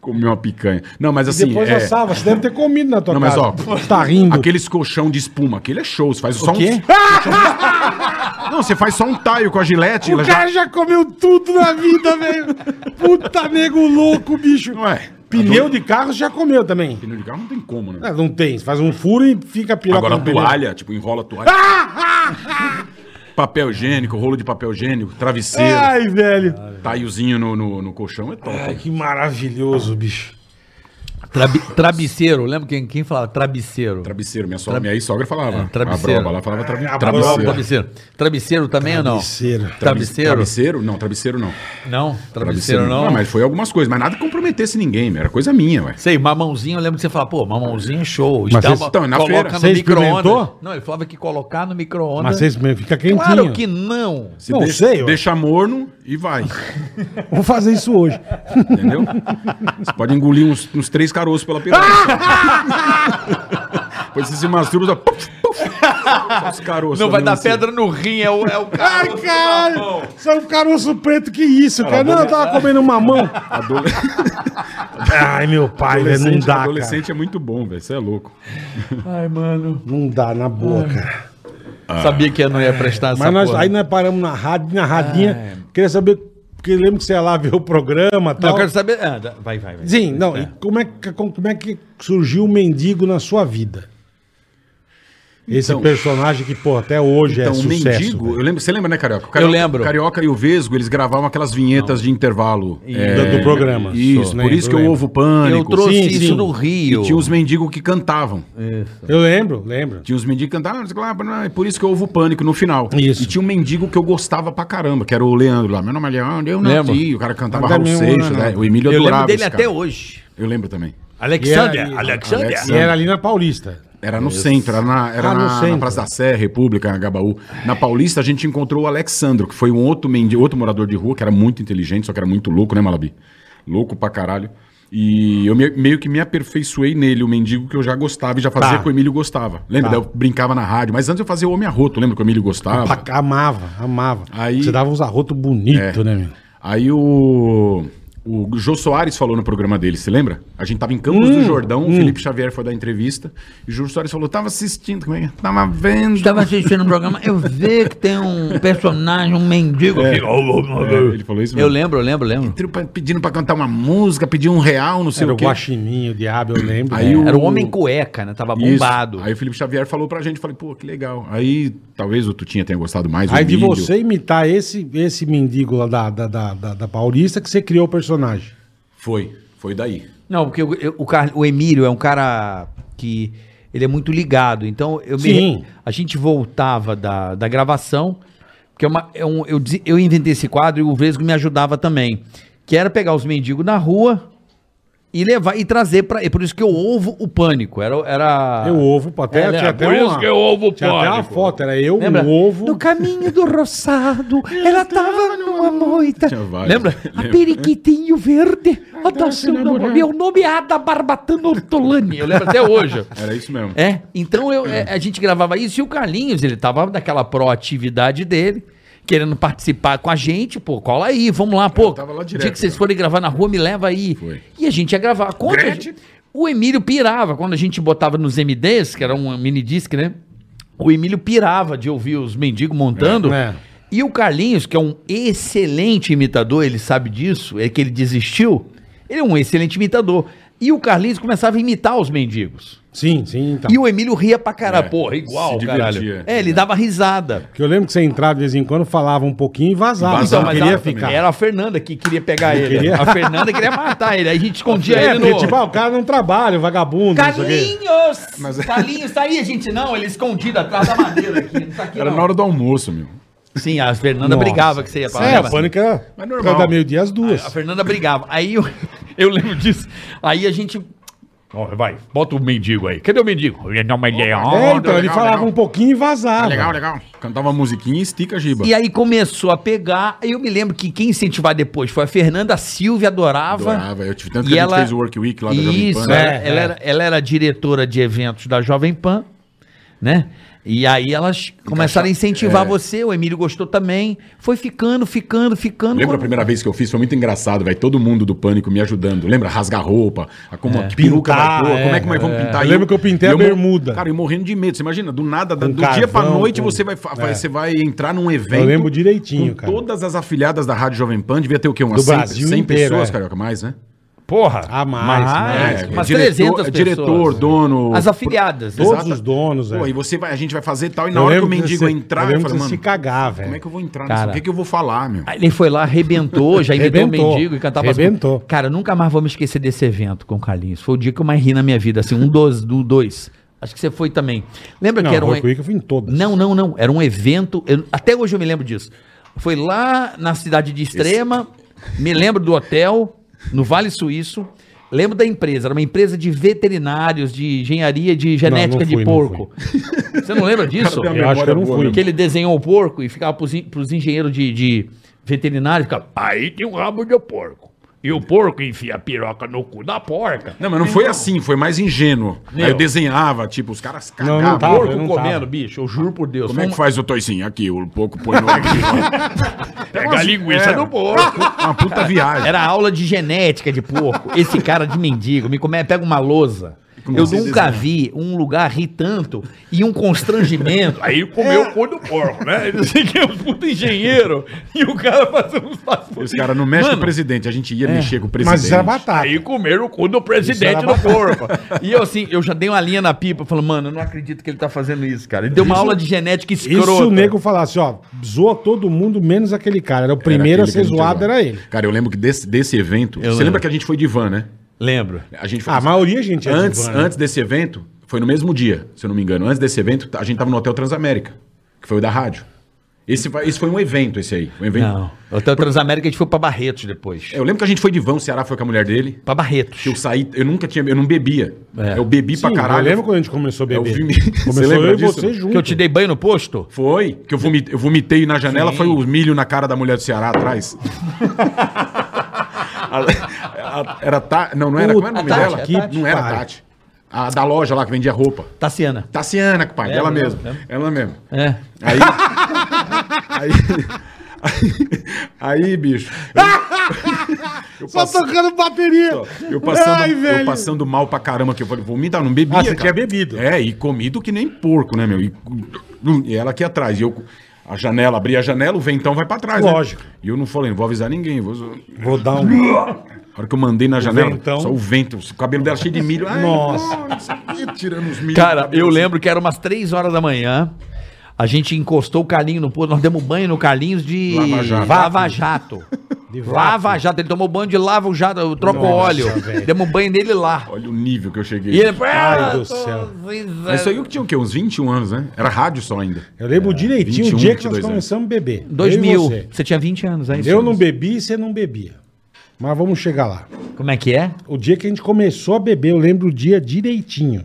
Speaker 4: Comeu uma picanha. Não, mas assim.
Speaker 2: Depois
Speaker 4: é,
Speaker 2: assava, você deve ter comido na tua
Speaker 4: Não, mas
Speaker 2: casa.
Speaker 4: ó.
Speaker 2: tá rindo.
Speaker 4: Aqueles colchão de espuma. Aquele é show. Você faz só
Speaker 2: O quê? Ah,
Speaker 4: um. Não, você faz só um taio com a gilete.
Speaker 2: O
Speaker 4: ela já-
Speaker 2: cara já comeu tudo na vida, velho. Puta nego louco, bicho.
Speaker 4: Ué,
Speaker 2: Pneu de carro já comeu também.
Speaker 4: é? Pneu de carro não tem como, né?
Speaker 2: Ah, Não tem. Você faz um furo e fica piroca
Speaker 4: Agora
Speaker 2: no pneu.
Speaker 4: toalha, tipo, enrola a toalha. papel higiênico, rolo de papel higiênico, travesseiro,
Speaker 2: Ai, velho.
Speaker 4: taiozinho no, no, no colchão é top.
Speaker 2: Ai, que maravilhoso, bicho.
Speaker 3: Trabi- trabiceiro, lembra quem, quem falava trabiceiro?
Speaker 4: Travesseiro, minha, sogra, minha sogra falava.
Speaker 3: É, travesseiro.
Speaker 4: A broba lá falava travi-
Speaker 2: A
Speaker 3: Não,
Speaker 4: travesseiro.
Speaker 2: broba.
Speaker 3: Trabiceiro. Trabiceiro também
Speaker 2: Travesseiro.
Speaker 3: ou não? Trabiceiro.
Speaker 4: Travesseiro? Não, travesseiro não.
Speaker 3: Não, travesseiro não.
Speaker 4: Mas foi algumas coisas, mas nada que comprometesse ninguém, meu, era coisa minha, ué.
Speaker 3: Sei, mamãozinho, eu lembro que você falava, pô, mamãozinho é show.
Speaker 2: Mas
Speaker 3: estava-
Speaker 2: vocês-
Speaker 4: então, é na feira.
Speaker 3: coloca no
Speaker 2: Você
Speaker 3: micro-ondas.
Speaker 2: experimentou?
Speaker 3: Não, ele falava que colocar no micro-ondas. é
Speaker 2: Mas vocês mesmo, fica quentinho.
Speaker 3: Claro que não.
Speaker 4: Você
Speaker 2: Não
Speaker 4: deixa,
Speaker 2: sei, ué.
Speaker 4: deixa morno e vai,
Speaker 2: Vou fazer isso hoje.
Speaker 4: entendeu? Você pode engolir uns, uns três caroços pela piroca. Depois você se masturba, só puf, puf, só os caroços.
Speaker 3: Não vai
Speaker 4: também,
Speaker 3: dar
Speaker 4: assim.
Speaker 3: pedra no rim, é o, é o
Speaker 2: Ai,
Speaker 3: cara.
Speaker 2: caralho. Só um caroço preto, que isso, cara. Não, eu tava comendo mamão.
Speaker 4: Adole-
Speaker 2: Ai, meu pai, velho, não
Speaker 4: Adolescente,
Speaker 2: dá, cara.
Speaker 4: adolescente é muito bom, velho. Você é louco.
Speaker 3: Ai, mano.
Speaker 2: Não dá, na boa, cara.
Speaker 3: Ah. Sabia que eu não ia prestar essa
Speaker 2: Mas nós-
Speaker 3: porra.
Speaker 2: aí nós paramos na rádio, na radinha.
Speaker 4: É.
Speaker 2: Queria saber, porque eu lembro que você ia lá ver o programa
Speaker 3: Não,
Speaker 2: e tal.
Speaker 3: eu quero saber. Ah, dá- vai, vai, vai.
Speaker 2: Sim, não. e como, é que, como, como é que surgiu o mendigo na sua vida? Esse
Speaker 4: Então-
Speaker 2: personagem que, pô, até hoje é
Speaker 4: Então, o
Speaker 2: sucesso.
Speaker 4: mendigo,
Speaker 2: velho.
Speaker 4: eu lembro, você lembra, né, Carioca? O Carioca-
Speaker 3: lembro.
Speaker 4: Carioca e o Vesgo, eles gravavam aquelas vinhetas de intervalo. é,
Speaker 2: Do- do programa.
Speaker 4: Isso,
Speaker 2: Só.
Speaker 4: por
Speaker 2: Lembro,
Speaker 4: isso que eu
Speaker 2: lembro.
Speaker 4: ovo pânico.
Speaker 3: Eu trouxe É.
Speaker 2: Sim,
Speaker 3: isso
Speaker 2: sim.
Speaker 3: do
Speaker 4: E
Speaker 3: Rio.
Speaker 4: tinha os mendigos que cantavam.
Speaker 2: Eu lembro, lembro.
Speaker 4: Tinha os mendigos que cantavam, não sei o que lá, blá, blá, e por isso que eu ovo pânico no final.
Speaker 2: Isso.
Speaker 4: E tinha um mendigo que eu gostava pra caramba, que era o Leandro lá. Meu nome é Leandro, eu nasci.
Speaker 3: Lembro.
Speaker 4: O cara cantava
Speaker 2: Nada
Speaker 4: Raul
Speaker 2: mesmo, não,
Speaker 4: Seixas,
Speaker 2: não.
Speaker 4: né? O Emílio
Speaker 3: Eu lembro
Speaker 4: adorava
Speaker 3: dele
Speaker 4: esse
Speaker 3: até
Speaker 4: cara.
Speaker 3: hoje.
Speaker 4: Eu lembro também.
Speaker 2: E era-
Speaker 3: Alexander,
Speaker 2: e-
Speaker 3: Alexander.
Speaker 2: E era ali na Paulista.
Speaker 4: Era no centro, era, na, era
Speaker 2: Ah, no
Speaker 4: na- na
Speaker 2: centro.
Speaker 4: Praça da Sé, República, na Gabaú. Na Paulista, a gente encontrou o Alexandro, que foi um outro, mendi, outro morador de rua, que era muito inteligente, só que era muito louco, né, Malabi? Louco pra caralho. E eu me- meio que me aperfeiçoei nele, o mendigo que eu já gostava e já fazia
Speaker 2: Tá.
Speaker 4: que o Emílio gostava. Lembra?
Speaker 2: Tá.
Speaker 4: Daí eu brincava na rádio, mas antes eu fazia o Homem Arroto, lembra que o Emílio gostava?
Speaker 2: Pra- Amava, amava.
Speaker 4: Aí- É.
Speaker 2: Você dava uns arrotos bonitos, né, meu?
Speaker 4: Aí o. O Jô Soares falou no programa dele, você lembra? A gente tava em Campos
Speaker 2: Hum,
Speaker 4: do Jordão, o Felipe Xavier foi dar entrevista, e o Jô Soares falou, tava assistindo, como é que é? Tava vendo.
Speaker 3: Estava assistindo o programa, eu vi que tem um personagem, um mendigo. Fica, "Oh, oh, oh, oh".
Speaker 4: É, ele falou isso
Speaker 3: Eu
Speaker 4: mesmo.
Speaker 3: lembro, eu lembro, lembro.
Speaker 4: pedindo pra- pedindo pra cantar uma música, pediu um real, não sei
Speaker 2: Era o
Speaker 4: o quê.
Speaker 2: guaxininho, o diabo, eu lembro. É.
Speaker 4: Aí o-
Speaker 3: Era o homem cueca, né? Tava
Speaker 4: Isso.
Speaker 3: bombado.
Speaker 4: Aí o Felipe Xavier falou pra gente, falei, pô, que legal. Aí talvez o Tutinha tenha gostado mais. o
Speaker 2: Aí de
Speaker 4: Emílio.
Speaker 2: você imitar esse, esse mendigo lá da, da, da, da- da Paulista que você criou o personagem.
Speaker 4: Foi, foi daí.
Speaker 3: Não, porque eu- eu- o, Car... o Emílio é um cara que ele é muito ligado. Então, eu me-
Speaker 2: Sim.
Speaker 3: a gente voltava da, da gravação, porque é uma- é um- eu, desi- eu inventei esse quadro e o Vesgo me ajudava também. Que era pegar os mendigos na rua e levar e trazer pra. É por isso que eu ovo o pânico. Era. era...
Speaker 4: Ah.
Speaker 2: Eu ovo, pô,
Speaker 4: É,
Speaker 2: até,
Speaker 3: Ela-
Speaker 2: tinha até
Speaker 3: por isso
Speaker 2: uma,
Speaker 3: que eu ovo
Speaker 2: Tinha até uma
Speaker 3: pânico.
Speaker 2: foto, era eu,
Speaker 3: Lembra?
Speaker 2: um ovo.
Speaker 3: No caminho do roçado, ela tava numa moita.
Speaker 4: Tinha várias.
Speaker 3: Lembra? A
Speaker 4: Lembro.
Speaker 3: periquitinho verde. A da seu nome. Meu nome é Ada Barbatana Ortolani. Eu lembro até hoje.
Speaker 4: Era isso mesmo.
Speaker 3: É, então eu, é, a gente gravava isso e o Carlinhos, ele tava naquela proatividade dele, querendo participar com a gente, pô, cola aí, vamos lá, pô.
Speaker 4: tava lá
Speaker 3: dia
Speaker 4: direto,
Speaker 3: que vocês
Speaker 4: cara.
Speaker 3: forem gravar na rua, me leva aí.
Speaker 4: Foi.
Speaker 3: E a gente ia gravar. Quando a gente- o Emílio pirava, quando a gente botava nos MDs, que era um mini disc, né? O Emílio pirava de ouvir os mendigos montando.
Speaker 2: É.
Speaker 3: E o Carlinhos, que é um excelente imitador, ele sabe disso, é que ele desistiu. Ele é um excelente imitador. E o Carlinhos começava a imitar os mendigos.
Speaker 2: Sim, sim, então.
Speaker 3: E o Emílio ria pra caralho,
Speaker 4: É,
Speaker 3: porra, igual,
Speaker 4: se
Speaker 3: caralho.
Speaker 4: divertia.
Speaker 3: É, ele dava risada.
Speaker 2: Porque eu lembro que você entrava de vez em quando, falava um pouquinho e vazava.
Speaker 4: Vazava,
Speaker 2: Então,
Speaker 4: mas
Speaker 2: queria
Speaker 3: a-
Speaker 2: ficar.
Speaker 3: era a Fernanda que queria pegar ele.
Speaker 2: queria.
Speaker 3: A Fernanda queria matar ele. Aí a gente
Speaker 4: um
Speaker 3: escondia
Speaker 2: É,
Speaker 3: ele
Speaker 2: porque,
Speaker 3: no...
Speaker 2: tipo, ah, o cara não trabalha, o vagabundo. não sei o quê.
Speaker 3: Carlinhos! Carlinhos, tá aí, gente. Não, ele escondido atrás da madeira aqui. Não tá aqui,
Speaker 4: Era
Speaker 3: não.
Speaker 4: na hora do almoço, meu.
Speaker 3: Sim, a Fernanda
Speaker 2: Nossa.
Speaker 3: brigava que você ia né,
Speaker 2: É,
Speaker 3: lá.
Speaker 2: o pânico era
Speaker 4: Mas normal.
Speaker 2: cada meio-dia às duas.
Speaker 3: A Fernanda brigava. Aí eu, eu lembro disso. Aí a gente. Ó, Vai, bota o mendigo aí. Cadê o mendigo?
Speaker 2: É, então, ele falava um pouquinho e vazava.
Speaker 4: Ah, Legal, legal. Cantava musiquinha e estica a giba.
Speaker 3: E aí começou a pegar. Eu me lembro que quem incentivar depois foi a Fernanda a Silvia, adorava.
Speaker 4: Adorava. Eu tive tanto
Speaker 3: E
Speaker 4: que
Speaker 3: ela-
Speaker 4: a gente fez o Work Week lá da Jovem
Speaker 3: Isso,
Speaker 4: Pan.
Speaker 3: é,
Speaker 4: né?
Speaker 3: Ela, era, ela era diretora de eventos da Jovem Pan, né? E aí elas começaram a
Speaker 4: é.
Speaker 3: incentivar você, o Emílio gostou também. Foi ficando, ficando, ficando.
Speaker 4: Lembra a
Speaker 3: Quando-
Speaker 4: primeira vez que eu fiz? Foi muito engraçado, velho. Todo mundo do pânico me ajudando. Lembra? Rasgar roupa, a como a peruca
Speaker 2: Pintar,
Speaker 4: vai pôr,
Speaker 2: é,
Speaker 4: como é que nós vamos pintar?
Speaker 2: Eu
Speaker 4: E
Speaker 2: lembro que eu pintei a
Speaker 4: mor-
Speaker 2: bermuda.
Speaker 4: Cara, eu morrendo de medo. Você imagina, do nada, da-
Speaker 2: Com
Speaker 4: do dia pra
Speaker 2: carvão,
Speaker 4: noite,
Speaker 2: com-
Speaker 4: você, vai, fa- vai-
Speaker 2: é.
Speaker 4: você vai entrar num evento.
Speaker 2: Eu lembro direitinho,
Speaker 4: com
Speaker 2: cara.
Speaker 4: Todas as afiliadas da Rádio Jovem Pan, devia ter o quê? Umas
Speaker 2: Do
Speaker 4: 100,
Speaker 2: Brasil
Speaker 4: 100
Speaker 2: inteiro,
Speaker 4: pessoas,
Speaker 2: é.
Speaker 4: carioca, mais, né? É,
Speaker 3: Porra!
Speaker 2: Ah, mais, mais.
Speaker 3: mais. Umas
Speaker 4: diretor-
Speaker 3: 300 pessoas.
Speaker 4: Diretor, dono.
Speaker 3: As afiliadas. né?
Speaker 2: Todos
Speaker 4: Exato.
Speaker 2: os donos,
Speaker 4: Pô,
Speaker 2: né? é.
Speaker 4: e você vai, a gente vai fazer tal, e na
Speaker 2: Eu
Speaker 4: hora que o
Speaker 2: lembro
Speaker 4: mendigo
Speaker 2: você- eu
Speaker 4: entrar,
Speaker 2: lembro
Speaker 4: eu falo,
Speaker 2: que você se
Speaker 4: mano,
Speaker 2: cagar, velho.
Speaker 4: como é que eu vou entrar nisso?
Speaker 3: Cara.
Speaker 4: O que, que eu vou falar, meu?
Speaker 3: Aí Ele foi lá, arrebentou, já imitou o
Speaker 2: Arrebentou,
Speaker 3: mendigo e cantava. as-
Speaker 2: arrebentou.
Speaker 3: Cara, nunca mais vou me esquecer desse evento com o Carlinhos. Foi o dia que eu mais ri na minha vida, assim, um dos, do dois. Acho que você foi também. Lembra
Speaker 2: Não,
Speaker 3: que era um.
Speaker 2: Rock Week eu fui em todas.
Speaker 3: Não, não, não. Era um evento. eu- até hoje eu me lembro disso. Foi lá na cidade de Extrema. Me lembro do hotel, no Vale Suíço. Lembro da empresa. Era uma empresa de veterinários, de engenharia de genética
Speaker 2: fui,
Speaker 3: de
Speaker 2: não
Speaker 3: porco. Você não lembra disso?
Speaker 4: Cara, tem
Speaker 2: Eu
Speaker 4: a
Speaker 2: acho que eu não
Speaker 4: memória boa,
Speaker 2: fui.
Speaker 4: né?
Speaker 3: Que ele desenhou o porco e ficava pros, en- pros engenheiros de, de veterinário, ficava, aí tem um rabo de porco. E o porco enfia a piroca no cu da porca.
Speaker 4: Não, mas não
Speaker 2: Então-
Speaker 4: foi assim, foi mais ingênuo. Aí eu desenhava, tipo, os caras
Speaker 2: Não,
Speaker 4: cagavam.
Speaker 2: não tá. tava,
Speaker 4: Porco,
Speaker 2: eu não
Speaker 3: Porco comendo,
Speaker 2: tava.
Speaker 3: bicho, eu juro por Deus.
Speaker 4: Como é que faz o toicinho? Aqui, o pouco põe no...
Speaker 3: Pega a linguiça
Speaker 4: É.
Speaker 3: do porco.
Speaker 4: Uma puta viagem.
Speaker 3: Era aula de genética de porco. Esse cara de mendigo me come, pega uma lousa.
Speaker 4: Como
Speaker 3: eu
Speaker 4: você
Speaker 3: nunca
Speaker 4: desenha.
Speaker 3: vi um lugar rir tanto e um constrangimento. Aí comeu o cu do porco, né? Eu sei que é um puto engenheiro e o cara fazendo um uns passos.
Speaker 4: Os caras não mexem com o
Speaker 3: Mano,
Speaker 4: presidente, a gente ia mexer com o presidente.
Speaker 2: É. Mas isso era batata.
Speaker 3: Aí comeram o cu do presidente
Speaker 2: Isso era
Speaker 3: do porco. E eu assim, eu já dei uma linha na pipa, falando, mano, eu não acredito que ele tá fazendo isso, cara. Ele deu uma aula de genética
Speaker 2: E
Speaker 3: escrota.
Speaker 2: se o nego falasse, ó, zoa todo mundo menos aquele cara. Era o
Speaker 4: né? Era
Speaker 2: primeiro
Speaker 4: aquele que
Speaker 2: a ser
Speaker 4: gente
Speaker 2: zoado,
Speaker 4: zoava.
Speaker 2: era ele.
Speaker 4: Cara, eu lembro que desse, desse evento... você
Speaker 3: lembro.
Speaker 4: lembra que a gente foi de van, né?
Speaker 3: Lembro.
Speaker 4: A gente foi
Speaker 2: A maioria, gente, é
Speaker 4: antes,
Speaker 2: de van, né?
Speaker 4: antes desse evento, foi no mesmo dia, se eu não me engano. Antes desse evento, a gente tava no Hotel Transamérica, que foi o da rádio. Esse, vai- esse foi um evento, esse aí. Um evento.
Speaker 3: Não. Hotel Transamérica, a gente foi pra Barretos depois.
Speaker 4: Eu lembro que a gente foi de van, o Ceará foi com a mulher dele.
Speaker 3: Pra Barretos.
Speaker 4: que eu saí, eu nunca tinha, eu não bebia.
Speaker 3: É.
Speaker 4: Eu bebi pra
Speaker 2: Sim,
Speaker 4: caralho.
Speaker 2: Eu lembro quando a gente começou a
Speaker 4: Eu
Speaker 2: beber.
Speaker 4: vi- Você
Speaker 2: Começou
Speaker 4: lembra
Speaker 2: eu e
Speaker 4: disso?
Speaker 2: você junto.
Speaker 3: Que eu te dei banho no posto?
Speaker 4: Foi, que eu vomitei, eu vomitei na janela, foi o milho na cara da mulher do Ceará atrás. A- a- era Tati, não, não era, como era o nome
Speaker 3: Tati,
Speaker 4: dela?
Speaker 3: é Tati.
Speaker 4: não era
Speaker 2: Pare.
Speaker 4: Tati. A da loja lá que vendia roupa.
Speaker 3: Taciana.
Speaker 4: Tassiana, pai,
Speaker 3: É,
Speaker 4: ela
Speaker 3: lembro,
Speaker 4: mesma.
Speaker 3: lembro.
Speaker 4: Ela mesma.
Speaker 3: É.
Speaker 4: Aí. aí, aí, bicho. Eu, eu
Speaker 2: Só
Speaker 4: passo-
Speaker 2: tocando bateria.
Speaker 4: eu passando,
Speaker 2: Ai,
Speaker 4: eu
Speaker 2: velho.
Speaker 4: passando mal pra caramba, que eu falei, vomitar, não bebia.
Speaker 2: Ah, você
Speaker 4: cara.
Speaker 2: tinha bebido.
Speaker 4: É, e comido que nem porco, né, meu? E, e ela aqui atrás. E eu, a janela, abri a janela, o ventão vai pra trás,
Speaker 2: Lógico.
Speaker 4: né? E eu não falei, não vou avisar ninguém. Vou... A
Speaker 2: Vou dar um...
Speaker 4: hora que eu mandei na janela,
Speaker 2: ventão.
Speaker 4: só o vento, o cabelo dela cheio de milho. Ai,
Speaker 2: Nossa.
Speaker 4: não, não sei o quê, tirando os milhos. assim.
Speaker 3: Cara, eu lembro que era umas 3 horas da manhã. A gente encostou o Carlinho no posto. Nós demos banho no Carlinhos de
Speaker 4: Lava Jato.
Speaker 3: Lava Jato.
Speaker 2: De vácuo.
Speaker 3: lava Jato. Ele tomou banho de lava o jato, troca o
Speaker 2: Nossa,
Speaker 3: óleo.
Speaker 2: velho.
Speaker 3: Demos banho nele lá.
Speaker 4: Olha o nível que eu cheguei.
Speaker 3: E ele. "Ah,
Speaker 2: Ai, do céu.
Speaker 4: Mas isso aí eu tinha o quê? Uns 21 anos, né? Era rádio só ainda.
Speaker 2: Eu lembro direitinho o
Speaker 4: 21,
Speaker 2: dia que nós
Speaker 4: 22 anos.
Speaker 2: começamos a beber.
Speaker 3: 2000.
Speaker 2: Eu, e
Speaker 3: Você.
Speaker 2: você.
Speaker 3: tinha 20 anos é aí.
Speaker 2: eu não bebi e você não bebia. Mas vamos chegar lá.
Speaker 3: Como é que é?
Speaker 2: O dia que a gente começou a beber, eu lembro o dia direitinho.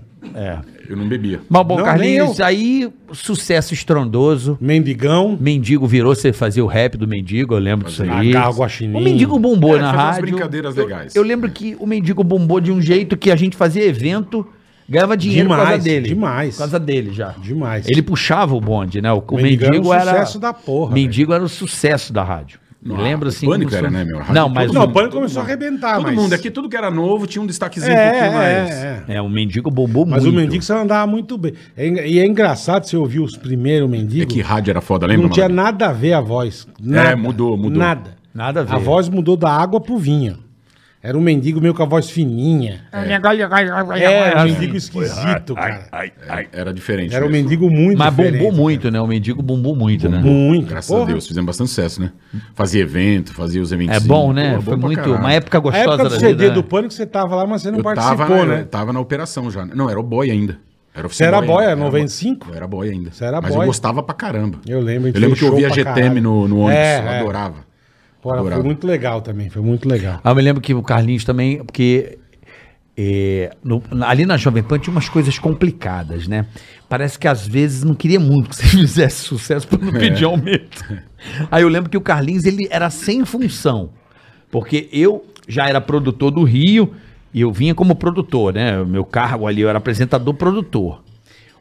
Speaker 4: Eu não bebia.
Speaker 3: Mas bom,
Speaker 2: É. Não,
Speaker 3: Carlinhos,
Speaker 2: nem eu.
Speaker 3: aí sucesso estrondoso.
Speaker 2: Mendigão.
Speaker 3: Mendigo virou, você fazia o rap do mendigo, eu lembro disso aí.
Speaker 2: Macarro, guaxinim.
Speaker 3: O mendigo bombou
Speaker 4: É,
Speaker 3: na
Speaker 4: fazia umas
Speaker 3: rádio.
Speaker 4: brincadeiras
Speaker 3: Eu-
Speaker 4: legais.
Speaker 3: Eu, lembro que o mendigo bombou de um jeito que a gente fazia evento, ganhava dinheiro por causa
Speaker 2: Demais,
Speaker 3: dele.
Speaker 2: demais.
Speaker 3: Por causa dele já.
Speaker 2: Demais.
Speaker 3: Ele puxava o bonde, né? O, o
Speaker 2: Mendigão
Speaker 3: mendigo,
Speaker 2: era o
Speaker 3: era.
Speaker 2: sucesso da porra,
Speaker 3: Mendigo era o sucesso da rádio. Me
Speaker 4: Ah,
Speaker 3: lembro
Speaker 4: o
Speaker 3: assim.
Speaker 4: Pânico
Speaker 3: como se-
Speaker 4: era, né, meu? A rádio
Speaker 3: Não,
Speaker 4: todo
Speaker 3: mas.
Speaker 2: Não,
Speaker 3: o-
Speaker 2: o pânico começou a arrebentar,
Speaker 4: Todo
Speaker 2: Ah, mas...
Speaker 4: mundo aqui, tudo que era novo tinha um destaquezinho
Speaker 2: é,
Speaker 4: um pouquinho mais.
Speaker 2: é, é.
Speaker 3: É, o mendigo bombou
Speaker 2: Mas
Speaker 3: muito.
Speaker 2: o mendigo você andava muito bem. É en- E é engraçado você ouvir os primeiros
Speaker 4: É
Speaker 2: mendigos.
Speaker 4: que rádio era foda,
Speaker 2: não
Speaker 4: lembra?
Speaker 2: tinha
Speaker 4: mano? É,
Speaker 2: nada a ver a voz. Nada,
Speaker 4: mudou, mudou.
Speaker 2: Nada.
Speaker 3: Nada a ver.
Speaker 2: A voz mudou da água pro vinho. Era um mendigo meio com a voz fininha. É, um mendigo esquisito, cara.
Speaker 4: Era diferente.
Speaker 2: Era um
Speaker 4: mesmo.
Speaker 2: mendigo muito
Speaker 3: Mas bombou
Speaker 2: diferente.
Speaker 3: muito, né? O mendigo bombou muito, né?
Speaker 2: Muito.
Speaker 4: Graças
Speaker 2: porra.
Speaker 4: a Deus, fizemos bastante sucesso, né? Fazia evento, fazia os eventos. assim.
Speaker 3: É bom, né?
Speaker 4: Pô,
Speaker 3: Foi
Speaker 4: bom pra
Speaker 3: muito.
Speaker 4: caralho.
Speaker 3: Uma época
Speaker 2: A
Speaker 3: gostosa
Speaker 2: época do
Speaker 3: da
Speaker 2: CD
Speaker 3: vida, né?
Speaker 2: do Pânico você tava lá, mas você não
Speaker 4: Eu
Speaker 2: participou,
Speaker 4: tava, na,
Speaker 2: né?
Speaker 4: eu tava na operação já. né? Não, era o boy ainda. Era
Speaker 2: Você era boy, é
Speaker 4: ainda,
Speaker 2: era 95?
Speaker 4: Eu era boy ainda.
Speaker 2: Você era
Speaker 4: Mas
Speaker 2: boy.
Speaker 4: eu gostava pra caramba.
Speaker 2: Eu lembro, a gente
Speaker 4: Eu lembro que eu
Speaker 2: fez
Speaker 4: ouvia
Speaker 2: show pra
Speaker 4: GTM no, no ônibus.
Speaker 2: É,
Speaker 4: eu
Speaker 2: é.
Speaker 4: adorava.
Speaker 2: Porra, foi
Speaker 4: Adorava.
Speaker 2: muito legal também, foi muito legal.
Speaker 3: Ah, eu me lembro que o Carlinhos também, porque é, no- na- ali na Jovem Pan tinha umas coisas complicadas, né? Parece que às vezes não queria muito que você fizesse sucesso para não pedir aumento. Aí eu lembro que o Carlinhos ele era sem função, porque eu já era produtor do Rio e eu vinha como produtor, né? O meu cargo ali eu era apresentador produtor.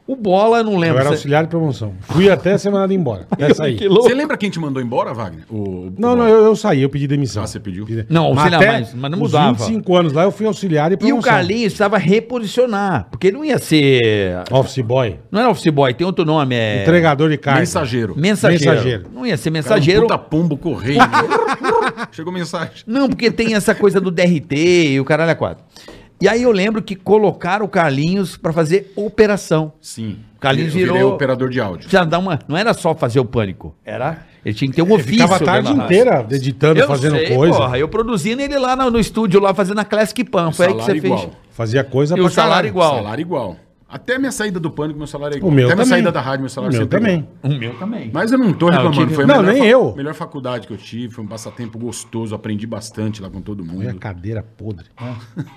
Speaker 3: O Bola, eu não
Speaker 2: Eu
Speaker 3: lembro.
Speaker 2: era
Speaker 3: se-
Speaker 2: auxiliar de promoção. Fui até ser mandado embora. Até
Speaker 3: É, Que
Speaker 2: sair.
Speaker 3: louco.
Speaker 4: Você lembra quem te mandou embora, Wagner? O-
Speaker 2: Não,
Speaker 4: o-
Speaker 2: não, eu, eu saí, eu pedi demissão.
Speaker 4: Ah, você pediu?
Speaker 2: Pedi-
Speaker 3: Não, auxiliar
Speaker 2: até
Speaker 3: mais, mas não
Speaker 2: os
Speaker 3: mudava.
Speaker 2: 25 anos lá eu fui auxiliar de
Speaker 3: E
Speaker 2: promoção.
Speaker 3: o Carlinhos precisava reposicionar, porque ele não ia ser.
Speaker 2: Office boy.
Speaker 3: Não era office boy, tem outro nome, é.
Speaker 2: Entregador de carga.
Speaker 4: Mensageiro.
Speaker 3: Mensageiro.
Speaker 2: Mensageiro.
Speaker 3: Não ia ser
Speaker 4: Cara, um
Speaker 3: mensageiro.
Speaker 4: puta pombo correio. Chegou mensagem.
Speaker 3: Não, porque tem essa coisa do DRT e o caralho é quatro. E aí eu lembro que colocaram o Carlinhos pra fazer operação.
Speaker 4: Sim.
Speaker 3: O Carlinhos
Speaker 4: Eu virei
Speaker 3: virou-
Speaker 4: operador de áudio.
Speaker 3: Precisava dar uma. Não era só fazer o pânico. Era. Ele tinha que ter um
Speaker 2: Ele
Speaker 3: ofício.
Speaker 2: ficava a
Speaker 3: né,
Speaker 2: tarde
Speaker 3: na rádio.
Speaker 2: inteira editando,
Speaker 3: Eu
Speaker 2: fazendo
Speaker 3: sei,
Speaker 2: coisa.
Speaker 3: Porra, eu produzindo ele lá no, no estúdio, lá fazendo a Classic Pan. Foi aí que você
Speaker 4: Salário igual.
Speaker 3: fez.
Speaker 2: Fazia coisa
Speaker 3: E o salário
Speaker 2: caralho.
Speaker 3: igual.
Speaker 4: Salário igual. Até minha saída do pânico, meu salário é igual.
Speaker 2: O meu
Speaker 4: Até
Speaker 2: também.
Speaker 4: minha saída da rádio, meu salário
Speaker 2: O meu
Speaker 4: sempre é igual.
Speaker 2: também.
Speaker 3: O meu também.
Speaker 4: Mas eu não tô reclamando.
Speaker 3: Ah, tive-
Speaker 4: Foi a
Speaker 2: Não,
Speaker 4: melhor
Speaker 2: nem
Speaker 4: fa-
Speaker 2: eu.
Speaker 4: melhor faculdade que eu tive. Foi um passatempo gostoso. Aprendi bastante lá com todo
Speaker 3: Hum.
Speaker 2: Olha a
Speaker 4: mundo.
Speaker 2: cadeira podre.
Speaker 3: Ah.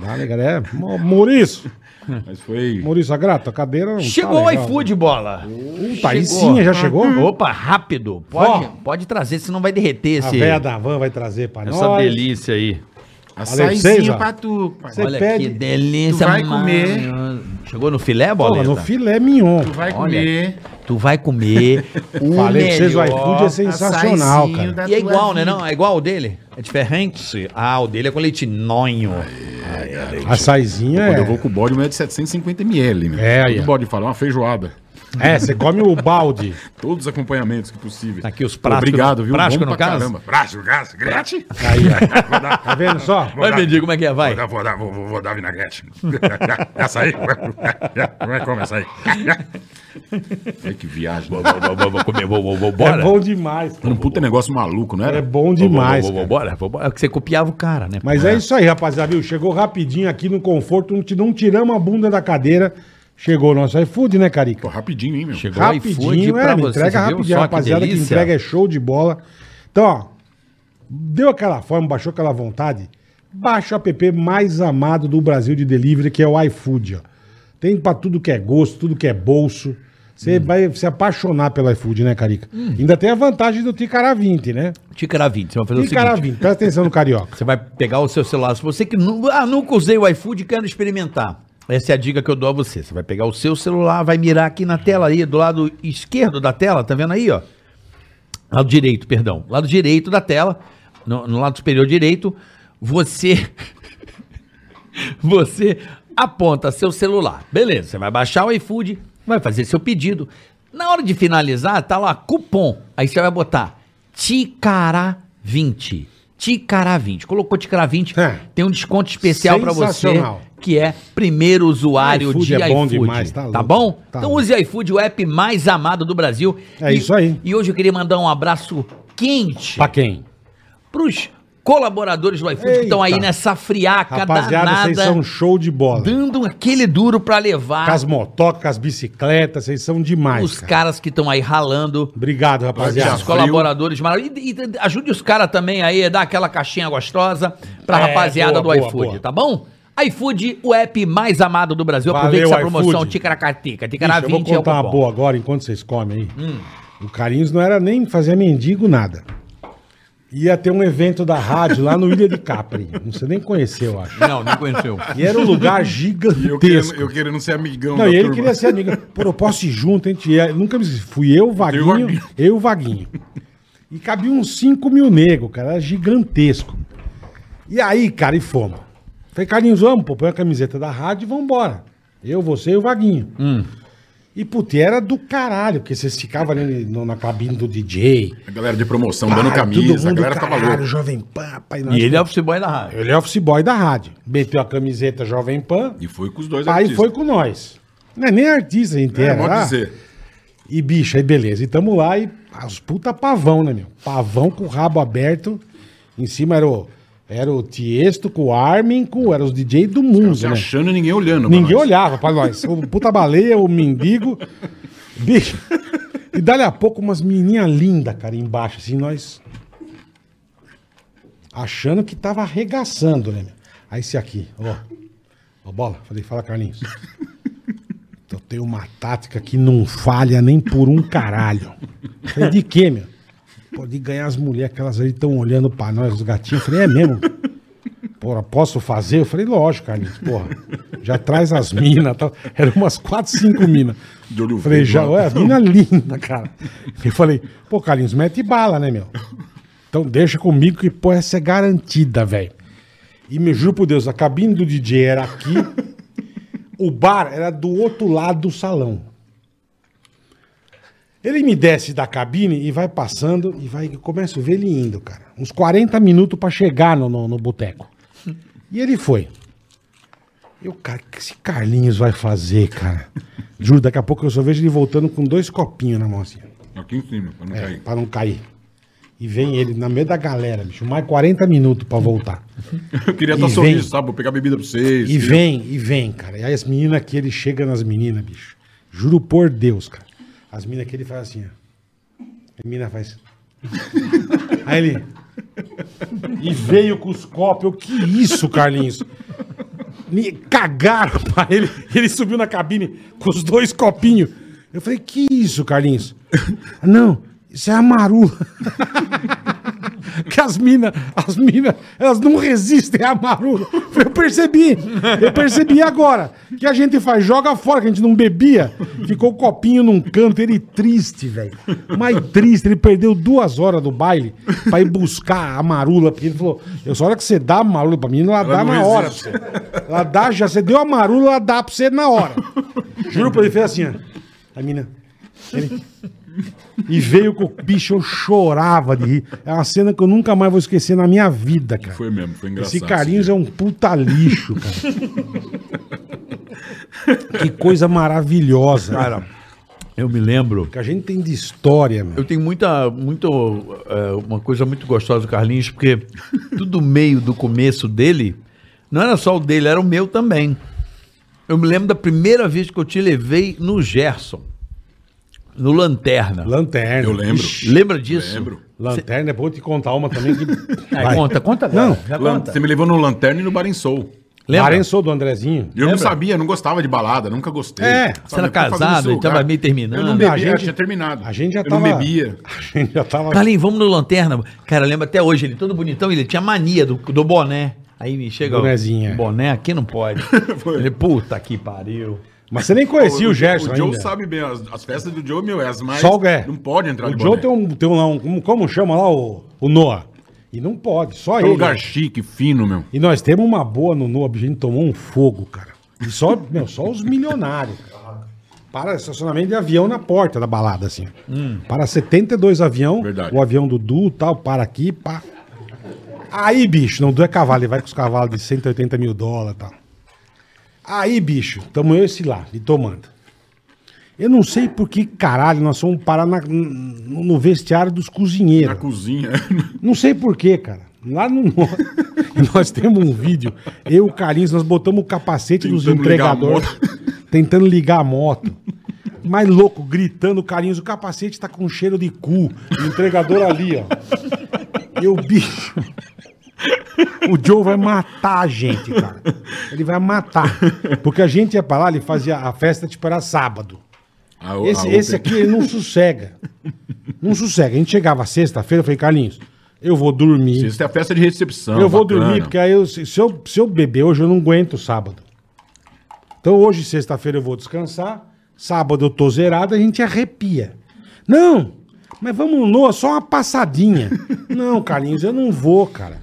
Speaker 2: Vale, galera. é, Mo- Maurício. né?
Speaker 4: Mas foi.
Speaker 2: Maurício Agrato, a cadeira não tá
Speaker 3: Chegou o
Speaker 2: legal.
Speaker 3: iFood, bola.
Speaker 2: Puta, aí sim, já chegou?
Speaker 3: Opa, rápido. Pode,
Speaker 2: Ó.
Speaker 3: pode trazer, senão vai derreter
Speaker 2: né? A
Speaker 3: esse,
Speaker 2: véia da van vai trazer pra nós.
Speaker 3: essa delícia aí.
Speaker 2: César.
Speaker 4: Açaizinho pra tu. pai.
Speaker 2: Você pede-
Speaker 3: delícia,
Speaker 4: Tu vai
Speaker 3: mano. Chegou no filé,
Speaker 2: Porra,
Speaker 3: boleta?
Speaker 2: no filé mignon.
Speaker 4: Tu vai
Speaker 3: Olha.
Speaker 2: É.
Speaker 4: comer.
Speaker 3: Tu vai comer o
Speaker 2: Falei pra vocês, o
Speaker 3: melhor.
Speaker 2: iFood é sensacional,
Speaker 4: açaizinho
Speaker 2: cara.
Speaker 4: da
Speaker 3: E é
Speaker 4: tua
Speaker 3: igual, né?
Speaker 4: vida.
Speaker 3: Não, é igual o dele. É diferente. Ah, o dele é com leite nonho.
Speaker 2: A saizinha
Speaker 4: Quando
Speaker 2: é...
Speaker 4: eu vou com o bode, o meu é de 750ml, meu.
Speaker 2: É, aí, ó.
Speaker 4: O né? bode fala, uma feijoada.
Speaker 2: É, você come o balde.
Speaker 4: Todos os acompanhamentos que possível.
Speaker 3: Tá aqui os práticos-
Speaker 4: Obrigado, viu?
Speaker 3: prático,
Speaker 4: Bom
Speaker 3: no
Speaker 4: pra
Speaker 3: caso?
Speaker 4: caramba. Prático, gás, grete.
Speaker 2: Aí, ó. Tá vendo só?
Speaker 3: Vai me diga como é que é, vai.
Speaker 4: Vou dar, vou dar, vou, vou- vou dar vinagrete. Essa aí. Vai comer essa aí. Olha que viagem.
Speaker 3: Vou comer, vou, vou, vou,
Speaker 2: É bom demais.
Speaker 4: Era um puta negócio maluco, não era?
Speaker 2: É bom demais.
Speaker 3: Vou, vou,
Speaker 2: cara.
Speaker 3: bora, vou, bora. É que você copiava o cara, né?
Speaker 2: Mas é isso aí, rapaziada, viu? Chegou rapidinho aqui no conforto, não, ti- não tiramos a bunda da cadeira. Chegou o nosso iFood, né, Carica?
Speaker 4: Pô, rapidinho, hein, meu?
Speaker 3: Chegou o iFood
Speaker 2: Rapidinho,
Speaker 3: pra
Speaker 2: é,
Speaker 3: você, você
Speaker 2: entrega
Speaker 3: viu
Speaker 2: rapidinho,
Speaker 3: só que
Speaker 2: rapaziada, que,
Speaker 3: delícia?
Speaker 2: entrega é show de bola. Então, ó, deu aquela fome, baixou aquela vontade, baixa o app mais amado do Brasil de delivery, que é o iFood, ó. Tem pra tudo que é gosto, tudo que é bolso. Você
Speaker 3: Hum.
Speaker 2: vai se apaixonar pelo iFood, né, Carica? Ainda tem a vantagem do Ticará 20, né?
Speaker 3: Ticará 20, você vai fazer o seguinte.
Speaker 2: Ticará 20, presta atenção no Carioca.
Speaker 3: Você vai pegar o seu celular. Se você que nu- ah, nunca usei o iFood e quero experimentar. Essa é a dica que eu dou a você. Você vai pegar o seu celular, vai mirar aqui na tela aí, do lado esquerdo da tela, tá vendo aí, ó? Lado direito, perdão. Lado direito da tela, no, no lado superior direito, você. você aponta seu celular. Beleza, você vai baixar o iFood, vai fazer seu pedido. Na hora de finalizar, tá lá cupom. Aí você vai botar Ticará 20. Ticará 20. Colocou Ticará 20,
Speaker 2: É.
Speaker 3: tem um desconto especial pra você,
Speaker 2: Sensacional.
Speaker 3: que é primeiro usuário
Speaker 2: iFood
Speaker 3: de
Speaker 2: é bom
Speaker 3: iFood.
Speaker 2: demais, tá
Speaker 3: tá,
Speaker 2: louco.
Speaker 3: bom?
Speaker 2: Tá
Speaker 3: então
Speaker 2: louco.
Speaker 3: use iFood, o app mais amado do Brasil.
Speaker 2: É
Speaker 3: E-
Speaker 2: isso aí.
Speaker 3: E hoje eu queria mandar um abraço quente
Speaker 2: Pra quem?
Speaker 3: pros colaboradores do iFood que estão aí
Speaker 2: Eita.
Speaker 3: nessa friaca
Speaker 2: Rapaziada, vocês
Speaker 3: danada,
Speaker 2: são show de bola.
Speaker 3: dando aquele duro pra levar
Speaker 2: Com as motocas, com as bicicletas, vocês são demais.
Speaker 3: os
Speaker 2: cara.
Speaker 3: caras que estão aí ralando.
Speaker 2: Obrigado, rapaziada.
Speaker 3: Os colaboradores maravilhosos. E, e ajude os caras também aí a dar aquela caixinha gostosa pra
Speaker 2: É,
Speaker 3: rapaziada
Speaker 2: boa,
Speaker 3: do
Speaker 2: boa,
Speaker 3: iFood,
Speaker 2: boa.
Speaker 3: tá bom? iFood, o app mais amado do Brasil.
Speaker 2: Valeu,
Speaker 3: Aproveite essa promoção
Speaker 2: iFood.
Speaker 3: Ticaracatica. Ticará
Speaker 2: Bicho, eu vou
Speaker 3: 20 é o
Speaker 2: contar uma
Speaker 3: cupom.
Speaker 2: boa agora, enquanto vocês comem aí. O Carinhos não era nem fazer mendigo, nada. Ia ter um evento da rádio lá no Ilha de Capri. Você nem conheceu, acho.
Speaker 3: Não, não conheceu.
Speaker 2: E era um lugar
Speaker 4: Eu querendo,
Speaker 2: gigantesco.
Speaker 4: eu querendo ser amigão
Speaker 2: Não,
Speaker 4: da
Speaker 2: e ele
Speaker 4: turma.
Speaker 2: queria ser amigo. Pô, eu posso ir junto, a gente ia. Nunca me Fui eu, o Vaguinho,
Speaker 4: Vaguinho.
Speaker 2: eu e o Vaguinho. E cabia uns 5 mil negros, cara. Era gigantesco. E aí, cara, e fomos. Falei, Carlinhos, vamos, pô, põe a camiseta da rádio e vambora. Eu, você e o Vaguinho.
Speaker 4: Hum.
Speaker 2: E, putz, era do caralho, porque vocês ficavam ali no- na cabine do DJ.
Speaker 4: A galera de promoção,
Speaker 2: Pá,
Speaker 4: dando
Speaker 2: todo
Speaker 4: camisa, a
Speaker 2: mundo,
Speaker 4: galera tava
Speaker 2: caralho,
Speaker 4: louca.
Speaker 2: Jovem Pan, pai,
Speaker 3: E ele é o futebol da rádio.
Speaker 2: ele é office boy da rádio. Meteu a camiseta Jovem Pan.
Speaker 4: E foi com os dois
Speaker 2: Aí
Speaker 4: artistas.
Speaker 2: foi com nós. Não é nem artista
Speaker 4: É,
Speaker 2: inteiro.
Speaker 4: pode
Speaker 2: ah,
Speaker 4: dizer.
Speaker 2: E bicho, aí beleza. E tamo lá e ah, os puta pavão, né, meu? Pavão com o rabo aberto. Em cima era o, era o Tiesto com o Armin, com, era os DJ do mundo,
Speaker 4: Se
Speaker 2: né?
Speaker 4: achando e ninguém olhando. pra
Speaker 2: Ninguém
Speaker 4: nós.
Speaker 2: olhava pra nós. O puta baleia, o mendigo. Bicho. E dali a pouco umas menininhas lindas, cara, embaixo, assim, nós. Achando que tava arregaçando, né? meu? Aí esse aqui, ó. Ó, bola. Falei, fala, Carlinhos. então tem uma tática que não falha nem por um caralho. Falei, de quê, meu? Pô, de ganhar as mulheres, que elas ali estão olhando pra nós, os gatinhos. Falei, é mesmo? Porra, posso fazer? Eu falei, lógico, Carlinhos, porra. Já traz as minas. Tá... Eram umas quatro, cinco minas.
Speaker 4: De olho
Speaker 2: Falei,
Speaker 4: verde, né?
Speaker 2: já,
Speaker 4: lá.
Speaker 2: ué, a mina linda, cara. Eu falei, pô, Carlinhos, mete bala, né, meu? Então deixa comigo que, pô, essa é garantida, velho. E me juro por Deus, a cabine do DJ era aqui, o bar era do outro lado do salão. Ele me desce da cabine e vai passando e vai, eu começo a ver ele indo, cara. Uns 40 minutos pra chegar no, no, no boteco. E ele foi. Eu, cara, o que esse Carlinhos vai fazer, cara? Juro, daqui a pouco eu só vejo ele voltando com dois copinhos na mão assim.
Speaker 4: Aqui em cima, pra não
Speaker 2: É,
Speaker 4: cair.
Speaker 2: pra não cair. E vem ele na meio da galera, bicho. Mais 40 minutos pra voltar.
Speaker 4: Eu queria
Speaker 2: E
Speaker 4: dar sorriso,
Speaker 2: vem.
Speaker 4: sabe? Vou pegar bebida pra vocês.
Speaker 2: E vem, e vem, cara. E aí as meninas que ele chega nas meninas, bicho. Juro por Deus, cara. As meninas que ele faz assim, ó. A menina faz. aí ele. E veio com os copos. Eu, que isso, Carlinhos? Me cagaram pra ele. Ele subiu na cabine com os dois copinhos. Eu falei, que isso, Carlinhos? Não, isso é a marula. que as minas, as minas, elas não resistem à marula. Eu percebi, eu percebi agora. O que a gente faz? Joga fora, que a gente não bebia. Ficou o copinho num canto, ele triste, velho. Mas triste, ele perdeu duas horas do baile pra ir buscar a marula. Porque ele falou, eu só a hora que você dá a marula pra mim, ela, dá
Speaker 4: não
Speaker 2: na hora pra
Speaker 4: resiste.
Speaker 2: você. Ela dá já, você deu a marula, ela dá pra você na hora. Juro pra ele, fez assim, ó. A mina... Ele, e veio com o bicho, eu chorava de rir. É uma cena que eu nunca mais vou esquecer na minha vida, cara.
Speaker 4: Foi mesmo, foi engraçado.
Speaker 2: Esse Carlinhos é um puta lixo, cara. que coisa maravilhosa. Cara,
Speaker 3: Eu me lembro.
Speaker 2: que a gente tem de história, meu.
Speaker 3: Eu tenho muita, muito, é, uma coisa muito gostosa do Carlinhos, porque tudo meio do começo dele, não era só o dele, era o meu também. Eu me lembro da primeira vez que eu te levei no Gerson, no Lanterna.
Speaker 2: Lanterna.
Speaker 4: Eu lembro.
Speaker 2: Ixi,
Speaker 3: Lembra disso?
Speaker 4: Lembro.
Speaker 2: Lanterna, vou te contar uma também que.
Speaker 3: Aí,
Speaker 2: Vai.
Speaker 3: conta, conta agora.
Speaker 2: Não,
Speaker 3: já
Speaker 4: Lan-
Speaker 3: conta.
Speaker 4: Você me levou no Lanterna e no Bar em Sol.
Speaker 3: Lembra?
Speaker 2: Arençou do Andrezinho.
Speaker 4: Eu não sabia, não gostava de balada, nunca gostei.
Speaker 2: É,
Speaker 4: Sabe,
Speaker 3: você era
Speaker 4: eu tô fazendo
Speaker 3: casado,
Speaker 4: esse
Speaker 3: ele
Speaker 4: lugar.
Speaker 3: tava meio terminando.
Speaker 4: Eu não
Speaker 2: A
Speaker 4: bebia,
Speaker 2: gente-
Speaker 4: tinha terminado.
Speaker 2: A gente já
Speaker 4: eu
Speaker 2: tava.
Speaker 4: não bebia.
Speaker 2: A gente já tava.
Speaker 3: Carlinhos, vamos no Lanterna. Cara, lembra até hoje, ele todo bonitão, ele tinha mania do, do boné. Aí me chega
Speaker 2: Bonezinha.
Speaker 3: o boné, aqui não pode. ele, puta que pariu.
Speaker 2: Mas você nem conhecia o, Gerson
Speaker 4: O Joe
Speaker 2: ainda.
Speaker 4: sabe bem, as, as festas do Joe, meu, é as mais...
Speaker 2: Só o Gué.
Speaker 4: Não pode entrar
Speaker 2: O
Speaker 4: de
Speaker 2: Joe
Speaker 4: boné.
Speaker 2: tem um, tem um, lá, um- como- como chama lá o, o Noah? E não pode, só
Speaker 4: É um
Speaker 2: ele.
Speaker 4: lugar chique, fino, meu.
Speaker 2: E nós temos uma boa no Noah, a gente tomou um fogo, cara. E só, meu, só os milionários. cara. Para estacionamento de avião na porta da balada, assim. Para 72 avião,
Speaker 4: Hum. Verdade.
Speaker 2: o avião do Du tal, para aqui, pá. Aí, bicho, não, Du é cavalo, ele vai com os cavalos de 180 mil dólares e tal. Aí, bicho, tamo eu e esse lá, e tomando. Eu não sei por que caralho nós fomos parar na- no no vestiário dos
Speaker 4: Na
Speaker 2: cozinheiros.
Speaker 4: cozinha.
Speaker 2: Não sei porquê, cara. Lá no. nós temos um vídeo. Eu e o Carlinhos, nós botamos o capacete dos
Speaker 4: Tentando ligar a
Speaker 2: entregadores. Tentando ligar a moto. Mais louco, gritando, Carlinhos, o capacete tá com cheiro de cu. O entregador ali, ó. Eu, bicho. O Joe vai matar a gente, cara. Ele vai matar. Porque a gente ia pra lá, ele fazia a festa, tipo, era sábado.
Speaker 4: A-
Speaker 2: Esse,
Speaker 4: a
Speaker 2: esse
Speaker 4: open.
Speaker 2: aqui ele não sossega. Não sossega. A gente chegava sexta-feira, eu falei, Carlinhos, eu vou dormir.
Speaker 4: Isso é a festa de recepção.
Speaker 2: eu vou
Speaker 4: bacana.
Speaker 2: dormir, porque aí eu, se, se eu, se eu beber hoje, eu não aguento sábado. Então hoje, sexta-feira, eu vou descansar. Sábado eu tô zerado, a gente arrepia. Não, mas vamos no Noah, só uma passadinha. não, Carlinhos, eu não vou, cara.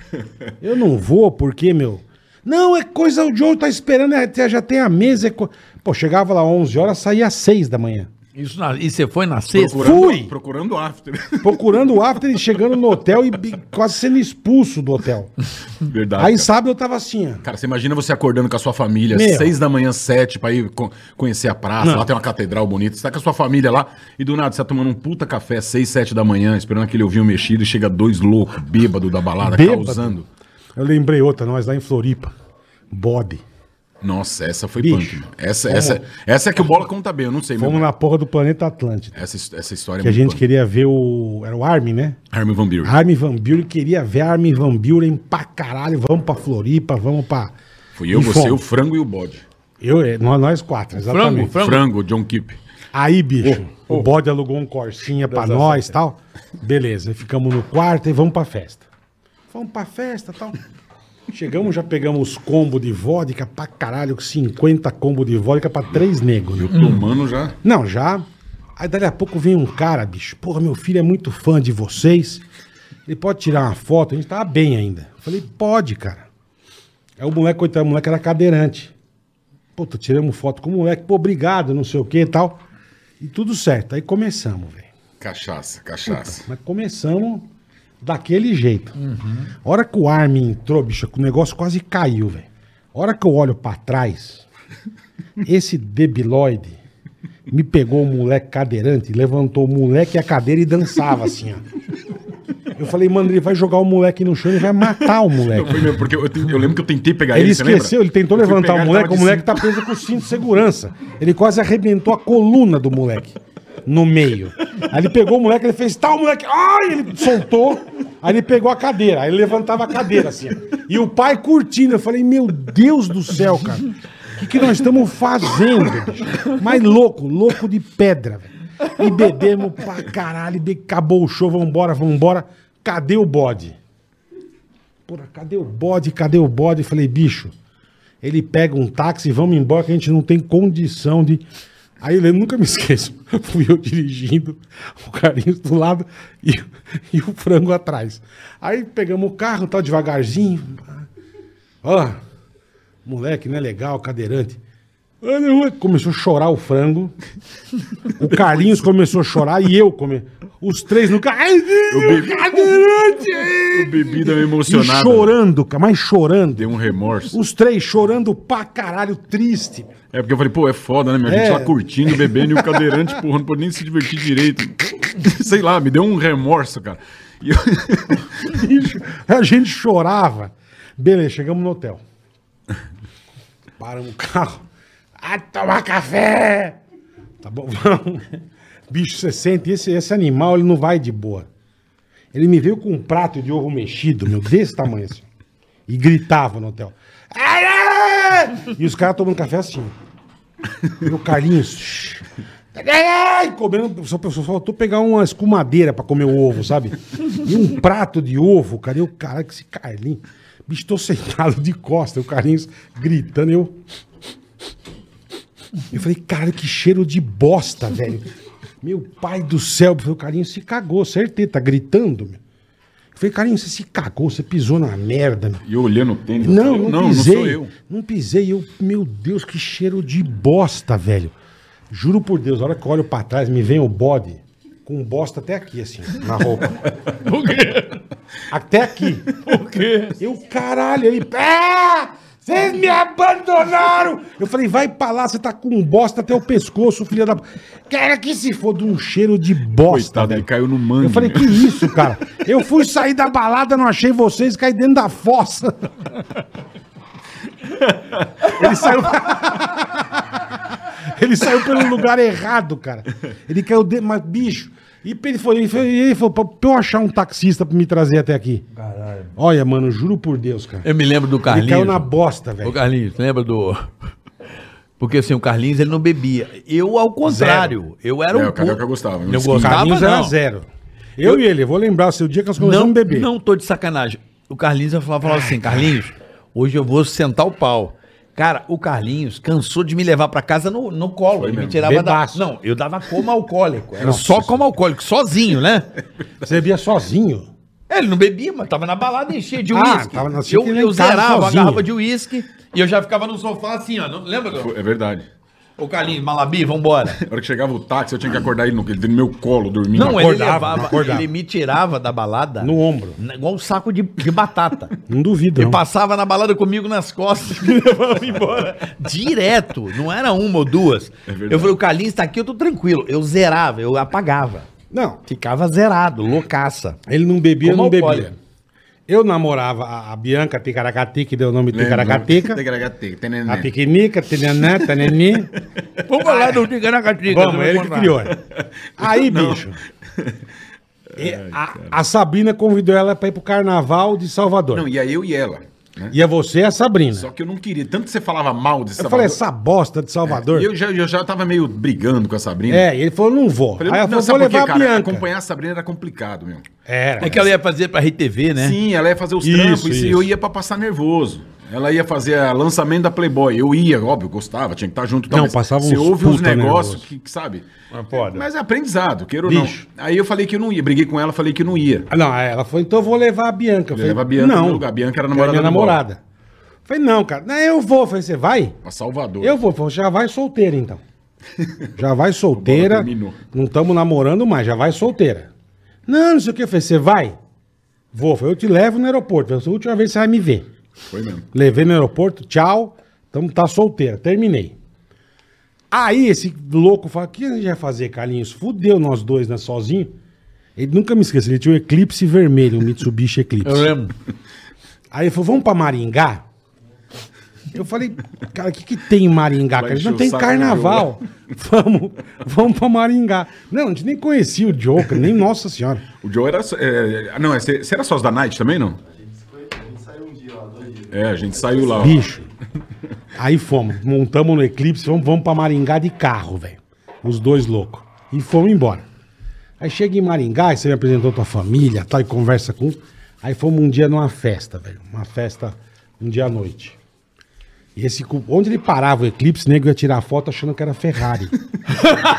Speaker 2: Eu não vou, porque, meu. Não, é coisa, o Joe tá esperando, é- já tem a mesa. é co- Pô, chegava lá 11 horas, saía às 6 da manhã.
Speaker 3: Isso na- e você foi na sexta?
Speaker 4: Procurando,
Speaker 2: Fui!
Speaker 4: Procurando after.
Speaker 2: procurando o after e chegando no hotel e bi- quase sendo expulso do hotel.
Speaker 4: Verdade.
Speaker 2: Aí
Speaker 4: cara.
Speaker 2: sábado eu tava assim, ó.
Speaker 4: Cara, você imagina você acordando com a sua família,
Speaker 2: Meu.
Speaker 4: seis da manhã, sete, pra ir co- conhecer a praça, lá tem uma catedral bonita, você tá com a sua família lá, e do nada você tá tomando um puta café, seis, sete da manhã, esperando aquele ovinho mexido, e chega dois loucos, bêbado da balada,
Speaker 2: Bêbado.
Speaker 4: causando.
Speaker 2: Eu lembrei outra, nós lá em Floripa. Bode.
Speaker 4: Nossa, essa foi
Speaker 2: Bicho,
Speaker 4: punk, mano. Essa, essa, essa é que o Bola conta bem, eu não sei
Speaker 2: Fomos
Speaker 4: mesmo.
Speaker 2: na porra do planeta Atlântico.
Speaker 4: Essa, his- essa história é
Speaker 2: Que a gente
Speaker 4: punk.
Speaker 2: queria ver o. Era o Armin, né?
Speaker 4: Armin Van Buren.
Speaker 2: Armin Van Buren, queria ver Armin Van Buren pra caralho. Vamos pra Floripa, vamos pra.
Speaker 4: Fui eu,
Speaker 2: E
Speaker 4: você,
Speaker 2: fome.
Speaker 4: o frango e o bode.
Speaker 2: Eu, é, nós, nós quatro, exatamente.
Speaker 4: Frango, frango John Keep.
Speaker 2: Aí, bicho, o bode alugou um corsinha pra nós e tal. Beleza, ficamos no quarto e vamos pra festa. Vamos pra festa e tal. Chegamos, já pegamos os combos de vodka pra caralho, 50 combos de vodka pra três negros. né?
Speaker 4: Eu tô humano já.
Speaker 2: Não, já. Aí dali a pouco vem um cara, bicho. Porra, meu filho é muito fã de vocês. Ele pode tirar uma foto? A gente tava bem ainda. Eu falei, pode, cara. Aí o moleque, coitado, o moleque era cadeirante. Puta, tiramos foto com o moleque. Pô, obrigado, não sei o que e tal. E tudo certo. Aí começamos, velho.
Speaker 4: Cachaça, cachaça.
Speaker 2: Mas começamos daquele jeito. A hora que o Armin entrou, bicho, o negócio quase caiu, velho. A hora que eu olho pra trás, esse debiloide me pegou o moleque cadeirante, levantou o moleque e a cadeira e dançava assim, ó. Eu falei, mano, ele vai jogar o moleque no chão e vai matar o
Speaker 4: Eu,
Speaker 2: moleque.
Speaker 4: fui, meu, porque eu, te- eu lembro que eu tentei pegar
Speaker 2: Ele
Speaker 4: ele, você lembra?
Speaker 2: esqueceu, ele tentou
Speaker 4: Eu fui
Speaker 2: levantar
Speaker 4: pegar,
Speaker 2: o
Speaker 4: ele
Speaker 2: moleque,
Speaker 4: tava
Speaker 2: o
Speaker 4: de
Speaker 2: moleque
Speaker 4: cinto.
Speaker 2: tá preso com o cinto de segurança. Ele quase arrebentou a coluna do moleque no meio. Aí ele pegou o moleque, ele fez tal, moleque. Ai, ele soltou. Aí ele pegou a cadeira, aí ele levantava a cadeira assim. ó. E o pai curtindo. Eu falei, meu Deus do céu, cara. O que, que nós estamos fazendo? bicho? Mas louco, louco de pedra, velho. E bebemos pra caralho, be- acabou o show, vambora, vambora. Cadê o bode? Porra, cadê o bode? Cadê o bode? Falei, bicho, ele pega um táxi e vamos embora que a gente não tem condição de. Aí eu nunca me esqueço. Fui eu dirigindo, o carinho do lado e, e o frango atrás. Aí pegamos o carro, tal, devagarzinho. Ó, moleque, né? Legal, cadeirante. né, Começou a chorar o frango. O Carlinhos começou a chorar e eu come... Os três no carro. Ai,
Speaker 4: bebi.
Speaker 2: Cadeirante!
Speaker 4: Bebida
Speaker 2: E
Speaker 4: emocionada.
Speaker 2: chorando, cara, mas chorando.
Speaker 4: Deu um remorso.
Speaker 2: Os três chorando pra caralho, triste.
Speaker 4: É porque eu falei, pô, é foda, né, meu? A gente
Speaker 2: É.
Speaker 4: lá curtindo, bebendo e o cadeirante, porra, não pode nem se divertir direito. Sei lá, me deu um remorso, cara. E eu...
Speaker 2: A gente chorava. Beleza, chegamos no hotel. Paramos o carro. Ah, tomar café! Tá bom, vamos. Bicho, você sente, esse, esse animal, ele não vai de boa. Ele me veio com um prato de ovo mexido, meu, desse tamanho assim. E gritava no hotel. Ai, ai! E os caras tomando café assim. E o Carlinhos. ai, ai, Comendo, só, só faltou pegar uma escumadeira pra comer o ovo, sabe? E um prato de ovo, cara. E o cara, esse Carlinhos. Bicho, tô sentado de costa, o Carlinhos gritando. Eu. Eu falei, cara, que cheiro de bosta, velho. Meu pai do céu. Eu falei, o Carlinhos se cagou, certeza, tá gritando. Meu. Eu falei, Carlinhos, você se cagou, você pisou na merda, meu.
Speaker 4: E eu olhando o tênis. eu
Speaker 2: Não,
Speaker 4: falei,
Speaker 2: não, pisei. Não, pisei. Eu, meu Deus, que cheiro de bosta, velho. Juro por Deus, a hora que eu olho pra trás, me vem o bode com bosta até aqui, assim, na roupa.
Speaker 4: O quê?
Speaker 2: até aqui.
Speaker 4: O quê?
Speaker 2: Eu, caralho, aí. Ah, vocês me abandonaram! Eu falei, vai pra lá, você tá com bosta até o pescoço, filha da. Cara, que se for de um cheiro de bosta.
Speaker 4: Coitado, ele caiu no mangue. né?
Speaker 2: Eu falei,
Speaker 4: meu.
Speaker 2: que isso, cara? Eu fui sair da balada, não achei vocês, caí dentro da fossa. Ele saiu. ele saiu pelo lugar errado, cara. Ele caiu dentro, mas bicho. E ele foi, ele foi, ele falou, pra pra eu achar um taxista pra me trazer até aqui. Caralho. Olha, mano, juro por Deus, cara.
Speaker 3: Eu me lembro do
Speaker 2: Ele
Speaker 3: Carlinhos.
Speaker 2: caiu na bosta,
Speaker 3: Ô,
Speaker 2: velho.
Speaker 3: Carlinhos, lembra do. Porque assim, o Carlinhos ele não bebia. Eu, ao contrário, eu era
Speaker 4: É,
Speaker 3: um.
Speaker 4: o Carioca
Speaker 3: pouco-
Speaker 4: gostava, né?
Speaker 3: Eu
Speaker 4: O
Speaker 3: gostava,
Speaker 2: Carlinhos
Speaker 3: não.
Speaker 2: era zero. Eu, e ele, eu vou lembrar, se o dia que nós começamos
Speaker 3: Não,
Speaker 2: a beber.
Speaker 3: não tô de sacanagem. O Carlinhos eu falava, falava assim, Carlinhos, hoje eu vou sentar o pau. Cara, o Carlinhos cansou de me levar pra casa no, no colo. ele me
Speaker 4: mesmo.
Speaker 3: tirava
Speaker 2: Bebaço.
Speaker 3: da. Não, eu dava como alcoólico. Era só como alcoólico, sozinho, né?
Speaker 2: Você bebia sozinho.
Speaker 3: É, Ele não bebia, mas tava na balada enchia de
Speaker 2: Ah,
Speaker 3: uísque.
Speaker 2: tava na- assim
Speaker 3: eu
Speaker 2: que ele
Speaker 3: eu
Speaker 2: em casa
Speaker 3: zerava a
Speaker 2: sozinho.
Speaker 3: garrafa de uísque e eu já ficava no sofá assim, ó. não- lembra? Do...
Speaker 4: É verdade.
Speaker 3: Ô Carlinhos, Malabi, vambora.
Speaker 4: A hora que chegava o táxi, eu tinha que acordar ele no, ele no meu colo, dormindo.
Speaker 3: Não,
Speaker 4: Acorda-
Speaker 3: ele
Speaker 2: acordava,
Speaker 3: levava,
Speaker 2: não acordava.
Speaker 3: ele me tirava da balada.
Speaker 2: No Então. ombro.
Speaker 3: na- Igual um saco de, de batata.
Speaker 2: Não duvido.
Speaker 3: Ele
Speaker 2: não.
Speaker 3: passava na balada comigo nas costas e me levava embora. Direto, não era uma ou duas.
Speaker 2: É
Speaker 4: verdade.
Speaker 3: eu falei, o Carlinhos tá aqui, eu tô tranquilo. Eu zerava, eu apagava.
Speaker 2: Não,
Speaker 3: Ficava zerado, loucaça.
Speaker 2: Ele não bebia, eu
Speaker 3: Como
Speaker 2: não bebia.
Speaker 3: alcoólico.
Speaker 2: Eu namorava a, a Bianca Ticaracati, que deu o nome
Speaker 4: Lembra?
Speaker 2: Ticaracatica.
Speaker 4: Ticaracateca, tenenê.
Speaker 2: A Piquinica, Tenanã, Tanani.
Speaker 3: Vamos lá do Ticaracatica.
Speaker 2: Vamos, ele que criou. Aí, bicho. e a, a Sabina convidou ela pra ir pro carnaval de Salvador.
Speaker 4: Não, e aí eu e ela. né?
Speaker 2: E é você e a Sabrina.
Speaker 4: Só que eu não queria. Tanto que você falava mal de
Speaker 2: Eu falei,
Speaker 4: Salvador. É,
Speaker 2: essa bosta de Salvador.
Speaker 4: E eu já, eu já tava meio brigando com a Sabrina.
Speaker 2: É, e ele falou, não vou.
Speaker 4: Falei,
Speaker 2: Aí
Speaker 4: não,
Speaker 2: eu falei, vou
Speaker 4: sabe por quê,
Speaker 2: levar a
Speaker 4: cara?
Speaker 2: Bianca.
Speaker 4: Acompanhar a Sabrina era complicado, meu.
Speaker 2: Era.
Speaker 3: É que ela ia fazer pra RTV, né?
Speaker 4: Sim, ela ia fazer os
Speaker 2: É. Isso,
Speaker 4: trampos
Speaker 2: isso.
Speaker 4: e eu ia pra passar nervoso. Ela ia fazer a lançamento da Playboy. Eu ia, óbvio, gostava, tinha que estar junto. e tal,
Speaker 2: Não,
Speaker 4: mas
Speaker 2: passava
Speaker 4: Você
Speaker 2: uns
Speaker 4: ouve uns
Speaker 2: puta
Speaker 4: negócios
Speaker 2: nervoso.
Speaker 4: que, que, sabe?
Speaker 2: Mas pode.
Speaker 4: Mas é aprendizado, queira ou
Speaker 2: Bicho.
Speaker 4: não. Aí eu falei que eu não ia, briguei com ela, falei que não ia.
Speaker 2: Ah, Não, ela falou, então eu vou levar a Bianca. Eu falei,
Speaker 4: Leva a Bianca
Speaker 2: não.
Speaker 4: no lugar. A Bianca era
Speaker 2: Era
Speaker 4: namorada
Speaker 2: minha
Speaker 4: do Bola.
Speaker 2: namorada. Eu Falei, não, cara. Não, eu vou. Eu Falei, você vai?
Speaker 4: Pra Salvador.
Speaker 2: Eu vou. Eu Falei, já vai solteira, então. Já vai solteira.
Speaker 4: terminou.
Speaker 2: Não estamos namorando mais, já vai solteira. Não, não sei o que. Eu Falei, você vai? Vou. Eu Falei, eu te levo no aeroporto. Essa é a última vez que você vai me ver.
Speaker 4: Foi mesmo.
Speaker 2: Levei no aeroporto, tchau. Tamo, tá solteira, terminei. Aí esse louco fala: o que a gente vai fazer, Carlinhos? Fudeu nós dois, né? Sozinho. Ele nunca me esqueceu, ele tinha um eclipse vermelho, um Mitsubishi Eclipse.
Speaker 3: lembro.
Speaker 2: Aí ele falou: vamos pra Maringá? Eu falei, cara, o que, que tem em Maringá?
Speaker 4: Vai
Speaker 2: Cara?
Speaker 4: encher
Speaker 2: Não
Speaker 4: o
Speaker 2: tem
Speaker 4: saco do
Speaker 2: carnaval. Vamos, vamos pra Maringá. Não, a gente nem conhecia o Joker, nem Nossa Senhora.
Speaker 4: O Joe era. só- é, é, não, é, você você era sócio da Night também, não? É, a gente saiu lá. ó.
Speaker 2: Bicho. Aí fomos, montamos no Eclipse, vamos, vamos pra Maringá de carro, velho. Os dois loucos. E fomos embora. Aí chega em Maringá, e você me apresentou tua família, tal, e conversa com. Aí fomos um dia numa festa, velho. Uma festa, um dia à noite. E esse, cu- onde ele parava o Eclipse, o nego ia tirar foto achando que era Ferrari.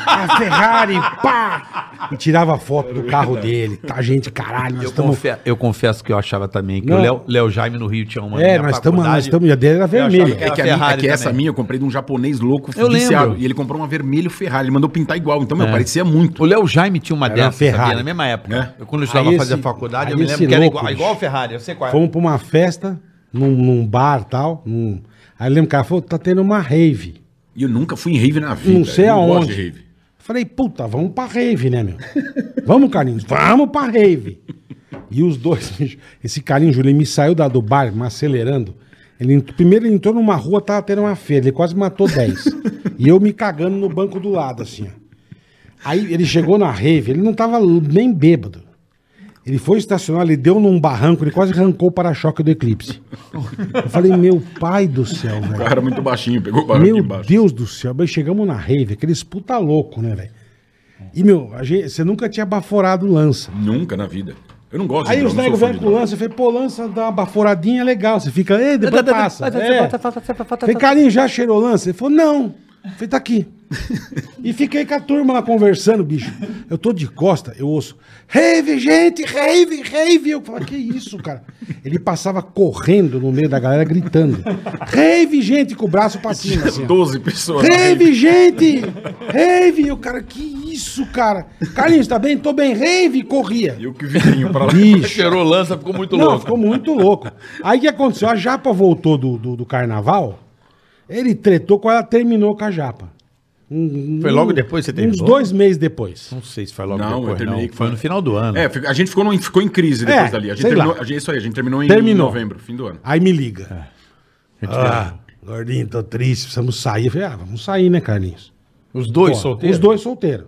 Speaker 2: a Ferrari, pá! E tirava foto do carro dele. Tá, gente, caralho, nós
Speaker 3: Eu,
Speaker 2: estamos
Speaker 3: confe- eu confesso que eu achava também que
Speaker 2: Não.
Speaker 3: o Léo, Léo Jaime no Rio tinha uma.
Speaker 2: É,
Speaker 3: minha
Speaker 2: nós estamos, nós
Speaker 3: faculdade.
Speaker 2: estamos, e a dele era vermelha.
Speaker 3: que
Speaker 4: É
Speaker 3: era
Speaker 4: que, a minha-
Speaker 3: Ferrari
Speaker 4: é que essa
Speaker 3: também.
Speaker 4: minha eu comprei de um japonês louco,
Speaker 3: Eu lembro.
Speaker 4: E ele comprou uma vermelha Ferrari. Ele mandou pintar igual. Então,
Speaker 2: É.
Speaker 4: meu, parecia muito.
Speaker 3: O Léo Jaime tinha uma dessa,
Speaker 2: Ferrari.
Speaker 3: sabia? Na mesma época.
Speaker 4: É.
Speaker 3: Eu, quando eu estudava
Speaker 2: Aí
Speaker 3: fazer
Speaker 2: esse-
Speaker 3: faculdade, eu
Speaker 2: aí
Speaker 3: me
Speaker 2: esse
Speaker 3: lembro que era
Speaker 2: louco,
Speaker 3: igual,
Speaker 2: bicho. um
Speaker 3: igual a Ferrari. Eu sei qual é.
Speaker 2: Fomos pra uma festa, num, num bar e tal. Num... Aí eu lembro que ela falou, tá tendo uma rave.
Speaker 4: E eu nunca fui em rave na vida.
Speaker 2: não sei
Speaker 4: eu
Speaker 2: aonde.
Speaker 4: gosto de rave.
Speaker 2: Falei, puta, vamos pra rave, né, meu? vamos, Carlinhos, vamos pra rave. E os dois, bicho, esse Carlinhos Júlio, ele me saiu da, do bar, me acelerando. Ele, ent- primeiro ele entrou numa rua, tava tendo uma feira, ele quase matou 10. e eu me cagando no banco do lado, assim, ó. Aí ele chegou na rave, ele não tava nem bêbado. Ele foi estacionar, ele deu num barranco, ele quase arrancou o para-choque do Eclipse. Eu falei, meu pai do céu,
Speaker 4: O
Speaker 2: velho.
Speaker 4: cara era muito baixinho, pegou o barulho
Speaker 2: Meu
Speaker 4: de baixo.
Speaker 2: Deus do céu, mas chegamos na rave, aqueles puta louco, né, velho? E, meu, a gente- você nunca tinha baforado lança.
Speaker 4: Nunca na vida. Eu não gosto
Speaker 2: Aí
Speaker 4: droga,
Speaker 2: os
Speaker 4: não sou
Speaker 2: negros
Speaker 4: fã
Speaker 2: vêm
Speaker 4: de
Speaker 2: com
Speaker 4: droga.
Speaker 2: lança, eu falei, pô, lança dá uma baforadinha é legal. Você fica, ei,
Speaker 1: Tá,
Speaker 2: depois passa. É. Falei,
Speaker 3: Fica-
Speaker 2: carinho, já cheirou lança? Ele falou, não. Eu Falei, tá aqui. E fiquei com a turma lá conversando, bicho. Eu tô de costa, eu ouço, rave, gente, rave, rave. Eu falo, que isso, cara? Ele passava correndo no meio da galera, gritando. Rave, gente, com o braço pra cima, assim. ó.
Speaker 4: 12 pessoas. na rave.
Speaker 2: Rave, gente! Rave! O cara, que isso, cara? Carlinhos, tá bem? Tô bem. Rave! Corria.
Speaker 4: E o que vizinho pra lá.
Speaker 2: Bicho.
Speaker 3: Cheirou lança, ficou muito
Speaker 2: Não, um-
Speaker 3: louco.
Speaker 2: ficou muito louco. Aí o que aconteceu? A Japa voltou do, do, do carnaval, ele tretou com ela, terminou com a Japa. Um-
Speaker 3: Foi logo depois que você terminou?
Speaker 2: Uns dois meses depois.
Speaker 3: Não sei se foi logo
Speaker 4: Não, eu terminei com-
Speaker 3: Foi no final do ano.
Speaker 4: É, fica- a gente ficou, num- ficou em crise depois
Speaker 2: É,
Speaker 4: dali. A gente
Speaker 2: sei
Speaker 4: terminou,
Speaker 2: lá.
Speaker 4: a gente, isso aí, a gente terminou em
Speaker 2: Terminou.
Speaker 4: novembro, fim do ano.
Speaker 2: Aí me
Speaker 3: É,
Speaker 2: liga. Ah, gordinho, tô triste, precisamos sair. Eu falei, ah, vamos sair, né, Carlinhos?
Speaker 3: Os dois
Speaker 2: Pô,
Speaker 3: solteiros?
Speaker 2: Os dois solteiros.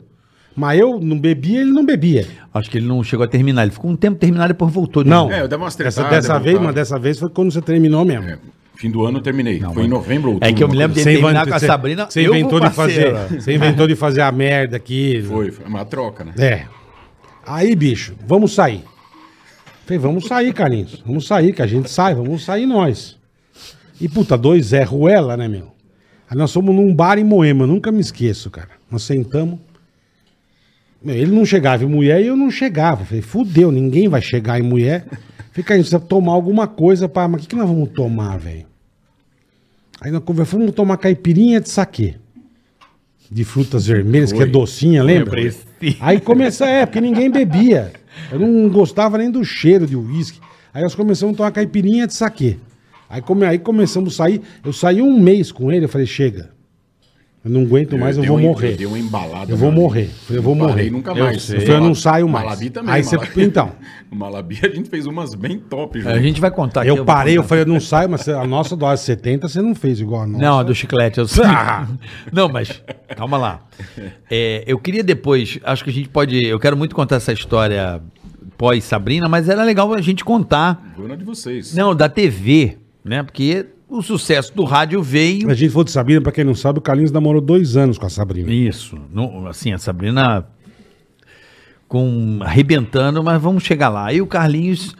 Speaker 2: Mas eu não bebia, ele não bebia.
Speaker 3: Acho que ele não chegou a terminar. Ele ficou um tempo terminado e depois voltou. de
Speaker 2: Não.
Speaker 3: novo.
Speaker 4: É, eu dava umas
Speaker 2: Dessa,
Speaker 4: tretadas,
Speaker 2: dessa vez,
Speaker 4: voltava.
Speaker 2: mas dessa vez foi quando você terminou mesmo.
Speaker 4: É, fim do ano eu terminei. Foi em novembro ou
Speaker 3: É que eu me lembro
Speaker 4: uma coisa
Speaker 3: dele terminar com a Sabrina.
Speaker 2: Você
Speaker 3: eu com
Speaker 2: inventou, de fazer,
Speaker 3: parceira.
Speaker 2: você inventou de fazer a merda aqui.
Speaker 4: assim. Foi, foi uma troca, né?
Speaker 2: É. Aí, bicho, vamos sair. Falei, vamos sair, Carlinhos. Vamos sair, que a gente sai, vamos sair nós. E, puta, dois é Ruela, né, meu? Aí nós fomos num bar em Moema, eu nunca me esqueço, cara. Nós sentamos. Meu, ele não chegava em mulher e eu não chegava. Falei, fudeu, ninguém vai chegar em mulher. Fica aí, precisa tomar alguma coisa pra. Mas o que, que nós vamos tomar, velho? Aí nós conversamos, vamos tomar caipirinha de saquê. De frutas vermelhas, que é
Speaker 4: Foi.
Speaker 2: docinha, lembra?
Speaker 3: Lembrei.
Speaker 2: Aí começa, é, porque ninguém bebia. Eu não gostava nem do cheiro de uísque. Aí nós começamos a tomar caipirinha de saquê. Aí, come, aí começamos a sair. Eu saí um mês com ele, eu falei, chega. Eu não aguento mais, eu,
Speaker 4: dei
Speaker 2: vou
Speaker 4: um-
Speaker 2: morrer.
Speaker 4: Eu dei uma embalada.
Speaker 2: Eu vou
Speaker 4: mano.
Speaker 2: morrer. Eu vou
Speaker 4: Parei
Speaker 2: morrer.
Speaker 4: nunca
Speaker 2: Eu
Speaker 4: mais.
Speaker 2: sei. Eu falei, eu não saio mais.
Speaker 4: Malabi também.
Speaker 2: Aí você- então.
Speaker 4: O Malabi a gente fez umas bem top,
Speaker 3: É, A
Speaker 4: junto.
Speaker 3: gente vai contar aqui,
Speaker 2: Eu,
Speaker 3: vou
Speaker 2: parei, eu
Speaker 3: contar.
Speaker 2: falei, eu não saio, mas a nossa dose 70 você não fez igual a nossa.
Speaker 3: Não, a do chiclete, eu sei. Não, mas calma lá. É, eu queria depois, acho que a gente pode. Eu quero muito contar essa história pós-Sabrina, mas era legal a gente contar.
Speaker 4: Foi na de vocês.
Speaker 3: Não, da TV. né? Porque o sucesso do rádio veio.
Speaker 2: A gente falou de Sabrina, pra quem não sabe, o Carlinhos namorou dois anos com a Sabrina.
Speaker 3: Isso. Não, assim, a Sabrina com arrebentando, mas vamos chegar lá. E o Carlinhos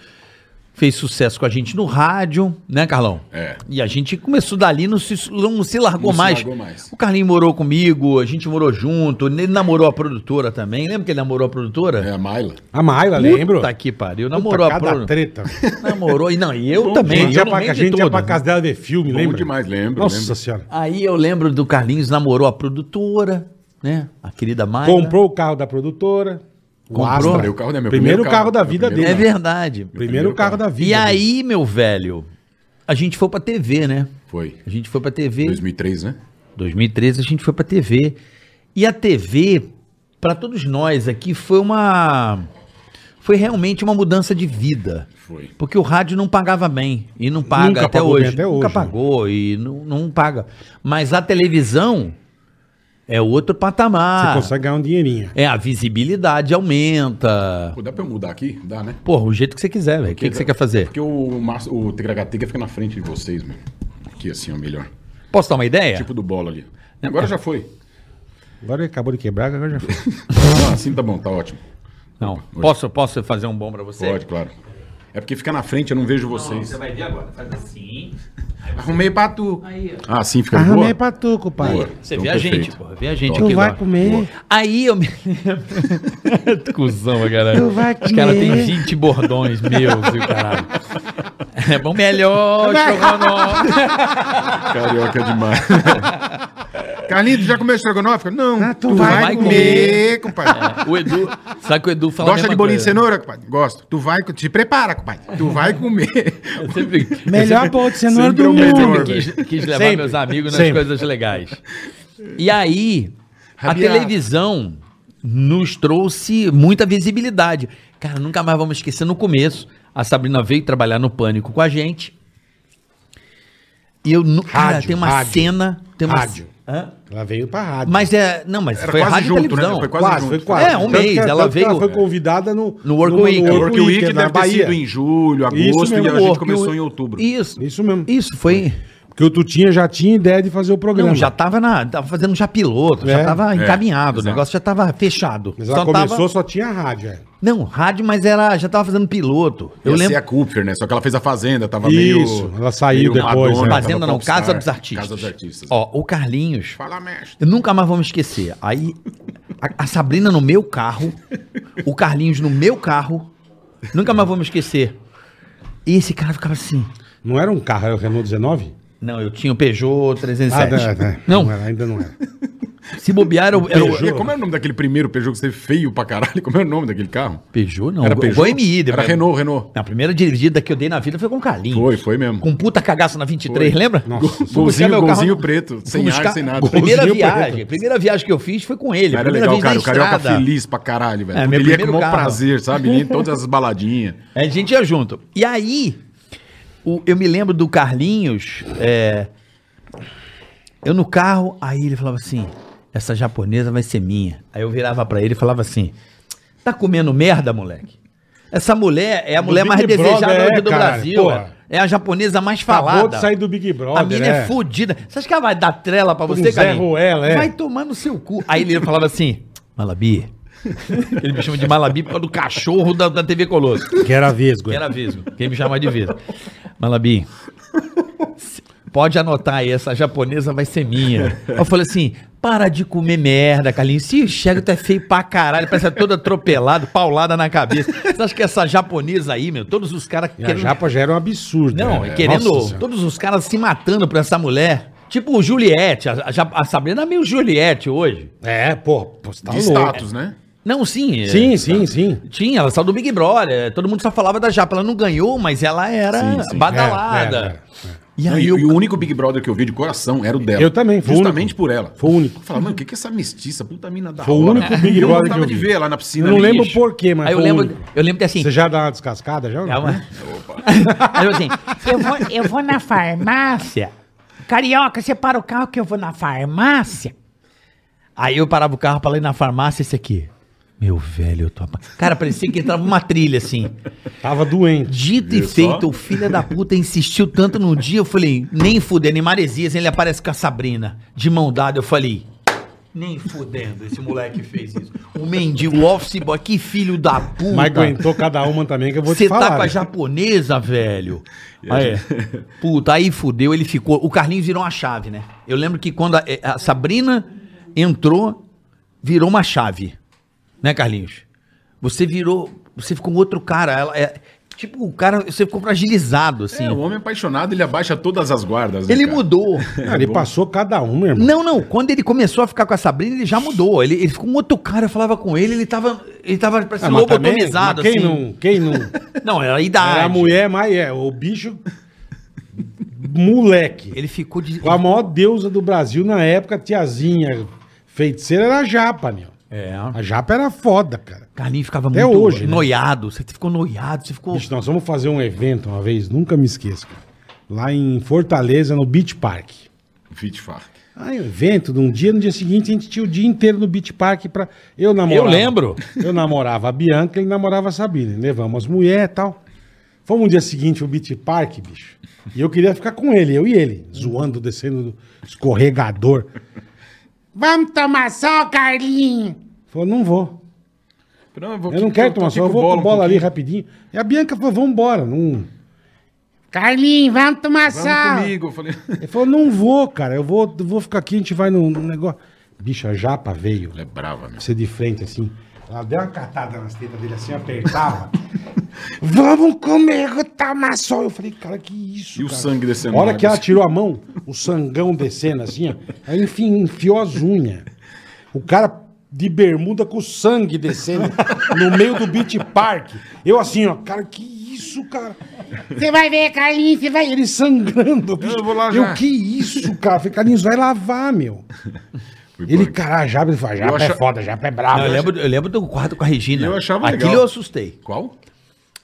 Speaker 3: fez sucesso com a gente no rádio, né, Carlão?
Speaker 4: É.
Speaker 3: E a gente começou dali, não se, não se largou
Speaker 4: Não se
Speaker 3: mais.
Speaker 4: largou mais.
Speaker 3: O Carlinhos morou comigo, a gente morou junto, ele namorou a produtora também. Lembra que ele namorou a produtora?
Speaker 4: É a Maila.
Speaker 2: A Mayla, lembro?
Speaker 3: Puta que pariu, namorou a
Speaker 2: cada
Speaker 3: produtora.
Speaker 2: treta.
Speaker 3: Namorou, e não, e eu
Speaker 4: Bom
Speaker 3: também. eu
Speaker 2: Gente, ia
Speaker 3: no
Speaker 2: pra,
Speaker 3: meio
Speaker 2: a
Speaker 3: de
Speaker 2: gente ia
Speaker 3: tudo.
Speaker 2: pra casa dela ver filme,
Speaker 4: Bom
Speaker 2: lembra?
Speaker 4: demais, lembro,
Speaker 2: Nossa
Speaker 4: lembro.
Speaker 2: senhora.
Speaker 3: Aí eu lembro do Carlinhos namorou a produtora, né? A querida Maia.
Speaker 2: Comprou o carro da produtora.
Speaker 3: Comprou?
Speaker 4: Comprei o carro, né? Meu
Speaker 2: primeiro,
Speaker 4: primeiro
Speaker 2: carro,
Speaker 4: carro.
Speaker 2: da
Speaker 4: Meu
Speaker 2: vida
Speaker 4: primeiro
Speaker 3: É
Speaker 2: dele.
Speaker 3: verdade.
Speaker 2: Primeiro
Speaker 4: Primeiro
Speaker 2: carro
Speaker 4: carro.
Speaker 2: da vida.
Speaker 3: E
Speaker 2: dele.
Speaker 3: aí, meu velho, a gente foi pra TV, né?
Speaker 4: Foi.
Speaker 3: A gente foi pra TV.
Speaker 4: 2003, né?
Speaker 3: 2013 a gente foi pra TV. E a TV, pra todos nós aqui, foi uma. Foi realmente uma mudança de vida.
Speaker 4: Foi.
Speaker 3: Porque o rádio não pagava bem. E não paga
Speaker 2: Nunca
Speaker 3: até,
Speaker 2: pagou bem
Speaker 3: hoje.
Speaker 2: até
Speaker 3: Nunca
Speaker 2: hoje.
Speaker 3: pagou e não, não paga. Mas a televisão é outro
Speaker 2: Você
Speaker 3: patamar.
Speaker 2: consegue ganhar um dinheirinho.
Speaker 3: É, a visibilidade aumenta.
Speaker 4: Pô, dá pra eu mudar aqui? Dá, né?
Speaker 3: Porra, o jeito que você quiser, velho. O que, que você quer fazer?
Speaker 4: Porque o, Márcio- o Tegragatica fica na frente de vocês, mano. Aqui assim, ó, melhor.
Speaker 3: Posso dar uma ideia?
Speaker 4: Tipo do bola ali. Agora já foi.
Speaker 2: Agora ele acabou de quebrar, agora já foi.
Speaker 4: Ah, assim tá bom, tá ótimo.
Speaker 3: não. Posso, posso fazer um bom pra você?
Speaker 4: Pode, claro. É porque fica na frente, eu não vejo vocês.
Speaker 7: Você vai ver agora. Faz assim.
Speaker 4: Arrumei pra tu.
Speaker 7: Aí, ó.
Speaker 4: Ah, assim fica de boa?
Speaker 2: Arramei pra tu,
Speaker 4: Boa.
Speaker 2: compadre.
Speaker 3: Você
Speaker 4: Então,
Speaker 3: vê a
Speaker 4: perfeito.
Speaker 3: gente, porra. Vê a gente
Speaker 4: Top.
Speaker 2: Tu
Speaker 3: aqui.
Speaker 2: vai
Speaker 3: lá.
Speaker 2: comer.
Speaker 3: Aí eu me lembro. Cusão, né, cara.
Speaker 2: Tu vai
Speaker 3: Os caras têm
Speaker 2: comer.
Speaker 3: 20 bordões meus e o caralho. É bom melhor, estrogonofe.
Speaker 4: Carioca é demais. Carlinhos, tu já comeu estrogonofe? Não.
Speaker 3: Tá
Speaker 2: Ah, tu vai
Speaker 3: comer.
Speaker 4: compadre.
Speaker 3: O Edu. Sabe que o Edu fala. a mesma é coisa.
Speaker 4: cenoura, compadre? Gosto. Tu vai, te prepara, compadre. Tu vai comer.
Speaker 3: Eu É sempre,
Speaker 2: Melhor bolo de cenoura
Speaker 4: sempre
Speaker 2: do
Speaker 4: é o melhor,
Speaker 2: mundo.
Speaker 4: velho.
Speaker 3: quis, quis levar
Speaker 2: Sempre,
Speaker 3: meus amigos nas
Speaker 2: sempre.
Speaker 3: coisas legais. E aí, a
Speaker 4: Rabiar.
Speaker 3: televisão nos trouxe muita visibilidade. Cara, nunca mais vamos esquecer no começo. A Sabrina veio trabalhar no Pânico com a gente. E eu. nu- cara,
Speaker 2: Rádio,
Speaker 3: tem uma
Speaker 2: rádio,
Speaker 3: cena. Tem uma,
Speaker 2: rádio.
Speaker 3: Hã?
Speaker 2: Ela veio pra rádio.
Speaker 3: Mas é. Não, mas
Speaker 4: Era
Speaker 3: foi
Speaker 4: quase
Speaker 3: rádio e
Speaker 4: junto,
Speaker 3: televisão.
Speaker 4: né? Foi
Speaker 2: quase,
Speaker 4: junto.
Speaker 2: foi quase.
Speaker 3: É, um
Speaker 2: Tanto
Speaker 3: mês,
Speaker 2: que
Speaker 3: ela
Speaker 2: tanto que
Speaker 3: veio-
Speaker 2: foi convidada no...
Speaker 3: No Work Week.
Speaker 4: É O Work Week
Speaker 2: na
Speaker 4: deve ter
Speaker 2: Bahia.
Speaker 4: sido em julho, agosto,
Speaker 2: Isso mesmo,
Speaker 4: e a
Speaker 3: Work
Speaker 4: gente começou
Speaker 3: Week.
Speaker 4: em outubro.
Speaker 3: Isso.
Speaker 2: Isso mesmo.
Speaker 3: Isso, foi.
Speaker 2: Porque o Tutinha já tinha ideia de fazer o programa.
Speaker 3: Não, já tava na. Tava fazendo já piloto,
Speaker 2: É.
Speaker 3: já tava encaminhado, o
Speaker 4: exato.
Speaker 3: negócio já tava fechado.
Speaker 2: Mas ela
Speaker 3: Só tava-
Speaker 2: começou, só tinha rádio. é.
Speaker 3: Não, rádio, mas ela já tava fazendo piloto. Eu
Speaker 4: Ia ser
Speaker 3: lembro.
Speaker 4: a Cooper, né? Só que ela fez a Fazenda, tava
Speaker 2: Isso,
Speaker 4: meio...
Speaker 2: ela saiu depois, né?
Speaker 4: tava
Speaker 3: Fazenda não,
Speaker 4: popstar.
Speaker 3: Casa dos Artistas.
Speaker 4: Casa dos Artistas.
Speaker 3: Ó, o Carlinhos.
Speaker 4: Fala, mestre.
Speaker 3: Eu nunca mais vamos esquecer. Aí, a, a Sabrina no meu carro, o Carlinhos no meu carro. Nunca mais vamos esquecer. E esse cara ficava assim.
Speaker 2: Não era um carro, era o Renault 19?
Speaker 3: Não, eu tinha o Peugeot 307.
Speaker 4: Ah,
Speaker 2: é. não.
Speaker 3: Não,
Speaker 2: era, ainda não era.
Speaker 3: se bobear, era o. Era
Speaker 4: E
Speaker 3: o
Speaker 4: como era o nome daquele primeiro Peugeot que você feio pra caralho? Como era o nome daquele carro?
Speaker 3: Peugeot, não.
Speaker 4: era
Speaker 3: o né? Gol MI.
Speaker 4: Era
Speaker 3: depois-
Speaker 4: Renault, Renault.
Speaker 3: Na primeira dirigida que eu dei na vida foi com o Carlinhos.
Speaker 4: Foi, foi mesmo.
Speaker 3: Com puta cagaço na 23,
Speaker 4: Foi.
Speaker 3: lembra?
Speaker 2: Nossa.
Speaker 3: Fui buscar
Speaker 4: Golzinho,
Speaker 3: meu carro
Speaker 4: golzinho
Speaker 3: no-
Speaker 4: preto, sem
Speaker 3: Fui
Speaker 4: ar, sem nada.
Speaker 3: Golzinho Primeira
Speaker 2: preto.
Speaker 3: viagem, primeira viagem que eu fiz foi com ele.
Speaker 4: Era
Speaker 3: primeira
Speaker 4: legal,
Speaker 3: vez
Speaker 4: cara.
Speaker 3: na
Speaker 4: O carioca
Speaker 3: estrada.
Speaker 4: feliz pra caralho, velho.
Speaker 3: É,
Speaker 4: Porque
Speaker 3: meu
Speaker 4: ele ia com
Speaker 3: primeiro
Speaker 4: o maior
Speaker 3: carro.
Speaker 4: prazer, sabe? Ele ia em todas as baladinhas.
Speaker 3: A gente ia junto. E aí, o- eu me lembro do Carlinhos, é, eu no carro, aí ele falava assim, essa japonesa vai ser minha. Aí eu virava pra ele e falava assim, tá comendo merda, moleque? Essa mulher é a
Speaker 2: Do
Speaker 3: mulher mais
Speaker 2: Big
Speaker 3: desejada
Speaker 2: Brother,
Speaker 3: hoje
Speaker 2: é,
Speaker 3: do
Speaker 2: cara,
Speaker 3: Brasil.
Speaker 2: porra.
Speaker 3: É a japonesa mais
Speaker 2: Acabou
Speaker 3: falada.
Speaker 2: de sair do Big Brother,
Speaker 3: A mina é,
Speaker 2: é.
Speaker 3: fodida. Você acha que ela vai dar trela pra
Speaker 2: Um
Speaker 3: você,
Speaker 2: Zé
Speaker 3: cara?
Speaker 2: Ruela, é.
Speaker 3: Vai tomar no seu cu. Aí ele falava assim, Malabi. Ele me chama de Malabi por causa do cachorro da, da TV Colosso.
Speaker 2: Que era vesgo. é.
Speaker 3: Que era vesgo. Quem me chamar de vesgo. Malabi, c- pode anotar aí, essa japonesa vai ser minha. Eu falei assim, para de comer merda, Carlinhos. Se enxerga, tu é feio pra caralho. Parece é todo atropelado, paulada na cabeça. Você acha que essa japonesa aí, meu, todos os caras
Speaker 2: E a
Speaker 3: querendo...
Speaker 2: japa já era um absurdo.
Speaker 3: Não,
Speaker 2: né?
Speaker 3: e querendo...
Speaker 2: Nossa Senhora.
Speaker 3: todos os caras se matando por essa mulher. Tipo o Juliette, a, a, ja- a Sabrina é meio Juliette hoje.
Speaker 2: É, pô, pô, você tá
Speaker 4: de
Speaker 2: louco.
Speaker 4: status, né?
Speaker 3: Não, sim. é-
Speaker 2: Sim, sim, sim.
Speaker 3: Tinha, ela saiu do Big Brother. é, Todo mundo só falava da Japa. Ela não ganhou, mas ela era
Speaker 4: Sim, sim.
Speaker 3: badalada.
Speaker 2: É, é,
Speaker 3: E
Speaker 4: Não,
Speaker 3: aí
Speaker 4: E,
Speaker 3: eu,
Speaker 4: e o único Big Brother que eu vi de coração era o dela.
Speaker 2: Eu também, foi o
Speaker 4: Justamente
Speaker 2: único.
Speaker 4: por ela.
Speaker 2: Foi o único.
Speaker 4: Eu falava, mano, o que, que é essa mestiça? Puta mina da
Speaker 2: Foi o
Speaker 4: hora.
Speaker 2: único Big Brother
Speaker 4: eu
Speaker 2: que eu
Speaker 4: gostava de
Speaker 2: vi.
Speaker 4: ver ela na piscina.
Speaker 2: Eu não
Speaker 4: ali.
Speaker 2: lembro
Speaker 4: Ixi,
Speaker 2: por quê, mas
Speaker 3: aí eu
Speaker 2: foi o
Speaker 3: lembro,
Speaker 2: único.
Speaker 3: eu lembro que assim.
Speaker 2: Você já dá uma descascada já? ou não?
Speaker 3: É uma- Aí eu assim, eu vou, eu vou na farmácia. Carioca, você para o carro que eu vou na farmácia. Aí eu parava o carro para ir na farmácia esse aqui. Meu velho, eu tô apa- Cara, parecia que entrava uma trilha assim.
Speaker 2: Tava doente.
Speaker 3: Dito e
Speaker 4: Viu só?
Speaker 3: feito, o filho da puta insistiu tanto no dia, eu falei, nem fudendo, em Maresias ele aparece com a Sabrina, de mão dada, eu falei, nem fudendo esse moleque fez isso. O mendigo, o office boy, que filho da puta.
Speaker 2: Mas aguentou cada uma também, que eu vou
Speaker 3: Você
Speaker 2: te falar.
Speaker 3: tá com a
Speaker 2: né?
Speaker 3: japonesa, velho. Aí, puta, aí fudeu, ele ficou. O Carlinhos virou uma chave, né? Eu lembro que quando a, eh, a Sabrina entrou, virou uma chave. Né, Carlinhos? Você virou. Você ficou um outro cara. Ela, é, tipo, o cara. Você ficou fragilizado, assim.
Speaker 4: É, o homem apaixonado, ele abaixa todas as guardas. né,
Speaker 3: ele
Speaker 4: cara?
Speaker 3: mudou.
Speaker 2: Cara, ele passou cada uma, irmão.
Speaker 3: Não, não. Quando ele começou a ficar com a Sabrina, ele já mudou. Ele, ele ficou um outro cara. Eu falava com ele, ele tava. Ele tava
Speaker 2: Ah,
Speaker 3: parecendo
Speaker 2: mas também,
Speaker 3: lobotomizado,
Speaker 2: mas quem
Speaker 3: assim.
Speaker 2: não, quem não...
Speaker 3: Não, era a idade.
Speaker 2: Era a mulher, mas é, o bicho. Moleque.
Speaker 3: Ele ficou de.
Speaker 2: A maior deusa do Brasil na época, tiazinha feiticeira, era a japa, meu.
Speaker 3: É.
Speaker 2: A japa era foda, cara.
Speaker 3: Carlinhos ficava
Speaker 2: Até
Speaker 3: muito
Speaker 2: hoje, né?
Speaker 3: noiado. Você ficou noiado, você ficou.
Speaker 2: Bicho, nós vamos fazer um evento uma vez, nunca me esqueço, cara. Lá em Fortaleza, no Beach Park.
Speaker 4: Fit Fark.
Speaker 2: Ah, um evento de um dia, no dia seguinte a gente tinha o dia inteiro no Beach Park pra. Eu namorava.
Speaker 3: Eu lembro.
Speaker 2: Eu namorava a Bianca, ele namorava a Sabine. Levamos as mulheres e tal. Fomos no dia seguinte ao Beach Park, bicho. E eu queria ficar com ele, eu e ele, zoando, descendo do escorregador. Vamos tomar sol, Carlinho? Falou, não vou.
Speaker 4: Não, eu, vou-
Speaker 2: Eu não quero tomar
Speaker 4: aqui
Speaker 2: sol, eu vou com
Speaker 4: um
Speaker 2: bola ali
Speaker 4: pouquinho.
Speaker 2: rapidinho. E a Bianca falou, vamos embora. Não... Carlinho, vamos tomar
Speaker 4: Vamos comigo. Eu falei,
Speaker 2: ele falou, não vou, cara, eu vou, eu vou ficar aqui, a gente vai num num negócio. Bicho, a japa veio,
Speaker 4: ela é brava, meu.
Speaker 2: você de frente assim. Ela deu uma catada nas tetas dele assim, apertava. Vamos comigo, tomar sol. Eu falei, cara, que isso,
Speaker 4: E o
Speaker 2: cara?
Speaker 4: sangue descendo
Speaker 2: A hora
Speaker 4: na
Speaker 2: que ela
Speaker 4: água,
Speaker 2: tirou a mão, o sangão descendo assim, ó. Aí enfim, enfiou as unhas. O cara de bermuda com sangue descendo no meio do beach park. Eu assim, ó, cara, que isso, cara? Você vai ver, Carlinhos, você vai. Ele sangrando. bicho.
Speaker 4: Eu vou lá já.
Speaker 2: Eu, que isso, cara? Eu Falei, Carlinhos, vai lavar, meu.
Speaker 4: Fui
Speaker 2: Ele,
Speaker 4: branco.
Speaker 2: cara, a japa, ele fala,
Speaker 4: Eu
Speaker 2: japa
Speaker 4: acha-
Speaker 2: é foda, japa é brabo.
Speaker 3: Não, eu, lembro, eu lembro do quarto com a Regina.
Speaker 4: Eu achava
Speaker 3: Aquilo
Speaker 4: legal.
Speaker 3: eu assustei.
Speaker 4: Qual?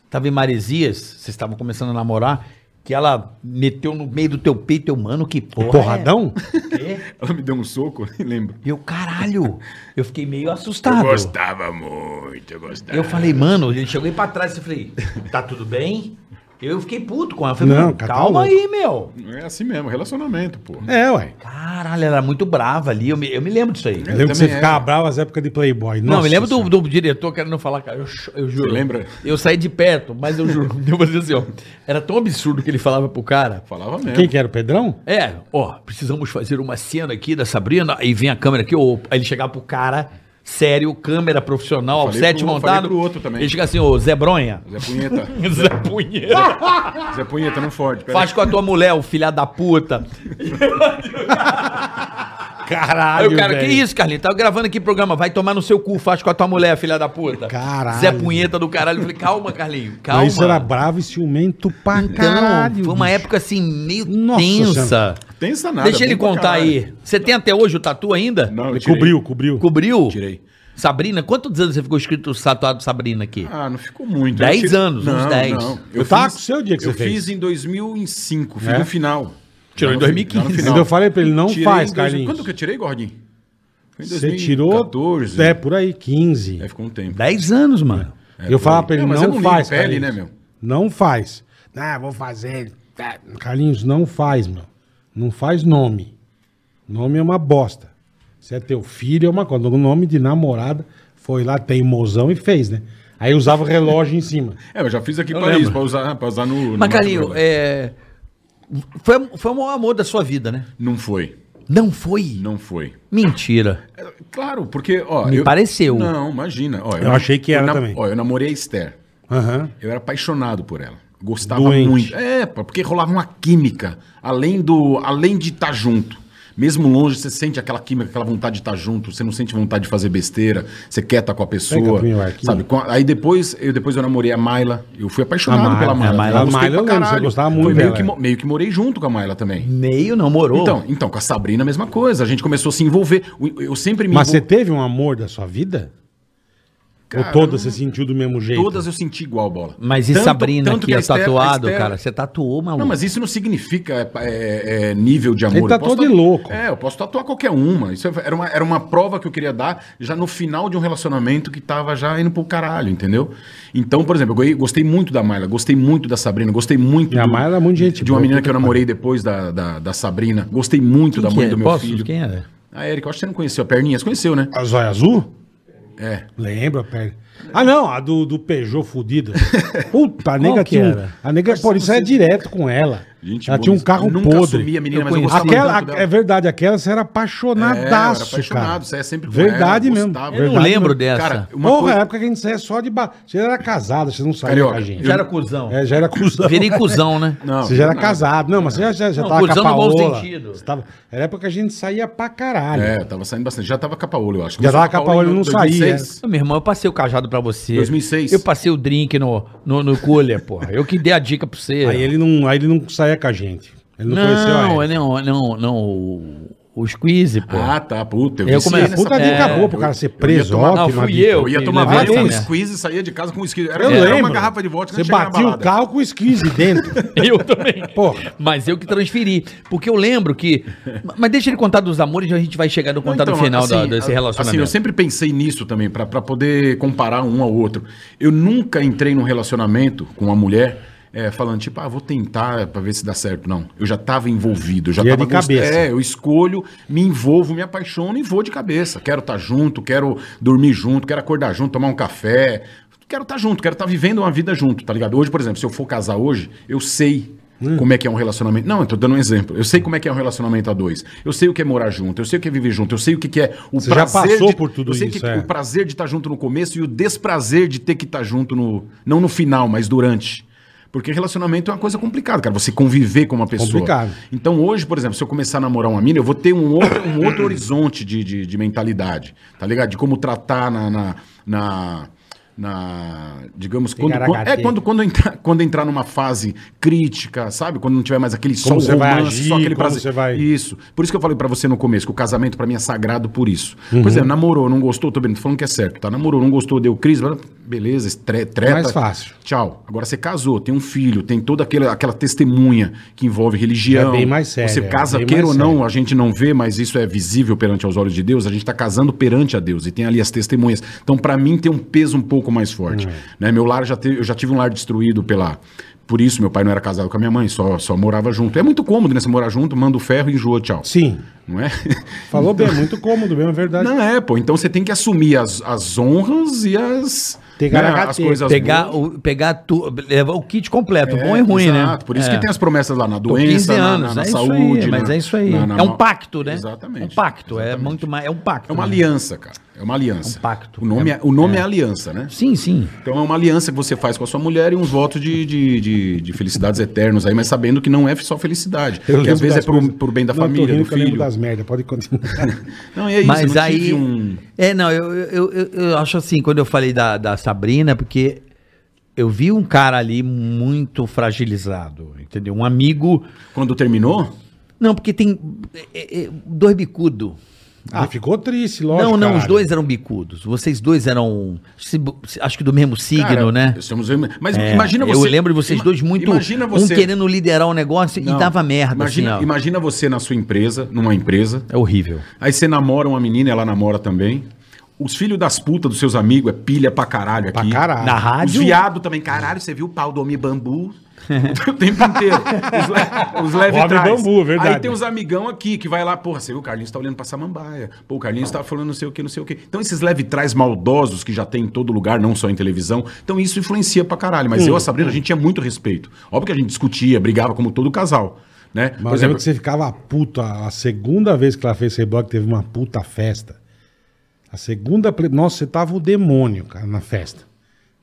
Speaker 3: Tava em Maresias, vocês estavam começando a namorar, que ela meteu no meio do teu peito, eu, mano, que porra.
Speaker 2: É. Porradão?
Speaker 4: Ela me deu um soco, nem lembro.
Speaker 3: é? Eu, caralho. Eu fiquei meio
Speaker 4: Eu
Speaker 2: Ah,
Speaker 3: assustado.
Speaker 4: gostava muito, eu gostava.
Speaker 3: Eu falei, mano, ele chegou aí pra trás e falei, tá tudo bem? Eu fiquei puto com ela. Eu falei,
Speaker 2: Não,
Speaker 3: mano,
Speaker 2: cara, tá
Speaker 3: calma
Speaker 2: louco.
Speaker 3: aí, meu.
Speaker 4: É assim mesmo, relacionamento, pô.
Speaker 2: É, ué.
Speaker 3: Caralho, ela era muito brava ali. Eu me, eu me lembro disso aí.
Speaker 2: Eu lembro que você
Speaker 4: também é.
Speaker 2: ficava
Speaker 4: era.
Speaker 2: bravo nas épocas de Playboy.
Speaker 3: Não,
Speaker 2: Nossa
Speaker 3: me lembro do,
Speaker 2: Senhora.
Speaker 3: do diretor querendo falar, cara. Eu, cho- eu juro.
Speaker 4: Você lembra?
Speaker 3: Eu saí de perto, mas eu juro. Eu vou dizer assim, ó. Era tão absurdo que ele falava pro cara.
Speaker 4: Falava mesmo.
Speaker 2: Quem que era o Pedrão?
Speaker 3: É, ó, precisamos fazer uma cena aqui da Sabrina. Aí vem a câmera aqui, ou aí ele chegava pro cara, sério, câmera profissional, ao
Speaker 4: Falei
Speaker 3: set
Speaker 4: pro-
Speaker 3: montado.
Speaker 4: falei pro outro também.
Speaker 3: Ele chega assim, ô, Zé Bronha.
Speaker 4: Zé Punheta.
Speaker 3: Zé Punheira.
Speaker 4: Zé Punheta, não Ford. Pera
Speaker 3: Faz com a tua mulher, o filha da puta. Aí
Speaker 2: Caralho,
Speaker 3: o cara,
Speaker 2: velho.
Speaker 3: que isso, Carlinhos? Tava gravando aqui programa, vai tomar no seu cu, faz com a tua mulher, filha da puta.
Speaker 2: Caralho.
Speaker 3: Zé Punheta do caralho. Eu falei, calma, Carlinhos, calma.
Speaker 2: Mas isso era bravo e ciumento pra caralho.
Speaker 3: Então, foi uma
Speaker 2: bicho.
Speaker 3: época assim, meio
Speaker 2: Nossa
Speaker 3: tensa.
Speaker 2: Senhora.
Speaker 4: Tensa nada.
Speaker 3: Deixa ele
Speaker 4: bom pra
Speaker 3: contar
Speaker 4: caralho.
Speaker 3: aí. Você tem até hoje o tatu ainda?
Speaker 4: Não, eu
Speaker 2: Ele
Speaker 4: tirei.
Speaker 2: Cobriu, cobriu.
Speaker 3: Cobriu?
Speaker 4: Tirei.
Speaker 3: Sabrina, quantos anos você ficou escrito tatuado Sabrina aqui?
Speaker 4: Ah, não ficou muito.
Speaker 3: Dez
Speaker 4: Eu tirei-
Speaker 3: anos, uns dez.
Speaker 2: Eu tava com o seu dia que
Speaker 4: eu
Speaker 2: você fez.
Speaker 4: fiz em 2005, fiz
Speaker 2: É?
Speaker 4: no final.
Speaker 3: Tirou em
Speaker 4: Já no fi- já no
Speaker 3: 2015.
Speaker 4: final.
Speaker 2: Então eu falei pra ele, não
Speaker 4: Tirei
Speaker 2: faz,
Speaker 4: em dois-
Speaker 2: Carlinhos.
Speaker 4: Quando que eu tirei, Gordinho? Foi em
Speaker 2: Você tirou.
Speaker 4: 2014.
Speaker 2: É, por aí, 15.
Speaker 4: Aí ficou um tempo.
Speaker 3: Dez anos, mano.
Speaker 2: eu falava pra
Speaker 4: por
Speaker 2: ele,
Speaker 4: aí. É, mas
Speaker 2: não,
Speaker 4: eu não ligo
Speaker 2: faz.
Speaker 4: pele,
Speaker 2: Carlinhos.
Speaker 4: né, meu?
Speaker 2: Não faz. Ah, vou fazer. Tá. Carlinhos, não faz, meu. Não faz nome. Nome é uma bosta. Se é teu filho, é uma coisa. O nome de namorada foi lá, teimosão e fez, né? Aí usava o relógio em cima.
Speaker 4: É, eu já fiz aqui em
Speaker 3: Eu
Speaker 4: Paris,
Speaker 3: lembro.
Speaker 4: pra usar, pra usar no... no
Speaker 3: Mas,
Speaker 4: Mato
Speaker 3: Carlinhos,
Speaker 4: Grosso.
Speaker 3: é... foi, foi o maior amor da sua vida, né?
Speaker 4: Não foi,
Speaker 3: Não foi?
Speaker 4: não foi.
Speaker 3: Mentira.
Speaker 4: É, Claro, porque, ó...
Speaker 3: Me pareceu.
Speaker 4: Não, imagina. Ó, eu,
Speaker 2: achei que era
Speaker 4: eu na-
Speaker 2: também.
Speaker 4: Ó, eu namorei a Esther.
Speaker 2: Aham.
Speaker 4: Eu era apaixonado por ela. Gostava
Speaker 2: Doente.
Speaker 4: muito. É, pá, porque rolava uma química, além do, além de estar junto. Mesmo longe, você sente aquela química, aquela vontade de estar junto, você não sente vontade de fazer besteira, você quer estar com a pessoa.
Speaker 2: pra mim o arquivo.
Speaker 4: sabe? Com a- Aí depois, eu depois eu namorei a Mayla, eu fui apaixonado
Speaker 2: A Mayla, é,
Speaker 4: pela Mayla.
Speaker 2: a Mayla,
Speaker 4: eu gostei
Speaker 2: a Mayla
Speaker 4: pra
Speaker 2: eu lembro, você
Speaker 4: caralho.
Speaker 2: gostava
Speaker 4: Foi
Speaker 2: muito
Speaker 4: meio
Speaker 2: dela,
Speaker 4: que,
Speaker 2: é.
Speaker 4: mo- meio que morei junto com a Mayla também.
Speaker 3: Meio não morou.
Speaker 4: Então, então, com a Sabrina a mesma coisa, a gente começou a se envolver. Eu, eu sempre me
Speaker 2: Mas você
Speaker 4: envol-
Speaker 2: teve um amor da sua vida? Ou todas você sentiu do mesmo jeito?
Speaker 4: Todas eu senti igual bola.
Speaker 3: Mas e
Speaker 4: Tanto-
Speaker 3: Sabrina,
Speaker 4: tanto
Speaker 3: que é
Speaker 4: a Esther- a
Speaker 3: tatuado,
Speaker 4: Esther-
Speaker 3: cara? Você tatuou, maluco.
Speaker 4: Não, mas isso não significa é, é, é, nível de amor.
Speaker 2: Ele
Speaker 4: Eu
Speaker 2: tatuou
Speaker 4: posso
Speaker 2: de
Speaker 4: tatu-
Speaker 2: louco.
Speaker 4: É, eu posso tatuar qualquer uma. Isso é, era uma, era uma prova que eu queria dar já no final de um relacionamento que tava já indo pro caralho, entendeu? Então, por exemplo, eu goi- gostei muito da Mayla, gostei muito da Sabrina, gostei muito
Speaker 2: E a Mayla é muito gente
Speaker 4: de uma
Speaker 2: boa,
Speaker 4: menina
Speaker 2: puta
Speaker 4: que eu
Speaker 2: que
Speaker 4: namorei depois da, da, da Sabrina. Gostei muito da
Speaker 3: Quem
Speaker 4: mãe
Speaker 3: que é?
Speaker 4: do meu
Speaker 3: Posso?
Speaker 4: filho.
Speaker 3: Quem é?
Speaker 4: A Erika, eu acho que você não conheceu. A Perninha, você conheceu, né?
Speaker 2: A zóia azul?
Speaker 4: É.
Speaker 2: Lembra, pele. Ah, não, a do, do Peugeot fudida. Puta, a nega
Speaker 3: que
Speaker 2: tinha. um-
Speaker 3: era?
Speaker 2: A nega, por isso é direto com ela. ela
Speaker 4: boa,
Speaker 2: tinha um
Speaker 4: mas
Speaker 2: carro
Speaker 4: nunca
Speaker 2: podre.
Speaker 4: assumi a menina,
Speaker 3: Eu
Speaker 4: mas eu
Speaker 3: conheci.
Speaker 4: gostava
Speaker 2: Aquela,
Speaker 4: tanto dela.
Speaker 2: é verdade, aquela você era apaixonadaço,
Speaker 4: É, eu era apaixonado,
Speaker 2: apaixonado,
Speaker 4: você é sempre com
Speaker 2: Verdade
Speaker 4: ela, eu
Speaker 2: mesmo.
Speaker 4: gostava.
Speaker 3: Eu não
Speaker 2: verdade
Speaker 3: lembro
Speaker 2: mesmo.
Speaker 3: dessa.
Speaker 4: Cara, uma
Speaker 2: Porra,
Speaker 4: coisa...
Speaker 2: a época que a gente saía só de... Ba... Você era casada, você não saía
Speaker 4: Carioca,
Speaker 2: com a gente.
Speaker 4: eu-
Speaker 3: Já era cuzão.
Speaker 2: É, já era cuzão.
Speaker 3: Virei cuzão, né?
Speaker 4: Não,
Speaker 2: é. Você já era
Speaker 4: não.
Speaker 2: casado. Não, mas você já, já, já
Speaker 3: Não,
Speaker 2: tava com a
Speaker 3: cuzão no bom
Speaker 2: Paola.
Speaker 3: sentido.
Speaker 2: Você tava... Era a época que a gente saía pra caralho.
Speaker 4: É, eu tava saindo bastante. Já tava capa-olho, eu acho.
Speaker 2: Já tava
Speaker 4: Começou
Speaker 2: capa-olho,
Speaker 4: em
Speaker 2: não saía.
Speaker 3: Ô, Meu irmão, eu passei o cajado pra você.
Speaker 4: 2006.
Speaker 3: Eu passei o drink no, no, no cooler, porra. Eu que dei a dica pra você.
Speaker 4: É.
Speaker 2: Aí ele não, aí ele não saía com a gente. Ele não, conheceu a
Speaker 3: Não,
Speaker 2: ela.
Speaker 3: não, não, não. o- O squeeze, pô.
Speaker 4: Ah, tá, puta. Eu
Speaker 3: Eu
Speaker 4: viciei
Speaker 3: comecei-
Speaker 4: nessa
Speaker 2: Puta dica
Speaker 4: parada.
Speaker 2: boa pro cara ser
Speaker 4: é, Eu- eu
Speaker 2: preso,
Speaker 4: ia tomar-
Speaker 3: não,
Speaker 2: ótima
Speaker 3: fui
Speaker 2: dica.
Speaker 3: eu.
Speaker 4: Eu ia
Speaker 3: que
Speaker 4: tomar
Speaker 3: levei
Speaker 4: vodka com
Speaker 3: essa
Speaker 2: merda.
Speaker 4: squeeze e saía de casa com um squeeze. Era,
Speaker 2: Eu
Speaker 4: era
Speaker 2: lembro.
Speaker 4: uma garrafa de vodka
Speaker 2: Você
Speaker 4: antes de chegar na
Speaker 2: batia o
Speaker 4: balada.
Speaker 2: carro com o esquise dentro.
Speaker 3: Eu também.
Speaker 2: Porra.
Speaker 3: Mas eu que transferi. Porque eu lembro que. Mas deixa ele contar dos amores e a gente vai chegar no contar
Speaker 4: Então,
Speaker 3: do final da-
Speaker 4: assim,
Speaker 3: desse
Speaker 4: a- Assim,
Speaker 3: relacionamento.
Speaker 4: eu sempre pensei nisso também, pra pra poder comparar um ao outro. Eu nunca entrei num relacionamento com uma mulher é, falando, tipo, ah, vou tentar pra ver se dá certo. Não, eu já tava envolvido. Eu já
Speaker 2: Ia
Speaker 4: tava
Speaker 2: de cabeça.
Speaker 4: É, eu escolho, me envolvo, me apaixono e vou de cabeça. Quero estar junto, quero dormir junto, quero acordar junto, tomar um café. Quero estar junto, quero estar vivendo uma vida junto, tá ligado? Hoje, por exemplo, se eu for casar hoje, eu sei
Speaker 2: Hum.
Speaker 4: como é que é um relacionamento. Não, eu tô dando um exemplo. Eu sei como é que é um relacionamento a dois. Eu sei o que é morar junto, eu sei o que é viver junto, eu sei o que que é o
Speaker 2: Você já passou por tudo
Speaker 4: eu sei
Speaker 2: isso,
Speaker 4: que
Speaker 2: é.
Speaker 4: o prazer de estar junto no começo e o desprazer de ter que estar junto no não no final, mas durante. Porque relacionamento é uma coisa complicada, cara. Você conviver com uma pessoa.
Speaker 2: Complicado.
Speaker 4: Então hoje, por exemplo, se eu começar a namorar uma mina, eu vou ter um outro, um outro horizonte de, de, de mentalidade, tá ligado? De como tratar na... na, na- na- digamos quando,
Speaker 2: Ticaracate.
Speaker 4: quando- é quando quando entrar quando entrar numa fase crítica sabe quando não tiver mais aquele
Speaker 2: Como você vai
Speaker 4: só
Speaker 2: agir,
Speaker 4: aquele
Speaker 2: como
Speaker 4: prazer
Speaker 2: você vai-
Speaker 4: E isso. Por isso que eu falei pra você no começo que o casamento pra mim é sagrado por isso.
Speaker 2: Uhum.
Speaker 4: Por exemplo, namorou, não gostou, tô bem, tô falando que é certo, tá? Namorou, não gostou, deu crise, blá, beleza, tre- treta.
Speaker 2: Mais fácil.
Speaker 4: Tchau. Agora você casou, tem um filho, tem toda aquela, aquela testemunha que envolve religião.
Speaker 2: É bem mais sério,
Speaker 4: Você
Speaker 2: é
Speaker 4: casa,
Speaker 2: bem
Speaker 4: queira ou
Speaker 2: mais
Speaker 4: não,
Speaker 2: sério.
Speaker 4: Então, a gente não vê, mas isso é visível perante aos olhos de Deus. A gente tá casando perante a Deus e tem ali as testemunhas. Então, pra mim, tem um peso um pouco mais forte. Né? Meu lar já teve, eu já tive um lar destruído pela. Por isso, meu pai não era casado com a minha mãe, só, só morava junto. É muito cômodo, né? Você morar junto, manda o ferro e enjoa, tchau.
Speaker 2: Sim.
Speaker 4: Não é?
Speaker 2: Falou bem, muito cômodo mesmo, é verdade.
Speaker 4: Não é, pô. Então você tem que assumir as, as honras e as, né,
Speaker 2: Pegar a
Speaker 4: as
Speaker 2: gate-
Speaker 4: coisas
Speaker 3: Pegar,
Speaker 4: boas.
Speaker 3: o, pegar tu, levar o kit completo,
Speaker 4: É,
Speaker 3: bom e ruim,
Speaker 4: exato.
Speaker 3: né?
Speaker 4: Por isso
Speaker 3: É.
Speaker 4: que tem as promessas lá na
Speaker 3: Tô
Speaker 4: doença, na- na, na
Speaker 3: é
Speaker 4: saúde.
Speaker 3: Isso aí, mas
Speaker 4: na-
Speaker 3: é isso aí.
Speaker 4: na- na
Speaker 3: é um
Speaker 4: mal-
Speaker 3: pacto, né?
Speaker 4: Exatamente.
Speaker 3: Um pacto, é
Speaker 4: Exatamente.
Speaker 3: muito mais. É um pacto.
Speaker 4: É uma
Speaker 3: né?
Speaker 4: aliança, cara. É uma aliança.
Speaker 3: É um pacto.
Speaker 4: O nome é, o nome é. aliança, né?
Speaker 3: Sim, sim.
Speaker 4: Então é uma aliança que você faz com a sua mulher e uns votos de, de, de, de felicidades eternos aí, mas sabendo que não é só felicidade.
Speaker 2: Eu
Speaker 4: Que
Speaker 2: lembro
Speaker 4: às vezes é
Speaker 2: das
Speaker 4: por,
Speaker 2: coisas-
Speaker 4: por bem da
Speaker 2: Não, eu tô
Speaker 4: família,
Speaker 2: rindo
Speaker 4: do
Speaker 2: que eu lembro
Speaker 4: filho.
Speaker 2: das merdas, pode continuar.
Speaker 4: Não, é isso. eu
Speaker 3: Mas
Speaker 4: não tive
Speaker 3: aí.
Speaker 4: um-
Speaker 3: É, não, eu, eu, eu, eu acho assim, quando eu falei da, da Sabrina, porque eu vi um cara ali muito fragilizado, entendeu? Um amigo.
Speaker 4: Quando terminou,
Speaker 3: Não, porque tem. é, é, é, dois bicudo.
Speaker 2: ah, ficou triste, lógico.
Speaker 3: não, não, os
Speaker 2: caralho.
Speaker 3: dois eram bicudos. Vocês dois eram. se- Acho que do mesmo signo,
Speaker 4: Cara,
Speaker 3: né?
Speaker 4: Estamos... Mas
Speaker 3: É,
Speaker 4: imagina você.
Speaker 3: Eu lembro de vocês
Speaker 4: Ima-
Speaker 3: dois muito.
Speaker 4: Imagina você.
Speaker 3: Um querendo liderar o negócio
Speaker 4: Não.
Speaker 3: e dava merda.
Speaker 4: Imagina,
Speaker 3: assim, ó.
Speaker 4: imagina você na sua empresa, numa empresa.
Speaker 3: É horrível.
Speaker 4: Aí você namora uma menina, ela namora também. Os filhos das putas dos seus amigos é pilha pra caralho aqui.
Speaker 2: Pra caralho.
Speaker 3: Na rádio.
Speaker 4: Os viado também, caralho, você viu o pau do homem bambu? o tempo inteiro. Os, le os leve
Speaker 2: O Homem
Speaker 4: trás.
Speaker 2: Bambu, é verdade.
Speaker 4: Aí tem os amigão aqui que vai lá, porra, você viu o Carlinhos tá olhando pra Samambaia. Pô, o Carlinhos tá falando não sei o que, não sei o que. Então esses leve trás maldosos que já tem em todo lugar, não só em televisão. Então isso influencia pra caralho.
Speaker 2: Hum.
Speaker 4: Mas eu e a Sabrina, a gente tinha muito respeito. Óbvio que a gente discutia, brigava como todo casal. Né?
Speaker 2: Mas eu lembro que você ficava puto. A a segunda vez que ela fez esse blog, teve uma puta festa. A segunda. ple- Nossa, você tava o demônio, cara, na festa.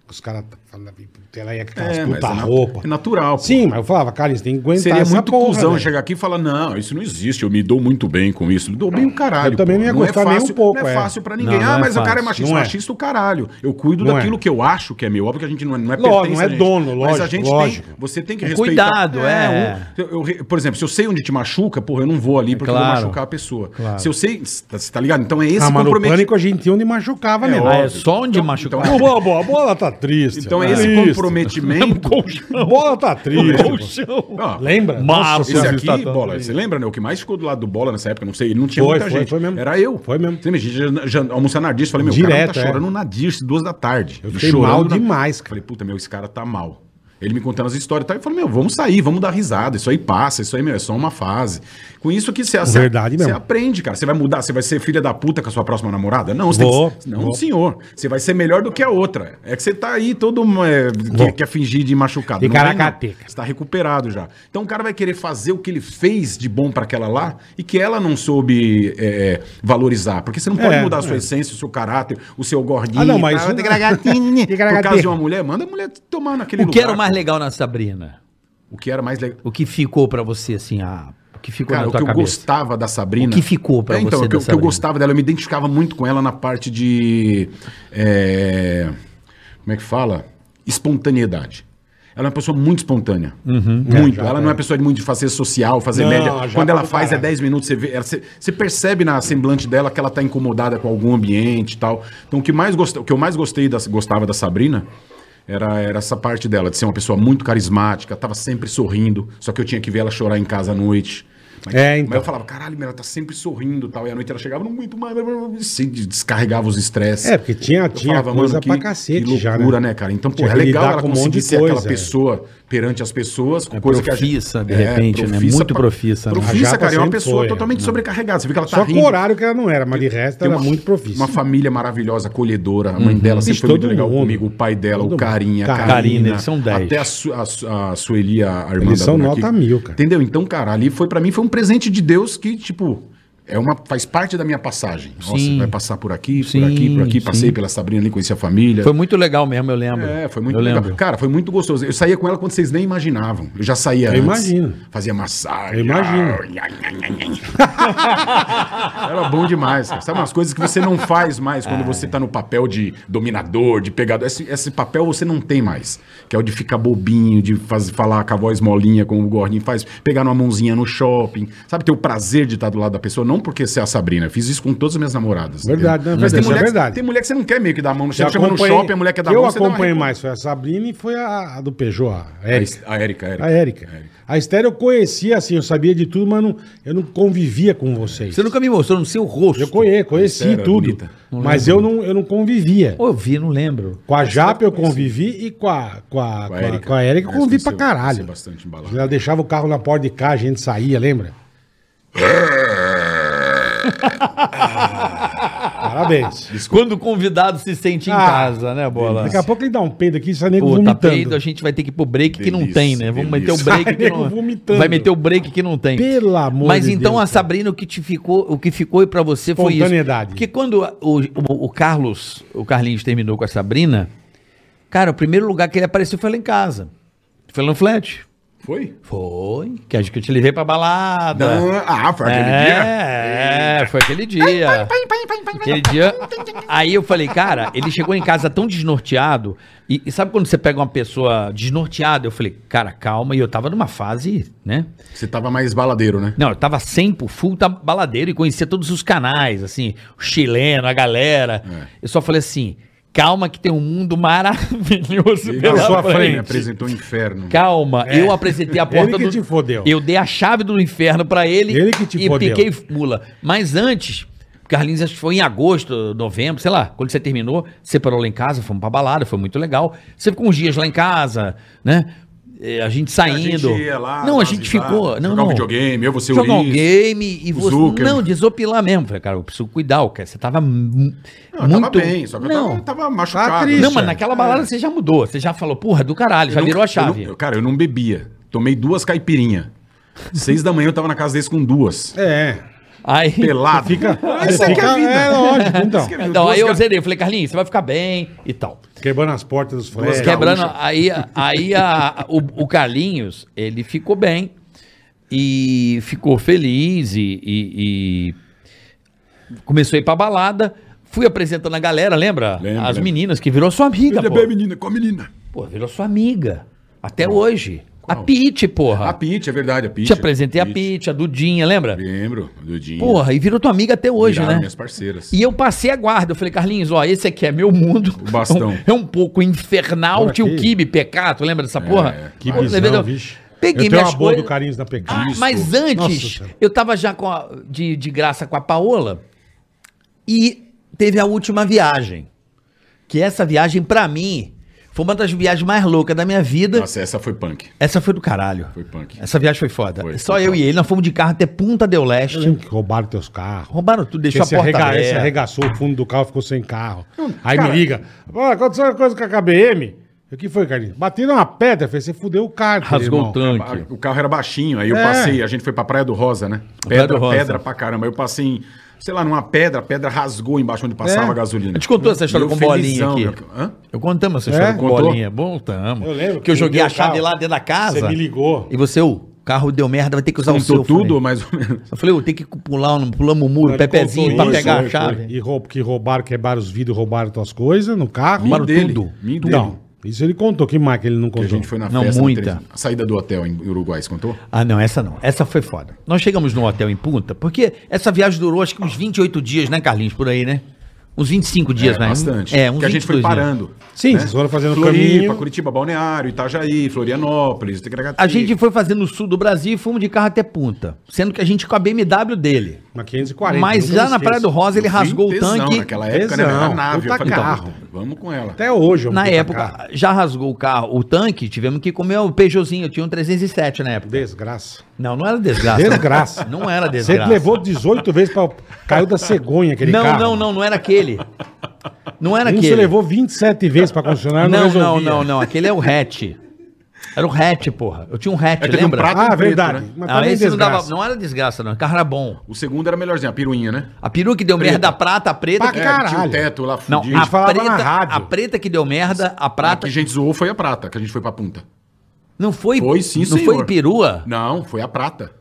Speaker 2: Os caras tá falando, puta, ela ia com aquelas
Speaker 4: É, mas
Speaker 2: puta
Speaker 4: é, na-
Speaker 2: roupa.
Speaker 4: é natural. pô.
Speaker 2: Sim, mas eu falava, cara, isso tem que aguentar
Speaker 4: Seria
Speaker 2: essa
Speaker 4: muito
Speaker 2: porra, né?
Speaker 4: cuzão
Speaker 2: velho.
Speaker 4: chegar aqui e falar: não, isso não existe, eu me dou muito bem com isso. Me dou bem o caralho.
Speaker 2: Eu também
Speaker 4: pô.
Speaker 2: não ia
Speaker 4: é
Speaker 2: gostar nem um
Speaker 4: fácil-
Speaker 2: pouco,
Speaker 4: Não
Speaker 2: é.
Speaker 4: é fácil pra ninguém.
Speaker 3: Não, não
Speaker 4: ah,
Speaker 3: é
Speaker 4: mas o cara é
Speaker 3: fácil,
Speaker 4: machista.
Speaker 2: não é.
Speaker 4: Machista o caralho. Eu cuido
Speaker 2: Não
Speaker 4: daquilo
Speaker 2: é.
Speaker 4: que eu acho que é meu. Óbvio que a gente não é, não é
Speaker 2: Lógico,
Speaker 4: pertence
Speaker 2: não é
Speaker 4: a gente,
Speaker 2: dono,
Speaker 4: Mas
Speaker 2: lógico,
Speaker 4: a gente
Speaker 2: lógico.
Speaker 4: tem. Você tem que
Speaker 3: É
Speaker 4: respeitar.
Speaker 3: cuidado, é.
Speaker 4: um- eu- eu re- por exemplo, se eu sei onde te machuca, porra, eu não vou ali porque eu vou
Speaker 3: claro.
Speaker 4: machucar a pessoa. Se eu sei. Você tá ligado? Então é esse
Speaker 2: Ah, mas no
Speaker 4: comprometimento.
Speaker 2: pânico a gente tinha onde machucava
Speaker 4: É
Speaker 2: mesmo.
Speaker 3: Ah, é
Speaker 4: óbvio.
Speaker 3: só onde
Speaker 4: Então-
Speaker 3: machucar.
Speaker 4: então-
Speaker 2: Ô, Bobo, a bola tá triste.
Speaker 4: Então
Speaker 2: é isso.
Speaker 4: esse
Speaker 2: É um
Speaker 4: comprometimento.
Speaker 2: A bola tá triste.
Speaker 4: Ó,
Speaker 2: Lembra?
Speaker 3: Mas
Speaker 2: Nossa,
Speaker 4: Esse
Speaker 2: Senhora. tá
Speaker 4: aqui, bola, você lembra, né? O que mais ficou do lado do bola nessa época, não sei, ele não tinha
Speaker 2: Foi,
Speaker 4: muita
Speaker 2: foi,
Speaker 4: gente.
Speaker 2: foi mesmo.
Speaker 4: Era eu.
Speaker 2: Foi mesmo.
Speaker 4: Você imagina, já, já, almoçar na Dirce, falei, meu, o cara
Speaker 2: Direto,
Speaker 4: tá
Speaker 2: é.
Speaker 4: chorando na Dirce, duas da tarde. Eu
Speaker 2: fiquei mal demais, cara.
Speaker 4: Falei, puta, meu, esse cara tá mal. Ele me contando as histórias e tal. Eu falei, meu, vamos sair, vamos dar risada. Isso aí passa, isso aí, meu, é só uma fase. Com isso que você, você-
Speaker 2: Verdade
Speaker 4: você
Speaker 2: mesmo.
Speaker 4: aprende, cara. Você vai mudar, você vai ser filha da puta com a sua próxima namorada? Não, você
Speaker 2: Vou,
Speaker 4: tem que, Não,
Speaker 2: vou.
Speaker 4: senhor. Você vai ser melhor do que a outra. É que você tá aí todo. É,
Speaker 2: Vou.
Speaker 4: quer, quer fingir de machucado.
Speaker 2: De
Speaker 4: Não vem, não.
Speaker 2: caracateca.
Speaker 4: Está tá recuperado já. Então o cara vai querer fazer o que ele fez de bom para aquela lá e que ela não soube é, é, valorizar. Porque você não pode
Speaker 2: É,
Speaker 4: mudar a sua
Speaker 2: é.
Speaker 4: essência, o seu caráter, o seu gordinho.
Speaker 2: Ah, não, mas
Speaker 4: tal.
Speaker 2: isso-
Speaker 4: Por causa de uma mulher, manda a mulher tomar naquele
Speaker 3: O que era o
Speaker 4: lugar.
Speaker 3: mais legal na Sabrina?
Speaker 4: O que era mais legal.
Speaker 3: O que ficou pra você, assim, ah, o que ficou
Speaker 4: Cara,
Speaker 3: na
Speaker 4: o que
Speaker 3: tua
Speaker 4: eu
Speaker 3: cabeça?
Speaker 4: gostava da Sabrina.
Speaker 3: O que ficou pra
Speaker 4: é, então,
Speaker 3: você
Speaker 4: o
Speaker 3: da
Speaker 4: que, eu- o que eu
Speaker 3: Sabrina?
Speaker 4: gostava dela, eu me identificava muito com ela na parte de. é, como é que fala? Espontaneidade. Ela é uma pessoa muito espontânea.
Speaker 3: Uhum.
Speaker 4: Muito.
Speaker 2: É, já,
Speaker 4: ela não é uma pessoa de muito de fazer social, fazer
Speaker 2: Não,
Speaker 4: média.
Speaker 2: já
Speaker 3: tá
Speaker 4: Quando ela
Speaker 2: pro
Speaker 4: faz é
Speaker 2: caralho.
Speaker 4: 10 minutos, você, vê, ela- você, você percebe na semblante dela que ela tá incomodada com algum ambiente e tal. Então, o que, mais gost, o que eu mais gostei da, gostava da Sabrina era, era essa parte dela, de ser uma pessoa muito carismática, tava sempre sorrindo, só que eu tinha que ver ela chorar em casa à noite. Mas,
Speaker 2: É, então.
Speaker 4: mas eu falava, caralho, meu, ela tá sempre sorrindo e tal. E à noite ela chegava, não aguento mais, blá, blá, blá", se descarregava os estresses.
Speaker 2: É, porque tinha,
Speaker 4: Eu
Speaker 2: tinha
Speaker 4: falava,
Speaker 2: coisa
Speaker 4: mano, que-
Speaker 2: pra cacete
Speaker 4: que
Speaker 2: já,
Speaker 4: loucura, né, cara? Então, pô,
Speaker 2: Tinha
Speaker 4: é
Speaker 2: que
Speaker 4: legal
Speaker 2: lidar
Speaker 4: ela
Speaker 2: com um monte
Speaker 4: conseguir
Speaker 2: de
Speaker 4: ser
Speaker 2: coisa,
Speaker 4: aquela
Speaker 2: é.
Speaker 4: pessoa perante as pessoas, com coisa que a gente...
Speaker 3: É
Speaker 4: É,
Speaker 3: profissa, de repente, né? Muito
Speaker 4: pra-
Speaker 3: profissa, né?
Speaker 2: A
Speaker 4: Profissa,
Speaker 2: Japa
Speaker 4: cara, é uma
Speaker 2: sempre
Speaker 4: pessoa
Speaker 2: foi, é.
Speaker 4: totalmente sobrecarregada. Você vê que ela tá
Speaker 2: Só com o
Speaker 4: rindo.
Speaker 2: horário que ela não era, mas de resto
Speaker 4: Tem
Speaker 2: era muito profício.
Speaker 4: Uma família maravilhosa, acolhedora. A mãe dela sempre
Speaker 2: Bicho,
Speaker 4: foi muito
Speaker 2: todo
Speaker 4: legal
Speaker 2: mundo.
Speaker 4: comigo. O pai dela,
Speaker 2: Todo
Speaker 4: o Carinha, a
Speaker 2: mundo. um
Speaker 4: Karina.
Speaker 3: Karina, eles são dez.
Speaker 4: Até a, Su, a, Su- a Sueli, a irmã
Speaker 2: Eles
Speaker 4: da
Speaker 2: são
Speaker 4: dona
Speaker 2: nota
Speaker 4: Kika.
Speaker 2: mil, cara.
Speaker 4: Entendeu? Então, cara, ali foi pra mim, foi um presente de Deus que, tipo... É uma, faz parte da minha passagem. Nossa,
Speaker 3: Sim.
Speaker 4: vai passar por aqui, por
Speaker 3: Sim,
Speaker 4: aqui, por aqui.
Speaker 3: sim.
Speaker 4: Passei pela Sabrina ali, conheci a família.
Speaker 3: Foi muito legal mesmo, eu lembro.
Speaker 4: É, foi muito
Speaker 3: eu
Speaker 4: legal.
Speaker 3: Lembro.
Speaker 4: Cara, foi muito gostoso. Eu saía com ela quando vocês nem imaginavam. Eu já saía
Speaker 2: Eu
Speaker 4: antes.
Speaker 2: imagino.
Speaker 4: Fazia massagem.
Speaker 2: Eu imagino.
Speaker 4: Era bom demais. Cara. Sabe umas coisas que você não faz mais quando você tá no papel de dominador, de pegador. Esse, esse papel você não tem mais. Que é o de ficar bobinho, de faz, falar com a voz molinha, como o Gordinho faz. Pegar uma mãozinha no shopping. Sabe, ter o prazer de estar do lado da pessoa. Não porque você é a Sabrina. Eu fiz isso com todas as minhas namoradas.
Speaker 2: Verdade,
Speaker 4: entendeu?
Speaker 2: né?
Speaker 4: Mas
Speaker 2: Verdade, isso
Speaker 4: tem
Speaker 2: é
Speaker 4: mulher, que-
Speaker 2: verdade.
Speaker 4: Tem mulher que você não quer meio que dar a mão. Você
Speaker 2: Eu
Speaker 4: chama no
Speaker 2: acompanhei-
Speaker 4: shopping, a mulher quer dar a
Speaker 2: Eu
Speaker 4: mão. você dá uma
Speaker 2: acompanhei
Speaker 4: recuada.
Speaker 2: mais, foi a Sabrina e foi a, a do Peugeot, a Érica.
Speaker 4: A Érica, a Érica.
Speaker 2: A Érica. A Estéreo eu conhecia, assim, eu sabia de tudo, mas não, eu não convivia com vocês.
Speaker 3: Você nunca me mostrou no seu rosto.
Speaker 2: Eu conhe, conheci
Speaker 4: Estéreo,
Speaker 2: tudo,
Speaker 4: bonita.
Speaker 2: mas eu não, eu não convivia.
Speaker 3: Ou eu vi, não lembro.
Speaker 2: Com a Japa eu convivi e com a, com a, com a,
Speaker 4: Érica.
Speaker 2: com a Érica eu
Speaker 4: Essa
Speaker 2: convivi pra
Speaker 4: conheceu-
Speaker 2: caralho.
Speaker 4: conheceu bastante em balada.
Speaker 2: Ela deixava o carro na porta de cá, a gente saía, lembra? Parabéns.
Speaker 3: Quando o convidado se sente em
Speaker 2: Ah,
Speaker 3: casa, né, Bola?
Speaker 2: Daqui a pouco ele dá um peido aqui e sai nego
Speaker 3: Pô, tá peido, a
Speaker 2: vomitando.
Speaker 3: gente vai ter que ir pro break que não
Speaker 4: Delícia,
Speaker 3: tem, né? Vamos meter o
Speaker 4: delícia.
Speaker 3: break que
Speaker 2: Sai nego
Speaker 3: não
Speaker 2: vomitando.
Speaker 3: Vai meter o break que não tem.
Speaker 2: Pelo amor
Speaker 3: Mas
Speaker 2: de
Speaker 3: então
Speaker 2: Deus,
Speaker 3: a Sabrina, o que te ficou, o que ficou pra você foi isso.
Speaker 2: Espontaneidade.
Speaker 3: Porque quando o, o- o Carlos, o Carlinhos terminou com a Sabrina, cara, o primeiro lugar que ele apareceu foi lá em casa. Foi lá no flat.
Speaker 4: Foi?
Speaker 3: Foi. Que acho que eu te levei pra balada.
Speaker 4: Dan- Ah, foi aquele dia.
Speaker 3: É, é, foi aquele dia. Aquele dia. Aí eu falei, cara, ele chegou em casa tão desnorteado. E, e sabe quando você pega uma pessoa desnorteada? Eu falei, cara, calma. E eu tava numa fase, né?
Speaker 4: Você tava mais baladeiro, né?
Speaker 3: Não, eu tava sempre full tá baladeiro e conhecia todos os canais, assim, o chileno, a galera.
Speaker 2: É.
Speaker 3: Eu só falei assim, calma que tem um mundo maravilhoso
Speaker 4: Ele
Speaker 3: pela
Speaker 2: na sua
Speaker 3: frente.
Speaker 2: frente. um
Speaker 4: me apresentou o inferno.
Speaker 3: Calma, eu apresentei a porta
Speaker 2: Ele que
Speaker 3: do...
Speaker 2: te fodeu.
Speaker 3: Eu dei a chave do inferno pra ele,
Speaker 2: Então. Ele que te
Speaker 3: e
Speaker 2: fodeu.
Speaker 3: piquei mula. Mas antes, Carlinhos, acho que foi em agosto, novembro, sei lá, quando você terminou, você parou lá em casa, fomos pra balada, foi muito legal. Você ficou uns dias lá em casa, né? Eh, A gente saindo.
Speaker 4: É, ia lá,
Speaker 3: não, a
Speaker 4: lá
Speaker 3: gente
Speaker 4: visitar,
Speaker 3: ficou. Não,
Speaker 4: jogar um
Speaker 3: não.
Speaker 4: videogame, eu, você,
Speaker 3: Jogar um
Speaker 4: Ulisses,
Speaker 3: game e
Speaker 4: o
Speaker 3: você.
Speaker 4: Zucker.
Speaker 3: Não, desopilar mesmo. Falei, cara, eu preciso cuidar, o cara. Você tava mu-
Speaker 4: Não, eu
Speaker 3: muito.
Speaker 4: tava bem, só que
Speaker 3: não.
Speaker 4: eu tava, é. tava machucado.
Speaker 2: Tá triste,
Speaker 3: Não,
Speaker 4: Não,
Speaker 3: mas naquela balada você já mudou. Você já falou, porra, do caralho, já virou a chave.
Speaker 4: cara, eu não bebia. Tomei duas caipirinhas. Seis da manhã eu tava na casa deles com duas.
Speaker 2: É.
Speaker 3: Aí,
Speaker 4: pelado.
Speaker 2: Fica.
Speaker 4: Aí
Speaker 2: você
Speaker 4: isso aqui
Speaker 2: fica-
Speaker 4: é vida.
Speaker 2: É, lógico, então.
Speaker 3: então, aí eu
Speaker 4: Duas
Speaker 3: zerei. Falei, Carlinhos, você vai ficar bem e tal.
Speaker 2: Quebrando as portas dos flares.
Speaker 4: Duas
Speaker 3: Quebrando,
Speaker 4: Gaúcha.
Speaker 3: aí, aí a- o, o Carlinhos, ele ficou bem e ficou feliz e, e- e começou a ir pra balada. Fui apresentando a galera, lembra?
Speaker 4: Lembro,
Speaker 3: As
Speaker 4: lembro.
Speaker 3: meninas, que virou sua amiga,
Speaker 4: Ele é
Speaker 3: pô.
Speaker 4: bem menina, com a menina.
Speaker 3: Pô, virou sua amiga. Até hoje. A Pete, porra.
Speaker 4: A Pete, é verdade, a Pete.
Speaker 3: Ah. Te apresentei a Pete, a Dudinha, lembra?
Speaker 4: Lembro, Dudinho.
Speaker 3: Porra, e virou tua amiga até hoje,
Speaker 4: Viraram
Speaker 3: né?
Speaker 4: minhas parceiras.
Speaker 3: E eu passei a guarda. Eu falei, Carlinhos, ó, esse aqui é meu mundo.
Speaker 4: O bastão.
Speaker 3: É um, é um pouco infernal.
Speaker 2: Olha
Speaker 3: Tinha o
Speaker 2: aqui.
Speaker 3: Kibe Pecato, lembra dessa porra?
Speaker 2: Que
Speaker 3: Pô, levei-
Speaker 2: bizarro, É, vixe.
Speaker 3: Peguei
Speaker 2: eu tenho
Speaker 3: minhas
Speaker 2: uma boa
Speaker 3: coisas.
Speaker 2: do Carinhos da PK.
Speaker 3: Ah,
Speaker 4: Cristo.
Speaker 3: mas
Speaker 2: Nossa
Speaker 3: antes,
Speaker 2: Senhora.
Speaker 3: eu tava já com a- de, de graça com a Paola e teve a última viagem. Que essa viagem, pra mim, foi uma das viagens mais loucas da minha vida.
Speaker 4: Nossa, essa foi punk.
Speaker 3: Essa foi do caralho.
Speaker 4: Foi punk.
Speaker 3: Essa viagem foi foda.
Speaker 4: Foi,
Speaker 3: Só
Speaker 4: foi
Speaker 3: eu
Speaker 4: foda.
Speaker 3: e ele, nós fomos de carro até Punta del
Speaker 2: Eu
Speaker 3: Leste.
Speaker 2: lembro que roubaram teus carros.
Speaker 3: Roubaram tudo, deixou
Speaker 2: Esse,
Speaker 3: a porta
Speaker 2: arrega, esse
Speaker 3: aberta.
Speaker 2: arregaçou o fundo do carro, ficou sem carro. Aí me liga. Olha, aconteceu uma coisa com a KBM. O que foi, Carlinhos? Bateram uma pedra, eu falei, você fudeu o carro.
Speaker 3: Rasgou o
Speaker 2: irmão.
Speaker 4: Ah,
Speaker 3: tanque.
Speaker 4: O carro era baixinho, aí eu
Speaker 2: É.
Speaker 4: passei, a gente foi pra Praia do Rosa, né?
Speaker 3: Praia
Speaker 4: Pedra,
Speaker 3: do Rosa.
Speaker 4: pedra pra caramba. Eu passei, em, sei lá, numa pedra, a pedra rasgou embaixo onde passava
Speaker 2: É.
Speaker 4: a gasolina.
Speaker 3: A gente contou essa história
Speaker 4: Meu
Speaker 3: com bolinha
Speaker 4: felizão,
Speaker 3: aqui.
Speaker 4: meu- Hã?
Speaker 3: Eu contamos essa
Speaker 2: É?
Speaker 3: história com
Speaker 4: Contou?
Speaker 3: bolinha. Voltamos.
Speaker 2: Eu lembro
Speaker 3: Que eu
Speaker 2: que
Speaker 3: joguei
Speaker 2: eu
Speaker 3: a
Speaker 2: dei o carro.
Speaker 3: chave lá dentro da casa.
Speaker 2: Você me ligou.
Speaker 3: E você, o carro deu merda, vai ter que usar o seu.
Speaker 4: Contou
Speaker 3: Eu falei.
Speaker 4: tudo, mais ou menos.
Speaker 3: Eu falei, eu tenho que pular, não pulamos o muro,
Speaker 2: Ele contou
Speaker 3: um pepezinho pra
Speaker 2: isso, né?
Speaker 3: pegar a
Speaker 2: foi,
Speaker 3: chave.
Speaker 2: foi. E roub, que roubaram, quebraram os vidros, roubaram tuas coisas no carro.
Speaker 4: Minha
Speaker 2: Roubaram
Speaker 4: dele,
Speaker 2: tudo.
Speaker 4: minha dele.
Speaker 2: Não, isso ele contou. Que mais que ele não
Speaker 4: A
Speaker 2: contou?
Speaker 4: gente foi na
Speaker 3: Não,
Speaker 4: festa. do
Speaker 3: muita.
Speaker 4: Teres- A saída do hotel em Uruguai, você contou?
Speaker 3: Ah, não, essa não. Essa foi foda. Nós chegamos no hotel em Punta, porque essa viagem durou acho que uns 28 dias, né, Carlinhos? Por aí, né? Uns 25 dias,
Speaker 4: É,
Speaker 3: né?
Speaker 4: Bastante.
Speaker 3: É, uns
Speaker 4: Porque a gente
Speaker 3: 22
Speaker 4: foi
Speaker 3: dias.
Speaker 4: parando.
Speaker 2: Sim, vocês foram fazendo
Speaker 4: né? Floripa,
Speaker 2: caminho.
Speaker 4: Curitiba, Balneário, Itajaí, Florianópolis, Itacaracati.
Speaker 3: A gente foi fazendo o sul do Brasil e fomos de carro até Punta. Sendo que a gente com a BMW dele.
Speaker 2: Na 540.
Speaker 3: Mas
Speaker 2: nunca
Speaker 3: já
Speaker 2: me
Speaker 3: na
Speaker 2: esqueço.
Speaker 3: Praia do Rosa ele
Speaker 4: Eu
Speaker 3: rasgou
Speaker 4: fui
Speaker 3: o
Speaker 4: tesão
Speaker 3: tanque.
Speaker 4: Naquela época, né?
Speaker 2: Tesão,
Speaker 4: Era nave. Eu
Speaker 2: puta
Speaker 4: falei,
Speaker 2: carro.
Speaker 4: então, vamos com ela.
Speaker 2: Até hoje. é um
Speaker 3: Na
Speaker 2: puta
Speaker 3: época,
Speaker 2: carro.
Speaker 3: já rasgou o carro, o tanque, tivemos que comer o Peugeotzinho. Eu tinha um 307 na época.
Speaker 2: Desgraça.
Speaker 3: Não, não era desgraça.
Speaker 2: Desgraça.
Speaker 3: Não era
Speaker 2: Você
Speaker 3: desgraça.
Speaker 2: levou 18 vezes pra. Caiu da cegonha aquele
Speaker 3: não,
Speaker 2: carro.
Speaker 3: não, não, não era aquele. Não era
Speaker 2: Um
Speaker 3: aquele.
Speaker 2: você levou 27 vezes pra concessionária,
Speaker 3: Não, não,
Speaker 2: resolvia.
Speaker 3: não, não. Aquele é o hatch. Era o hatch, porra. Eu tinha um hatch,
Speaker 4: É, teve um
Speaker 3: lembra?
Speaker 4: prato
Speaker 2: Ah,
Speaker 4: Preto,
Speaker 2: verdade.
Speaker 4: né?
Speaker 2: Mas
Speaker 3: Ah,
Speaker 2: também
Speaker 3: esse não, dava-
Speaker 2: desgraça.
Speaker 3: não era desgraça, não. O carro era bom.
Speaker 4: O segundo era melhorzinho, a piruinha, né?
Speaker 3: A peruca que deu
Speaker 4: Preta.
Speaker 3: merda, a prata, a preta.
Speaker 2: Pra
Speaker 3: que-
Speaker 4: É, tinha
Speaker 2: Caralho.
Speaker 4: o teto lá
Speaker 3: Não,
Speaker 4: fudido.
Speaker 3: a
Speaker 2: falava na
Speaker 3: preta,
Speaker 2: rádio.
Speaker 3: a preta que deu merda, a
Speaker 4: A
Speaker 3: prata.
Speaker 4: que a gente zoou foi a prata, que a gente foi pra punta.
Speaker 3: Não foi.
Speaker 4: Foi sim,
Speaker 3: Não
Speaker 4: senhor.
Speaker 3: foi perua?
Speaker 4: Não, foi a prata.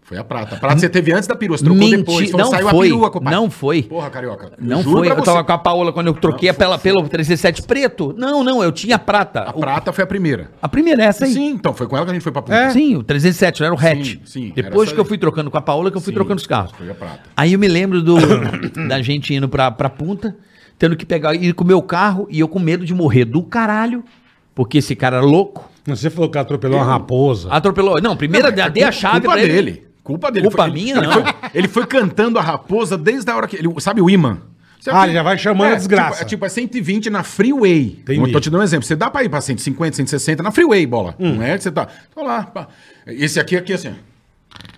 Speaker 4: Foi a prata. A prata você teve antes da perua, você trocou
Speaker 3: Menti-
Speaker 4: depois.
Speaker 3: não foi, não foi.
Speaker 4: Porra, carioca. eu
Speaker 3: Não
Speaker 4: juro
Speaker 3: foi.
Speaker 4: pra
Speaker 3: Eu
Speaker 4: você.
Speaker 3: tava com a Paola quando eu troquei
Speaker 4: Não, foi-
Speaker 3: pela, pelo 307 preto. Não, não, eu tinha a prata.
Speaker 4: A
Speaker 3: O-
Speaker 4: prata foi a primeira.
Speaker 3: a primeira é essa aí.
Speaker 4: Sim, então foi com ela que a gente foi pra punta.
Speaker 2: É.
Speaker 3: Sim, o 307, não era o hatch.
Speaker 4: Sim, sim, era
Speaker 3: Depois
Speaker 4: essa
Speaker 3: que eu
Speaker 4: aí.
Speaker 3: fui trocando com a Paola, que eu fui
Speaker 4: Sim,
Speaker 3: trocando os carros.
Speaker 4: foi a prata.
Speaker 3: Aí eu me lembro do, da gente indo pra, pra punta, tendo que pegar, ir com o meu carro, e eu com medo de morrer do caralho, porque esse cara é louco.
Speaker 2: Você falou que atropelou uma raposa.
Speaker 3: Atropelou. Não, primeiro eu dei a chave
Speaker 4: é culpa
Speaker 3: pra ele.
Speaker 4: dele. Culpa dele.
Speaker 3: Culpa
Speaker 4: Foi-
Speaker 3: minha,
Speaker 4: ele
Speaker 3: não.
Speaker 4: Foi, ele foi cantando a raposa desde a hora que... Ele, sabe o imã? Sabe
Speaker 2: Ah,
Speaker 4: que-
Speaker 2: ele já vai chamando a desgraça.
Speaker 4: Tipo, é tipo, é 120 na freeway.
Speaker 2: Entendi.
Speaker 4: Eu Tô te dando um exemplo. Você dá pra ir pra 150, 160 na freeway, bola.
Speaker 2: Hum.
Speaker 4: Não é? que Você tá... Tô lá. pá. Esse aqui, aqui assim... ó.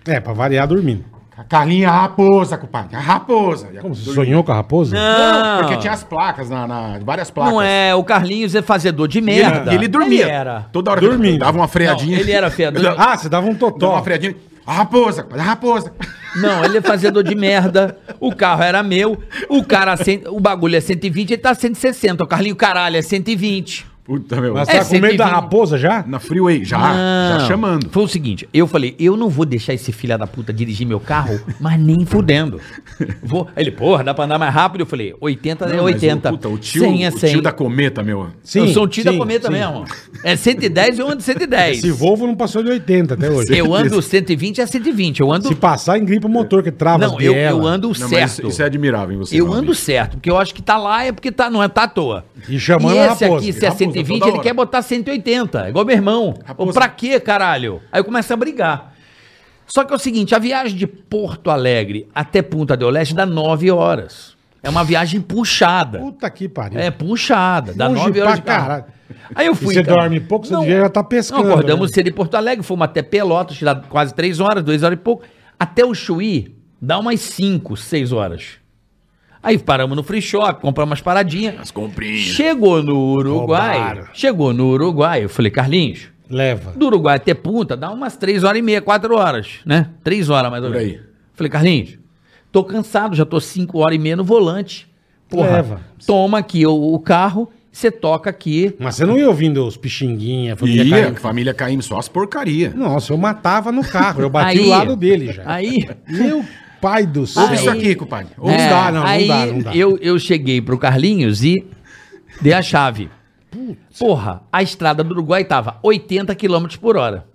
Speaker 2: É, pra variar dormindo.
Speaker 4: A Carlinha, a raposa, compadre. A raposa. E a-
Speaker 2: Como, você sonhou com a raposa?
Speaker 3: Não,
Speaker 4: Porque tinha as placas, na, na- várias placas.
Speaker 3: Ah. Não é, o Carlinhos é fazedor de
Speaker 4: E ele,
Speaker 3: merda.
Speaker 4: e ele dormia.
Speaker 3: Ele era.
Speaker 4: Toda hora que ele
Speaker 2: Dormindo.
Speaker 4: dava uma freadinha.
Speaker 3: Não, ele era fedor.
Speaker 4: Dava-
Speaker 2: Ah, você dava um
Speaker 4: Dava
Speaker 2: totó.
Speaker 4: uma freadinha. A raposa, compadre, a raposa.
Speaker 3: Não, ele é fazedor de merda. O carro era meu. O cara, cen- o bagulho é 120, ele tá 160. O Carlinho, caralho, é 120.
Speaker 4: Puta, meu.
Speaker 2: Mas
Speaker 3: É,
Speaker 2: você tá com medo da
Speaker 3: 120.
Speaker 2: raposa já?
Speaker 4: Na freeway, já. Já
Speaker 3: Não.
Speaker 4: chamando.
Speaker 3: Foi o seguinte, eu falei, eu não vou deixar esse filha da puta dirigir meu carro, mas nem fudendo. Vou. Aí Ele, porra, dá pra andar mais rápido? Eu falei, 80 é
Speaker 4: Não, mas
Speaker 3: 80.
Speaker 4: O, puta, o tio,
Speaker 3: 100 é
Speaker 4: o
Speaker 3: 100.
Speaker 4: tio da cometa, meu.
Speaker 3: eu sou um tio da
Speaker 2: sim,
Speaker 3: cometa
Speaker 2: sim.
Speaker 3: mesmo. É 110, eu ando 110.
Speaker 2: Esse Volvo não passou de 80 até hoje.
Speaker 3: Eu ando 120 é 120. Eu ando.
Speaker 2: Se passar, engripa o motor que trava
Speaker 3: Não, eu, eu ando
Speaker 4: Não, mas
Speaker 3: certo.
Speaker 4: isso- Isso é admirável em você.
Speaker 3: Eu
Speaker 4: realmente.
Speaker 3: ando certo, porque eu acho que tá lá é porque tá, não é tá à toa.
Speaker 2: E chamando
Speaker 3: e
Speaker 2: a
Speaker 3: esse
Speaker 2: raposa.
Speaker 3: aqui, se é
Speaker 4: Raposa,
Speaker 3: 120,
Speaker 4: toda
Speaker 3: ele
Speaker 4: hora.
Speaker 3: quer botar 180, igual meu irmão.
Speaker 4: Raposa.
Speaker 3: Ô, Pra quê, caralho? Aí começa a brigar. Só que é o seguinte, a viagem de Porto Alegre até Punta del Leste dá 9 horas. É uma viagem puxada.
Speaker 2: Puta que pariu.
Speaker 3: É puxada, dá
Speaker 2: Longe
Speaker 3: 9 horas
Speaker 2: pra
Speaker 3: de carro.
Speaker 2: caralho.
Speaker 3: Aí eu fui.
Speaker 2: E você dorme pouco, você devia já tá pescando,
Speaker 3: Não, acordamos
Speaker 2: né?
Speaker 3: cedo em Porto Alegre, fomos até Pelotas, que dá quase 3 horas, 2 horas e pouco. Até o Chuí, dá umas 5, 6 horas. Aí paramos no free shop, compramos umas paradinhas.
Speaker 4: As comprinhas.
Speaker 3: Chegou no Uruguai.
Speaker 2: Roubaram.
Speaker 3: Chegou no Uruguai. Eu falei, Carlinhos,
Speaker 2: Leva.
Speaker 3: do Uruguai até Punta dá umas 3 horas e meia, 4 horas, né? 3 horas mais ou
Speaker 4: Por
Speaker 3: menos.
Speaker 4: aí.
Speaker 3: Falei, Carlinhos, tô cansado, já tô cinco horas e meia no volante. Porra,
Speaker 2: Leva.
Speaker 3: toma aqui o, o carro, você toca aqui.
Speaker 2: Mas você não ia ouvindo os pixinguinha, família
Speaker 4: Ia,
Speaker 2: Caim?
Speaker 4: família Caim, só as porcaria.
Speaker 2: Nossa, eu matava no carro, eu bati o lado dele já.
Speaker 3: Aí,
Speaker 2: Meu pai do céu.
Speaker 4: Ouve isso aqui, compadre. Ouve
Speaker 2: Não
Speaker 3: é,
Speaker 2: dá, não, não
Speaker 3: aí
Speaker 2: dá, não dá.
Speaker 3: Eu, eu cheguei pro Carlinhos e dei a chave. Porra, a estrada do Uruguai tava 80 km por hora.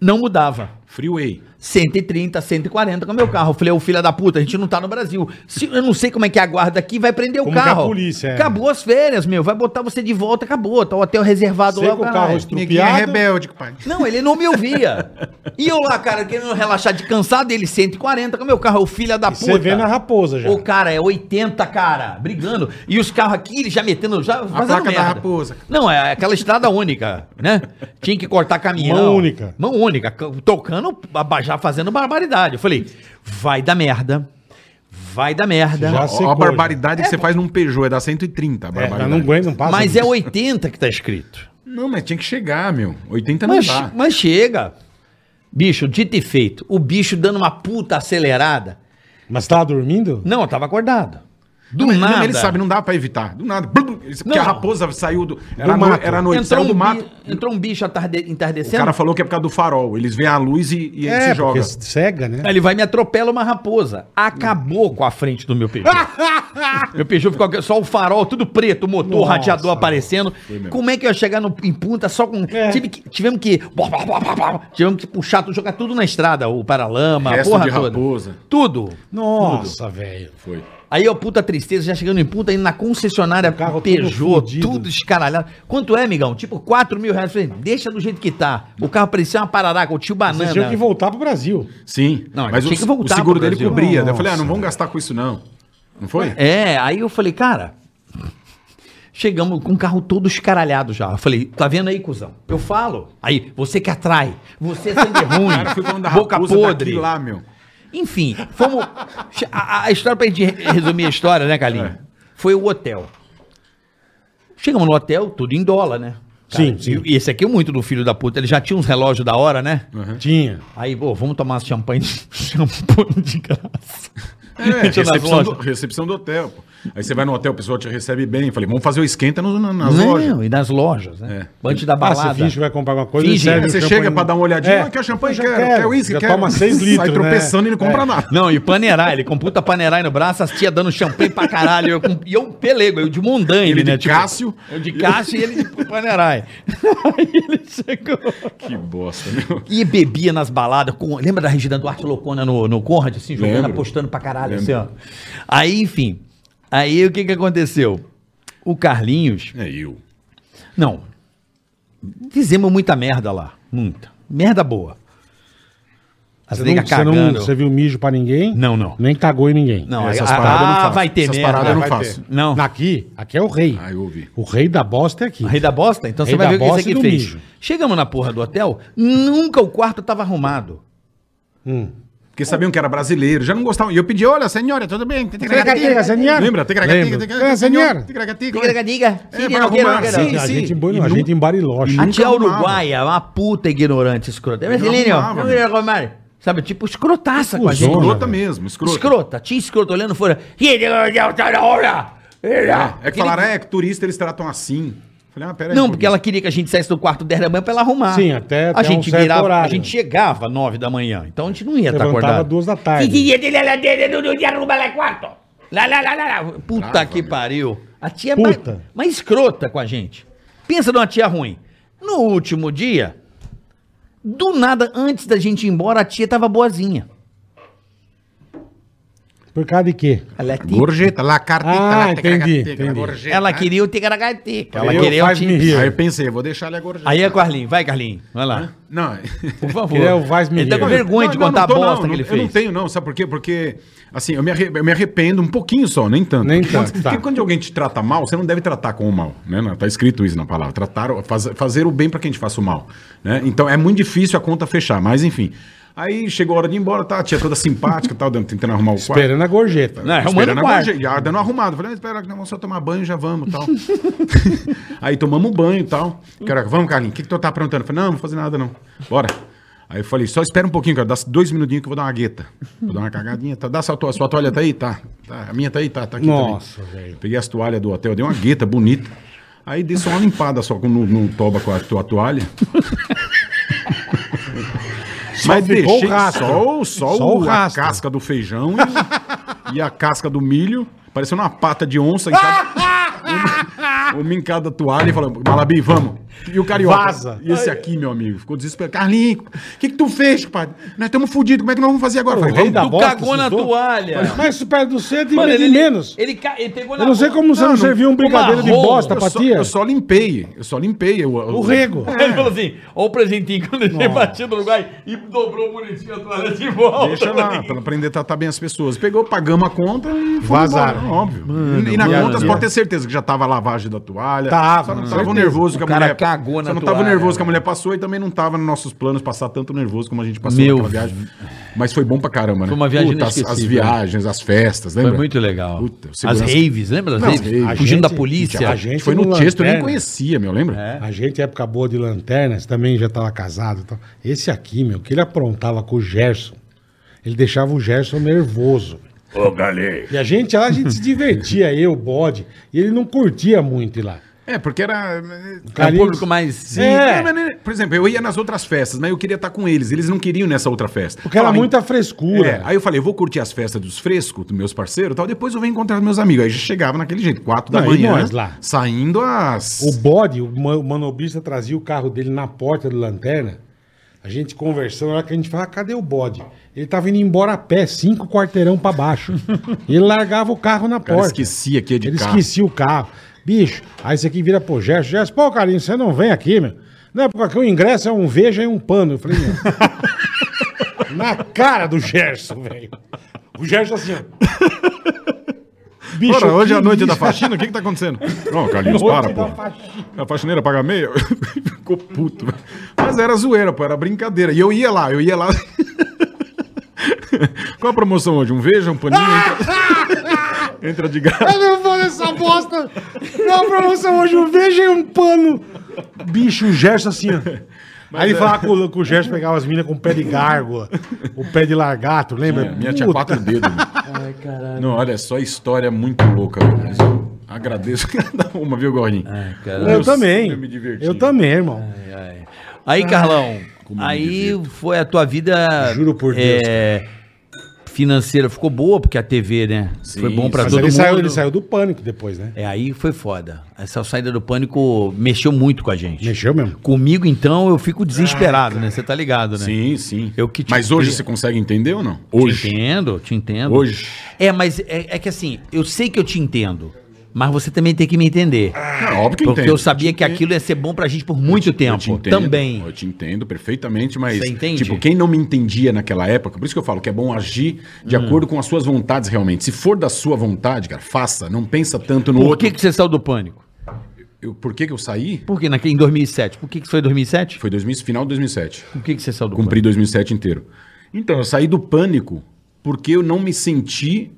Speaker 3: Não mudava.
Speaker 4: Freeway.
Speaker 3: 130, 140 com o meu carro. Eu falei, ô filha da puta, a gente não tá no Brasil. Se- eu não sei como é que é a guarda aqui vai prender o
Speaker 2: Como que é a
Speaker 3: carro.
Speaker 2: polícia, é.
Speaker 3: Acabou as férias, meu. Vai botar você de volta, acabou. Tá o hotel reservado
Speaker 2: Sei
Speaker 3: lá.
Speaker 2: que o
Speaker 3: caralho.
Speaker 2: carro
Speaker 4: Neguinho é
Speaker 2: estrupiado.
Speaker 4: rebelde, compadre.
Speaker 3: Não, ele não me ouvia. E eu lá, cara, querendo relaxar de cansado, ele 140 com o meu carro, é o filho da
Speaker 2: E
Speaker 3: puta.
Speaker 2: você vê na raposa já.
Speaker 3: O cara é 80, cara, brigando. E os carros aqui, ele já metendo, já fazendo
Speaker 4: placa da raposa.
Speaker 3: Não, é aquela estrada única, né? Tinha que cortar caminhão.
Speaker 2: Mão única.
Speaker 3: Mão única, c- tocando, ba- já fazendo barbaridade. Eu falei, vai dar merda, vai dar merda.
Speaker 2: Já
Speaker 4: Ó,
Speaker 2: secou,
Speaker 4: a barbaridade que você faz num Peugeot, é dar 130 a
Speaker 2: Tá É,
Speaker 4: barbaridade.
Speaker 2: mas não aguenta, não passa.
Speaker 3: Mas é
Speaker 2: disso.
Speaker 3: 80 que tá escrito.
Speaker 4: Não, mas tinha que chegar, meu. 80 não
Speaker 3: Mas,
Speaker 4: dá.
Speaker 3: mas chega. Bicho, dito e feito, o bicho dando uma puta acelerada.
Speaker 2: Mas você tava dormindo?
Speaker 3: Não, eu tava acordado. Do
Speaker 4: Não, mas- não,
Speaker 3: nada.
Speaker 4: mas ele sabe, não dá pra evitar. Do nada. blum, ele- Porque
Speaker 3: Não.
Speaker 4: a raposa saiu do. Era,
Speaker 2: Do
Speaker 4: no-
Speaker 2: mato.
Speaker 4: era noite,
Speaker 3: Entrou
Speaker 4: saiu
Speaker 3: um,
Speaker 4: do
Speaker 3: bi,
Speaker 4: mato.
Speaker 3: entrou um bicho atarde,
Speaker 4: O
Speaker 3: entardecendo.
Speaker 4: cara falou que é por causa do farol. Eles veem a luz e, e ele se joga.
Speaker 2: É, porque cega, né?
Speaker 3: Aí Ele vai e me atropela uma raposa. Acabou com a frente do meu Peugeot.
Speaker 4: Ah! É.
Speaker 3: meu Peugeot ficou aqui, só o farol, tudo preto, o motor, o
Speaker 2: Nossa.
Speaker 3: radiador aparecendo. Como é que eu ia chegar no, em punta só com.
Speaker 2: É.
Speaker 3: Tive que, tivemos que. Tivemos que puxar, tudo, jogar tudo na estrada, o paralama, a
Speaker 4: Resto
Speaker 3: porra
Speaker 4: de
Speaker 3: toda.
Speaker 4: raposa.
Speaker 3: Tudo.
Speaker 2: Nossa, velho.
Speaker 4: Foi.
Speaker 3: Aí, ó, puta tristeza, já chegando em puta, indo na concessionária
Speaker 2: carro todo
Speaker 3: Peugeot,
Speaker 2: fudido.
Speaker 3: tudo, escaralhado. Quanto é, migão? Tipo, 4 mil reais. Eu Falei, deixa do jeito que tá. O carro parecia uma pararaca, o tio
Speaker 2: Você
Speaker 3: banana.
Speaker 2: tinha que voltar pro Brasil.
Speaker 4: Sim.
Speaker 3: Não, ele
Speaker 4: mas o,
Speaker 3: tinha que voltar
Speaker 4: o seguro
Speaker 3: pro
Speaker 4: dele
Speaker 3: Brasil.
Speaker 4: cobria. Daí
Speaker 2: Nossa.
Speaker 4: Eu falei, ah, não vão gastar com isso, não. Não foi?
Speaker 3: É, aí eu falei, cara. Chegamos com o carro todo escaralhado já. Eu falei, tá vendo aí, cuzão? Eu falo. Aí, você que atrai. Você é sangue ruim.
Speaker 4: O cara foi falando da
Speaker 3: boca
Speaker 4: raposa
Speaker 3: podre.
Speaker 4: daqui lá, meu.
Speaker 3: Enfim, fomos. che- A, a- a história, pra gente re- resumir a história, né, Carlinhos?
Speaker 2: É.
Speaker 3: Foi o hotel. Chegamos no hotel, tudo em dólar, né?
Speaker 2: Sim, sim. Hum.
Speaker 3: E, e esse aqui é muito do filho da puta. Ele já tinha uns relógios da hora, né?
Speaker 2: Tinha.
Speaker 3: Aí, pô, vamos tomar champanhe, champanhe de graça.
Speaker 4: É,
Speaker 3: Tinha nas
Speaker 4: recepção do,
Speaker 3: lojas.
Speaker 4: recepção do hotel. pô. Aí você vai no hotel, o pessoal te recebe bem. Eu falei, vamos fazer o esquenta no- na- nas
Speaker 3: Não,
Speaker 4: lojas.
Speaker 3: e nas lojas, né? Antes da
Speaker 2: Ah,
Speaker 3: balada.
Speaker 2: você finge que vai comprar alguma coisa
Speaker 3: Finge,
Speaker 2: serve
Speaker 4: É,
Speaker 2: um
Speaker 4: você
Speaker 2: champanhe
Speaker 4: chega
Speaker 2: no-
Speaker 4: pra dar uma olhadinha,
Speaker 2: É.
Speaker 4: ah, quer champanhe,
Speaker 2: Já
Speaker 4: quer, quer uísque,
Speaker 2: já
Speaker 4: quer... um
Speaker 2: toma 6 litros,
Speaker 4: Sai
Speaker 2: né?
Speaker 4: tropeçando e não compra
Speaker 2: um-
Speaker 4: nada.
Speaker 3: É. Não, e paneirar, ele com puta paneirar no braço, as tia dando champanhe pra caralho. eu com- E eu, pelego, eu de mondanha,
Speaker 4: Ele
Speaker 3: ele,
Speaker 4: de
Speaker 3: né?
Speaker 4: Cássio.
Speaker 3: Eu de Cássio e ele de paneirar. Aí ele chegou.
Speaker 4: Que bosta, meu.
Speaker 3: E bebia nas baladas. Com, lembra da Regina Duarte Loucona no, no Conrad, assim, jogando,
Speaker 4: Lembro.
Speaker 3: apostando pra caralho,
Speaker 4: Lembro.
Speaker 3: assim, ó. Aí, enfim. Aí o que que aconteceu? O Carlinhos.
Speaker 4: É eu.
Speaker 3: Não. Fizemos muita merda lá. Muita. Merda boa. As
Speaker 2: Você não,
Speaker 3: nega
Speaker 2: você, não,
Speaker 3: cagando.
Speaker 2: você viu mijo pra ninguém?
Speaker 3: Não, não.
Speaker 2: Nem cagou em ninguém.
Speaker 3: Não,
Speaker 4: Essas
Speaker 3: a-
Speaker 4: paradas eu não
Speaker 3: ah,
Speaker 4: faço.
Speaker 3: vai ter
Speaker 4: Essas
Speaker 3: merda.
Speaker 4: paradas eu não
Speaker 3: Vai
Speaker 4: faço.
Speaker 3: ter. Não.
Speaker 2: Aqui, aqui é o rei.
Speaker 4: Ah, eu ouvi.
Speaker 2: O rei da bosta é aqui.
Speaker 3: Rei da bosta? Então
Speaker 2: Rei
Speaker 3: você vai
Speaker 2: da
Speaker 3: ver o que
Speaker 2: bosta
Speaker 3: esse
Speaker 2: e
Speaker 3: aqui
Speaker 2: do
Speaker 3: fez.
Speaker 2: mijo.
Speaker 3: Chegamos na porra do hotel, nunca o quarto tava arrumado.
Speaker 4: Porque sabiam que era brasileiro, já não gostavam. E eu pedi, olha, senhora, tudo bem?
Speaker 2: Tigragatica, senhora.
Speaker 4: Lembra? Tigragatica,
Speaker 2: Lembro.
Speaker 4: tigragatica,
Speaker 2: Senhora.
Speaker 4: Tigragatica.
Speaker 3: Diga, diga, diga.
Speaker 4: É,
Speaker 3: Sim,
Speaker 4: vai
Speaker 3: não, quero, não,
Speaker 4: arrumar,
Speaker 3: quero.
Speaker 4: sim.
Speaker 2: a gente, em, Boi-
Speaker 4: e
Speaker 2: a
Speaker 4: nu-
Speaker 2: gente em Bariloche.
Speaker 3: A tia
Speaker 4: arrumava.
Speaker 3: Uruguaia, uma puta ignorante, escrota. É brasileiro,
Speaker 4: arrumava,
Speaker 3: não é Romário? Sabe, tipo escrotaça com a gente.
Speaker 2: Cusona,
Speaker 4: Escrota
Speaker 2: velho.
Speaker 4: mesmo, escrota.
Speaker 3: Escrota, tinha escrota olhando fora. É,
Speaker 4: É que falaram, é que turista eles tratam assim. Falei, ah, peraí.
Speaker 3: Não, porque ela queria que a gente saísse do quarto 10 da manhã pra ela arrumar.
Speaker 2: Sim, até- até
Speaker 3: a gente
Speaker 2: um certo
Speaker 3: virava,
Speaker 2: horário.
Speaker 3: A gente chegava 9 da manhã, então a gente não ia estar
Speaker 2: Levantava
Speaker 3: acordado.
Speaker 2: duas da tarde.
Speaker 3: Lá, lá, lá, lá, lá. Puta
Speaker 4: Brava,
Speaker 3: que
Speaker 2: né?
Speaker 4: meu.
Speaker 3: pariu. A tia é mais,
Speaker 2: Puta.
Speaker 3: mais escrota com a gente. Pensa numa tia ruim. No último dia, do nada, antes da gente ir embora, a tia tava boazinha.
Speaker 2: Por causa de quê?
Speaker 3: Ela, é ti-
Speaker 4: Gorjeta, la cartita,
Speaker 2: Ah,
Speaker 4: la
Speaker 2: entendi,
Speaker 4: tigragatica,
Speaker 2: entendi.
Speaker 4: gorjeta. né?
Speaker 3: ela queria o ticaracateca. Ela
Speaker 2: Eu
Speaker 3: queria o
Speaker 2: faz-me
Speaker 3: ti-
Speaker 2: rir.
Speaker 4: Aí eu pensei, vou deixar ele a gorjeta.
Speaker 3: Aí é Carlinhos, vai Carlinhos, vai lá.
Speaker 4: Não.
Speaker 3: Por favor.
Speaker 2: Queria é o Vaz
Speaker 3: Ele tá
Speaker 2: Miller.
Speaker 3: com vergonha
Speaker 4: Não,
Speaker 3: de
Speaker 4: não,
Speaker 3: contar
Speaker 4: não tô,
Speaker 3: a
Speaker 4: não,
Speaker 3: bosta
Speaker 4: não,
Speaker 3: que ele
Speaker 4: Eu não
Speaker 3: fez.
Speaker 4: tenho, não, sabe por quê? Porque, assim, eu me, arre- eu me arrependo um pouquinho só, nem tanto.
Speaker 2: Nem
Speaker 4: porque,
Speaker 2: tanto,
Speaker 4: Quando,
Speaker 2: tá.
Speaker 4: porque quando alguém te trata mal, você não deve tratar com o mal, né? Não, Tá escrito isso na palavra. Tratar, o- faz- fazer o bem pra quem te faça o mal, né? Então, é muito difícil a conta fechar, mas enfim. Aí, chegou a hora de ir embora, tá? A tia toda simpática, tal, dando- tentando arrumar o quarto.
Speaker 2: Esperando a gorjeta.
Speaker 3: Não, é um arrumando
Speaker 4: Esperando
Speaker 3: o
Speaker 4: a
Speaker 3: quarto.
Speaker 4: gorjeta, já dando arrumado. Falei, "Ah, espera que nós vamos só tomar banho, já vamos tal. um aí tomamos banho e tal. Cara, vamos, Carlinhos, o que, que tu tá aprontando? Eu Falei, não, não vou fazer nada, não. Bora. Aí eu falei, só espera um pouquinho, cara, dá dois minutinhos que eu vou dar uma gueta. Vou dar uma cagadinha, tá? Dá sua toalha, sua toalha tá aí? Tá. tá. A minha tá aí? Tá, tá aqui
Speaker 2: Nossa,
Speaker 4: também.
Speaker 2: velho.
Speaker 4: Peguei as toalhas do hotel, dei uma gueta bonita. Aí dei só uma limpada só com- no, no toba com a tua toalha. Mas
Speaker 2: ficou
Speaker 4: deixei
Speaker 2: o rastro.
Speaker 4: só, o- só,
Speaker 2: Só o
Speaker 4: o- a
Speaker 2: rastro.
Speaker 4: casca do feijão e, e a casca do milho, parecendo uma pata de onça. em cada- uma, uma em cada toalha e falando, Malabi, vamos. E o carioca.
Speaker 2: Vaza.
Speaker 4: E esse aqui, meu amigo, ficou desesperado. Carlinhos, o que, que tu fez, compadre? Nós estamos fodidos, como é que nós vamos fazer agora? Eu
Speaker 2: O
Speaker 4: falei,
Speaker 2: rei
Speaker 4: vamos
Speaker 2: da
Speaker 4: tu-
Speaker 2: bosta,
Speaker 3: cagou na
Speaker 2: esses dois.
Speaker 3: toalha.
Speaker 2: Mas se perde do centro e
Speaker 3: Mano,
Speaker 2: mede menos.
Speaker 3: Ele, ca- ele pegou na
Speaker 2: Eu não sei
Speaker 3: boca.
Speaker 2: como você não, serviu um brigadeiro de
Speaker 3: marrom,
Speaker 2: bosta
Speaker 4: eu
Speaker 2: pra
Speaker 4: só-
Speaker 2: tia.
Speaker 4: Eu um só limpei, eu só limpei. Eu, eu-
Speaker 2: O rego.
Speaker 3: Ele falou assim: ó o presentinho quando ele batia no lugar e dobrou bonitinho a toalha de volta.
Speaker 4: Deixa lá, pra aprender a tratar bem as pessoas. Pegou, pagamos a conta e fomos
Speaker 2: Vazaram.
Speaker 4: embora, Óbvio. e, e na conta, você pode ter certeza que já tava a lavagem da toalha.
Speaker 2: Tava,
Speaker 4: Só não
Speaker 2: com
Speaker 4: tava
Speaker 2: certeza.
Speaker 4: nervoso que a
Speaker 3: O cara
Speaker 4: mulher...
Speaker 3: cagou
Speaker 4: só
Speaker 3: na
Speaker 4: não tava
Speaker 3: toalha,
Speaker 4: nervoso
Speaker 3: velho.
Speaker 4: que a mulher passou e também não tava nos nossos planos passar tanto nervoso como a gente passou
Speaker 3: Meu
Speaker 4: naquela viagem. Mas foi bom pra caramba, né?
Speaker 3: Foi uma viagem
Speaker 4: Puta, as, as
Speaker 3: inesquecível. né?
Speaker 4: viagens, as festas, lembra?
Speaker 3: Foi muito legal.
Speaker 4: Puta, o
Speaker 3: as
Speaker 4: segurança-
Speaker 3: raves, lembra das
Speaker 4: Não,
Speaker 3: raves?
Speaker 4: a
Speaker 3: Fugindo
Speaker 2: gente-
Speaker 3: da polícia. É
Speaker 2: a
Speaker 4: A
Speaker 2: gente
Speaker 4: gente foi
Speaker 2: no
Speaker 4: no texto, eu nem
Speaker 2: Lanterna. É.
Speaker 4: conhecia, meu, lembra?
Speaker 2: A gente, época boa de lanterna, você também já tava casado. e tal. Esse aqui, meu, que ele aprontava com o Gerson. Ele deixava o Gerson nervoso.
Speaker 1: Ô, galera.
Speaker 2: E a gente lá, a gente se divertia, eu, o bode. E ele não curtia muito ir lá.
Speaker 4: É, porque era.
Speaker 3: É o
Speaker 2: Carlinhos-
Speaker 3: público mais.
Speaker 4: Sim,
Speaker 2: É.
Speaker 4: é, mas, né, Por exemplo, eu ia nas outras festas, mas eu queria estar com eles. Eles não queriam nessa outra festa. Ah,
Speaker 2: Porque era
Speaker 4: Falava,
Speaker 2: muita frescura.
Speaker 4: É, aí eu falei, eu vou curtir as festas dos frescos, dos meus parceiros e tal, depois eu venho encontrar os meus amigos. Aí já chegava naquele jeito, quatro da
Speaker 2: Não, e
Speaker 4: manhã,
Speaker 2: nós lá?
Speaker 4: saindo às...
Speaker 2: O bode, o ma- o manobrista trazia o carro dele na porta do lanterna. A gente conversando, na hora que a gente falava, cadê o bode? Ele tava indo embora a pé, cinco quarteirão pra baixo. e ele largava o carro na
Speaker 4: cara
Speaker 2: porta.
Speaker 4: esquecia que ia de
Speaker 2: ele
Speaker 4: carro.
Speaker 2: esquecia o carro. Bicho, aí você aqui vira pro Gerson. Gerson, pô, carinho, você não vem aqui, meu. Não, porque aqui o ingresso é um veja e um pano. Eu falei, meu. na cara do Gerson, velho. O Gerson assim, ó. Bicho,
Speaker 4: Ora, hoje é a
Speaker 2: que
Speaker 4: noite
Speaker 2: isso?
Speaker 4: da faxina, o que que tá acontecendo? Não, Carlinhos,
Speaker 2: Noite
Speaker 4: para,
Speaker 2: da
Speaker 4: pô.
Speaker 2: faxina.
Speaker 4: A faxineira paga meia? Ficou puto. velho. Mas era zoeira, pô, era brincadeira. E eu ia lá, eu ia lá... Qual a promoção hoje? Um veja, um paninho? Entra, entra de graça.
Speaker 2: Eu não vou nessa bosta! Não, promoção hoje, um veja e um pano! Bicho, o Gerson assim, ó. Aí
Speaker 4: é.
Speaker 2: ele falava com, o- com o Gerson, pegava as minas com o pé de gárgula, o pé de largato, lembra?
Speaker 4: Minha tinha
Speaker 2: Puta.
Speaker 4: quatro dedos. meu. Não, olha só, história muito louca. velho. Eu Agradeço cada uma, viu, Gordinho?
Speaker 3: cara.
Speaker 2: Eu,
Speaker 4: Eu
Speaker 2: também.
Speaker 4: sempre me diverti.
Speaker 2: Eu também, irmão.
Speaker 3: Aí, Carlão,
Speaker 4: como eu me
Speaker 3: aí
Speaker 4: divirto.
Speaker 3: foi a tua vida.
Speaker 2: Juro por Deus,
Speaker 3: é, financeira ficou boa, porque a TV, né?
Speaker 4: Sim,
Speaker 3: foi bom pra
Speaker 2: Mas
Speaker 3: todo
Speaker 2: ele
Speaker 3: mundo.
Speaker 2: saiu, ele saiu do pânico depois, né?
Speaker 3: É, aí foi foda. Essa saída do pânico mexeu muito com a gente.
Speaker 2: Mexeu mesmo.
Speaker 3: Comigo, então, eu fico desesperado, né? Você tá ligado, né?
Speaker 4: Sim, sim.
Speaker 3: Eu que te-
Speaker 4: Mas hoje você consegue entender ou não?
Speaker 3: Te
Speaker 4: Hoje.
Speaker 3: entendo, te entendo.
Speaker 4: Hoje.
Speaker 3: É, mas é, é que assim, eu sei que eu te entendo, mas você também tem que me entender.
Speaker 4: Não, óbvio que
Speaker 3: porque
Speaker 4: Ah, entendo.
Speaker 3: eu sabia que aquilo ia ser bom pra gente por muito
Speaker 4: Eu te
Speaker 3: tempo.
Speaker 4: entendo,
Speaker 3: também.
Speaker 4: Eu te entendo perfeitamente, mas
Speaker 3: Você entende?
Speaker 4: tipo, quem não me entendia naquela época, por isso que eu falo que é bom agir
Speaker 3: Hum.
Speaker 4: de acordo com as suas vontades realmente. Se for da sua vontade, cara, faça, não pensa tanto no
Speaker 3: Por
Speaker 4: outro.
Speaker 3: que, que você saiu do pânico?
Speaker 4: Eu- por que que eu saí?
Speaker 3: Por que naquele em 2007? Por que, que foi 2007?
Speaker 4: Foi 2000, final de 2007.
Speaker 3: Por que, que você saiu do
Speaker 4: Cumpri 2007 inteiro. Então, eu saí do pânico porque eu não me senti.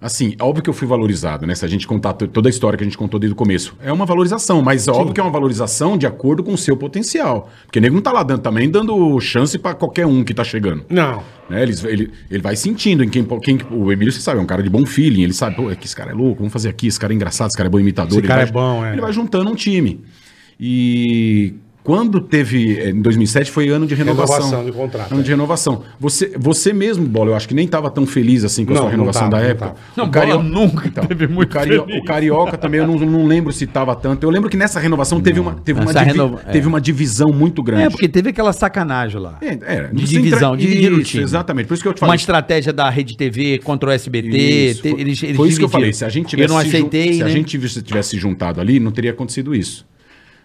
Speaker 4: Assim, óbvio que eu fui valorizado, né? Se a gente contar to- toda a história que a gente contou desde o começo. É uma valorização, mas é óbvio que é uma valorização de acordo com o seu potencial. Porque o nego não tá lá dando, também dando chance pra qualquer um que tá chegando.
Speaker 2: Não.
Speaker 4: Né? Eles, ele, ele vai sentindo em quem, quem. O Emílio, você sabe, é um cara de bom feeling. Ele sabe, pô, é que esse cara é louco, vamos fazer aqui, esse cara é engraçado, esse cara é bom imitador.
Speaker 2: Esse
Speaker 4: ele
Speaker 2: cara
Speaker 4: vai-
Speaker 2: é bom, é.
Speaker 4: Ele vai juntando um time. E quando teve. eh, Em 2007 foi ano de renovação.
Speaker 2: Renovação de contrato,
Speaker 4: Ano
Speaker 2: é.
Speaker 4: de renovação. Você, você mesmo, Bola, eu acho que nem estava tão feliz assim com a
Speaker 2: Não,
Speaker 4: sua
Speaker 2: não
Speaker 4: renovação
Speaker 2: tava,
Speaker 4: da
Speaker 2: não
Speaker 4: época.
Speaker 2: tava.
Speaker 3: Não,
Speaker 4: o
Speaker 3: Bola
Speaker 4: Cario-
Speaker 3: nunca teve muito
Speaker 4: o, Cario-
Speaker 3: feliz.
Speaker 4: o Carioca também, eu não, não lembro se estava tanto. Eu lembro que nessa renovação teve uma, teve uma,
Speaker 3: Essa
Speaker 4: divi-
Speaker 3: renova- é.
Speaker 4: teve uma divisão muito grande.
Speaker 3: É, porque teve aquela sacanagem lá.
Speaker 4: É, era. Não
Speaker 3: De
Speaker 4: precisa
Speaker 3: divisão,
Speaker 4: entrar-
Speaker 3: dividir o
Speaker 4: Isso,
Speaker 3: time.
Speaker 4: Exatamente. Por isso que eu te
Speaker 3: Uma
Speaker 4: falei.
Speaker 3: estratégia da Rede TV contra o SBT.
Speaker 4: Isso,
Speaker 3: te-
Speaker 4: foi,
Speaker 3: eles, eles
Speaker 4: foi isso que
Speaker 3: dividiram.
Speaker 4: eu falei. Se a gente tivesse
Speaker 3: Eu não
Speaker 4: se jun-
Speaker 3: aceitei,
Speaker 4: se a
Speaker 3: né?
Speaker 4: gente tivesse- tivesse se juntado ali, não teria acontecido isso.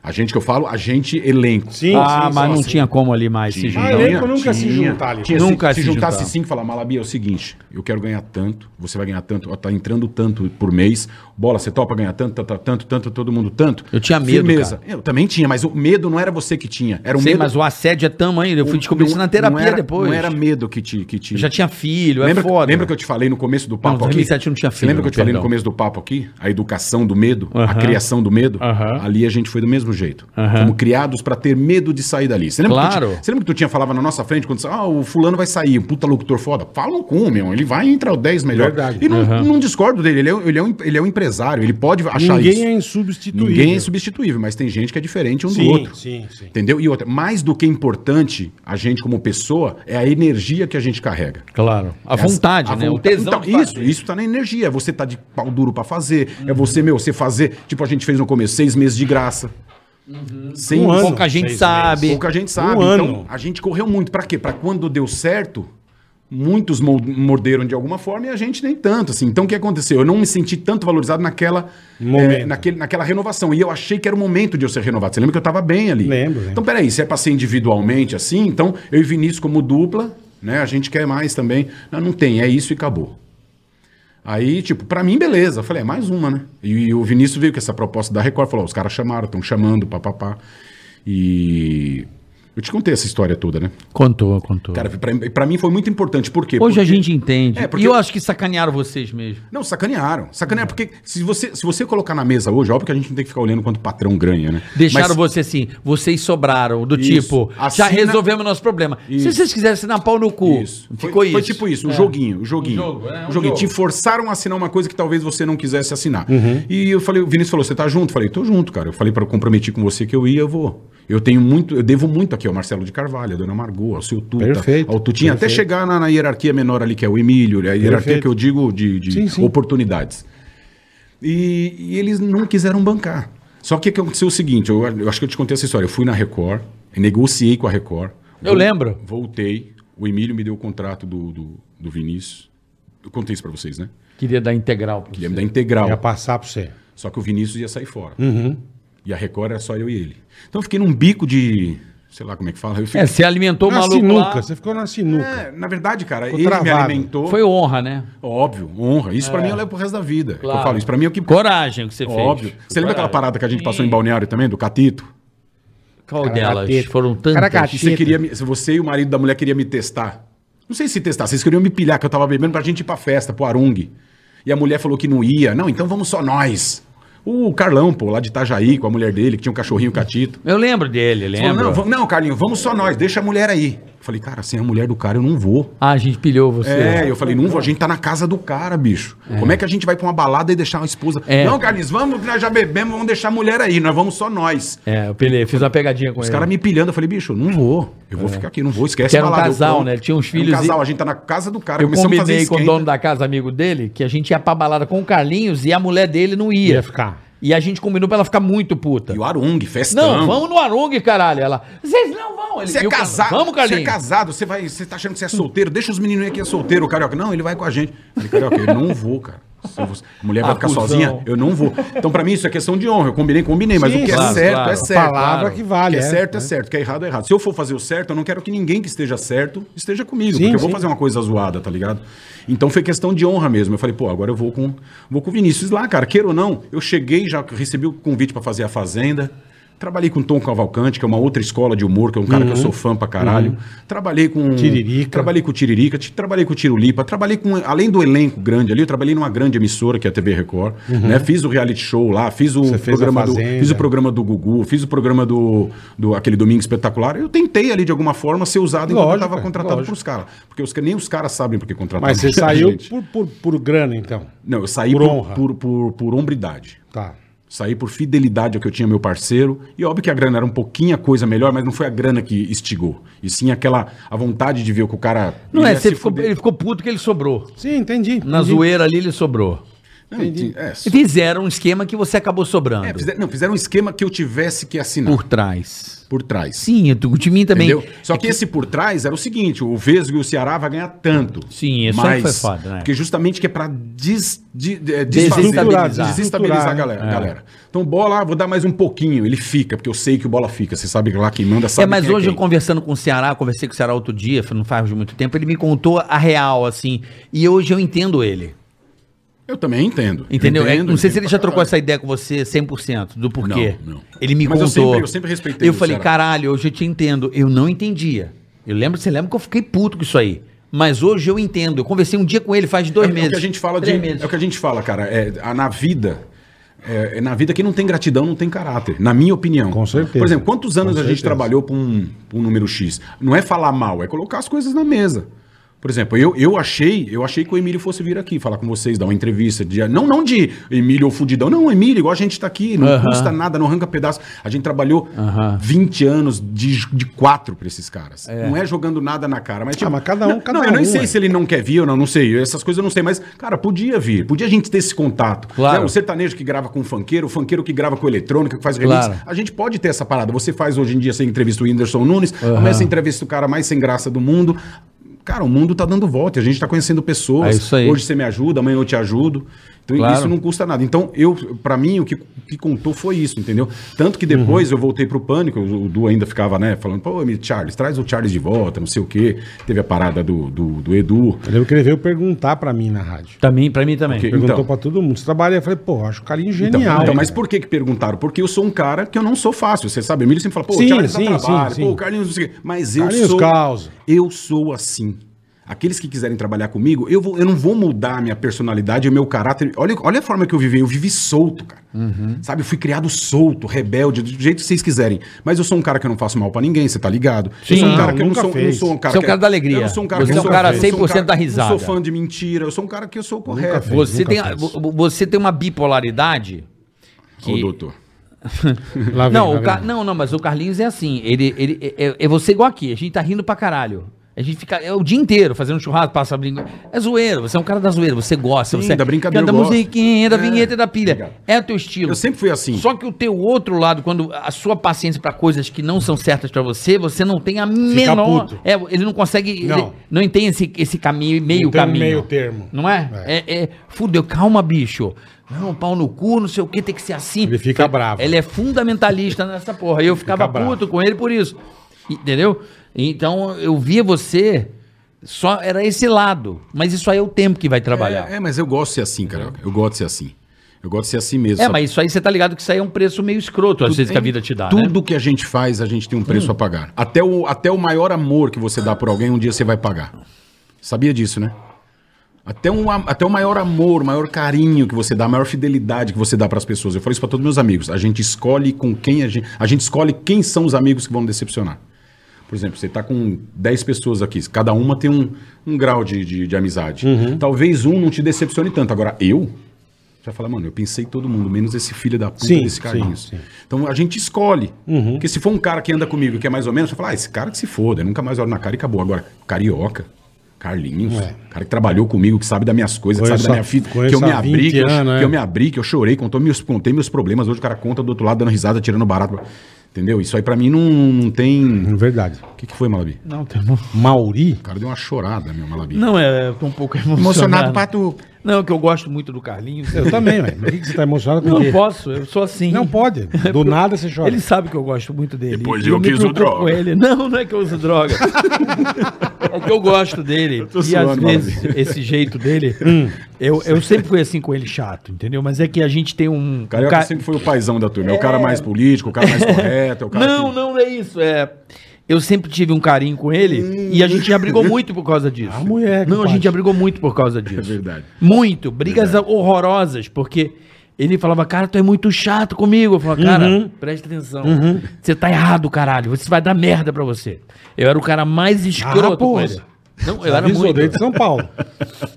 Speaker 4: A gente que eu falo, a gente elenco.
Speaker 2: Sim,
Speaker 3: ah, mas
Speaker 2: sim, sim,
Speaker 3: não
Speaker 4: assim.
Speaker 2: sim.
Speaker 3: tinha como ali mais se
Speaker 2: Mas
Speaker 3: juntar.
Speaker 4: Ah, é?
Speaker 2: o elenco nunca se juntar ali.
Speaker 4: Tinha,
Speaker 3: Nunca
Speaker 4: se,
Speaker 3: se
Speaker 4: se juntasse
Speaker 3: juntar.
Speaker 4: cinco e falar, Malabi, é o seguinte, eu quero ganhar tanto, você vai ganhar tanto, ó, tá entrando tanto por mês, bola, você topa ganhar tanto, tanto, tanto, tanto, todo mundo tanto.
Speaker 3: Eu tinha medo,
Speaker 4: Eu também tinha, mas o medo não era você que tinha, era o
Speaker 3: Sei,
Speaker 4: medo...
Speaker 3: mas o assédio é tamanho. Eu fui descobrir
Speaker 4: não-
Speaker 3: isso na terapia
Speaker 4: não era-
Speaker 3: depois.
Speaker 4: Não era medo que te... Que te
Speaker 3: Eu já tinha filho,
Speaker 4: lembra,
Speaker 3: é foda.
Speaker 4: lembra que eu te falei no começo do papo
Speaker 3: Não,
Speaker 4: aqui?
Speaker 3: 2007 não tinha
Speaker 4: Você
Speaker 3: filho,
Speaker 4: Lembra que eu
Speaker 3: não,
Speaker 4: te falei no
Speaker 3: perdão.
Speaker 4: começo do papo aqui? A educação do medo, a
Speaker 3: Aham.
Speaker 4: criação do medo.
Speaker 3: Aham.
Speaker 4: Ali a gente foi do mesmo jeito. Como criados pra ter medo de sair dali. Você lembra Que tu,
Speaker 3: Claro.
Speaker 4: tinha- você lembra que tu tinha falava na nossa frente quando ah, o fulano vai sair, um puta locutor foda. Fala com, meu. Ele vai entrar o 10 melhor.
Speaker 2: Verdade.
Speaker 4: E não, não discordo dele. Ele é, um- ele, é um, ele é um empresário. Ele pode achar
Speaker 2: Ninguém
Speaker 4: isso.
Speaker 2: é insubstituível.
Speaker 4: Ninguém é substituível, mas tem gente que é diferente um
Speaker 2: Sim,
Speaker 4: do outro.
Speaker 2: sim, sim.
Speaker 4: Entendeu? E outra, mais do que importante, a gente como pessoa, é a energia que a gente carrega.
Speaker 3: Claro. A
Speaker 4: Essa-
Speaker 3: vontade,
Speaker 4: É, a
Speaker 3: né? O
Speaker 4: vontade.
Speaker 3: tesão.
Speaker 4: Então,
Speaker 3: de fazer.
Speaker 4: isso, isso tá na energia. É Você tá de pau duro pra fazer. É você, meu, você fazer. Tipo, a gente fez no começo, seis meses de graça. Sem
Speaker 2: Um ano.
Speaker 3: Pouca gente
Speaker 2: Seis
Speaker 3: sabe.
Speaker 4: Pouca gente sabe.
Speaker 2: Um
Speaker 4: então,
Speaker 2: ano.
Speaker 4: a gente correu muito. Pra quê? Pra quando deu certo, muitos mo- morderam de alguma forma e a gente nem tanto. Assim. Então, o que aconteceu? Eu não me senti tanto valorizado naquela,
Speaker 2: Momento.
Speaker 4: eh, naquele, naquela renovação. E eu achei que era o momento de eu ser renovado. Você lembra que eu tava bem ali?
Speaker 2: Lembro, lembro.
Speaker 4: Então, peraí, se é pra ser individualmente assim, então eu e Vinícius como dupla, né? A gente quer mais também. Não, não tem, é isso e acabou. Aí, tipo, pra mim, beleza. Eu Falei, é mais uma, né? E, o Vinícius veio com essa proposta da Record. Falou, ó, os caras chamaram, estão chamando, papapá. E... Eu te contei essa história toda, né?
Speaker 3: Contou, contou.
Speaker 4: Cara, pra, pra mim foi muito importante. Por quê?
Speaker 3: Hoje a
Speaker 4: Porque-
Speaker 3: gente entende.
Speaker 4: É, porque-
Speaker 3: E eu acho que sacanearam vocês mesmo.
Speaker 4: Não, sacanearam. Sacanearam, porque se você, se você colocar na mesa hoje, óbvio que a gente não tem que ficar olhando quanto o patrão ganha, né?
Speaker 3: Deixaram
Speaker 4: Mas-
Speaker 3: você assim, vocês sobraram, do
Speaker 4: Isso.
Speaker 3: tipo, já
Speaker 4: Assina-
Speaker 3: resolvemos nosso problema. Se
Speaker 4: Isso.
Speaker 3: vocês quiserem assinar um pau no cu,
Speaker 4: Isso.
Speaker 3: ficou
Speaker 4: foi,
Speaker 3: isso.
Speaker 4: foi tipo isso, um joguinho, um joguinho.
Speaker 3: Um jogo, é, um
Speaker 4: Um joguinho.
Speaker 3: jogo. Uhum.
Speaker 4: Te forçaram a assinar uma coisa que talvez você não quisesse assinar. E eu falei, o Vinícius falou: você tá junto? Eu falei, tô junto, cara. Eu falei para comprometi com você que eu ia, eu vou. Eu tenho muito, eu devo muito aqui ao Marcelo de Carvalho, a Dona Margot, ao seu Tuta,
Speaker 2: Perfeito,
Speaker 4: ao Tutinha, até
Speaker 2: perfeito.
Speaker 4: chegar na, na hierarquia menor ali, que é o Emílio, a hierarquia
Speaker 2: Perfeito.
Speaker 4: que eu digo de, de
Speaker 2: Sim, sim.
Speaker 4: oportunidades. E, e eles não quiseram bancar. Só que o que aconteceu é o seguinte: eu, eu acho que eu te contei essa história. Eu fui na Record, negociei com a Record.
Speaker 3: Eu lembro.
Speaker 4: Voltei, o Emílio me deu o contrato do, do, do Vinícius. Eu contei isso pra vocês, né?
Speaker 3: Queria dar integral. pra
Speaker 4: Ele ia me
Speaker 3: você.
Speaker 4: dar integral.
Speaker 2: Ia passar pra você.
Speaker 4: Só que o Vinícius ia sair fora. E a Record era só eu e ele. Então eu fiquei num bico de. Sei lá como é que fala. Eu fiquei-
Speaker 3: É, você alimentou o
Speaker 2: Na
Speaker 4: Assim
Speaker 3: maluco
Speaker 2: sinuca,
Speaker 3: lá.
Speaker 2: você ficou na sinuca.
Speaker 4: É, na verdade, cara,
Speaker 2: Ficou
Speaker 4: ele me
Speaker 2: travado.
Speaker 4: alimentou.
Speaker 3: Foi honra, né?
Speaker 4: Óbvio, honra. Isso pra mim eu levo pro resto da vida. É o que Eu falo, isso pra mim é o que.
Speaker 3: Coragem que você
Speaker 4: Óbvio.
Speaker 3: fez.
Speaker 4: Você lembra aquela parada que a gente passou em Balneário também, do Catito?
Speaker 3: Qual delas?
Speaker 2: Caracateta.
Speaker 3: Foram tantas.
Speaker 2: Caracateta.
Speaker 4: Que você queria me- se você e o marido da mulher queria me testar. Não sei se testar, vocês queriam me pilhar, que eu tava bebendo pra gente ir pra festa, pro Arung. E a mulher falou que não ia. Não, então vamos só nós. O Carlão, pô, lá de Itajaí, com a mulher dele, que tinha um cachorrinho catito.
Speaker 3: Eu lembro dele,
Speaker 4: Falou,
Speaker 3: lembro.
Speaker 4: não, vamos- não, Carlinho, vamos só nós, deixa a mulher aí. Eu falei, cara, sem a mulher do cara eu não vou.
Speaker 3: Ah, a gente pilhou você.
Speaker 4: É, eu falei, não vou, a gente tá na casa do cara, bicho. Como é que a gente vai pra uma balada e deixar uma esposa?
Speaker 3: É.
Speaker 4: Não, Carlinhos, vamos, que nós já bebemos, vamos deixar a mulher aí, nós vamos só nós.
Speaker 3: É, eu pilhei, fiz uma pegadinha com
Speaker 4: Os
Speaker 3: ele.
Speaker 4: caras me pilhando, eu falei, bicho, não vou. Eu vou ficar aqui, não vou, esquece
Speaker 3: É. Que era um
Speaker 4: balada, eu
Speaker 3: casal,
Speaker 4: compro.
Speaker 3: né? Ele tinha uns
Speaker 4: Era
Speaker 3: filhos e-
Speaker 4: Um casal, a gente tá na casa do cara,
Speaker 3: Eu
Speaker 4: começamos a
Speaker 3: combinei com o
Speaker 4: esquenta.
Speaker 3: dono da casa, amigo dele, que a gente ia pra balada com o Carlinhos e a mulher dele não ia.
Speaker 2: Ia ficar.
Speaker 3: E a gente combinou pra ela ficar muito puta.
Speaker 4: E o Arung, festão.
Speaker 3: Não, vamos no Arung, caralho. Ela, vocês não vão. Ele,
Speaker 4: Você
Speaker 3: e
Speaker 4: é
Speaker 3: o cara,
Speaker 4: casado,
Speaker 3: Vamos, Carlinhos.
Speaker 4: Você é casado, você, vai, você tá achando que você é solteiro, deixa os meninos aí que é solteiro, o Carioca. Não, ele vai com a gente. Eu falei, Carioca, eu não vou, cara. Se eu vou- a mulher vai ficar
Speaker 3: Acusão.
Speaker 4: sozinha, eu não vou. Então, pra mim, isso é questão de honra. Eu combinei, combinei, mas
Speaker 2: Sim,
Speaker 4: o que
Speaker 3: claro,
Speaker 4: é certo,
Speaker 3: claro.
Speaker 4: é certo.
Speaker 2: Palavra que vale,
Speaker 4: O que
Speaker 2: é,
Speaker 4: é certo,
Speaker 2: né?
Speaker 4: é certo. O que é errado, é errado. Se eu for fazer o certo, eu não quero que ninguém que esteja certo esteja comigo,
Speaker 2: Sim,
Speaker 4: porque eu vou
Speaker 2: sim.
Speaker 4: fazer uma coisa zoada, tá ligado? Então foi questão de honra mesmo. Eu falei, pô, agora eu vou com, vou com o Vinícius lá, cara. Queira ou não, eu cheguei, já recebi o convite pra fazer a Fazenda. Trabalhei com Tom Cavalcante, que é uma outra escola de humor, que é um cara que eu sou fã pra caralho. Trabalhei com.
Speaker 2: Uhum. Tiririca.
Speaker 4: Trabalhei com o Tiririca, ti- trabalhei com o Tirulipa, trabalhei com. Além do elenco grande ali, eu trabalhei numa grande emissora, que é a TV Record. Né? Fiz o reality show lá, fiz o
Speaker 2: Uhum. Você fez a
Speaker 4: programa do.
Speaker 2: Fazenda.
Speaker 4: Fiz o programa do Gugu, fiz o programa do, do aquele domingo espetacular. Eu tentei ali de alguma forma ser usado enquanto
Speaker 2: Lógico,
Speaker 4: eu tava
Speaker 2: é,
Speaker 4: contratado
Speaker 2: lógico.
Speaker 4: pros caras, porque os, nem os caras sabem porque contrataram.
Speaker 2: Mas você
Speaker 4: a
Speaker 2: saiu
Speaker 4: gente.
Speaker 2: por, por, por grana, então.
Speaker 4: Não, eu saí
Speaker 2: por
Speaker 4: por
Speaker 2: honra.
Speaker 4: por, por, por hombridade.
Speaker 2: Tá.
Speaker 4: Saí por fidelidade ao que eu tinha meu parceiro. E óbvio que a grana era um pouquinho a coisa melhor, mas não foi a grana que instigou. E sim aquela a vontade de ver o que o cara.
Speaker 3: Não
Speaker 4: ia
Speaker 3: é, você
Speaker 4: se
Speaker 3: ficou,
Speaker 4: fuder.
Speaker 3: ele ficou puto que ele sobrou.
Speaker 2: Sim, entendi.
Speaker 3: Na
Speaker 2: entendi.
Speaker 3: zoeira ali ele sobrou.
Speaker 4: Não, ti- é,
Speaker 3: E fizeram um esquema que você acabou sobrando.
Speaker 4: é, fizeram, não, fizeram um esquema que eu tivesse que assinar
Speaker 3: Por
Speaker 4: por,
Speaker 3: trás.
Speaker 4: trás.
Speaker 3: Sim, tu- o time também.
Speaker 4: Entendeu? Só que, esse por trás era o seguinte: o Vesgo e o Ceará vai ganhar tanto.
Speaker 3: Sim, isso aí foi foda, né?
Speaker 4: Porque justamente que é pra des, de,
Speaker 3: Desestabilizar.
Speaker 4: de,
Speaker 3: é.
Speaker 4: desestabilizar, desestabilizar
Speaker 2: Estruturar,
Speaker 4: a galera, galera. Então, bola, ah, vou dar mais um pouquinho. Ele fica, porque eu sei que o bola fica. Você sabe que lá quem manda sabe.
Speaker 3: é, mas
Speaker 4: quem
Speaker 3: hoje eu
Speaker 4: quem.
Speaker 3: conversando com o Ceará, conversei com o Ceará outro dia, não faz muito tempo, ele me contou a real, assim. E hoje eu entendo ele.
Speaker 4: Eu também entendo.
Speaker 3: Entendeu?
Speaker 4: Eu
Speaker 3: É,
Speaker 4: entendo,
Speaker 3: não sei se
Speaker 4: entendo
Speaker 3: ele já
Speaker 4: pra
Speaker 3: trocou
Speaker 4: caralho.
Speaker 3: essa ideia com você 100% do porquê.
Speaker 4: Não, não.
Speaker 3: Ele me
Speaker 4: Mas eu
Speaker 3: contou.
Speaker 4: sempre- eu sempre respeitei
Speaker 3: Eu
Speaker 4: o
Speaker 3: falei,
Speaker 4: Ceará.
Speaker 3: caralho, hoje eu te entendo. Eu não entendia. Eu lembro, você lembra que eu fiquei puto com isso aí. Mas hoje eu entendo. Eu conversei um dia com ele faz dois
Speaker 4: É,
Speaker 3: meses.
Speaker 4: o que a gente fala de,
Speaker 3: Três meses.
Speaker 4: É o que a gente fala, cara. É, a- na vida, é, é na vida que não tem gratidão, não tem caráter, na minha opinião.
Speaker 2: Com certeza.
Speaker 4: Por exemplo, quantos anos
Speaker 2: Com
Speaker 4: a gente
Speaker 2: certeza.
Speaker 4: trabalhou para um, pra um número X? Não é falar mal, é colocar as coisas na mesa. Por exemplo, eu, eu achei eu achei que o Emílio fosse vir aqui falar com vocês, dar uma entrevista. De, não, não de Emílio ou Fudidão. Não, Emílio, igual a gente está aqui, não custa nada, não arranca pedaço. A gente trabalhou 20 anos de, de quatro para esses caras. Não é jogando nada na cara. Mas, tipo,
Speaker 2: mas cada um-
Speaker 4: Não,
Speaker 2: cada
Speaker 4: não, eu nem
Speaker 2: um,
Speaker 4: sei
Speaker 2: ué.
Speaker 4: se ele não quer vir ou não, não sei. Essas coisas eu não sei. Mas, cara, podia vir. Podia a gente ter esse contato.
Speaker 3: Claro.
Speaker 4: Né? O sertanejo que grava com o funkeiro, o funkeiro que grava com eletrônica, que faz remix.
Speaker 3: Claro.
Speaker 4: A gente pode ter essa parada. Você faz hoje em dia, você entrevista o Whindersson Nunes, amanhã você entrevista o cara mais sem graça do mundo. Cara, o mundo tá dando volta, a gente tá conhecendo pessoas.
Speaker 3: É isso aí.
Speaker 4: Hoje você me ajuda, amanhã eu te ajudo. Então
Speaker 3: Claro.
Speaker 4: isso não custa nada. Então, eu, para mim, o que, o que contou foi isso, entendeu? Tanto que
Speaker 2: Uhum.
Speaker 4: depois eu voltei pro pânico, o, o Du ainda ficava, né, falando, pô, Emílio, Charles, traz o Charles de volta, não sei o quê. Teve a parada do, do, do Edu.
Speaker 2: Eu lembro que ele veio perguntar pra mim na rádio.
Speaker 3: Também, pra mim também.
Speaker 4: Ok.
Speaker 2: Perguntou
Speaker 4: Então.
Speaker 2: pra todo mundo. Você trabalha? Eu falei, pô, acho o cara
Speaker 4: Então,
Speaker 2: genial.
Speaker 4: então, mas por que que perguntaram? Porque eu sou um cara que eu não sou fácil. Você sabe, Emílio sempre fala, pô,
Speaker 2: Sim,
Speaker 4: o Charles
Speaker 2: sim,
Speaker 4: dá trabalho,
Speaker 2: sim,
Speaker 4: pô,
Speaker 2: sim.
Speaker 4: o Carlinhos não sei o quê. Mas eu
Speaker 2: Carlinhos
Speaker 4: sou...
Speaker 2: causa.
Speaker 4: Eu sou assim. Aqueles que quiserem trabalhar comigo, eu, vou, eu não vou mudar a minha personalidade, o meu caráter. Olha, olha a forma que eu vivi. Eu vivi solto, cara.
Speaker 3: Uhum.
Speaker 4: Sabe? Eu fui criado solto, rebelde, do jeito que vocês quiserem. Mas eu sou um cara que eu não faço mal pra ninguém, você tá ligado? eu sou
Speaker 3: Sim,
Speaker 4: um cara que eu não
Speaker 2: nunca
Speaker 4: sou, não
Speaker 2: fez.
Speaker 4: sou um cara.
Speaker 3: Você é um
Speaker 4: que-
Speaker 3: cara da alegria.
Speaker 4: Eu não sou um cara
Speaker 3: Você
Speaker 4: que
Speaker 3: é um cara
Speaker 4: eu sou
Speaker 3: 100% da
Speaker 4: Eu não
Speaker 3: risada.
Speaker 4: sou fã de mentira, eu sou um cara que eu sou
Speaker 2: Nunca
Speaker 4: correto.
Speaker 2: fez.
Speaker 3: Você
Speaker 2: Nunca
Speaker 3: tem,
Speaker 2: fez.
Speaker 3: vo- você tem uma bipolaridade que...
Speaker 4: Ô, doutor.
Speaker 2: Lá vem,
Speaker 3: Não,
Speaker 2: lá
Speaker 3: o
Speaker 2: vem.
Speaker 3: Car- não, não, mas o Carlinhos é assim. Ele, ele, é, é- é você igual aqui. A gente tá rindo pra caralho. A gente fica é, o dia inteiro fazendo churrasco, passa brinco. É zoeiro, você é um cara da zoeira, você gosta.
Speaker 4: Sim,
Speaker 3: você
Speaker 4: da brincadeira
Speaker 3: Canta
Speaker 4: eu gosto.
Speaker 3: musiquinha, da
Speaker 4: É,
Speaker 3: vinheta e da pilha.
Speaker 4: obrigado.
Speaker 3: É o teu estilo.
Speaker 4: Eu sempre fui assim.
Speaker 3: Só que o teu outro lado, quando a sua paciência pra coisas que não são certas pra você, você não tem a menor.
Speaker 2: puto.
Speaker 3: É, ele não consegue.
Speaker 2: Não.
Speaker 3: Não, ele, não tem esse, esse caminho, meio
Speaker 2: Não tem um
Speaker 3: caminho.
Speaker 2: meio termo.
Speaker 3: Não é? É, é, fudeu, calma, bicho. Não, pau no cu, não sei o que, tem que ser assim.
Speaker 2: Ele fica bravo.
Speaker 3: Ele é fundamentalista nessa porra. E eu ficava
Speaker 2: Fica bravo.
Speaker 3: puto com ele por isso. Entendeu? Então eu via você, só era esse lado. Mas isso aí é o tempo que vai trabalhar.
Speaker 4: É,
Speaker 3: É,
Speaker 4: é, mas eu gosto de ser assim, cara. Eu gosto de ser assim. Eu gosto de ser assim mesmo. sabe?
Speaker 3: mas isso aí você tá ligado que isso aí é um preço meio escroto, às vezes, que a vida te dá. né? Hum.
Speaker 4: Tudo que a gente faz, a gente tem um preço a pagar. Até o, até o maior amor que você dá por alguém, um dia você vai pagar. Sabia disso, né? Até, um, am- até o maior amor, o maior carinho que você dá, a maior fidelidade que você dá para as pessoas. Eu falo isso para todos meus amigos. A gente escolhe com quem a gente. A gente escolhe quem são os amigos que vão decepcionar. Por exemplo, você está com 10 pessoas aqui, cada uma tem um, um grau de, de, de amizade.
Speaker 2: Uhum.
Speaker 4: Talvez um não te decepcione tanto. Agora, eu? Já fala, mano, eu pensei em todo mundo, menos esse filho da puta
Speaker 2: Sim,
Speaker 4: desse Carlinhos.
Speaker 2: sim, Uhum. sim.
Speaker 4: Então a gente escolhe. Porque se for um cara que anda comigo, que é mais ou menos, você fala, ah, esse cara que se foda, eu nunca mais olho na cara e acabou. Agora, carioca, Carlinhos, cara que trabalhou comigo, que sabe das minhas coisas, que
Speaker 2: É. Conheço
Speaker 4: sabe da
Speaker 2: há-
Speaker 4: minha vida, que
Speaker 2: conheço
Speaker 4: eu me
Speaker 2: há
Speaker 4: abri,
Speaker 2: 20
Speaker 4: que eu,
Speaker 2: anos,
Speaker 4: que
Speaker 2: é.
Speaker 4: eu me abri, que eu chorei, contou meus, contei meus problemas. Hoje o cara conta do outro lado, dando risada, tirando barato. Entendeu? Isso aí pra mim não, não tem.
Speaker 2: Verdade.
Speaker 4: O que, que foi, Malabi?
Speaker 3: Não, tem um uma-
Speaker 2: Mauri?
Speaker 4: O cara deu uma chorada, meu Malabi.
Speaker 3: não é, eu tô um pouco emocionado.
Speaker 4: tu.
Speaker 3: Não, que eu gosto muito do Carlinhos.
Speaker 2: Eu também, velho. Por que que você tá emocionado com
Speaker 3: Não
Speaker 2: o quê?
Speaker 3: posso, eu sou assim.
Speaker 2: Não pode. Do nada você chora.
Speaker 3: Ele sabe que eu gosto muito dele.
Speaker 4: Depois
Speaker 3: E
Speaker 4: eu
Speaker 3: me
Speaker 4: que uso
Speaker 3: preocupo
Speaker 4: droga.
Speaker 3: com Ele. Não, não é que eu uso droga. é que eu gosto dele.
Speaker 4: tô
Speaker 3: e
Speaker 4: suando,
Speaker 3: às vezes esse jeito dele. eu, eu sempre fui assim com ele chato, entendeu? Mas é que a gente tem um.
Speaker 4: Carioca
Speaker 3: ca-
Speaker 4: sempre foi o paizão da turma. É o cara mais político, o cara mais correto, é o cara.
Speaker 3: Não,
Speaker 4: que-
Speaker 3: não é isso. É. Eu sempre tive um carinho com ele e a gente já brigou muito por causa disso.
Speaker 2: Hum. A mulher,
Speaker 3: Não, a
Speaker 2: compadre.
Speaker 3: gente já brigou muito por causa disso.
Speaker 4: É verdade.
Speaker 3: Muito. Brigas horrorosas, porque ele falava, cara, tu é muito chato comigo. Eu falava, cara,
Speaker 2: Uhum.
Speaker 3: presta atenção. Você tá errado, caralho. Você vai dar merda pra você. Eu era o cara mais escroto com
Speaker 2: raposa.
Speaker 3: ele. Não, eu era
Speaker 2: Avisou
Speaker 3: muito.
Speaker 2: desde São Paulo.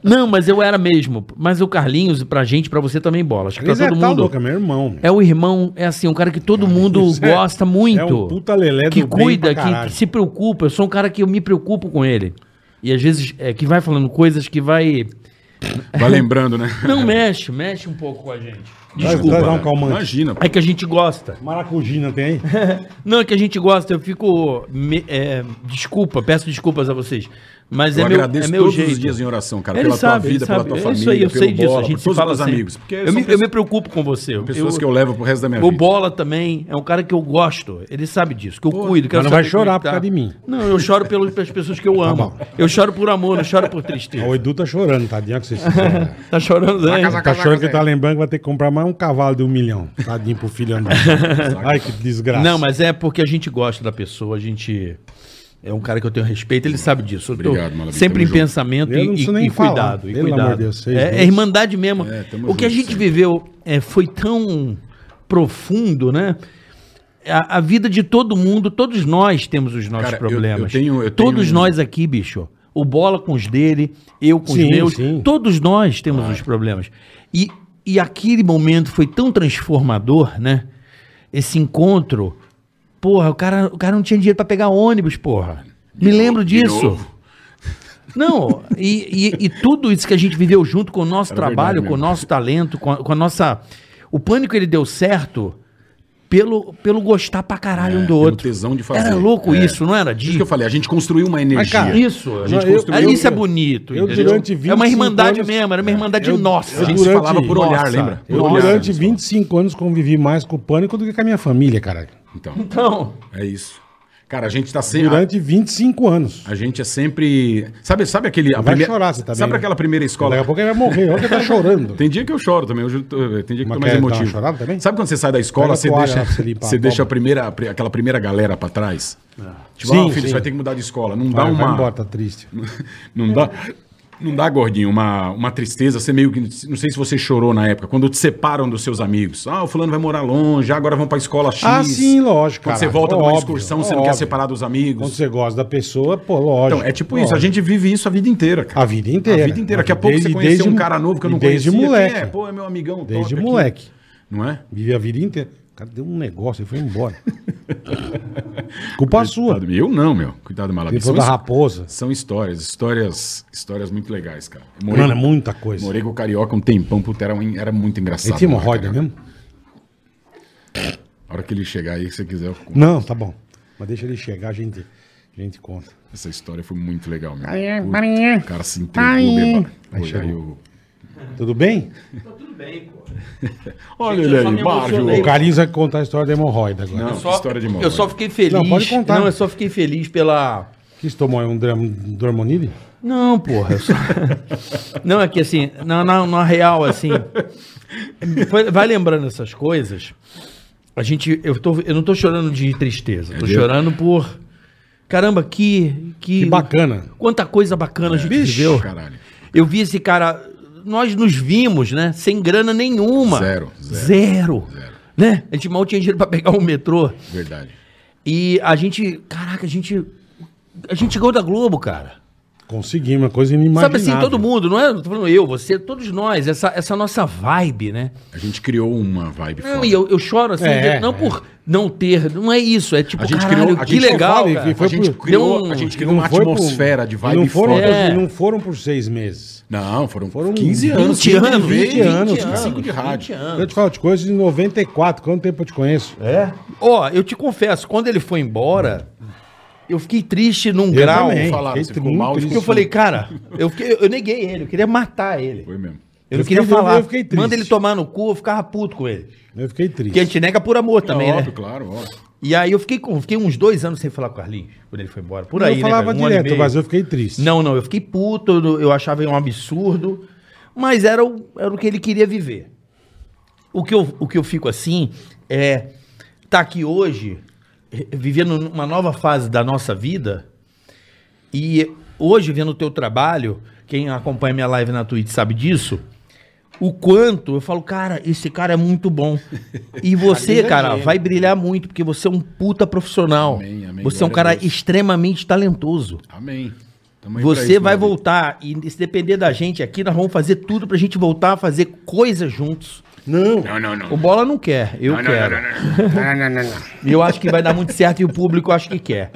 Speaker 3: Não, mas eu era mesmo. Mas o Carlinhos, pra gente, pra você também bola. Acho que pra
Speaker 2: Ele é
Speaker 3: todo
Speaker 2: tá
Speaker 3: mundo.
Speaker 2: louco, é meu irmão.
Speaker 3: É o irmão, é assim, um cara que todo mundo
Speaker 2: isso é-
Speaker 3: gosta muito.
Speaker 2: é um puta lelé do
Speaker 3: Que
Speaker 2: bem
Speaker 3: cuida,
Speaker 2: pra
Speaker 3: que,
Speaker 2: caralho.
Speaker 3: que se preocupa. Eu sou um cara que eu me preocupo com ele. E às vezes é que vai falando coisas que vai.
Speaker 4: Vai lembrando, né?
Speaker 3: Não mexe, mexe um pouco com a gente.
Speaker 2: Desculpa. Vai dar um
Speaker 4: cara.
Speaker 2: calmante.
Speaker 4: Imagina. pô.
Speaker 3: É que a gente gosta.
Speaker 2: Maracujina tem aí?
Speaker 3: Não, é que a gente gosta, eu fico. me- é, desculpa, peço desculpas a vocês. Mas
Speaker 4: Eu
Speaker 3: é meu,
Speaker 4: agradeço
Speaker 3: é meu
Speaker 4: todos
Speaker 3: jeito.
Speaker 4: os dias em oração, cara.
Speaker 3: Ele
Speaker 4: pela
Speaker 3: sabe,
Speaker 4: tua
Speaker 3: ele
Speaker 4: vida, pela
Speaker 3: sabe.
Speaker 4: tua
Speaker 3: É
Speaker 4: família,
Speaker 3: isso aí, eu
Speaker 4: pelo
Speaker 3: sei disso.
Speaker 4: bola,
Speaker 3: a gente
Speaker 4: por
Speaker 3: se
Speaker 4: todos
Speaker 3: fala
Speaker 4: os meus
Speaker 3: sempre.
Speaker 4: amigos. Porque
Speaker 3: Eu
Speaker 4: são
Speaker 3: me, eu
Speaker 4: pessoas-
Speaker 3: me preocupo com você. Eu-
Speaker 4: Pessoas que eu levo pro resto da minha
Speaker 3: O
Speaker 4: vida.
Speaker 3: Bola também é um cara que eu gosto. Ele sabe disso, que eu cuido. Que
Speaker 2: mas não vai chorar por causa de mim. Tá
Speaker 3: Não, eu choro pelo- pelas pessoas que eu amo. eu choro por amor, não choro por tristeza.
Speaker 2: O Edu tá chorando, tadinho. Que você
Speaker 3: Tá chorando, né?
Speaker 4: casa-
Speaker 2: tá chorando que ele tá lembrando que vai ter que comprar mais um cavalo de um milhão. Tadinho pro filho andar. Ai, que desgraça.
Speaker 3: Não, mas é porque a gente gosta da pessoa, a gente. É um cara que eu tenho respeito, ele sabe disso. Eu tô
Speaker 4: Obrigado, Malabim,
Speaker 3: Sempre
Speaker 4: tamo
Speaker 3: em
Speaker 4: junto.
Speaker 3: pensamento
Speaker 2: Eu não
Speaker 3: e,
Speaker 2: preciso
Speaker 3: e-
Speaker 2: nem
Speaker 3: e
Speaker 2: falar,
Speaker 3: cuidado. e
Speaker 2: pelo
Speaker 3: cuidado.
Speaker 2: amor de Deus, vocês
Speaker 3: é,
Speaker 2: dois.
Speaker 3: é irmandade mesmo.
Speaker 4: É, tamo
Speaker 3: o que a
Speaker 4: junto
Speaker 3: gente
Speaker 4: sempre.
Speaker 3: viveu é, foi tão profundo, né? A, a vida de todo mundo, todos nós temos os nossos
Speaker 4: Cara, eu-
Speaker 3: problemas.
Speaker 4: eu tenho- eu
Speaker 3: todos
Speaker 2: um
Speaker 4: tenho-
Speaker 3: nós aqui, bicho. O bola com os dele, eu com
Speaker 2: Sim,
Speaker 3: os meus.
Speaker 2: sim.
Speaker 3: Todos nós temos os problemas. E, e aquele momento foi tão transformador, né? Esse encontro. Porra, o cara, o cara não tinha dinheiro pra pegar ônibus, porra. Me lembro
Speaker 4: de
Speaker 3: disso.
Speaker 4: novo.
Speaker 3: Não, e, e- e tudo isso que a gente viveu junto com o nosso
Speaker 4: Era
Speaker 3: trabalho,
Speaker 4: verdade
Speaker 3: com o
Speaker 4: mesmo.
Speaker 3: nosso talento, com a, com a nossa. O pânico ele deu certo pelo, pelo gostar pra caralho um do
Speaker 4: É, pelo
Speaker 3: outro.
Speaker 4: tesão de fazer.
Speaker 3: Era louco
Speaker 4: É.
Speaker 3: isso, não era?
Speaker 4: Por isso que
Speaker 3: De...
Speaker 4: eu falei, a gente construiu uma energia.
Speaker 2: cara,
Speaker 3: Isso.
Speaker 4: A gente
Speaker 2: Não, eu-
Speaker 4: construiu...
Speaker 2: eu-
Speaker 3: isso é bonito.
Speaker 2: eu
Speaker 3: entendeu?
Speaker 2: durante
Speaker 3: é uma
Speaker 2: 25
Speaker 3: irmandade
Speaker 2: anos-
Speaker 3: mesmo, era uma irmandade
Speaker 2: eu-
Speaker 3: nossa.
Speaker 2: eu
Speaker 4: a gente se
Speaker 2: durante-
Speaker 4: falava por olhar,
Speaker 3: Nossa.
Speaker 4: lembra?
Speaker 2: Eu,
Speaker 4: Por olhar,
Speaker 2: durante
Speaker 4: só.
Speaker 2: 25 anos, convivi mais com o pânico do que com a minha família, caralho.
Speaker 4: Então,
Speaker 3: Então,
Speaker 4: é isso. Cara, a gente tá sem...
Speaker 2: Durante 25 anos.
Speaker 4: A gente é sempre. Sabe, sabe aquele. a
Speaker 2: Vai chorar, você tá
Speaker 4: Sabe
Speaker 2: bem.
Speaker 4: aquela primeira escola?
Speaker 2: Daqui a pouco ele vai morrer. Olha que ele tá chorando.
Speaker 4: Tem dia que eu choro também. Hoje eu tô- eh, tem dia que eu
Speaker 2: Mas
Speaker 4: tô mais
Speaker 2: quer dar uma
Speaker 4: emotivo.
Speaker 2: chorada também?
Speaker 4: Sabe quando você sai da
Speaker 2: Pega
Speaker 4: escola,
Speaker 2: a
Speaker 4: você
Speaker 2: toalha
Speaker 4: deixa,
Speaker 2: lá pra você limpar a
Speaker 4: você deixa a
Speaker 2: cobra.
Speaker 4: primeira, aquela primeira galera pra trás? Tipo,
Speaker 2: Sim,
Speaker 4: ah, filho,
Speaker 2: sim.
Speaker 4: você vai ter que mudar de escola. Não dá
Speaker 2: Vai, vai
Speaker 4: uma.
Speaker 2: embora, tá triste.
Speaker 4: Não dá. Não dá, gordinho, uma, uma tristeza. Você meio que. Não sei se você chorou na época, quando te separam dos seus amigos. Ah, o fulano vai morar longe, ah, agora vão pra escola X.
Speaker 2: Ah, sim, lógico,
Speaker 4: Quando
Speaker 2: caralho.
Speaker 4: você volta de uma
Speaker 2: Óbvio,
Speaker 4: excursão, você não
Speaker 2: óbvio.
Speaker 4: quer separar dos
Speaker 2: Quando
Speaker 4: amigos.
Speaker 2: você gosta da pessoa, pô, lógico.
Speaker 4: Então, é tipo
Speaker 2: lógico.
Speaker 4: isso, a gente vive isso a vida inteira, cara.
Speaker 2: A vida inteira.
Speaker 4: A vida inteira. Daqui a
Speaker 2: Desde-
Speaker 4: pouco você conheceu um
Speaker 2: desde-
Speaker 4: cara novo que eu não
Speaker 2: desde
Speaker 4: conhecia.
Speaker 2: moleque.
Speaker 4: Quem é? Pô, é meu amigão top
Speaker 2: Desde
Speaker 4: aqui.
Speaker 2: moleque.
Speaker 4: Não é?
Speaker 2: Vive a vida inteira. O cara deu um negócio e foi embora. Culpa sua.
Speaker 4: Coitado, Eu não, meu. Cuidado, Malabi.
Speaker 2: Depois
Speaker 4: São,
Speaker 2: da
Speaker 4: his-
Speaker 2: raposa.
Speaker 4: são histórias, histórias, histórias muito legais, cara. Eu morei,
Speaker 2: Mano, é muita coisa.
Speaker 4: morei com o Carioca um tempão, puta, era, um- era muito engraçado.
Speaker 2: Ele tinha
Speaker 4: morar com o
Speaker 2: hemorroida
Speaker 4: Carioca.
Speaker 2: mesmo?
Speaker 4: A hora que ele chegar aí, se você quiser, eu conto.
Speaker 2: Não, tá bom. Mas deixa ele chegar, a gente, a gente conta.
Speaker 4: essa história foi muito legal, meu.
Speaker 2: Ai,
Speaker 4: Puta,
Speaker 2: ai.
Speaker 4: o cara se
Speaker 2: Ai.
Speaker 4: entregou, beba.
Speaker 2: Aí
Speaker 4: Aí,
Speaker 2: chegou.
Speaker 4: aí eu...
Speaker 2: Tudo bem?
Speaker 4: Olha ele
Speaker 3: só
Speaker 4: aí,
Speaker 3: me
Speaker 4: Bárgio.
Speaker 3: emocionei.
Speaker 2: O Carlinhos vai contar a história da hemorroida agora.
Speaker 4: Não,
Speaker 3: eu só,
Speaker 4: história de
Speaker 3: eu
Speaker 4: morte.
Speaker 3: só fiquei feliz.
Speaker 2: Não, pode contar.
Speaker 3: eu só fiquei feliz pela.
Speaker 2: Que isso tomou um dram- um dormonide?
Speaker 3: Não, porra. eu só- não, é que assim, na, na, na real, assim. vai- Vai lembrando essas coisas. A gente. Eu, tô, eu não tô chorando de tristeza. Tô
Speaker 4: viu?
Speaker 3: chorando por. Caramba, que. Que,
Speaker 2: Que bacana.
Speaker 3: Quanta coisa bacana a gente viveu.
Speaker 4: Caralho.
Speaker 3: Eu vi esse cara. Nós nos vimos, né? Sem grana nenhuma.
Speaker 4: Zero,
Speaker 3: Zero.
Speaker 4: zero, zero.
Speaker 3: Né? A gente mal tinha dinheiro pra pegar o metrô.
Speaker 4: Verdade.
Speaker 3: E a gente. Caraca, a gente. A gente ganhou da Globo, cara.
Speaker 2: Conseguimos, uma coisa inimaginável.
Speaker 3: Sabe assim, todo mundo, não é? Não tô falando eu, você, todos nós, essa, essa nossa vibe, né?
Speaker 4: A gente criou uma vibe
Speaker 3: Não,
Speaker 4: foda.
Speaker 3: e eu, eu choro assim,
Speaker 2: É,
Speaker 3: de- não
Speaker 2: é.
Speaker 3: por não ter, não é isso, é tipo,
Speaker 4: A gente
Speaker 3: caralho,
Speaker 4: criou- a
Speaker 3: que
Speaker 4: gente
Speaker 3: legal,
Speaker 2: fala e
Speaker 3: cara.
Speaker 2: foi
Speaker 4: a gente
Speaker 2: por-
Speaker 3: deu
Speaker 4: criou,
Speaker 3: um-
Speaker 4: a gente
Speaker 2: E
Speaker 4: criou uma
Speaker 2: foi por-
Speaker 4: atmosfera de vibe
Speaker 2: e não foram,
Speaker 3: foda.
Speaker 2: por-
Speaker 3: É.
Speaker 2: e não foram por seis meses.
Speaker 4: Não, foram,
Speaker 2: Foram
Speaker 4: 15 anos.
Speaker 3: 20 anos,
Speaker 2: 20 anos, cara.
Speaker 4: 5 de rádio.
Speaker 2: Eu te falo de coisa de 94, quanto tempo eu te conheço?
Speaker 3: É
Speaker 4: É?
Speaker 3: Ó, eu te confesso, quando ele foi embora, eu fiquei triste num grau.
Speaker 2: também.
Speaker 4: Falaram,
Speaker 2: Fiquei
Speaker 4: você ficou
Speaker 2: muito
Speaker 4: mal.
Speaker 2: triste.
Speaker 3: Porque eu falei, cara, eu, fiquei- eu neguei ele, eu queria matar ele.
Speaker 4: Foi mesmo.
Speaker 3: Eu, não
Speaker 2: Eu fiquei-
Speaker 3: queria falar.
Speaker 2: eu fiquei triste.
Speaker 3: Manda ele tomar no cu, eu ficava puto com ele.
Speaker 2: Eu fiquei triste.
Speaker 3: Porque é a gente nega por amor também,
Speaker 4: é, óbvio,
Speaker 3: né?
Speaker 4: claro, óbvio.
Speaker 3: E aí eu fiquei, com- fiquei uns dois anos sem falar com o Carlinhos, quando ele foi embora. Por aí, né,
Speaker 2: eu falava
Speaker 3: cara? Um ano e
Speaker 2: direto,
Speaker 3: meio.
Speaker 2: mas eu fiquei triste.
Speaker 3: Não, não, eu fiquei puto, eu, eu achava um absurdo, mas era o, era o que ele queria viver. O que, eu, o que eu fico assim é tá aqui hoje, eh, vivendo uma nova fase da nossa vida, e hoje, vendo o teu trabalho, quem acompanha minha live na Twitch sabe disso, o quanto eu falo, cara, esse cara é muito bom. E você, cara, vai brilhar muito, porque você é um puta profissional.
Speaker 4: Amém, amém,
Speaker 3: Você é um
Speaker 4: glória a
Speaker 3: cara
Speaker 4: Deus.
Speaker 3: extremamente talentoso.
Speaker 4: Amém. Tamo aí pra
Speaker 3: Você
Speaker 4: isso,
Speaker 3: vai
Speaker 4: maravilha.
Speaker 3: voltar e se depender da gente aqui, nós vamos fazer tudo pra gente voltar a fazer coisas juntos.
Speaker 2: Não.
Speaker 4: Não, não, não.
Speaker 3: O Bola não quer, eu
Speaker 4: Não, não,
Speaker 3: quero.
Speaker 4: não, não, não.
Speaker 3: E eu acho que vai dar muito certo e o público acho que quer.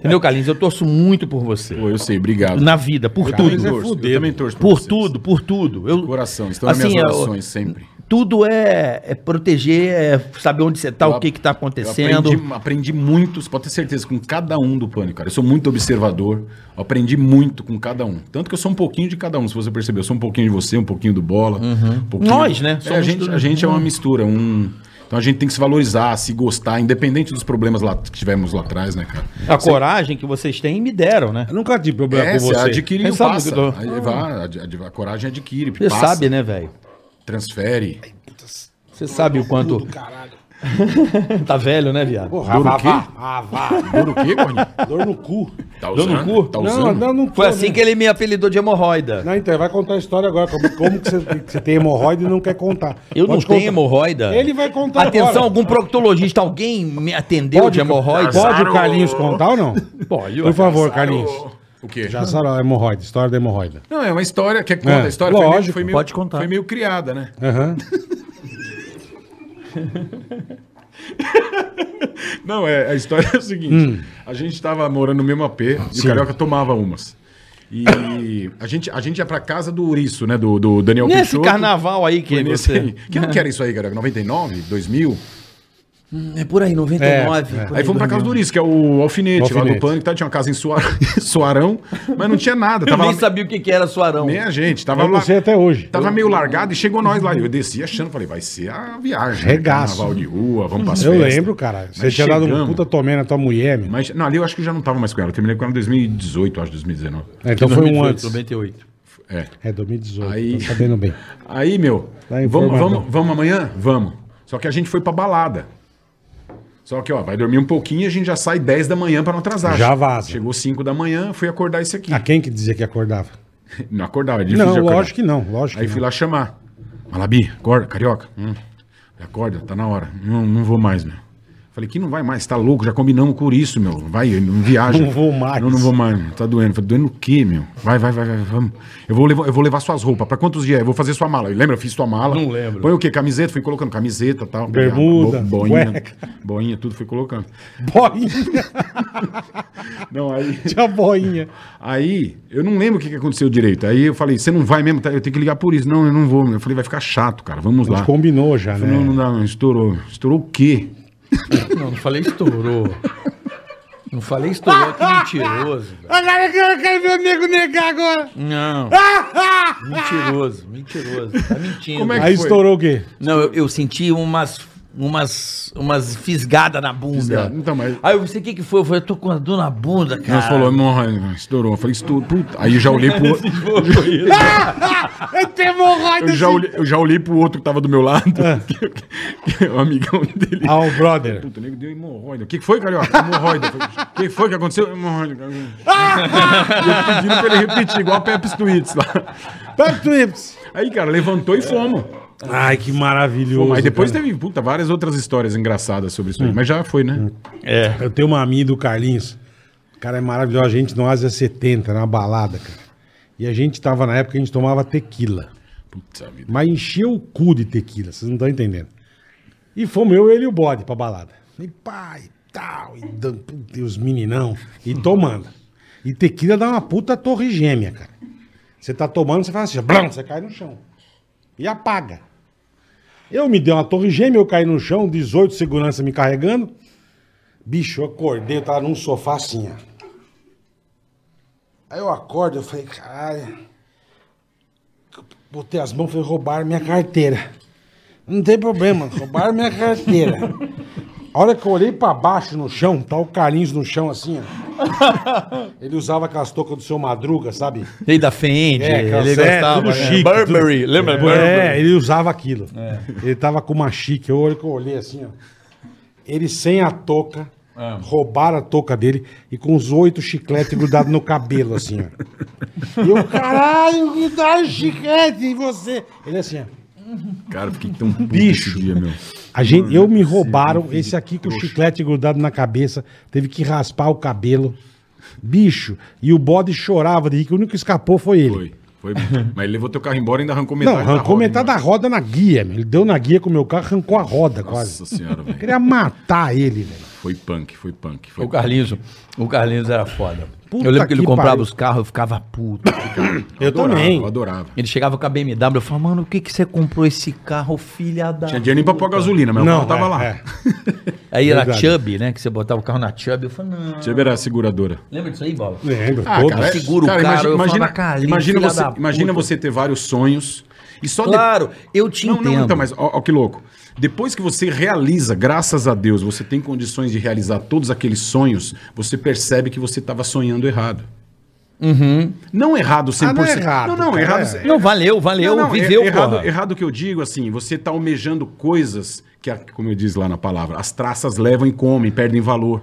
Speaker 3: Entendeu, Carlinhos? Eu torço muito por você.
Speaker 4: Pô, eu sei, obrigado.
Speaker 3: Na vida, por
Speaker 4: Também
Speaker 3: tudo.
Speaker 4: torço, eu também torço pra
Speaker 3: Por
Speaker 4: vocês.
Speaker 3: tudo, por tudo. Eu,
Speaker 4: Coração, estão nas minhas
Speaker 3: eu-
Speaker 4: orações sempre.
Speaker 3: Tudo é, é proteger, é saber onde você tá, o
Speaker 4: Eu
Speaker 3: que
Speaker 4: ap-
Speaker 3: que tá
Speaker 4: Eu
Speaker 3: acontecendo.
Speaker 4: aprendi, aprendi muito, você pode ter certeza, com cada um do Pânico, cara. Eu sou muito observador, eu aprendi muito com cada um. Tanto que eu sou um pouquinho de cada um, se você perceber. Eu sou um pouquinho de você, um pouquinho do Bola. um pouquinho-
Speaker 3: Nós, né?
Speaker 4: É,
Speaker 3: Somos
Speaker 4: a, gente,
Speaker 3: tudo-
Speaker 4: a gente é uma mistura, um... Então a gente tem que se valorizar, se gostar, independente dos problemas lá que tivemos lá atrás, né, cara?
Speaker 3: A coragem que vocês têm me deram, né?
Speaker 2: Eu nunca tive problema
Speaker 4: É,
Speaker 2: com
Speaker 4: você
Speaker 2: você.
Speaker 4: adquire
Speaker 3: Quem
Speaker 4: e
Speaker 3: sabe
Speaker 4: passa.
Speaker 3: que eu dou?
Speaker 4: Aí vai, ad- ad- a coragem adquire,
Speaker 3: Você né?
Speaker 4: passa,
Speaker 3: sabe, né, velho?
Speaker 4: transfere.
Speaker 3: Você sabe o quanto. tá velho, né, viado?
Speaker 2: Porra,
Speaker 4: Dor o
Speaker 2: vá,
Speaker 4: quê?
Speaker 2: vá, vá, vá.
Speaker 4: Dor o quê, Gordinho?
Speaker 2: Dor no cu.
Speaker 4: Tá
Speaker 3: Dor no
Speaker 4: usando?
Speaker 3: cu?
Speaker 4: Tá usando?
Speaker 2: não tô,
Speaker 3: Foi assim
Speaker 2: né?
Speaker 3: que ele me apelidou de hemorroida.
Speaker 2: Não, então, vai contar a história agora. Como, como que, você, que você tem hemorroide e não quer contar?
Speaker 3: Eu não
Speaker 2: Pode
Speaker 3: tenho
Speaker 2: contar.
Speaker 3: hemorroida.
Speaker 2: Ele vai contar
Speaker 3: Atenção,
Speaker 2: agora.
Speaker 3: algum proctologista, alguém me atendeu
Speaker 2: Pode-
Speaker 3: de hemorroida?
Speaker 2: Pode
Speaker 4: Azarou.
Speaker 2: o Carlinhos contar ou não?
Speaker 3: Pode,
Speaker 2: Por favor,
Speaker 4: Sarou.
Speaker 2: Carlinhos.
Speaker 4: O quê?
Speaker 2: Já sabe a hemorroide, história da hemorroida.
Speaker 4: Não, é uma história. Quer que conta
Speaker 2: É,
Speaker 4: a história? Foi meio-
Speaker 2: lógico,
Speaker 4: foi meio,
Speaker 3: pode contar. É.
Speaker 4: Foi meio criada, né?
Speaker 2: Aham.
Speaker 4: Não, é, a história é o seguinte:
Speaker 3: Hum.
Speaker 4: a gente tava morando no mesmo AP e o Carioca tomava umas. E a gente, a gente ia pra casa do Ouriço, né? Do, do Daniel
Speaker 3: Nesse
Speaker 4: Peixoto.
Speaker 3: carnaval aí que é
Speaker 4: Foi nesse
Speaker 3: você...
Speaker 4: aí. Que ano que era isso aí, Carioca? 99? 2000?
Speaker 3: É por aí, 99.
Speaker 2: É, é.
Speaker 3: por
Speaker 4: Aí fomos pra casa do Ouriço, que é o alfinete,
Speaker 2: O
Speaker 4: lá
Speaker 2: alfinete.
Speaker 4: do Pânico. Tá? Tinha uma casa em Soar... Soarão, mas não tinha nada.
Speaker 3: Eu
Speaker 4: Tava
Speaker 3: nem
Speaker 4: lá-
Speaker 3: sabia o que, que era suarão.
Speaker 4: nem a gente. Tava
Speaker 2: Eu não
Speaker 4: lá-
Speaker 2: sei até hoje.
Speaker 4: Tava meio largado e chegou nós lá. Eu desci achando, falei, vai ser a viagem. né?
Speaker 2: Regaço.
Speaker 4: Carnaval de rua, vamos passar.
Speaker 2: Eu lembro, cara. Você tinha dado um puta tomé na tua mulher, meu.
Speaker 4: Mas, não, ali eu acho que eu já não tava mais com ela. Eu terminei com ela em 2018, acho, 2019.
Speaker 2: É, então foi um
Speaker 3: 2018,
Speaker 2: antes.
Speaker 3: 98.
Speaker 4: É.
Speaker 2: É, 2018.
Speaker 4: Aí-
Speaker 2: Tô sabendo bem.
Speaker 4: Aí, meu,
Speaker 2: Tá informado.
Speaker 4: vamos, vamos, vamos amanhã? Vamos. Só que a gente foi pra balada. Só que, ó, vai dormir um pouquinho e a gente já sai 10 da manhã pra não atrasar.
Speaker 2: Já vaza.
Speaker 4: Chegou 5 da manhã, fui acordar esse aqui.
Speaker 2: A Ah, quem que dizia que acordava?
Speaker 4: Não acordava, é difícil de
Speaker 2: Não,
Speaker 4: acordar.
Speaker 2: lógico que não. Lógico
Speaker 4: Aí
Speaker 2: que
Speaker 4: fui
Speaker 2: não.
Speaker 4: lá chamar. Malabi, acorda, carioca. Hum. Acorda, tá na hora. Não, não vou mais, meu. Falei, que não vai mais, tá louco, já combinamos com isso, meu. Vai, não viaja.
Speaker 2: Não vou mais.
Speaker 4: Não, não vou mais, meu. tá doendo. Falei, doendo o quê, meu? Vai, vai, vai, vai, vamos. Eu vou, levar, eu vou levar suas roupas. Pra quantos dias? é? Eu vou fazer sua mala. Lembra, eu fiz sua mala.
Speaker 3: Não lembro.
Speaker 4: Põe o quê? Camiseta? Fui colocando camiseta e tal. Peguei a
Speaker 2: Bermuda,
Speaker 4: bo- boinha,
Speaker 2: cueca.
Speaker 4: boinha, tudo fui colocando.
Speaker 2: Boinha.
Speaker 4: Não, aí...
Speaker 2: Tinha boinha.
Speaker 4: Aí, eu não lembro o que, que aconteceu direito. Aí eu falei, você não vai mesmo? Tá, Eu tenho que ligar por isso. Não, eu não vou. meu. Eu falei, vai ficar chato, cara. Vamos
Speaker 2: A
Speaker 4: lá.
Speaker 2: gente combinou já, né?
Speaker 4: Falei, não, não dá, não. Estourou. Estourou o quê?
Speaker 3: Não, não falei estourou. Não falei estourou, que mentiroso. velho.
Speaker 2: Agora eu quero- eu quero ver o nego negar agora.
Speaker 3: Não. Mentiroso, mentiroso. Tá mentindo.
Speaker 4: Como é que
Speaker 2: Aí
Speaker 4: foi?
Speaker 2: estourou o quê?
Speaker 3: Não, eu, eu senti umas. Umas, umas fisgadas na bunda.
Speaker 4: Fisgada, então, mas-
Speaker 3: Aí eu pensei, o que, que foi? Eu falei, eu tô com a dor na bunda, cara.
Speaker 4: Nós falou, "Morra, né? estourou. Eu falei, estourou. Puta. Aí eu já olhei pro outro.
Speaker 2: Eu tenho hemorroida.
Speaker 4: Eu já olhei, eu já olhei pro outro que tava do meu lado. que é o amigão dele.
Speaker 2: Ah, o brother.
Speaker 4: Puta, o nego deu hemorroida. O que que foi, carioca? Hemorroida. O que foi que aconteceu? Hemorroida. E eu pedindo pra ele repetir, igual a Pepsi Tweets lá.
Speaker 2: Back to hips.
Speaker 4: Aí, cara, levantou e fomos.
Speaker 2: Ai, que maravilhoso.
Speaker 4: Mas depois
Speaker 2: cara. É.
Speaker 4: teve, puta, várias outras histórias engraçadas sobre isso aí. Mas já foi, né?
Speaker 2: Eu tenho uma amiga do Carlinhos. O cara é maravilhoso. A gente no Ásia 70, na balada, cara. E a gente tava na época, a gente tomava tequila.
Speaker 4: Putz, a vida.
Speaker 2: Mas encheu o cu de tequila, vocês não estão entendendo. E fomos eu, ele e o bode pra balada. E pai, tal, e dan- puta, e os meninão. E tomando. E tequila dá uma puta torre gêmea, cara. Você tá tomando, você faz assim, blum, você cai no chão. E apaga. Eu me dei uma torre gêmea, eu caí no chão, 18 segurança me carregando. Bicho, eu acordei, eu tava num sofá assim, ó. Aí eu acordo, eu falei, caralho. Botei as mãos e falei, roubaram minha carteira. Não tem problema, roubaram minha carteira. A hora que eu olhei pra baixo no chão, tá o Carlinhos no chão assim, ó. Ele usava aquelas toucas do seu Madruga, sabe?
Speaker 3: Ele da Fendi,
Speaker 2: É, aquela
Speaker 3: ele
Speaker 2: série,
Speaker 3: gostava.
Speaker 2: tudo
Speaker 3: né?
Speaker 2: chique,
Speaker 3: Burberry,
Speaker 2: tudo-
Speaker 3: lembra?
Speaker 2: É,
Speaker 3: Burberry.
Speaker 2: ele usava aquilo. Ele tava com uma chique. Eu olho que eu olhei assim, ó. Ele sem a touca, roubaram a touca dele e com os oito chicletes grudados no cabelo, assim, ó. E eu, caralho, grudaram chiclete em você. Ele assim, ó.
Speaker 4: Cara, eu fiquei tão puto
Speaker 2: Bicho.
Speaker 4: esse dia, meu.
Speaker 2: A gente, eu me roubaram esse aqui com o chiclete grudado na cabeça, teve que raspar o cabelo. Bicho, e o bode chorava de rir, que o único que escapou foi ele.
Speaker 4: Foi. Foi. Mas ele levou teu carro embora e ainda arrancou
Speaker 2: Não,
Speaker 4: metade
Speaker 2: arrancou
Speaker 4: roda,
Speaker 2: metade
Speaker 4: né?
Speaker 2: da roda na guia, meu. Ele deu na guia com o meu carro, arrancou a roda quase.
Speaker 4: Nossa senhora, velho.
Speaker 2: Queria matar ele, velho.
Speaker 4: Foi punk, foi punk. Foi
Speaker 3: O Carlinhos, o Carlinhos era foda.
Speaker 2: Puta
Speaker 3: eu lembro que ele
Speaker 2: que
Speaker 3: comprava
Speaker 2: pariu.
Speaker 3: os carros, eu ficava puto.
Speaker 2: Eu
Speaker 4: adorava,
Speaker 2: também.
Speaker 4: Eu adorava.
Speaker 3: Ele chegava com a BMW, eu falava, mano, o que que você comprou esse carro, filha da...
Speaker 4: Tinha dinheiro nem pra pôr gasolina, mas o carro tava
Speaker 2: é,
Speaker 4: lá.
Speaker 2: é.
Speaker 3: Aí era
Speaker 2: Verdade.
Speaker 3: Chubby, né, que você botava o carro na Chubby, eu falava, não...
Speaker 4: Deixa eu ver a seguradora.
Speaker 3: Lembra disso aí, Bola?
Speaker 2: Lembro,
Speaker 4: Ah,
Speaker 2: todos.
Speaker 4: cara, é-
Speaker 3: seguro
Speaker 4: cara,
Speaker 3: o carro, eu
Speaker 4: imagina,
Speaker 3: falava, "Carlinhos,
Speaker 4: imagina,
Speaker 3: filha
Speaker 4: você,
Speaker 3: da
Speaker 4: imagina
Speaker 3: puta."
Speaker 4: você ter vários sonhos e só de-
Speaker 3: Claro, eu te
Speaker 4: Não,
Speaker 3: entendo.
Speaker 4: não, então, mas ó, ó que louco. Depois que você realiza, graças a Deus, você tem condições de realizar todos aqueles sonhos, você percebe que você estava sonhando errado. Não errado 100%.
Speaker 2: Ah, não é errado,
Speaker 4: não, não,
Speaker 2: cara,
Speaker 4: errado.
Speaker 2: é.
Speaker 3: Uhum. Não, valeu, valeu,
Speaker 4: Não, não,
Speaker 3: viveu,
Speaker 4: er- errado,
Speaker 3: porra.
Speaker 4: errado que eu digo, assim, você tá almejando coisas que, a- como eu diz lá na palavra, as traças levam e comem, perdem valor.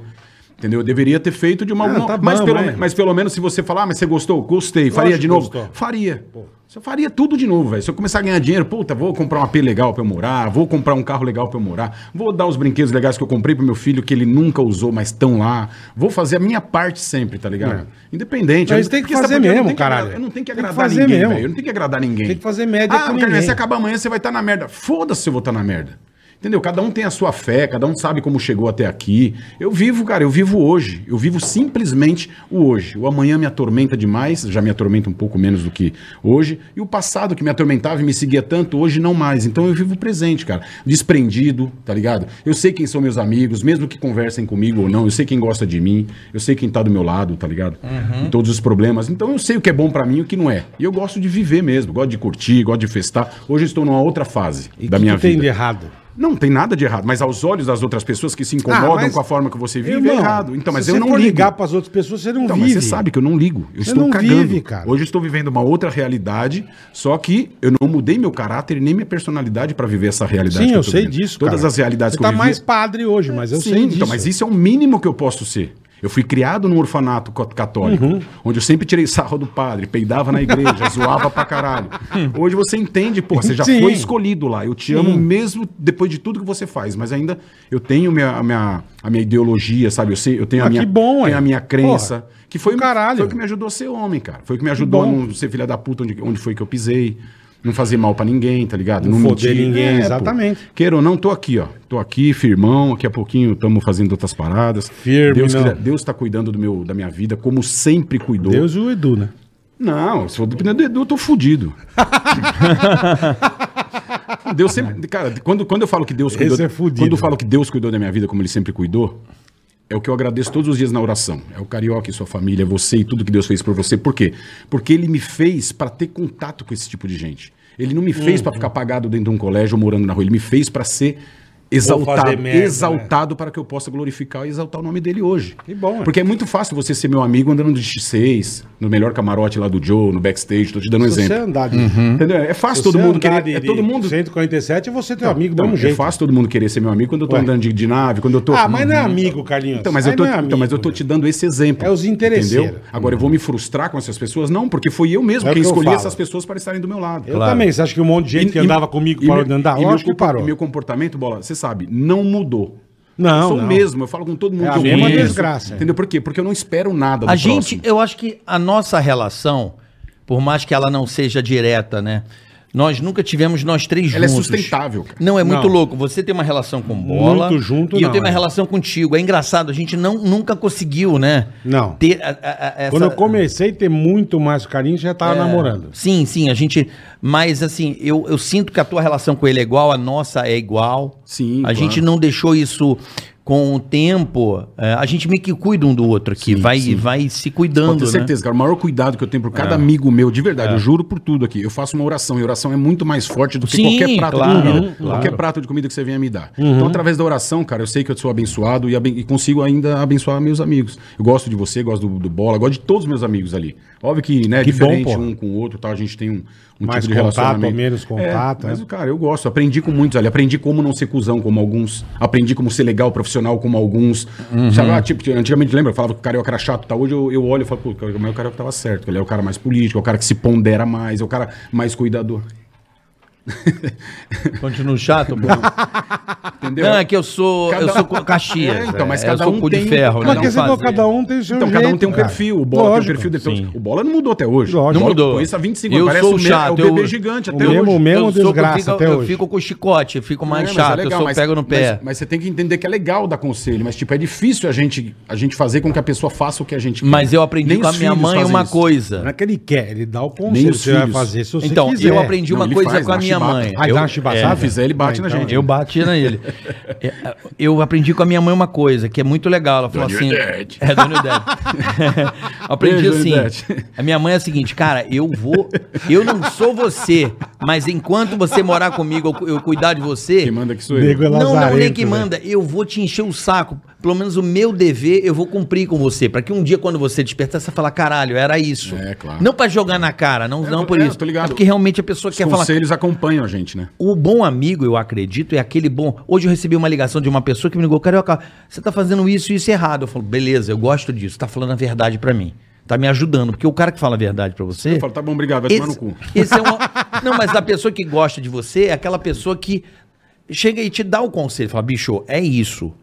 Speaker 4: Entendeu? Eu deveria ter feito de uma.
Speaker 2: Ah,
Speaker 4: uma-
Speaker 2: tá
Speaker 4: mas,
Speaker 2: bom,
Speaker 4: pelo,
Speaker 2: é.
Speaker 4: men- mas pelo menos se você falar, "Ah, mas você gostou, gostei, faria
Speaker 2: Lógico
Speaker 4: de
Speaker 2: que
Speaker 4: novo.
Speaker 2: gostou.
Speaker 4: Faria. Se eu faria tudo de novo, velho. Se eu começar a ganhar dinheiro, puta, vou comprar um AP legal pra eu morar, vou comprar um carro legal pra eu morar, vou dar os brinquedos legais que eu comprei pro meu filho que ele nunca usou, mas estão lá. Vou fazer a minha parte sempre, tá ligado? Independente.
Speaker 2: É. Mas
Speaker 4: Eu-
Speaker 2: tem que
Speaker 4: porque sabe
Speaker 2: fazer
Speaker 4: por quê? Eu não
Speaker 2: mesmo,
Speaker 4: tenho que
Speaker 2: caralho.
Speaker 4: agra- Eu não tenho que
Speaker 2: Tem que
Speaker 4: agradar
Speaker 2: fazer
Speaker 4: ninguém,
Speaker 2: mesmo.
Speaker 4: velho. Eu não tenho que agradar ninguém.
Speaker 2: Tem que fazer média
Speaker 4: Ah,
Speaker 2: com
Speaker 4: eu quero ver
Speaker 2: ninguém.
Speaker 4: se acaba amanhã, você vai estar na merda. Foda-se se eu vou estar na merda. Entendeu? Cada um tem a sua fé, cada um sabe como chegou até aqui. Eu vivo, cara, eu vivo hoje. Eu vivo simplesmente o hoje. O amanhã me atormenta demais, já me atormenta um pouco menos do que hoje. E o passado que me atormentava e me seguia tanto, hoje não mais. Então eu vivo o presente, cara. Desprendido, tá ligado? Eu sei quem são meus amigos, mesmo que conversem comigo ou não. Eu sei quem gosta de mim. Eu sei quem tá do meu lado, tá ligado?
Speaker 2: Uhum.
Speaker 4: Em todos os problemas. Então eu sei o que é bom pra mim e o que não é. E eu gosto de viver mesmo. Gosto de curtir, gosto de festar. Hoje eu estou numa outra fase
Speaker 2: E
Speaker 4: da
Speaker 2: que
Speaker 4: minha
Speaker 2: que tem
Speaker 4: vida.
Speaker 2: de errado?
Speaker 4: Não tem nada de errado, mas aos olhos das outras pessoas que se incomodam
Speaker 2: Ah, mas-
Speaker 4: com a forma que você vive,
Speaker 2: Irmão,
Speaker 4: é errado. Então, mas
Speaker 2: se
Speaker 4: eu
Speaker 2: você
Speaker 4: não
Speaker 2: for
Speaker 4: ligo.
Speaker 2: ligar pras outras pessoas, você não
Speaker 4: Então,
Speaker 2: vive.
Speaker 4: mas você sabe que eu não ligo. Eu
Speaker 2: Você
Speaker 4: estou
Speaker 2: não
Speaker 4: cagando.
Speaker 2: vive, cara.
Speaker 4: Hoje eu estou vivendo uma outra realidade, só que eu não mudei meu caráter e nem minha personalidade para viver essa realidade.
Speaker 2: Sim,
Speaker 4: que
Speaker 2: eu
Speaker 4: tô
Speaker 2: sei
Speaker 4: vivendo.
Speaker 2: disso,
Speaker 4: Todas
Speaker 2: cara.
Speaker 4: as realidades
Speaker 2: você
Speaker 4: que
Speaker 2: tá
Speaker 4: eu vivi.
Speaker 2: mais padre hoje, mas eu
Speaker 4: Sim,
Speaker 2: sei disso.
Speaker 4: então, mas isso é o mínimo que eu posso ser. Eu fui criado num orfanato co- católico,
Speaker 2: Uhum.
Speaker 4: onde eu sempre tirei sarro do padre, peidava na igreja, zoava pra caralho. Hoje você entende, pô, você já
Speaker 2: Sim.
Speaker 4: foi escolhido lá. Eu te amo mesmo depois de tudo que você faz, mas ainda eu tenho minha, a, minha, a minha ideologia, sabe? Eu, sei, eu tenho,
Speaker 2: Ah,
Speaker 4: a minha,
Speaker 2: que bom,
Speaker 4: tenho
Speaker 2: é.
Speaker 4: a minha crença.
Speaker 2: Porra,
Speaker 4: que foi,
Speaker 2: do caralho.
Speaker 4: foi o que me ajudou a ser homem, cara. Foi o que me ajudou a
Speaker 2: bom.
Speaker 4: não ser filha da puta onde, onde foi que eu pisei. Não fazer mal pra ninguém, tá ligado? É,
Speaker 2: Não foder ninguém,
Speaker 4: pô.
Speaker 2: exatamente.
Speaker 4: Queira ou não, tô aqui, ó. Tô aqui, firmão. Daqui a pouquinho estamos fazendo outras paradas.
Speaker 2: Firme,
Speaker 4: Deus,
Speaker 2: não.
Speaker 4: quiser- Deus tá cuidando do meu, da minha vida, como sempre cuidou.
Speaker 2: Deus e o Edu, né?
Speaker 4: Não, se for dependendo do Edu, eu tô fudido. Deus sempre. Cara, quando, quando eu falo que Deus cuidou.
Speaker 2: Esse é fudido,
Speaker 4: quando eu falo
Speaker 2: velho.
Speaker 4: que Deus cuidou da minha vida como ele sempre cuidou, é o que eu agradeço todos os dias na oração. É o carioca e sua família, é você e tudo que Deus fez por você. Por quê? Porque ele me fez para ter contato com esse tipo de gente. Ele não me fez pra para ficar pagado dentro de um colégio ou morando na rua. Ele me fez para ser exaltado,
Speaker 2: merda, né?
Speaker 4: exaltado para que eu possa glorificar e exaltar o nome dele hoje.
Speaker 2: Que bom, é.
Speaker 4: Porque é muito fácil você ser meu amigo andando de X6, no melhor camarote lá do Joe, no backstage, tô te dando um
Speaker 2: Se você
Speaker 4: exemplo.
Speaker 2: andar de,
Speaker 4: Entendeu? É
Speaker 2: se
Speaker 4: fácil
Speaker 2: você
Speaker 4: todo mundo
Speaker 2: andar
Speaker 4: querer.
Speaker 2: de-
Speaker 4: é todo
Speaker 2: de
Speaker 4: mundo.
Speaker 2: 147, você é teu amigo do
Speaker 4: Então,
Speaker 2: mesmo
Speaker 4: é
Speaker 2: jeito.
Speaker 4: fácil todo mundo querer ser meu amigo quando eu tô
Speaker 2: Ué.
Speaker 4: andando de, de nave, quando eu tô.
Speaker 2: Ah, mas não é amigo, Carlinhos.
Speaker 4: Então, mas,
Speaker 2: Aí
Speaker 4: eu tô,
Speaker 2: não é
Speaker 4: então, mas eu tô
Speaker 2: amigo,
Speaker 4: te dando esse exemplo.
Speaker 2: É os interesseiros.
Speaker 4: Agora, eu vou me frustrar com essas pessoas? Não, porque foi eu mesmo
Speaker 2: É o
Speaker 4: quem
Speaker 2: que eu
Speaker 4: escolhi
Speaker 2: falo.
Speaker 4: essas pessoas para estarem do meu lado.
Speaker 2: Eu também. Você acha que um monte de gente que andava comigo parou de andar?
Speaker 4: E meu,
Speaker 2: Lógico que
Speaker 4: compo-
Speaker 2: parou.
Speaker 4: e meu comportamento, Bola, você sabe, não mudou.
Speaker 2: Não,
Speaker 4: Eu sou
Speaker 2: não.
Speaker 4: o mesmo, eu falo com todo mundo
Speaker 2: É a
Speaker 4: que eu
Speaker 2: mesma
Speaker 4: conheço.
Speaker 2: desgraça, é.
Speaker 4: Entendeu por quê? Porque eu não espero nada do
Speaker 3: A gente,
Speaker 4: próximo.
Speaker 3: eu acho que a nossa relação, por mais que ela não seja direta, né? Nós nunca tivemos nós três
Speaker 4: Ela é
Speaker 3: juntos.
Speaker 4: sustentável, cara.
Speaker 3: Não, é muito
Speaker 2: Não.
Speaker 3: louco. Você tem uma relação com bola.
Speaker 2: Muito junto,
Speaker 3: E
Speaker 2: não,
Speaker 3: eu tenho uma
Speaker 2: é.
Speaker 3: relação contigo. É engraçado, a gente não, nunca conseguiu, né?
Speaker 2: Não.
Speaker 3: Ter a- a- a- essa...
Speaker 2: Quando eu comecei a ter muito mais carinho, já tava namorando.
Speaker 3: Sim, sim, a gente. Mas assim, eu, eu sinto que a tua relação com ele é igual, a nossa é igual. A
Speaker 4: Sim, claro.
Speaker 3: gente não deixou isso com o tempo. É, a gente meio que cuida um do outro aqui.
Speaker 4: Sim,
Speaker 3: vai,
Speaker 4: sim.
Speaker 3: vai se
Speaker 4: Pode
Speaker 3: cuidando. né? É.
Speaker 4: ter certeza, cara. O maior cuidado que eu tenho por cada amigo meu, de verdade, eu juro por tudo aqui. Eu faço uma oração e oração é muito mais forte do que
Speaker 3: Sim,
Speaker 4: qualquer prato
Speaker 3: claro,
Speaker 4: de comida.
Speaker 3: claro. Uhum.
Speaker 4: Qualquer prato de comida que você venha me dar. Então, através da oração, cara, eu sei que eu sou abençoado e, aben- e consigo ainda abençoar meus amigos. Eu gosto de você, gosto do, do bola, gosto de todos os meus amigos ali. Óbvio que, né, é
Speaker 2: Que bom,
Speaker 4: diferente
Speaker 2: pô.
Speaker 4: um com o outro, tá? A gente tem um, um
Speaker 2: Mais
Speaker 4: tipo de
Speaker 2: contato,
Speaker 4: relacionamento.
Speaker 2: menos contato,
Speaker 4: É, mas,
Speaker 2: né?
Speaker 4: cara, eu gosto. Aprendi com muitos ali. Aprendi como não ser cuzão como alguns. Aprendi como ser legal, profissional como alguns. Sabe, ah, tipo, antigamente lembra? Eu falava que o carioca era chato e tal. Hoje eu, eu olho e falo, pô, mas o carioca tava certo. Ele é o cara mais político, é o cara que se pondera mais, é o cara mais cuidador.
Speaker 3: Né? Continua chato, pô.
Speaker 4: Entendeu?
Speaker 3: Não, é que eu sou. Eu
Speaker 4: Cada-
Speaker 3: sou cu- Caxias.
Speaker 4: É, então, mas
Speaker 3: é,
Speaker 4: cada
Speaker 3: eu sou
Speaker 4: um
Speaker 3: cu de
Speaker 4: tem-
Speaker 3: ferro,
Speaker 4: cada
Speaker 2: Mas
Speaker 3: né?
Speaker 4: um
Speaker 2: quer dizer,
Speaker 3: Não
Speaker 2: não,
Speaker 3: faz-
Speaker 2: cada um tem o seu
Speaker 4: Então,
Speaker 2: jeito,
Speaker 4: cada um tem um
Speaker 2: cara.
Speaker 4: perfil, o bola
Speaker 2: Lógico,
Speaker 4: tem um perfil.
Speaker 3: sim.
Speaker 4: Então, o bola não mudou até hoje.
Speaker 2: Lógico.
Speaker 4: Não
Speaker 2: Não
Speaker 4: mudou.
Speaker 3: mudou.
Speaker 4: Conheço há 25
Speaker 3: Eu
Speaker 4: anos. Parece
Speaker 3: sou
Speaker 4: o mesmo, é
Speaker 3: chato,
Speaker 4: o bebê
Speaker 3: eu-
Speaker 4: gigante
Speaker 2: o
Speaker 4: até
Speaker 2: mesmo
Speaker 4: hoje.
Speaker 2: um mesmo
Speaker 3: eu sou
Speaker 2: desgraça
Speaker 3: com-
Speaker 2: até
Speaker 3: eu
Speaker 2: hoje.
Speaker 3: fico com chicote, eu fico mais
Speaker 4: É, mas é
Speaker 3: chato,
Speaker 4: legal,
Speaker 3: eu sou
Speaker 4: mas-
Speaker 3: pego no pé.
Speaker 4: Mas, mas você tem que entender que é legal dar conselho, mas tipo, é difícil a gente, a gente fazer com que a pessoa faça o que a gente quer.
Speaker 3: Mas eu aprendi
Speaker 4: Nem
Speaker 3: com a
Speaker 4: os
Speaker 3: minha
Speaker 4: filhos
Speaker 3: mãe
Speaker 4: fazem
Speaker 3: uma
Speaker 4: isso.
Speaker 3: coisa.
Speaker 2: Não é que ele quer, ele dá o
Speaker 4: Nem
Speaker 2: conselho que
Speaker 4: os
Speaker 2: você vai
Speaker 4: filhos.
Speaker 2: fazer se você
Speaker 3: Então,
Speaker 2: quiser.
Speaker 3: eu aprendi
Speaker 4: Não,
Speaker 3: uma
Speaker 4: ele
Speaker 3: coisa
Speaker 4: faz,
Speaker 3: com a
Speaker 4: dá
Speaker 3: minha
Speaker 4: chibata.
Speaker 3: mãe.
Speaker 2: Aí
Speaker 3: eu, é,
Speaker 2: dá uma chibazada?
Speaker 4: Se fizer, ele bate
Speaker 2: Ah,
Speaker 4: na
Speaker 2: então.
Speaker 4: gente.
Speaker 3: eu bati na ele. É, Eu aprendi com a minha mãe uma coisa, que é muito legal. Ela falou assim.
Speaker 4: Unidade.
Speaker 3: É, Dona Unidade. aprendi
Speaker 4: Beijo,
Speaker 3: assim.
Speaker 4: Unidade.
Speaker 3: A minha mãe é a seguinte, cara, eu vou. Eu não sou você, mas enquanto você morar comigo, eu, cu- eu cuidar de você.
Speaker 4: Quem manda que sou
Speaker 2: Nego
Speaker 4: eu.
Speaker 2: é
Speaker 3: Não, não, nem
Speaker 4: né?
Speaker 2: lazarento,
Speaker 3: que
Speaker 2: velho.
Speaker 3: manda. Eu vou te encher o saco. pelo menos o meu dever eu vou cumprir com você. Pra que um dia, quando você despertar, você fala, caralho, era isso.
Speaker 4: É, claro.
Speaker 3: Não pra jogar na cara, não, não por
Speaker 4: é,
Speaker 3: isso.
Speaker 4: tô
Speaker 3: É
Speaker 4: ligado.
Speaker 3: porque realmente a pessoa quer
Speaker 4: Os
Speaker 3: falar.
Speaker 4: conselhos acompanham a gente, né?
Speaker 3: O bom amigo, eu acredito, é aquele bom. Hoje eu recebi uma ligação de uma pessoa que me ligou, Carioca, você tá fazendo isso e isso errado. Eu falo, beleza, eu gosto disso, tá falando a verdade pra mim. Tá me ajudando, porque o cara que fala a verdade pra você.
Speaker 4: Eu falo, tá bom, obrigado, vai
Speaker 3: esse,
Speaker 4: tomar no cu.
Speaker 3: esse é uma... Não, mas a pessoa que gosta de você é aquela pessoa que chega e te dá o conselho, fala, bicho, é isso.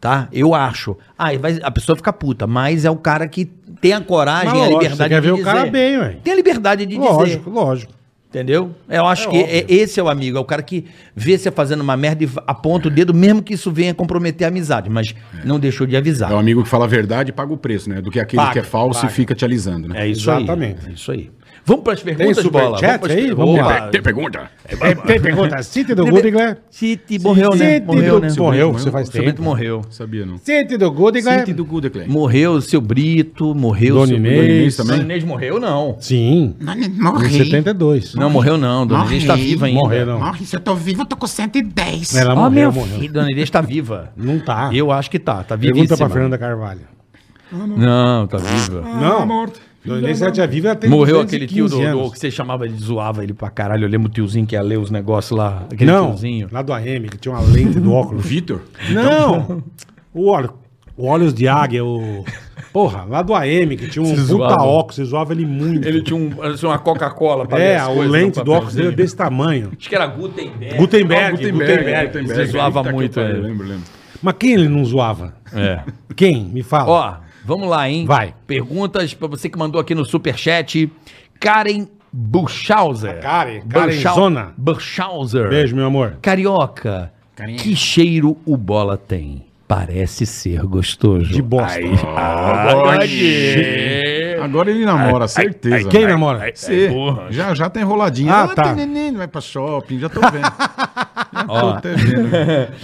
Speaker 3: Tá? Eu acho. Ah, e vai- a pessoa fica puta, mas é o cara que tem a coragem,
Speaker 2: Mas
Speaker 3: a
Speaker 2: lógico,
Speaker 3: liberdade
Speaker 2: você quer ver o cara bem, ué.
Speaker 3: Tem a liberdade de dizer.
Speaker 2: Lógico, lógico.
Speaker 3: Entendeu? Eu acho
Speaker 2: É
Speaker 3: que
Speaker 2: óbvio.
Speaker 3: é- esse é o amigo, é o cara que vê você fazendo uma merda e aponta o dedo, mesmo que isso venha comprometer a amizade, mas não deixou de avisar.
Speaker 4: É o amigo que fala a verdade e paga o preço, né? Do que aquele
Speaker 3: Paga,
Speaker 4: que é falso
Speaker 3: paga.
Speaker 4: e fica te alisando, né?
Speaker 3: É isso aí.
Speaker 2: Exatamente.
Speaker 3: É isso aí. Vamos para as perguntas,
Speaker 2: superchat
Speaker 3: Bola? Vamos pras
Speaker 2: aí?
Speaker 3: per-
Speaker 2: Vamos lá.
Speaker 3: Opa.
Speaker 4: Tem pergunta?
Speaker 2: É, tem pergunta. Cite do Godigler.
Speaker 3: City morreu, né?
Speaker 2: Cite
Speaker 3: Morreu, né?
Speaker 2: do... Morreu, você
Speaker 4: Morreu.
Speaker 2: faz
Speaker 3: Seu Brito
Speaker 2: tempo.
Speaker 3: morreu.
Speaker 4: Sabia, não.
Speaker 2: Cite do Godigler.
Speaker 3: é
Speaker 4: Sente do Guda, Clay.
Speaker 3: Morreu o seu Brito, morreu o
Speaker 2: Dona
Speaker 3: seu
Speaker 2: Inês.
Speaker 3: Brito.
Speaker 4: Inês também?
Speaker 3: Dona Inês morreu, não.
Speaker 2: Sim. Em 72.
Speaker 3: Não, morreu não. Dona Inês está viva ainda.
Speaker 2: Morreu, não.
Speaker 1: Morre, se eu tô vivo, eu tô com 110.
Speaker 2: Ela
Speaker 3: Ó,
Speaker 2: morreu,
Speaker 3: meu
Speaker 2: morreu.
Speaker 3: filho, Dona Inês está viva.
Speaker 2: Não tá.
Speaker 3: Eu acho que tá, tá vivíssima.
Speaker 2: Pergunta pra Fernanda Carvalho.
Speaker 3: Não, tá viva.
Speaker 2: Não. Morto. Inês, ela tinha é viva, ela tem
Speaker 3: Morreu aquele tio do,
Speaker 2: 215
Speaker 3: do-
Speaker 2: anos.
Speaker 3: que você chamava, ele zoava ele pra caralho. Eu lembro o tiozinho que ia ler os negócios lá. Aquele
Speaker 2: não,
Speaker 3: tiozinho.
Speaker 2: lá do AM, que tinha uma lente do óculos.
Speaker 4: Vitor?
Speaker 2: não! O, óleo, o Olhos de Águia, o. Porra, lá do AM, que tinha um
Speaker 3: Se
Speaker 2: puta
Speaker 3: zoava.
Speaker 2: óculos, você zoava ele muito.
Speaker 3: Ele tinha um, assim, uma Coca-Cola pra ler
Speaker 2: é,
Speaker 3: as
Speaker 2: o
Speaker 3: coisas no
Speaker 2: lente do
Speaker 3: papelzinho.
Speaker 2: óculos dele é desse tamanho.
Speaker 3: Acho que era Gutenberg. é,
Speaker 2: Gutenberg,
Speaker 4: Gutenberg,
Speaker 2: Gutenberg.
Speaker 4: Gutenberg. tá
Speaker 3: Você zoava
Speaker 4: Eita, que
Speaker 3: muito,
Speaker 4: pariu,
Speaker 3: é.
Speaker 4: Lembro, lembro.
Speaker 2: Mas quem ele não zoava?
Speaker 3: É.
Speaker 2: Quem? Me fala.
Speaker 3: Ó, vamos lá, hein?
Speaker 2: Tá Vai.
Speaker 3: Perguntas pra você que mandou aqui no superchat. Karen Buchhauser.
Speaker 2: Karen, Karen Zona.
Speaker 3: Buchhauser.
Speaker 2: Beijo, meu amor.
Speaker 3: Carioca, que cheiro o bola tem? Parece ser gostoso.
Speaker 2: De bosta.
Speaker 3: Agora
Speaker 4: Agora ele namora, certeza.
Speaker 2: Quem namora?
Speaker 4: Você. já, já tá enroladinho.
Speaker 2: Ah, tá.
Speaker 4: tem neném, vai pra shopping, já tô vendo. já tô até vendo.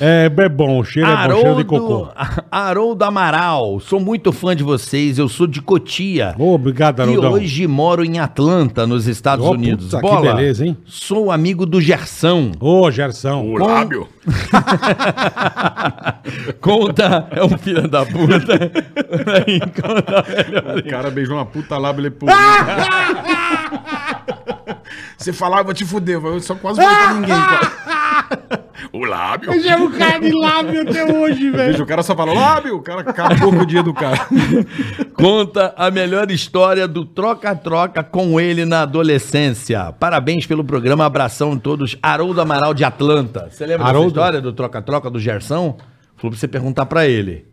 Speaker 2: É, é bom, o cheiro é bom, cheiro de cocô.
Speaker 3: Haroldo, Haroldo Amaral, sou muito fã de vocês, eu sou de Cotia.
Speaker 2: Ô, obrigado,
Speaker 3: E
Speaker 2: Arudão.
Speaker 3: hoje moro em Atlanta, nos Estados
Speaker 2: Ó,
Speaker 3: Unidos.
Speaker 2: puta, que beleza, hein?
Speaker 3: Sou amigo do Gersão.
Speaker 2: Ô, Gerson.
Speaker 4: O lábio.
Speaker 3: Conta, é um filho da puta. Aí, conta-
Speaker 4: O cara beijou uma puta lábio, ele pô. Você falava, eu vou te fuder, eu só quase vou pra ninguém. quase. o lábio.
Speaker 2: É o cara de lábio até hoje, velho.
Speaker 4: Veja, o cara só fala, lábio, o cara acabou com o dia do cara.
Speaker 3: Conta a melhor história do troca-troca com ele na adolescência. Parabéns pelo programa, abração a todos. Haroldo Amaral de Atlanta. Você lembra
Speaker 2: Haroldo?
Speaker 3: dessa história do troca-troca do Gersão? Falou pra você perguntar pra ele.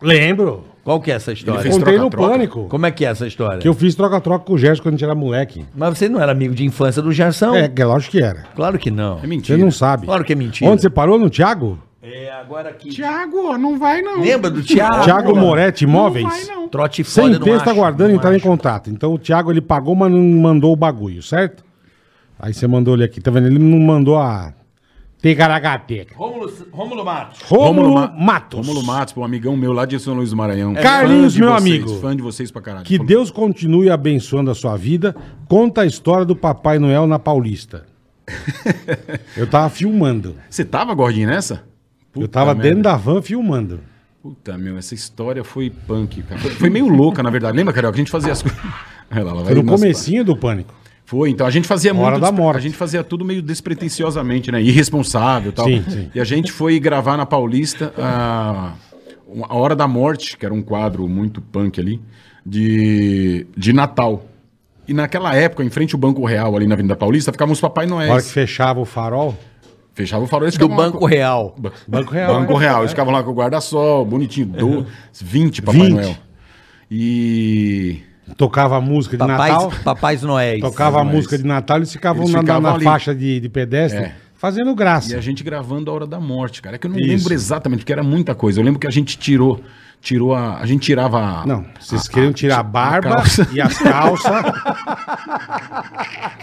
Speaker 2: Lembro.
Speaker 3: Qual que é essa história?
Speaker 4: fez
Speaker 2: Contei no
Speaker 4: troca-troca?
Speaker 2: pânico.
Speaker 3: Como é que é essa história?
Speaker 2: Que eu fiz troca-troca com o Gerson quando a gente era moleque.
Speaker 3: Mas você não era amigo de infância do Gersão?
Speaker 2: É, que lógico que era.
Speaker 3: Claro que não.
Speaker 4: É
Speaker 2: Você
Speaker 4: mentira.
Speaker 2: não sabe.
Speaker 3: Claro que é mentira.
Speaker 2: Onde você parou? No Thiago?
Speaker 3: É, agora que...
Speaker 1: Tiago, não vai não.
Speaker 3: Lembra do Thiago?
Speaker 2: Thiago Moretti Imóveis?
Speaker 1: Não vai não.
Speaker 3: Trote foda, não
Speaker 2: Sem texto tá
Speaker 3: acho,
Speaker 2: aguardando
Speaker 3: não
Speaker 2: entrar em
Speaker 3: acho.
Speaker 2: contato. Então o Thiago ele pagou, mas não mandou o bagulho, certo? Aí você mandou ele aqui, tá vendo? Ele não mandou a Tegaracateca.
Speaker 3: Rômulo, Rômulo Matos.
Speaker 2: Rômulo
Speaker 4: Ma-
Speaker 2: Matos.
Speaker 4: Rômulo Matos, um amigão meu lá de São Luís do Maranhão.
Speaker 2: Carlinhos,
Speaker 4: Fã de
Speaker 2: meu
Speaker 4: vocês,
Speaker 2: amigo.
Speaker 4: Fã de vocês pra caralho.
Speaker 2: Que
Speaker 4: Falou,
Speaker 2: Deus continue abençoando a sua vida. Conta a história do Papai Noel na Paulista. Eu tava filmando.
Speaker 4: Você tava gordinho nessa?
Speaker 2: eu tava
Speaker 4: merda.
Speaker 2: dentro da van filmando.
Speaker 4: Puta, meu, essa história foi punk, cara. Foi, foi meio louca, na verdade. Lembra, Carioca? A gente fazia as coisas... Olha lá, ela vai-
Speaker 2: Foi no
Speaker 4: nossa,
Speaker 2: comecinho do pânico.
Speaker 4: Foi, então a gente fazia
Speaker 2: Hora
Speaker 4: muito.
Speaker 2: da morte.
Speaker 4: A gente fazia tudo meio despretensiosamente, né? Irresponsável e tal.
Speaker 2: Sim, sim.
Speaker 4: E a gente foi gravar na Paulista a, a Hora da Morte, que era um quadro muito punk ali, de, de Natal. E naquela época, em frente ao Banco Real, ali na Avenida Paulista, ficavam os Papai Noéis.
Speaker 2: A hora que fechava o farol.
Speaker 4: Fechava o farol eles
Speaker 3: Do
Speaker 4: ficavam lá
Speaker 3: Banco
Speaker 4: com-
Speaker 3: Real.
Speaker 4: Ba-
Speaker 2: Banco Real,
Speaker 4: Banco
Speaker 2: né?
Speaker 4: Real. Eles ficavam lá com o guarda-sol, bonitinho. Do... 20, Papai
Speaker 2: 20.
Speaker 4: Noel. E.
Speaker 2: Tocava a música de Natal.
Speaker 3: Papais, Papais Noéis.
Speaker 2: Tocava a
Speaker 4: Mas-
Speaker 2: música de Natal e ficavam
Speaker 4: Eles
Speaker 2: na, na-
Speaker 4: ficavam
Speaker 2: na
Speaker 4: ali.
Speaker 2: faixa de, de pedestre,
Speaker 4: É.
Speaker 2: fazendo
Speaker 4: E
Speaker 2: graça.
Speaker 4: a gente gravando a hora da morte, cara. É que eu não
Speaker 2: Isso.
Speaker 4: lembro exatamente, porque era muita coisa. Eu lembro que a gente tirou. Tirou a. A gente tirava. Ah, a-
Speaker 2: Não, vocês queriam tirar a barba
Speaker 4: calça.
Speaker 2: e as calças.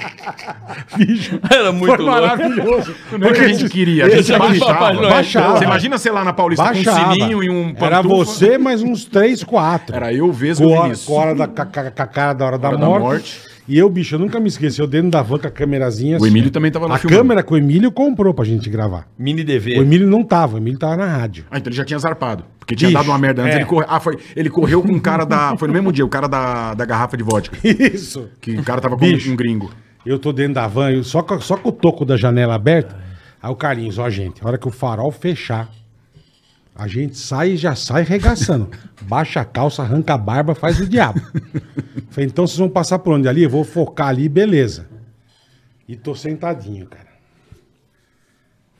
Speaker 2: Bicho,
Speaker 3: Era muito
Speaker 2: foi
Speaker 3: louco.
Speaker 2: maravilhoso.
Speaker 4: Não é que a gente queria, a gente
Speaker 3: Esse aqui, Papai
Speaker 4: baixava.
Speaker 3: Noel.
Speaker 2: Baixava.
Speaker 4: Você imagina, sei lá, na Paulista com
Speaker 2: Baixava.
Speaker 4: um sininho e um
Speaker 2: Era
Speaker 4: pantufa.
Speaker 2: você mais uns três, quatro.
Speaker 4: Era eu, Vesgo e
Speaker 2: com a,
Speaker 4: Vinícius.
Speaker 2: com a hora da, ca- ca- ca- cara da hora, da,
Speaker 4: Hora da
Speaker 2: morte,
Speaker 4: morte.
Speaker 2: E eu, bicho, eu nunca me esqueci. Eu dentro da van com a câmerazinha. assim,
Speaker 4: O Emílio também tava lá
Speaker 2: A
Speaker 4: filmando.
Speaker 2: câmera que o Emílio comprou pra gente gravar.
Speaker 6: Mini
Speaker 2: O
Speaker 6: DV.
Speaker 2: Emílio não tava, o Emílio tava na rádio.
Speaker 4: Ah, então ele já tinha zarpado. Porque tinha
Speaker 2: Bicho,
Speaker 4: dado uma merda antes.
Speaker 2: é.
Speaker 4: Ele, corre... ah, foi... ele correu com o cara da. Foi no mesmo dia, o cara da, da garrafa de vodka.
Speaker 2: Isso.
Speaker 4: Que o cara tava com
Speaker 2: Bicho.
Speaker 4: um gringo.
Speaker 2: Eu tô dentro da van, eu só, com- só com o toco da janela aberta. Aí o Carlinhos, ó, gente, a hora que o farol fechar, a gente sai e já sai regaçando. Baixa a calça, arranca a barba, faz o diabo. Falei, então vocês vão passar por onde ali? Eu vou focar ali, beleza. E tô sentadinho, cara.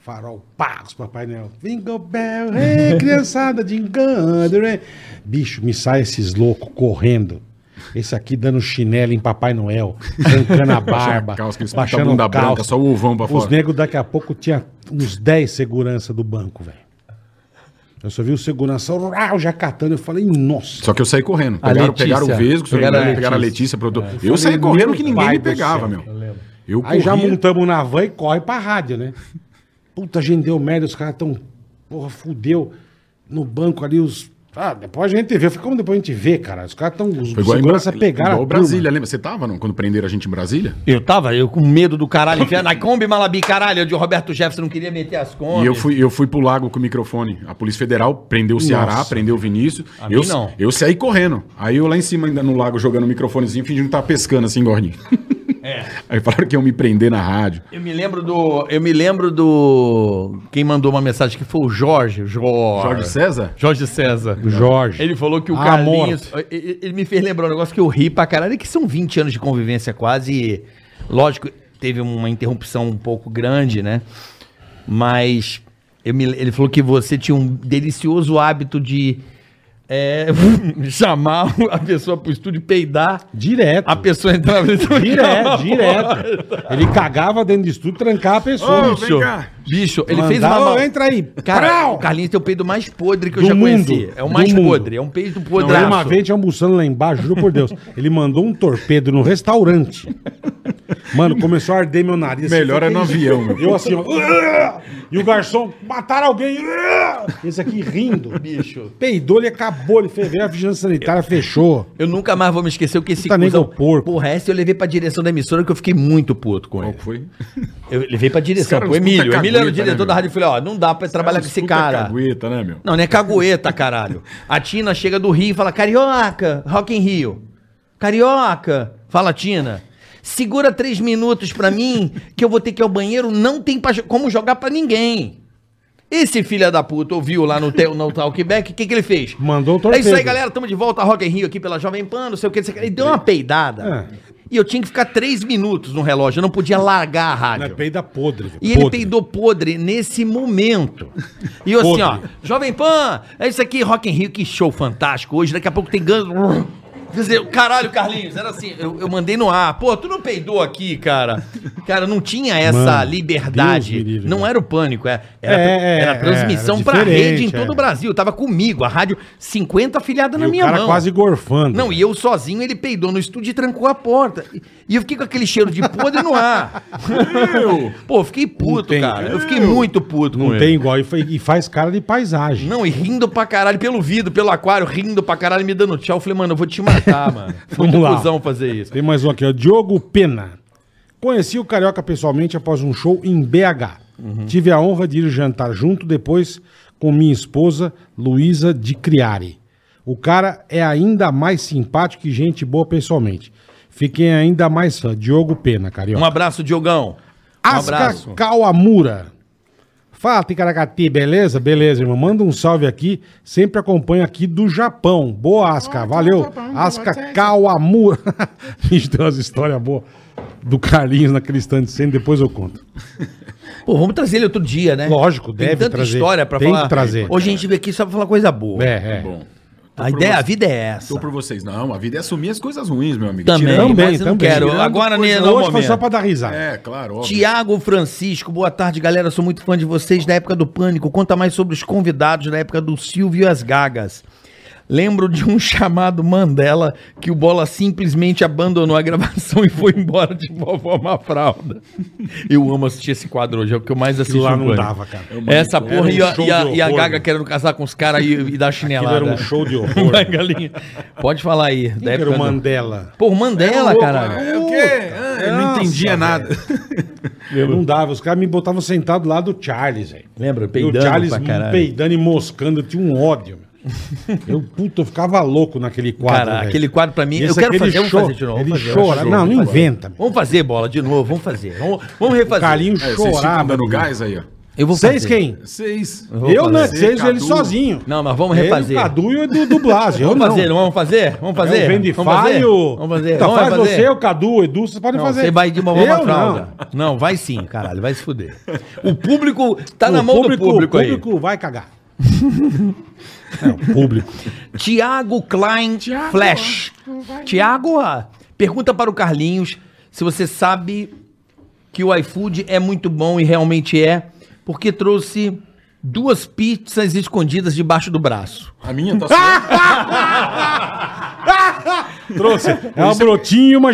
Speaker 2: Farol, pá, os Papai Noel. Jingle bell, hey, criançada, jingando, né? Bicho, me sai esses loucos correndo. Esse aqui dando chinelo em Papai Noel, arrancando a barba,
Speaker 4: calça, que eles
Speaker 2: baixando
Speaker 4: botam a
Speaker 2: a
Speaker 4: bunda branca,
Speaker 2: calça.
Speaker 4: só o ovão pra
Speaker 2: Os
Speaker 4: fora.
Speaker 2: negros daqui a pouco tinha uns 10 segurança do banco, velho. Eu só vi o segurança, rau, já catando. Eu falei, nossa.
Speaker 4: Só que eu saí correndo. Pegaram,
Speaker 3: Letícia.
Speaker 4: pegaram o Vesgo, se eu não me
Speaker 3: Pegaram a Ah,
Speaker 4: engano, pegaram a Letícia. produtor. Eu saí
Speaker 2: Falei,
Speaker 4: correndo
Speaker 2: meu
Speaker 4: que ninguém
Speaker 2: pai
Speaker 4: me
Speaker 2: do
Speaker 4: pegava,
Speaker 3: assim,
Speaker 2: céu.
Speaker 4: meu. Eu
Speaker 2: Aí já
Speaker 4: corria.
Speaker 2: montamos na van e corre pra rádio, né? Puta, a gente deu merda, os caras tão. Porra, fudeu. No banco ali, os. Ah, depois a gente vê. Foi como depois a gente vê, cara. Os caras tão. Os
Speaker 4: Foi igual, em Bra-
Speaker 2: segurança pegaram.
Speaker 4: igual
Speaker 2: a
Speaker 4: Brasília, lembra? Você tava não, quando prenderam a gente em Brasília?
Speaker 3: Eu tava, eu com medo do caralho, enfiar na Kombi Malabi, caralho, de Roberto Jefferson, não queria meter as Kombi.
Speaker 4: E eu fui, eu fui pro lago com o microfone. A Polícia Federal prendeu o Ceará,
Speaker 2: Nossa.
Speaker 4: prendeu o Vinícius.
Speaker 3: A
Speaker 4: eu,
Speaker 3: mim não.
Speaker 4: eu saí correndo. Aí eu lá em cima, ainda no lago, jogando o microfonezinho, fingindo que tava pescando assim, gordinho.
Speaker 3: É.
Speaker 4: Aí falaram que iam me prender na rádio.
Speaker 3: Eu me lembro do. Eu me lembro do. Quem mandou uma mensagem que foi o Jorge. Jorge,
Speaker 4: Jorge César?
Speaker 3: Jorge César.
Speaker 2: Bruma. Jorge.
Speaker 3: Ele falou que o
Speaker 2: Ah,
Speaker 3: Carlinhos. Ele ele me fez lembrar um negócio que eu ri pra caralho, que são 20 anos de convivência quase. e, Lógico, teve uma interrupção um pouco grande, né? Mas eu me- ele falou que você tinha um delicioso hábito de é, chamar a pessoa pro estúdio peidar.
Speaker 2: Direto.
Speaker 3: A pessoa entrava no estúdio. e
Speaker 2: Direto,
Speaker 3: ficava-
Speaker 2: direto. Ele cagava dentro de estudo, trancava a pessoa.
Speaker 4: Ô,
Speaker 2: bicho.
Speaker 4: vem cá.
Speaker 3: Bicho, ele fez
Speaker 2: Mandava,
Speaker 3: uma. mal-
Speaker 2: "Ô, entra aí.
Speaker 3: Cara,
Speaker 2: Prau!
Speaker 3: o Carlinhos tem o peido mais podre que eu
Speaker 2: Do
Speaker 3: já
Speaker 2: mundo,
Speaker 3: conheci. É o
Speaker 2: do
Speaker 3: mais
Speaker 2: mundo.
Speaker 3: podre. É um peido
Speaker 2: Não,
Speaker 3: podre.
Speaker 2: era uma vez, a gente almoçando lá embaixo, juro por Deus. Ele mandou um torpedo no restaurante. Mano, começou a arder meu nariz. assim,
Speaker 4: Melhor é no avião, meu.
Speaker 2: Eu assim, ó. "Uah!" E o garçom, mataram alguém. "Uah!" Esse aqui rindo.
Speaker 3: Bicho.
Speaker 2: Peidou, ele acabou, ele fez veio a vigilância sanitária, fechou.
Speaker 3: Eu nunca mais vou me esquecer o que esse
Speaker 4: tá
Speaker 2: Puta nega porco.
Speaker 3: Porra, essa eu levei pra direção da emissora que eu fiquei muito puto com
Speaker 4: Qual
Speaker 3: ele.
Speaker 4: que foi?
Speaker 3: Eu levei pra
Speaker 4: Esse
Speaker 3: direção,
Speaker 4: cara é
Speaker 3: pro
Speaker 4: uns
Speaker 3: Emílio.
Speaker 4: puta
Speaker 3: O Emílio era o
Speaker 4: cagueta,
Speaker 3: diretor
Speaker 4: né,
Speaker 3: da
Speaker 4: meu?
Speaker 3: rádio. Eu falei, ó, não dá pra trabalhar com esse
Speaker 4: é um Puta
Speaker 3: cara.
Speaker 4: Cagueta, né, meu?
Speaker 3: Não, não é cagueta, caralho. A Tina chega do Rio e fala, carioca, Rock in Rio. Carioca, fala Tina. Segura três minutos pra mim, que eu vou ter que ir ao banheiro, não tem pra jo- como jogar pra ninguém. Esse filho da puta ouviu lá no, teu, no Talkback, o que, que ele fez?
Speaker 2: Mandou o
Speaker 3: É isso aí,
Speaker 2: torpedo.
Speaker 3: galera, tamo de volta, Rock in Rio aqui pela Jovem Pan, não sei o que, não sei o que. Ele deu uma peidada.
Speaker 2: É.
Speaker 3: E eu tinha que ficar três minutos no relógio, eu não podia largar a rádio.
Speaker 2: Não é peida podre. velho,
Speaker 3: E ele
Speaker 2: podre.
Speaker 3: peidou podre nesse momento. E eu assim, ó, Jovem Pan, é isso aqui, Rock in Rio, que show fantástico. Hoje, daqui a pouco tem ganso. Quer dizer, caralho, Carlinhos, era assim, eu, eu mandei no ar. Pô, tu não peidou aqui, cara. Cara, não tinha essa
Speaker 2: Mano,
Speaker 3: liberdade.
Speaker 2: Deus me livre,
Speaker 3: não
Speaker 2: cara.
Speaker 3: era o pânico, é- era,
Speaker 2: É, é,
Speaker 3: era
Speaker 2: é,
Speaker 3: transmissão
Speaker 2: era
Speaker 3: pra rede em
Speaker 2: diferente,
Speaker 3: todo
Speaker 2: é.
Speaker 3: o Brasil. Tava comigo, a rádio 50 afiliada
Speaker 2: E
Speaker 3: na
Speaker 2: o
Speaker 3: minha
Speaker 2: cara
Speaker 3: mão.
Speaker 2: quase gorfando.
Speaker 3: Não, e eu sozinho, ele peidou no estúdio e trancou a porta. E- E eu fiquei com aquele cheiro de podre no ar. Pô, eu fiquei
Speaker 2: Não
Speaker 3: puto,
Speaker 2: tem.
Speaker 3: cara. Eu fiquei muito puto
Speaker 2: Não
Speaker 3: com
Speaker 2: tem
Speaker 3: ele.
Speaker 2: igual. E, foi- e faz cara de paisagem.
Speaker 3: Não, e rindo pra caralho pelo vidro, pelo aquário, rindo pra caralho, me dando tchau. Eu falei, mano, eu vou te matar, mano. Foi
Speaker 2: Vamos
Speaker 3: muito
Speaker 2: lá.
Speaker 3: cuzão fazer isso.
Speaker 2: Tem mais um aqui, ó. Diogo Pena. Conheci o Carioca pessoalmente após um show em BH. Tive a honra de ir jantar junto depois com minha esposa, Luísa de Criari. O cara é ainda mais simpático e gente boa pessoalmente. Fiquei ainda mais fã. Diogo Pena, Carioca.
Speaker 3: Um abraço, Diogão. Um abraço.
Speaker 2: Asca Kawamura. Fala, Ticaracati, beleza? Beleza, irmão. Manda um salve aqui. Sempre acompanha aqui do Japão. Boa, Asca. Valeu. Asca Kawamura. Bicho, tem umas histórias boas do Carlinhos naquele stand de cena, depois eu conto.
Speaker 3: Pô, vamos trazer ele outro dia, né?
Speaker 2: Lógico, deve
Speaker 3: Tem tanta
Speaker 2: trazer.
Speaker 3: história pra
Speaker 2: Tem que
Speaker 3: falar.
Speaker 2: trazer.
Speaker 3: Hoje a gente veio aqui só pra falar coisa boa.
Speaker 2: É, é.
Speaker 4: Bom. tô
Speaker 3: A
Speaker 4: por
Speaker 3: ideia, a
Speaker 4: você-
Speaker 3: vida é essa.
Speaker 4: Tô por vocês. Não, a vida é assumir as coisas ruins, meu amigo.
Speaker 3: Também,
Speaker 4: Tirando-
Speaker 2: Também,
Speaker 3: mas eu não
Speaker 2: também.
Speaker 3: quero.
Speaker 2: Tirando
Speaker 3: Agora,
Speaker 2: coisa-
Speaker 3: né,
Speaker 2: Hoje
Speaker 3: não é o
Speaker 2: foi só
Speaker 3: momento.
Speaker 2: pra dar risada.
Speaker 4: É, claro, óbvio.
Speaker 3: Tiago Francisco, boa tarde, galera. Sou muito fã de vocês da época do Pânico. Conta mais sobre os convidados da época do Silvio e as Gagas. Lembro de um chamado Mandela que o Bola simplesmente abandonou a gravação e foi embora de vovó Mafralda. Eu amo assistir esse quadro hoje, é o que eu mais assisto.
Speaker 2: lá
Speaker 3: no
Speaker 2: não
Speaker 3: pânico.
Speaker 2: dava, cara.
Speaker 3: Essa
Speaker 2: Era
Speaker 3: porra
Speaker 2: um
Speaker 3: e a,
Speaker 2: show
Speaker 3: e a-
Speaker 2: de
Speaker 3: e a
Speaker 2: horror,
Speaker 3: Gaga
Speaker 2: velho.
Speaker 3: querendo casar com os caras e, e dar
Speaker 2: Aquilo
Speaker 3: chinelada.
Speaker 2: era um show de horror.
Speaker 3: Vai, galinha. Pode falar aí. da
Speaker 2: Quem que era
Speaker 3: época
Speaker 2: o
Speaker 3: do-
Speaker 2: Mandela? um
Speaker 3: Pô, o Mandela, caralho. Tá,
Speaker 4: É o quê? Ah, eu não
Speaker 2: Nossa,
Speaker 4: entendia nada.
Speaker 2: Não dava, os caras me botavam sentado lá do Charles, velho.
Speaker 3: Lembra?
Speaker 2: E o
Speaker 3: Peidando
Speaker 2: Charles
Speaker 3: pra caralho.
Speaker 2: peidando e moscando, eu tinha um ódio. meu. Eu, puta, eu ficava louco naquele quadro.
Speaker 3: Cara,
Speaker 2: velho.
Speaker 3: aquele quadro pra mim,
Speaker 2: Esse
Speaker 3: eu quero
Speaker 2: aquele
Speaker 3: fazer, vamos
Speaker 2: choro,
Speaker 3: fazer de novo.
Speaker 2: Ele
Speaker 3: vamos fazer,
Speaker 2: chora.
Speaker 3: vamos
Speaker 2: Não,
Speaker 3: fazer.
Speaker 2: não inventa, meu.
Speaker 3: Vamos fazer bola de novo, vamos fazer. Vamos, vamos refazer.
Speaker 2: Carinho
Speaker 4: É, vocês ficam
Speaker 2: chorava. Uhum.
Speaker 4: dando
Speaker 2: meu.
Speaker 4: gás aí, ó.
Speaker 3: Eu vou
Speaker 2: Vocês
Speaker 3: fazer.
Speaker 2: quem?
Speaker 4: Vocês.
Speaker 2: Eu não, é
Speaker 4: Você,
Speaker 2: seja ele
Speaker 4: Cadu.
Speaker 2: sozinho.
Speaker 3: Não, mas vamos
Speaker 2: Ele,
Speaker 3: refazer.
Speaker 2: o Cadu e o Edu do Blas. Eu
Speaker 3: Vamos
Speaker 2: não. É
Speaker 3: fazer, não vamos fazer? Vamos fazer?
Speaker 2: Eu venho de
Speaker 3: vamos fazer?
Speaker 2: falho.
Speaker 3: Vamos fazer.
Speaker 2: Então
Speaker 3: vamos
Speaker 2: faz
Speaker 3: fazer?
Speaker 2: você, o Cadu, o Edu, vocês podem
Speaker 3: Não,
Speaker 2: fazer.
Speaker 3: Você vai de mamão
Speaker 2: Eu
Speaker 3: na fralda. Não. vai sim, caralho, vai se fuder. O público tá na
Speaker 2: O
Speaker 3: mão
Speaker 2: público-
Speaker 3: do público,
Speaker 2: O
Speaker 3: aí.
Speaker 2: público vai cagar. é, o público.
Speaker 3: Tiago Klein Flash. Tiago, ah, pergunta para o Carlinhos se você sabe que o iFood é muito bom e realmente é, porque trouxe duas pizzas escondidas debaixo do braço.
Speaker 4: A minha tá só.
Speaker 2: Trouxe. É uma brotinha e uma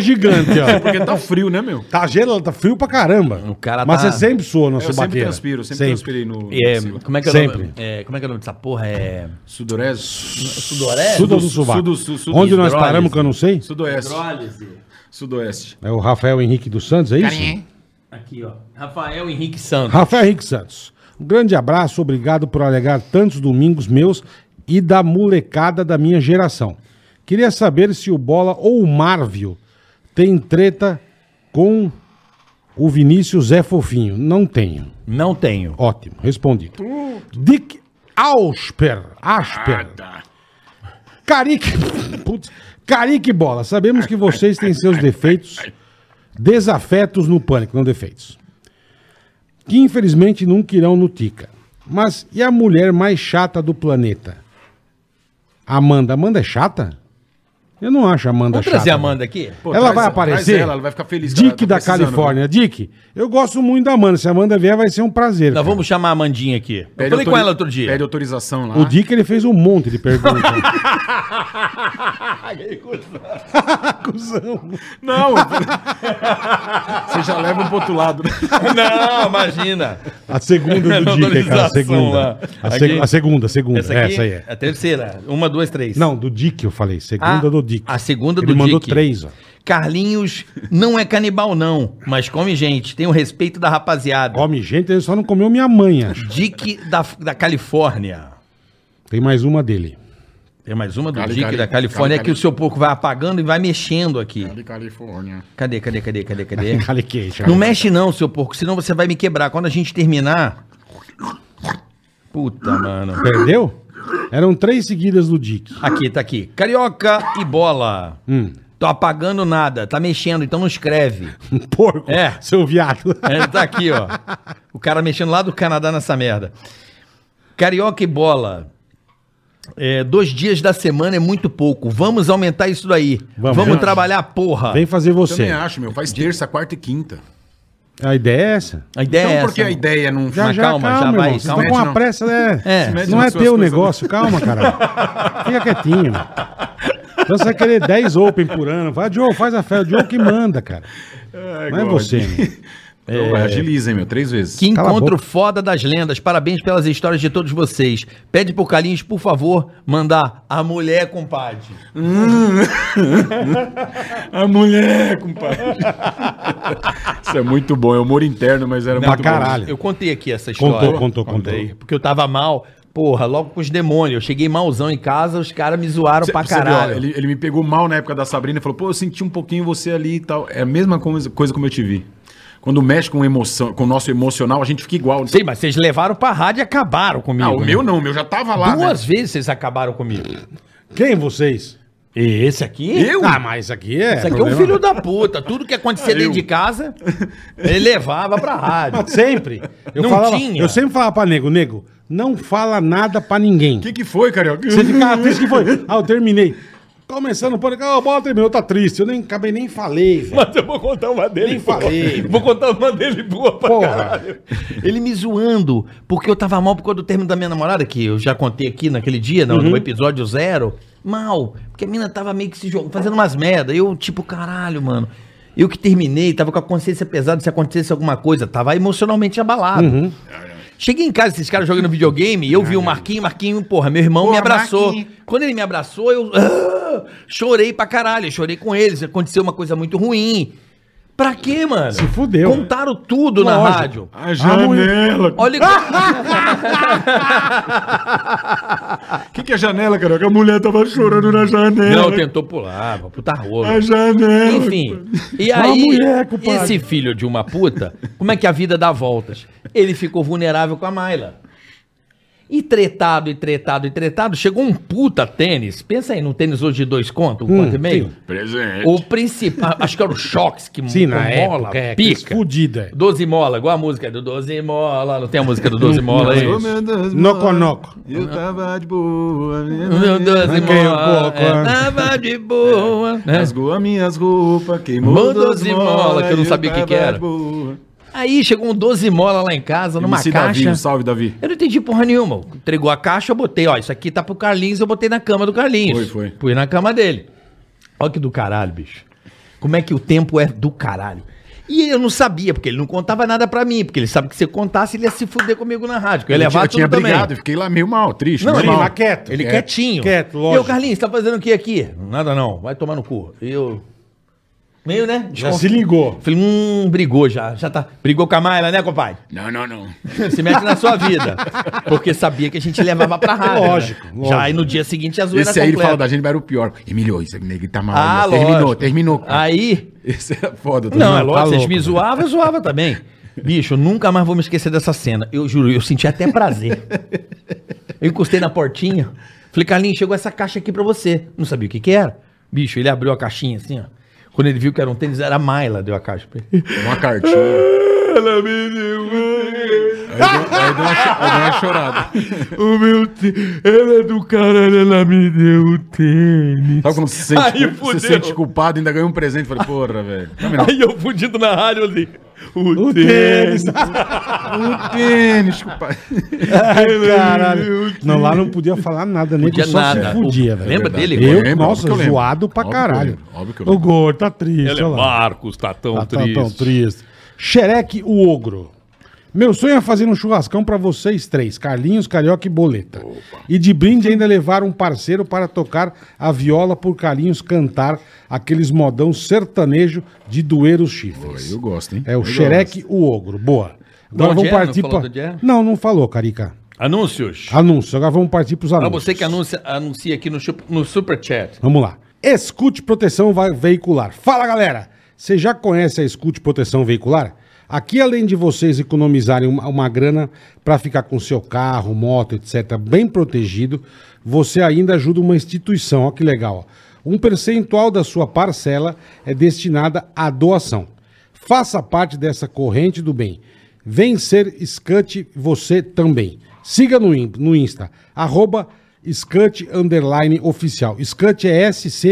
Speaker 2: gigante, ó.
Speaker 4: Porque tá frio, né, meu?
Speaker 2: Tá gelado, tá frio pra caramba.
Speaker 3: O cara
Speaker 2: Mas
Speaker 3: tá-
Speaker 2: você sempre sua na
Speaker 4: É, Eu
Speaker 2: sua
Speaker 4: sempre
Speaker 2: baqueira.
Speaker 4: transpiro, sempre, transpirei no.
Speaker 3: É,
Speaker 4: no-
Speaker 3: como é que é o
Speaker 2: Sempre.
Speaker 3: nome? É, como é que é o nome dessa porra? É.
Speaker 4: Sudoreste.
Speaker 3: Sudoré?
Speaker 2: Sudo do
Speaker 4: Sudo-
Speaker 2: sovaco.
Speaker 4: sudo- su- sudo-
Speaker 2: Onde nós
Speaker 3: hidrólise.
Speaker 2: paramos que eu não sei?
Speaker 4: Sudoeste. Sudoeste.
Speaker 2: É o Rafael Henrique dos Santos, é isso?
Speaker 3: Aqui, ó. Rafael Henrique Santos.
Speaker 2: Rafael Henrique Santos. Um grande abraço, obrigado por alegar tantos domingos meus e da molecada da minha geração. Queria saber se o Bola ou o Marvio tem treta com o Vinícius Zé Fofinho. Não tenho.
Speaker 3: Não tenho.
Speaker 2: Ótimo, respondido. Dick Ausper. Asper. Carique. Putz. Carique Bola, sabemos que vocês têm seus defeitos, desafetos no pânico, não defeitos. Que infelizmente nunca irão no Tica. Mas e a mulher mais chata do planeta? Amanda. Amanda é chata? Eu não acho a Amanda
Speaker 3: Vamos
Speaker 2: chata.
Speaker 3: trazer a
Speaker 2: não.
Speaker 3: Amanda aqui?
Speaker 4: Pô,
Speaker 2: ela
Speaker 4: traz-
Speaker 2: vai
Speaker 4: traz
Speaker 2: aparecer.
Speaker 4: ela, ela vai ficar feliz que ela
Speaker 2: Dick da
Speaker 4: tá precisando.
Speaker 2: Califórnia. Dick, eu gosto muito da Amanda. Se a Amanda vier, vai ser um prazer.
Speaker 3: Nós
Speaker 2: cara.
Speaker 3: vamos chamar a Amandinha aqui. Eu
Speaker 4: Pede
Speaker 3: falei com
Speaker 4: autori-
Speaker 3: ela outro dia.
Speaker 4: Pede autorização lá.
Speaker 3: Ah.
Speaker 2: O Dick ele fez um monte de perguntas. Cusão.
Speaker 4: Não! Você já leva um pro outro lado. né?
Speaker 3: Não, imagina.
Speaker 2: A segunda do Dick, cara. A segunda. A,
Speaker 3: Aqui.
Speaker 2: seg- a segunda, a segunda.
Speaker 3: Essa aqui
Speaker 2: Essa aí
Speaker 3: é.
Speaker 2: é.
Speaker 3: a terceira. Uma, duas, três.
Speaker 2: Não, do Dick eu falei. Segunda
Speaker 3: Ah,
Speaker 2: do Dick.
Speaker 3: a segunda do
Speaker 2: Ele mandou
Speaker 3: Dick.
Speaker 2: três, ó.
Speaker 3: Carlinhos não é canibal, não, mas come gente. Tem o respeito da rapaziada.
Speaker 2: Come, gente, ele só não comeu minha mãe, acho.
Speaker 3: Dick da, da Califórnia.
Speaker 2: Tem mais uma dele.
Speaker 3: Tem mais uma do
Speaker 4: Cali,
Speaker 3: Dick
Speaker 4: Cali,
Speaker 3: da Califórnia
Speaker 4: Cali,
Speaker 3: que o
Speaker 4: Cali.
Speaker 3: seu porco vai apagando e vai mexendo aqui.
Speaker 4: De Califórnia.
Speaker 3: Cadê, cadê, cadê, cadê, cadê?
Speaker 2: Cali que, cara.
Speaker 3: Não mexe não, seu porco, senão você vai me quebrar. Quando a gente terminar... Puta, mano.
Speaker 2: Perdeu? Eram três seguidas do Dick.
Speaker 3: Aqui, tá aqui. Carioca e bola.
Speaker 2: Hum.
Speaker 3: Tô apagando nada, tá mexendo, então não escreve.
Speaker 2: Um porco.
Speaker 3: É.
Speaker 2: Seu viado.
Speaker 3: É, tá aqui, ó. O cara mexendo lá do Canadá nessa merda. Carioca e bola. É, dois dias da semana é muito pouco. Vamos aumentar isso daí.
Speaker 2: Vamos.
Speaker 3: Vamos, trabalhar, porra.
Speaker 2: Vem fazer você.
Speaker 4: Também acho, meu. Faz terça, quarta e quinta.
Speaker 2: A ideia é essa.
Speaker 3: A ideia é
Speaker 4: então,
Speaker 3: essa.
Speaker 4: por que a ideia não é
Speaker 2: Já,
Speaker 3: Mas
Speaker 2: já,
Speaker 3: calma,
Speaker 2: calma,
Speaker 3: já
Speaker 2: irmão.
Speaker 3: vai,
Speaker 2: Vocês
Speaker 3: calma.
Speaker 2: estão com
Speaker 4: Não.
Speaker 2: uma pressa, né?
Speaker 3: É.
Speaker 4: Mete
Speaker 2: Não é
Speaker 4: nas suas
Speaker 2: teu o
Speaker 4: coisas.
Speaker 2: negócio, calma, cara. Fica quietinho. mano. Então você vai querer 10 open por ano. Vai, Joe, faz a fé. O Joe que manda, cara. Não é você, meu.
Speaker 4: É... Agiliza, hein, meu. Três vezes.
Speaker 3: Que
Speaker 2: Cala a
Speaker 3: encontro
Speaker 2: boca.
Speaker 3: foda das lendas. Parabéns pelas histórias de todos vocês. Pede pro Carlinhos, por favor, mandar a mulher, compadre.
Speaker 4: A mulher, compadre. Isso é muito bom. É humor interno, mas era
Speaker 2: Pra
Speaker 4: muito
Speaker 2: caralho.
Speaker 3: Eu contei aqui essa
Speaker 2: Contou,
Speaker 3: história.
Speaker 2: contou,
Speaker 3: Contei,
Speaker 2: contou.
Speaker 3: Porque eu tava mal, porra, logo com os demônios. Eu cheguei malzão em casa, os caras me zoaram
Speaker 4: Cê-
Speaker 3: pra
Speaker 4: cê viu, ó,
Speaker 3: caralho.
Speaker 4: ele, ele me pegou mal na época da Sabrina e falou: pô, eu senti um pouquinho você ali e tal. É a mesma coisa, coisa como eu te vi. Quando mexe com emoção, com o nosso emocional, a gente fica igual.
Speaker 3: Sei, mas vocês levaram pra rádio e acabaram comigo.
Speaker 4: ah, o
Speaker 3: né?
Speaker 4: meu não, o meu já tava lá. né?
Speaker 3: Duas vezes vocês acabaram comigo.
Speaker 2: Quem é vocês?
Speaker 3: E esse aqui?
Speaker 4: Né? Eu?
Speaker 2: Ah, mas isso aqui é.
Speaker 3: Esse aqui é um
Speaker 2: problema-
Speaker 3: filho da puta. Tudo que acontecia dentro de casa, ele levava pra rádio.
Speaker 2: Mas Sempre. Eu
Speaker 3: Não
Speaker 2: falava,
Speaker 3: tinha.
Speaker 2: Eu sempre falava pra nego, nego, não fala nada pra ninguém.
Speaker 4: O que, que foi, Carioca?
Speaker 2: Você fica triste que foi. Ah, eu terminei. Começando o pânico, ah, o bola terminou, tá triste. Eu nem acabei nem falei, velho.
Speaker 3: Mas eu vou contar uma dele.
Speaker 2: Nem falei,
Speaker 3: Vou contar uma dele boa pra
Speaker 2: Porra.
Speaker 3: caralho.
Speaker 6: Ele me zoando, porque eu tava mal por causa do término da minha namorada, que eu já contei aqui naquele dia, né, no,
Speaker 3: Uhum.
Speaker 6: no episódio zero. Mal, porque a mina tava meio que se jogando, fazendo umas merda. Eu, tipo, caralho, mano. Eu que terminei, tava com a consciência pesada se acontecesse alguma coisa. Tava emocionalmente abalado.
Speaker 3: Uhum.
Speaker 6: Cheguei em casa, esses caras jogando videogame, eu vi o Marquinho, Marquinho, porra, meu irmão me
Speaker 4: Porra,
Speaker 6: abraçou.
Speaker 4: Marquinho.
Speaker 6: Quando ele me abraçou, eu ah, chorei pra caralho, chorei com eles. Aconteceu uma coisa muito ruim. Pra quê, mano? Se
Speaker 2: fudeu.
Speaker 6: Contaram tudo na
Speaker 2: Lógico.
Speaker 6: rádio.
Speaker 4: A janela. O
Speaker 6: Olha,
Speaker 4: que, que é janela, cara? Que a mulher tava chorando na janela.
Speaker 3: Não, tentou pular, pra puta rola.
Speaker 4: A janela.
Speaker 3: Enfim. E
Speaker 2: Uma
Speaker 3: aí,
Speaker 2: mulher, compadre.
Speaker 3: esse filho de uma puta, como é que a vida dá voltas? Ele ficou vulnerável com a Mayla. E tretado, e tretado, e tretado, chegou um puta tênis. Pensa aí num tênis hoje de dois conto,
Speaker 2: Hum,
Speaker 3: um quanto e meio.
Speaker 4: Presente.
Speaker 3: O principal, acho que era o Shox, que
Speaker 2: Sim, na
Speaker 3: com mola,
Speaker 2: época, é,
Speaker 3: pica.
Speaker 2: Fudida.
Speaker 3: 12 mola, igual a música do 12 mola. Não tem a música do 12 mola aí?
Speaker 4: Ô, meu Deus,
Speaker 2: Noco,
Speaker 4: mano,
Speaker 2: noco.
Speaker 4: Eu tava de boa. minha
Speaker 3: Meu
Speaker 4: vida.
Speaker 3: Deus,
Speaker 2: Arranquei um
Speaker 3: mola,
Speaker 2: pouco,
Speaker 3: é,
Speaker 2: né?
Speaker 3: tava de boa. né?
Speaker 4: Rasgou as minhas roupas, queimou
Speaker 3: Mandou
Speaker 4: duas
Speaker 3: as molas,
Speaker 4: molas,
Speaker 3: que eu não sabia o que que
Speaker 4: tava
Speaker 3: era.
Speaker 4: de boa.
Speaker 3: Aí chegou um 12 mola lá em casa, numa
Speaker 4: MC
Speaker 3: caixa.
Speaker 4: Davi, um salve, Davi.
Speaker 3: Eu não entendi porra nenhuma. Entregou a caixa, eu botei, ó, isso aqui tá pro Carlinhos, eu botei na cama do Carlinhos.
Speaker 4: Foi, foi.
Speaker 3: Fui na cama dele. Olha que do caralho, bicho. Como é que o tempo é do caralho. E eu não sabia, porque ele não contava nada pra mim, porque ele sabe que se eu contasse, ele ia se fuder comigo na rádio, que eu ia
Speaker 4: Eu tinha-
Speaker 3: levar
Speaker 4: eu tinha
Speaker 3: tudo também.
Speaker 4: brigado e fiquei lá meio mal, triste.
Speaker 3: Não,
Speaker 4: normal.
Speaker 3: ele-
Speaker 2: mas quieto.
Speaker 3: Ele
Speaker 2: Quieto.
Speaker 3: quietinho.
Speaker 2: Quieto,
Speaker 3: E
Speaker 2: lógico.
Speaker 3: eu, Carlinhos, tá fazendo o que aqui? Nada não, vai tomar no cu. E Eu... Meio, né?
Speaker 2: Já se ligou.
Speaker 3: Falei, hum, brigou já, já tá. Brigou com a Mayla, né, compadre?
Speaker 4: Não, não, não.
Speaker 3: Se mete na sua vida. Porque sabia que a gente levava pra rádio. né?
Speaker 2: Lógico, lógico.
Speaker 3: Já aí no dia seguinte a zoeira
Speaker 4: Esse aí ele
Speaker 3: completa.
Speaker 4: fala da gente, mas era o pior. Emilio, esse negro tá mal.
Speaker 3: Ah,
Speaker 4: né? terminou,
Speaker 3: lógico.
Speaker 4: terminou. cara.
Speaker 3: Aí.
Speaker 4: Esse era foda.
Speaker 3: Não, é
Speaker 4: tá
Speaker 3: lógico, vocês
Speaker 4: louco.
Speaker 3: me zoavam, eu zoava também. Bicho, eu nunca mais vou me esquecer dessa cena. Eu juro, eu senti até prazer. Eu encostei na portinha. Falei, Carlinhos, chegou essa caixa aqui pra você. Não sabia o que que era. Bicho, ele abriu a caixinha assim, ó. Quando ele viu que era um tênis, era a Mayla, deu a caixa pra ele.
Speaker 4: Uma cartinha. Ela me deu. Aí deu, aí deu uma, cho- aí deu uma chorada.
Speaker 3: O meu tênis, ela é do caralho, ela me deu o tênis.
Speaker 4: Sabe quando você Tá se sente,
Speaker 3: Aí
Speaker 4: você
Speaker 3: fudeu.
Speaker 4: se sente culpado, ainda ganhou um presente? Falei, porra, velho. Não, não.
Speaker 3: Aí eu fudido na rádio ali. O,
Speaker 2: O
Speaker 3: tênis.
Speaker 2: tênis.
Speaker 4: O Um tênis, culpado.
Speaker 2: Ai, caralho. Não, lá não podia falar nada, nem
Speaker 3: Podia
Speaker 2: só
Speaker 3: nada.
Speaker 2: se fudia,
Speaker 3: O-
Speaker 2: velho.
Speaker 3: Lembra
Speaker 4: verdade.
Speaker 3: dele?
Speaker 2: Eu,
Speaker 4: lembro,
Speaker 2: nossa,
Speaker 4: óbvio que eu lembro.
Speaker 2: zoado pra
Speaker 4: Óbvio que eu
Speaker 2: caralho.
Speaker 4: lembro, óbvio que eu
Speaker 2: o
Speaker 4: lembro. é
Speaker 2: gordo tá triste, olha lá.
Speaker 3: Marcos, tá tão
Speaker 2: Tá tão, tão triste. Xereque o Ogro. Meu sonho é fazer um churrascão pra vocês três, Carlinhos, Carioca e Boleta. E de brinde ainda levar um parceiro para tocar a viola por Carlinhos cantar aqueles modão sertanejo de doer os chifres.
Speaker 4: Eu gosto, hein?
Speaker 2: É o
Speaker 4: Eu
Speaker 2: Xereque o Ogro. Boa. Agora
Speaker 3: onde
Speaker 2: vamos
Speaker 3: é? Não
Speaker 2: partir
Speaker 3: falou
Speaker 2: pra-
Speaker 3: de onde é?
Speaker 2: Não, não falou, Carica.
Speaker 3: Anúncios.
Speaker 2: Anúncio. Agora vamos partir pros
Speaker 3: Pra
Speaker 2: anúncios.
Speaker 3: você que anuncia, anuncia aqui no, chup- no Super Chat.
Speaker 2: Vamos lá. Escute Proteção Va- Veicular. Fala, galera! Você já conhece a Escute Proteção Veicular? Aqui, além de vocês economizarem uma, uma grana para ficar com seu carro, moto, etc., bem protegido, você ainda ajuda uma instituição. Olha que legal. ó. Um percentual da sua parcela é destinada à doação. Faça parte dessa corrente do bem. Vem ser Scut você também. Siga no, in- no Insta, arroba Scut underline oficial. Scut é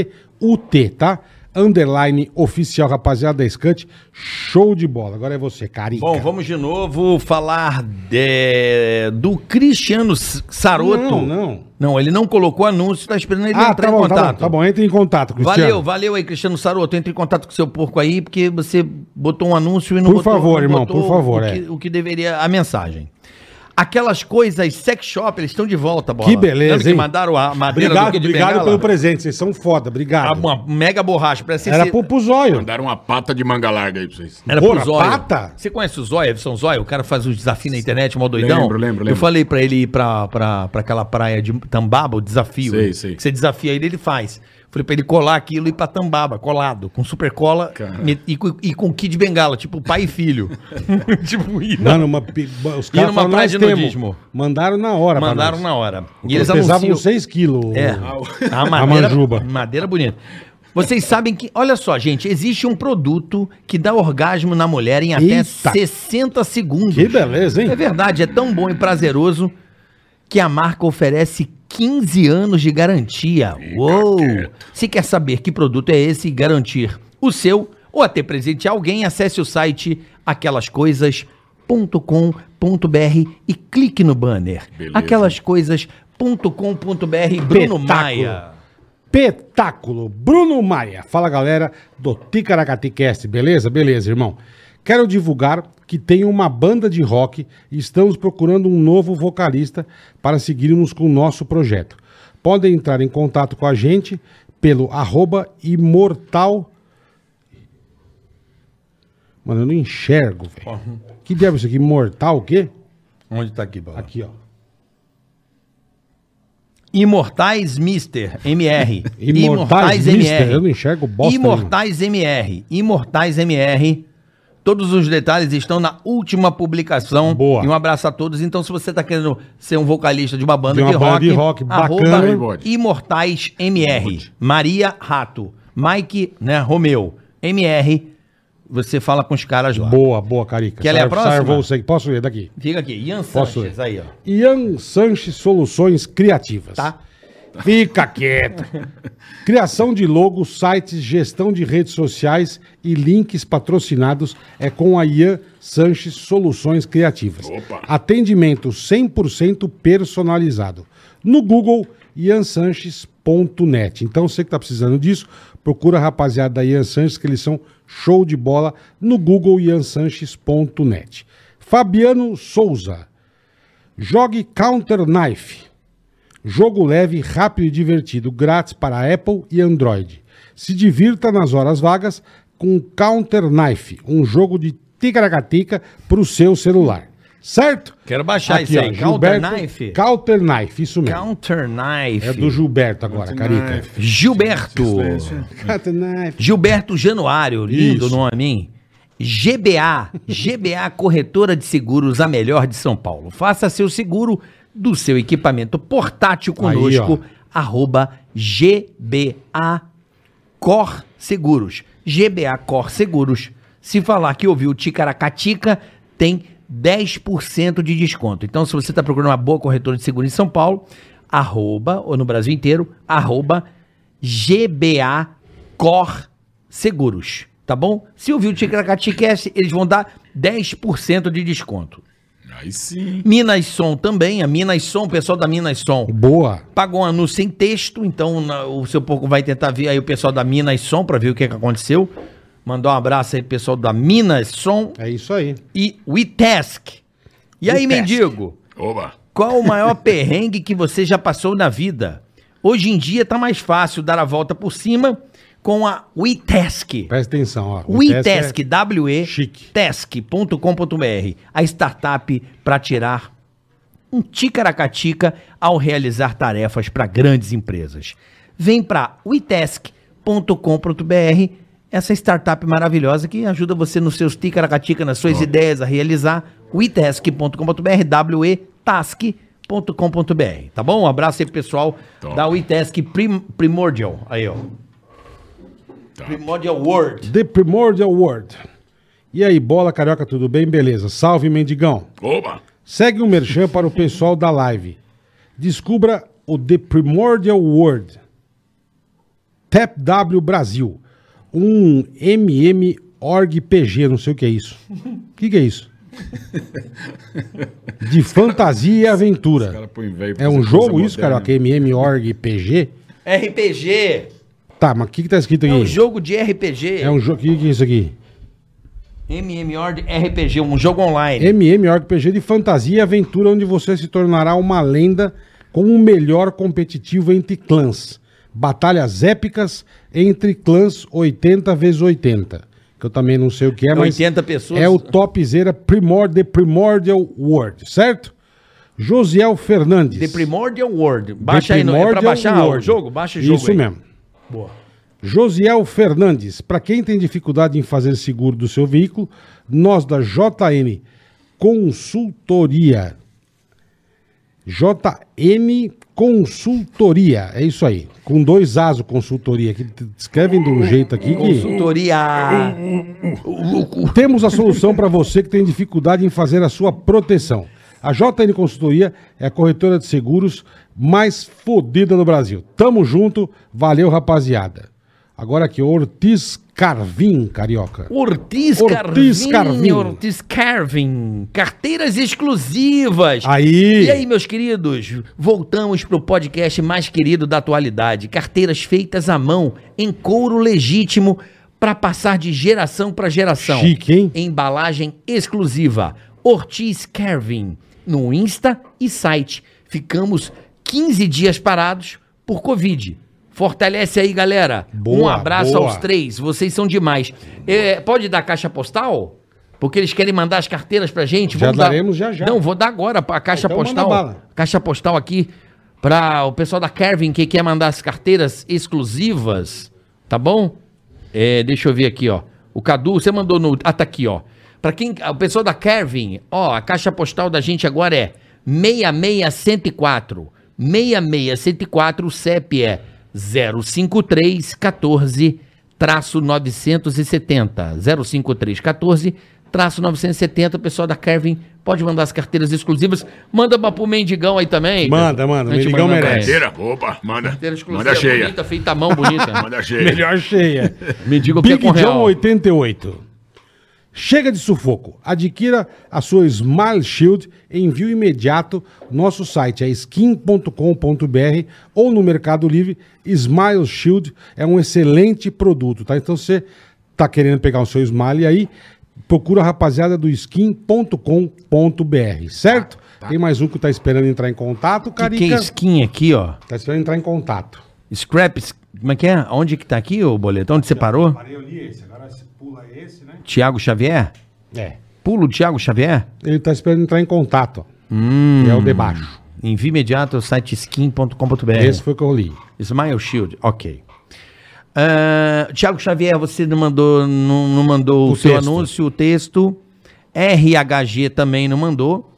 Speaker 2: S-C-U-T, tá? Underline oficial, rapaziada da Scut. Show de bola. Agora é você, Carica.
Speaker 3: Bom, vamos de novo falar de- do Cristiano S- Saroto.
Speaker 2: Não, não.
Speaker 3: Não, ele não colocou anúncio, tá esperando ele
Speaker 2: Ah,
Speaker 3: entrar
Speaker 2: tá
Speaker 3: em
Speaker 2: bom, tá
Speaker 3: contato.
Speaker 2: bom, tá bom. Entre em contato, Cristiano.
Speaker 3: Valeu, valeu aí, Cristiano Saroto. Entre em contato com seu porco aí, porque você botou um anúncio e não
Speaker 2: Por
Speaker 3: botou,
Speaker 2: favor,
Speaker 3: não
Speaker 2: irmão,
Speaker 3: botou
Speaker 2: por favor,
Speaker 3: O
Speaker 2: é.
Speaker 3: que, o que deveria. A mensagem. Aquelas coisas sex shop, eles estão de volta, bola.
Speaker 2: Que beleza,
Speaker 3: Lembra que
Speaker 2: hein?
Speaker 3: mandaram a madeira
Speaker 2: Obrigado,
Speaker 3: Kid
Speaker 2: obrigado
Speaker 3: Bengala?
Speaker 2: pelo presente. Vocês são foda,
Speaker 3: Ah,
Speaker 2: obrigado.
Speaker 3: Uma mega borracha. Parece
Speaker 2: Era
Speaker 3: esse-
Speaker 2: pro, pro zóio.
Speaker 4: Mandaram uma pata de manga larga aí pra vocês.
Speaker 3: Era
Speaker 2: Porra,
Speaker 3: pro Zóio.
Speaker 2: pata?
Speaker 3: Você conhece o Zóio, Edson Zóio? O cara que faz os desafios na internet, mó doidão.
Speaker 4: Lembro, lembro,
Speaker 3: Eu
Speaker 4: lembro.
Speaker 3: falei pra ele ir pra, pra, pra aquela praia de Tambaba, o desafio.
Speaker 4: Sei,
Speaker 3: né?
Speaker 4: sei.
Speaker 3: Que você desafia ele, ele faz. Falei pra ele colar aquilo e ir pra Tambaba, colado, com super cola
Speaker 4: Cara.
Speaker 3: e, e com- e com kit de bengala, tipo pai e filho. tipo, e não-
Speaker 2: Mano, uma, pi- os
Speaker 3: E numa
Speaker 2: caras falaram,
Speaker 3: praia
Speaker 2: nós
Speaker 3: de
Speaker 2: temos.
Speaker 3: nudismo.
Speaker 2: Mandaram na hora. pra
Speaker 3: mandaram
Speaker 2: nós.
Speaker 3: na hora.
Speaker 2: E eles pesavam uns Um 6 quilos.
Speaker 3: É, a
Speaker 2: A
Speaker 3: madeira,
Speaker 2: manjuba.
Speaker 3: madeira bonita. Vocês sabem que, olha só, gente, existe um produto que dá orgasmo na mulher em até
Speaker 2: Eita.
Speaker 3: 60 segundos.
Speaker 2: Que beleza, hein?
Speaker 3: É verdade, é tão bom e prazeroso que a marca oferece 15 anos de garantia. Uou! Se quer saber que produto é esse e garantir o seu ou até presente a alguém, acesse o site aquelascoisas.com.br e clique no banner.
Speaker 4: Beleza.
Speaker 3: Aquelascoisas.com.br Bruno
Speaker 2: Espetáculo.
Speaker 3: Maia.
Speaker 2: Espetáculo. Bruno Maia. Fala, galera do Ticaracatecast. Beleza? Beleza, irmão. Quero divulgar que tenho uma banda de rock e estamos procurando um novo vocalista para seguirmos com o nosso projeto. Podem entrar em contato com a gente pelo arroba imortal... Mano, eu não enxergo, velho. Que diabo é isso aqui? Imortal o quê?
Speaker 6: Onde tá aqui, Bola?
Speaker 2: Aqui, ó.
Speaker 3: Imortais Mister MR.
Speaker 2: Imortais Mister, eu não enxergo bosta
Speaker 3: Imortais MR. Imortais MR. Todos os detalhes estão na última publicação.
Speaker 2: Boa.
Speaker 3: E um abraço a todos. Então, se você está querendo ser um vocalista de uma banda
Speaker 2: De uma
Speaker 3: de
Speaker 2: banda
Speaker 3: rock,
Speaker 2: de rock bacana,
Speaker 3: arroba
Speaker 4: hein, bode?
Speaker 3: Imortais MR. Maria Rato. Mike, né, Romeu. MR. Você fala com os caras lá.
Speaker 2: Boa, boa, Carica.
Speaker 3: Quer ler a
Speaker 2: Sarvo-
Speaker 3: próxima?
Speaker 2: Sarvou o sangue. Posso ler daqui?
Speaker 3: Fica aqui. Ian
Speaker 2: Posso É
Speaker 3: Sanches, aí, ó.
Speaker 2: Ian Sanches Soluções Criativas.
Speaker 3: Tá.
Speaker 2: Fica quieto. Criação de logos, sites, gestão de redes sociais e links patrocinados é com a Ian Sanches Soluções Criativas.
Speaker 4: Opa.
Speaker 2: Atendimento 100% personalizado. No Google, iansanches.net. Então, você que está precisando disso, procura a rapaziada da Ian Sanches, que eles são show de bola no Google iansanches.net. Fabiano Souza. Jogue Counter Knife. Jogo leve, rápido e divertido, grátis para Apple e Android. Se divirta nas horas vagas com Counter Knife, um jogo de ticaracatica para o seu celular. Certo?
Speaker 3: Quero baixar isso aí. Counter
Speaker 2: Gilberto,
Speaker 3: Knife.
Speaker 2: Counter Knife, isso mesmo.
Speaker 3: Counter Knife.
Speaker 2: É do Gilberto agora, Carica.
Speaker 3: Gilberto.
Speaker 2: Counter Knife.
Speaker 3: Gilberto Januário, lindo
Speaker 2: Isso.
Speaker 3: nome, hein? GBA, GBA Corretora de Seguros, a melhor de São Paulo. Faça seu seguro do seu equipamento portátil conosco, arroba GBA Cor Seguros. GBA Cor Seguros. Se falar que ouviu Ticaracatica, tem 10% de desconto. Então, se você está procurando uma boa corretora de seguro em São Paulo, arroba, ou no Brasil inteiro, arroba GBA Cor Seguros. Tá bom? Se ouviu o Ticaracatica, é eles vão dar 10% de desconto.
Speaker 4: Aí sim.
Speaker 3: Minas Som também, a Minas Som, o pessoal da Minas Som
Speaker 2: Boa.
Speaker 3: pagou um anúncio sem texto, então na- o seu porco vai tentar ver aí o pessoal da Minas Som pra ver o que, que aconteceu. Mandar um abraço aí pro pessoal da Minas Som
Speaker 2: É isso aí.
Speaker 3: e WeTask. E aí,
Speaker 2: WeTask.
Speaker 3: mendigo,
Speaker 4: Oba.
Speaker 3: qual o maior perrengue que você já passou na vida? Hoje em dia tá mais fácil dar a volta por cima com a WeTask.
Speaker 2: Presta atenção, ó. é O
Speaker 3: WeTask,
Speaker 2: teste Chique.
Speaker 3: W-E-Task.com.br, a startup para tirar um ticaracatica ao realizar tarefas para grandes empresas. Vem para wetask.com.br, essa startup maravilhosa que ajuda você nos seus ticaracatica, nas suas ideias a realizar. wetask.com.br, W-E-Task.com.br, tá bom? Um abraço aí pro pessoal
Speaker 4: Top.
Speaker 3: da WeTask Prim- Primordial. Aí, ó.
Speaker 4: Top.
Speaker 3: Primordial World.
Speaker 2: The Primordial World. E aí, bola carioca, tudo bem? Beleza. Salve, mendigão.
Speaker 4: Oba.
Speaker 2: Segue o merchan para o pessoal da live. Descubra o The Primordial World. Tap W Brasil. Um MMORPG, não sei o que é isso. O que, que é isso? De fantasia e aventura. É um jogo isso, cara? Que MMORPG?
Speaker 3: RPG.
Speaker 2: Tá, mas o que, que tá escrito
Speaker 3: É um
Speaker 2: aqui?
Speaker 3: jogo de RPG.
Speaker 2: É um jogo. O que, que é isso aqui?
Speaker 3: MMOR de RPG, um jogo online.
Speaker 2: MMORPG de fantasia e aventura onde você se tornará uma lenda com o melhor competitivo entre clãs. Batalhas épicas entre clãs 80 vezes 80. Que eu também não sei o que é, mas
Speaker 3: 80 pessoas.
Speaker 2: é o topzera Primor The Primordial World, certo? Josiel Fernandes.
Speaker 3: The Primordial World.
Speaker 2: The
Speaker 3: Baixa aí, não é pra
Speaker 2: Primordial
Speaker 3: baixar o
Speaker 2: World.
Speaker 3: jogo? Baixa o jogo
Speaker 2: um Isso
Speaker 3: aí.
Speaker 2: mesmo.
Speaker 3: Boa.
Speaker 2: Josiel Fernandes, para quem tem dificuldade em fazer seguro do seu veículo, nós da JN Consultoria. JN Consultoria, é isso aí. Com dois As o consultoria, que t- escrevem de um jeito aqui que.
Speaker 3: Consultoria.
Speaker 2: Temos a solução para você que tem dificuldade em fazer a sua proteção. A JN Consultoria é a corretora de seguros mais fodida no Brasil. Tamo junto, valeu, rapaziada. Agora aqui, Ortiz Carvim, carioca.
Speaker 3: Ortiz,
Speaker 2: Ortiz
Speaker 3: Ortiz
Speaker 2: Carvin.
Speaker 3: Carvin. Ortiz Carvin. Carteiras exclusivas.
Speaker 2: Aí.
Speaker 3: E aí, meus queridos? Voltamos pro podcast mais querido da atualidade. Carteiras feitas à mão, em couro legítimo, para passar de geração para geração.
Speaker 2: Chique, hein?
Speaker 3: Embalagem exclusiva. Ortiz Carvin. No Insta e site. Ficamos 15 dias parados por Covid. Fortalece aí, galera. um
Speaker 2: Boa,
Speaker 3: abraço
Speaker 2: boa.
Speaker 3: aos três. Três, vocês são demais. É, pode dar caixa postal? Porque eles querem mandar as carteiras pra gente.
Speaker 2: Já
Speaker 3: Vamos dar-
Speaker 2: daremos já, já.
Speaker 3: Não, vou dar agora pra caixa
Speaker 2: Então manda
Speaker 3: postal.
Speaker 2: bala.
Speaker 3: Caixa postal aqui pra o pessoal da Kervin que quer mandar as carteiras exclusivas, tá bom? É, deixa eu ver aqui, ó. O Cadu, você mandou no... Ah, tá aqui, ó. Pra quem... O pessoal da Kervin, ó, a caixa postal da gente agora é 66104. 66104, o CEP é 05314 traço 970 05314 traço 970, o pessoal da Kervin pode mandar as carteiras exclusivas, manda uma pro Mendigão aí também.
Speaker 2: Manda, manda,
Speaker 3: A gente
Speaker 2: Mendigão
Speaker 3: manda pra
Speaker 2: merece.
Speaker 3: ele.
Speaker 4: Carteira, opa, manda.
Speaker 3: Carteira exclusiva,
Speaker 4: Manda cheia.
Speaker 3: bonita, feita à mão, bonita.
Speaker 4: Manda cheia.
Speaker 2: Melhor cheia.
Speaker 3: Me diga o que é
Speaker 2: Big
Speaker 3: com
Speaker 2: John
Speaker 3: real.
Speaker 2: 88. Chega de sufoco. Adquira a sua Smile Shield em envio imediato. Nosso site é skin.com.br ou no Mercado Livre. Smile Shield é um excelente produto, tá? Então você tá querendo pegar o seu Smile aí, procura a rapaziada do skin.com.br, certo? Tem mais um que tá esperando entrar em contato,
Speaker 3: Que, que é
Speaker 2: Carica.
Speaker 3: skin aqui, ó.
Speaker 2: Tá esperando entrar em contato.
Speaker 3: Scraps, como é que é? Onde que tá aqui, ô boleto? Onde você parou?
Speaker 2: Parei, eu esse. Agora se pula esse, né?
Speaker 3: Tiago Xavier?
Speaker 2: É.
Speaker 3: Pulo Tiago Xavier?
Speaker 2: Ele tá esperando entrar em contato. ó.
Speaker 3: Hum.
Speaker 2: Que é o debaixo.
Speaker 3: Envie imediato ao site skin.com.br.
Speaker 2: Esse foi o que eu li.
Speaker 3: Smile é Shield, ok. Ah, Tiago Xavier, você não mandou, não, não mandou o,
Speaker 2: O
Speaker 3: seu
Speaker 2: texto.
Speaker 3: anúncio, o texto. RHG também não mandou.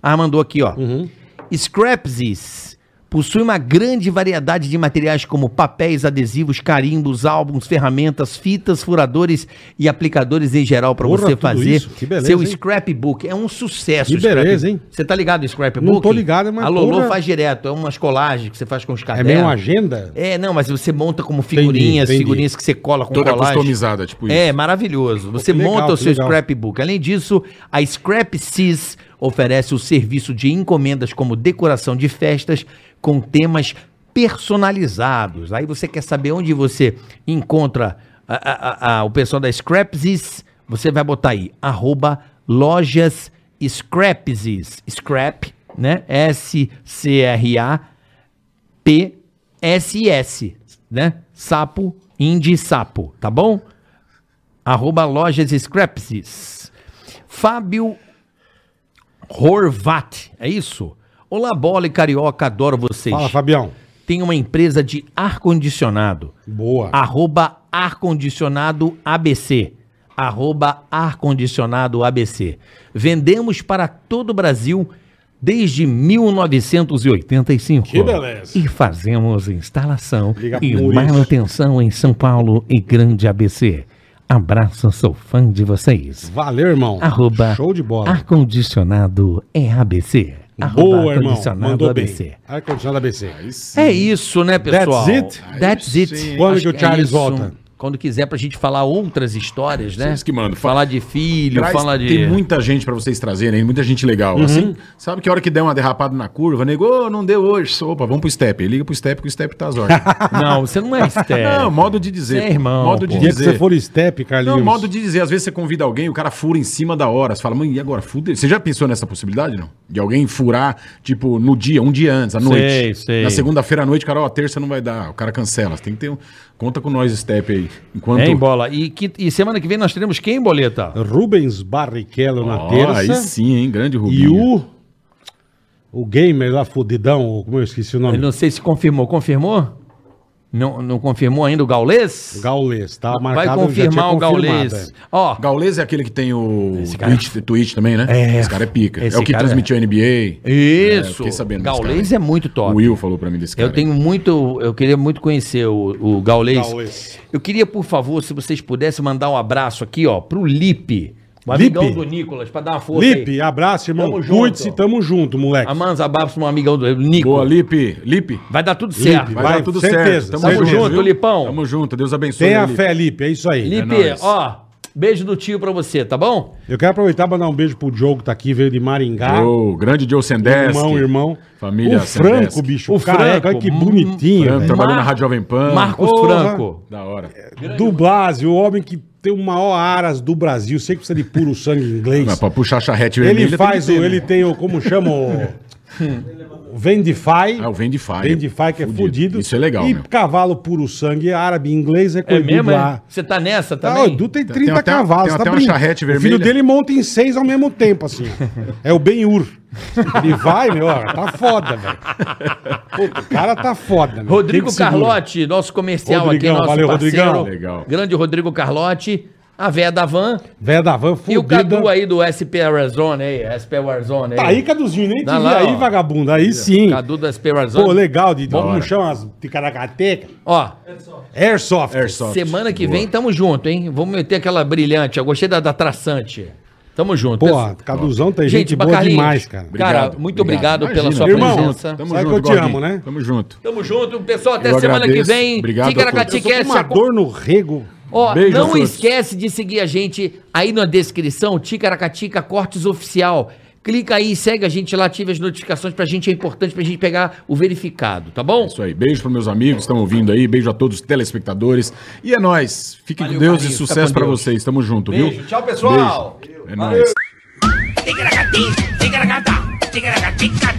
Speaker 3: Ah, mandou aqui, ó.
Speaker 2: Uhum.
Speaker 3: Scrapsies possui uma grande variedade de materiais como papéis, adesivos, carimbos, álbuns, ferramentas, fitas, furadores e aplicadores em geral para
Speaker 2: Porra,
Speaker 3: você
Speaker 2: tudo
Speaker 3: fazer
Speaker 2: isso, que beleza,
Speaker 3: seu
Speaker 2: hein?
Speaker 3: scrapbook. É um sucesso.
Speaker 2: Que
Speaker 3: o scrapbook.
Speaker 2: beleza, hein?
Speaker 3: Você tá ligado no scrapbook?
Speaker 2: Não tô ligado, mas
Speaker 3: A Lolo
Speaker 2: porra-
Speaker 3: faz direto. É umas colagens que você faz com os
Speaker 2: É
Speaker 3: cadernos.
Speaker 2: meio uma agenda?
Speaker 3: É, não, mas você monta como figurinhas,
Speaker 2: Entendi, entendi.
Speaker 3: figurinhas que você cola com
Speaker 4: Toda
Speaker 3: colagem.
Speaker 4: customizada, tipo
Speaker 3: É, maravilhoso. Você
Speaker 2: que legal,
Speaker 3: monta o
Speaker 2: que
Speaker 3: seu
Speaker 2: legal.
Speaker 3: scrapbook. Além disso, a Scrap Sis oferece o serviço de encomendas como decoração de festas com temas personalizados. Aí você quer saber onde você encontra a- a- a- a- o pessoal da Scrap Sis, você vai botar aí, arroba lojas Scrapsies. Scrap, né? S-C-R-A. PSS, né? Sapo, Indie Sapo, tá bom? Arroba Lojas Scrapsies. Fábio Horvat, é isso? Olá, bola e carioca, adoro vocês.
Speaker 2: Fala, Fabião.
Speaker 3: Tem uma empresa de ar-condicionado.
Speaker 2: Boa.
Speaker 3: Ah. Arroba ar-condicionado ABC. Arroba ar-condicionado ABC. Vendemos para todo o Brasil desde 1985.
Speaker 2: Que beleza.
Speaker 3: E fazemos instalação
Speaker 2: Liga
Speaker 3: e
Speaker 2: por isso.
Speaker 3: manutenção em São Paulo e Grande ABC. Abraço, sou fã de vocês.
Speaker 2: Valeu, irmão.
Speaker 3: Arroba
Speaker 2: Show de bola.
Speaker 3: ar-condicionado é ABC.
Speaker 2: Boa,
Speaker 3: Arroba
Speaker 2: irmão.
Speaker 3: ar-condicionado
Speaker 2: Mandou
Speaker 3: ABC.
Speaker 2: bem. Ar-condicionado ABC.
Speaker 4: Aí sim.
Speaker 3: É isso, né, pessoal?
Speaker 2: That's it?
Speaker 3: That's
Speaker 4: Aí
Speaker 3: it.
Speaker 4: sim.
Speaker 2: Quando
Speaker 3: Acho é
Speaker 2: que o Charles
Speaker 3: isso.
Speaker 2: volta?
Speaker 3: Quando quiser pra gente falar outras histórias, né?
Speaker 4: Vocês que mandam. Fala-
Speaker 3: Falar de filho,
Speaker 4: Traz-
Speaker 3: falar de...
Speaker 4: Tem muita gente pra vocês trazerem, muita gente
Speaker 2: Uhum.
Speaker 4: legal. Assim, sabe que a hora que der uma derrapada na curva, negou, não deu hoje. Opa, vamos pro step. Liga pro step que o step tá às ordens.
Speaker 3: Não, você não é estéreo.
Speaker 4: Não, modo de dizer.
Speaker 3: Você é irmão,
Speaker 4: modo
Speaker 3: pô.
Speaker 4: de
Speaker 2: O dia que
Speaker 4: dizer.
Speaker 2: você for step, Carlinhos.
Speaker 4: Não, é um modo de dizer, às vezes você convida alguém, o cara fura em cima da hora. Você fala, mãe, e agora? Fudeu. Você já pensou nessa possibilidade, não? De alguém furar, tipo, no dia, um dia antes, à noite.
Speaker 3: sei.
Speaker 4: Na segunda-feira à noite, o cara, ó, terça não vai dar. O cara cancela. Você tem que ter um. Conta com nós, Step aí. Enquanto.
Speaker 3: Hein, bola? É, E, que- e semana que vem nós teremos quem, Boleta?
Speaker 2: Rubens Barrichello na
Speaker 4: Ó,
Speaker 2: terça.
Speaker 4: aí sim, hein?
Speaker 2: E
Speaker 4: Grande Rubinho.
Speaker 2: o... O gamer lá, fudidão, ou como eu esqueci o nome.
Speaker 3: Eu não sei se confirmou. Confirmou? Não, não confirmou ainda o Gaulês?
Speaker 2: Gaulês, tá
Speaker 3: Vai
Speaker 2: marcado, já tinha
Speaker 3: confirmar o
Speaker 2: confirmado,
Speaker 3: Gaulês.
Speaker 2: é.
Speaker 3: Ó,
Speaker 4: Gaulês é aquele que tem o
Speaker 3: cara-
Speaker 4: Twitch, Twitch também, né?
Speaker 3: É.
Speaker 4: Esse cara é pica.
Speaker 3: Esse
Speaker 4: é o que
Speaker 3: cara
Speaker 4: transmitiu a NBA. É,
Speaker 3: isso.
Speaker 4: fiquei sabendo desse
Speaker 3: Gaulês
Speaker 4: cara.
Speaker 3: é muito
Speaker 4: O
Speaker 3: top.
Speaker 4: Will falou pra mim desse cara.
Speaker 3: Eu tenho um muito, eu queria muito conhecer o, o Gaulês.
Speaker 2: Gaulês.
Speaker 3: Eu queria, por favor, se vocês pudessem mandar um abraço aqui, ó, pro Lipe. O amigão
Speaker 2: Lipe.
Speaker 3: do Nicolas, pra dar uma força aí.
Speaker 2: Lipe, abraço, irmão.
Speaker 3: Tamo junto.
Speaker 2: Cuide-se, tamo junto, moleque.
Speaker 3: A Manza Babson, um amigão do
Speaker 4: Boa,
Speaker 3: Nicolas.
Speaker 4: Lipe. Lipe,
Speaker 3: Vai dar tudo
Speaker 2: Lipe,
Speaker 3: certo.
Speaker 4: vai,
Speaker 2: Vai,
Speaker 4: dar tudo
Speaker 2: certeza.
Speaker 4: certo. Tamo
Speaker 2: Tamo
Speaker 3: junto,
Speaker 4: viu?
Speaker 3: Lipão.
Speaker 4: Tamo junto. Deus abençoe. né,
Speaker 2: Tenha
Speaker 4: Lipe.
Speaker 2: fé, Lipe, é isso aí.
Speaker 3: Lipe,
Speaker 4: nóis.
Speaker 3: ó, beijo do tio pra você, tá bom?
Speaker 2: Eu quero aproveitar pra dar um beijo pro Diogo que tá aqui, veio de Maringá.
Speaker 3: Tá?
Speaker 4: Ô, grande Joe Sendesk.
Speaker 2: Irmão, irmão.
Speaker 4: Família
Speaker 2: O Franco,
Speaker 4: Sendesk.
Speaker 2: bicho.
Speaker 3: O
Speaker 2: O careca, olha
Speaker 3: Franco,
Speaker 2: que bonitinho.
Speaker 4: Franco,
Speaker 2: velho.
Speaker 4: trabalhou
Speaker 3: Mar-
Speaker 4: na Rádio Jovem Pan.
Speaker 3: Marcos
Speaker 2: Porra.
Speaker 3: Franco.
Speaker 4: Da hora.
Speaker 2: Do Blasio, o homem que tem o maior aras do Brasil. Sei que precisa de puro sangue inglês.
Speaker 4: Mas pra puxar a charrete vermelha,
Speaker 2: Ele
Speaker 4: tem
Speaker 2: faz
Speaker 4: que ter,
Speaker 2: o.
Speaker 4: né?
Speaker 2: Ele tem o. Como chama? O, o Vendify.
Speaker 4: Ah, o Vendify.
Speaker 2: Vendify, que é
Speaker 4: Fudido.
Speaker 2: fudido.
Speaker 4: Isso é legal,
Speaker 2: E
Speaker 4: meu.
Speaker 2: cavalo puro sangue, árabe, inglês, é
Speaker 3: É
Speaker 2: coisa
Speaker 3: mesmo, é?
Speaker 2: lá.
Speaker 3: Você tá nessa
Speaker 2: Tá, o
Speaker 3: também?
Speaker 2: Edu tem
Speaker 4: Tem
Speaker 2: 30
Speaker 4: até-
Speaker 2: cavalos,
Speaker 4: tem
Speaker 2: tá
Speaker 4: até uma
Speaker 2: brincando.
Speaker 4: charrete
Speaker 2: O filho
Speaker 4: vermelha.
Speaker 2: dele monta em seis ao mesmo tempo, assim. É o Ben-Hur. Ele vai, meu, ó, tá foda, velho. Puta, o cara tá foda, meu.
Speaker 3: Rodrigo
Speaker 2: Quem que segura?
Speaker 3: Carlotti, nosso comercial
Speaker 2: Rodrigão,
Speaker 3: aqui, nosso
Speaker 2: valeu,
Speaker 3: parceiro.
Speaker 2: Rodrigão.
Speaker 4: Legal.
Speaker 3: Grande Rodrigo Carlotti, a véia da van
Speaker 2: Véia da van,
Speaker 3: e o Cadu
Speaker 2: fudida.
Speaker 3: aí do SP Warzone aí, SP Warzone aí.
Speaker 2: Tá aí, Caduzinho, nem te
Speaker 3: Tá
Speaker 2: vi
Speaker 3: lá,
Speaker 2: aí,
Speaker 3: ó.
Speaker 2: vagabundo. Aí sim.
Speaker 3: Cadu do SP Warzone.
Speaker 2: Pô, legal, de como
Speaker 4: hora.
Speaker 2: chama as ticaracateca?
Speaker 3: Ó,
Speaker 2: Airsoft.
Speaker 4: Airsoft.
Speaker 3: semana que
Speaker 4: Boa.
Speaker 3: vem tamo junto, hein? Vamos meter aquela brilhante. Eu gostei da, da traçante. Tamo junto.
Speaker 2: Pô,
Speaker 3: pessoal.
Speaker 2: Caduzão tem gente, boa
Speaker 3: Bacarlinhos,
Speaker 2: demais, cara.
Speaker 3: Cara, muito obrigado, pela
Speaker 4: Imagina,
Speaker 3: sua
Speaker 4: tamo junto.
Speaker 3: presença.
Speaker 4: Tamo
Speaker 2: Sabe
Speaker 4: junto,
Speaker 2: que eu te
Speaker 4: Gordinho.
Speaker 2: amo, né?
Speaker 4: Tamo junto.
Speaker 3: Tamo junto, pessoal. Até
Speaker 4: Eu
Speaker 3: semana
Speaker 4: agradeço.
Speaker 3: que vem.
Speaker 4: Obrigado a
Speaker 3: Ticaracati
Speaker 4: todos.
Speaker 2: Eu sou com uma
Speaker 3: Cast.
Speaker 2: dor no rego.
Speaker 3: Ó,
Speaker 4: Beijo,
Speaker 3: não
Speaker 4: Frutos.
Speaker 3: esquece de seguir a gente aí na descrição, Ticaracatica Cortes Oficial. Clica aí, segue a gente lá, ative as notificações pra gente, é importante pra gente pegar o verificado, tá bom?
Speaker 4: Isso aí. Beijo para meus amigos que estão ouvindo aí. Beijo a todos os telespectadores. E é nóis. Fiquem
Speaker 3: Valeu,
Speaker 4: com Deus
Speaker 3: Carlinhos.
Speaker 4: e
Speaker 3: Fica
Speaker 4: sucesso
Speaker 3: com
Speaker 4: para
Speaker 3: Deus.
Speaker 4: vocês. Tamo junto,
Speaker 3: Beijo.
Speaker 4: viu?
Speaker 3: Tchau, pessoal.
Speaker 4: Beijo. É nóis.
Speaker 1: Ticaracati, ticaracata, ticaracati,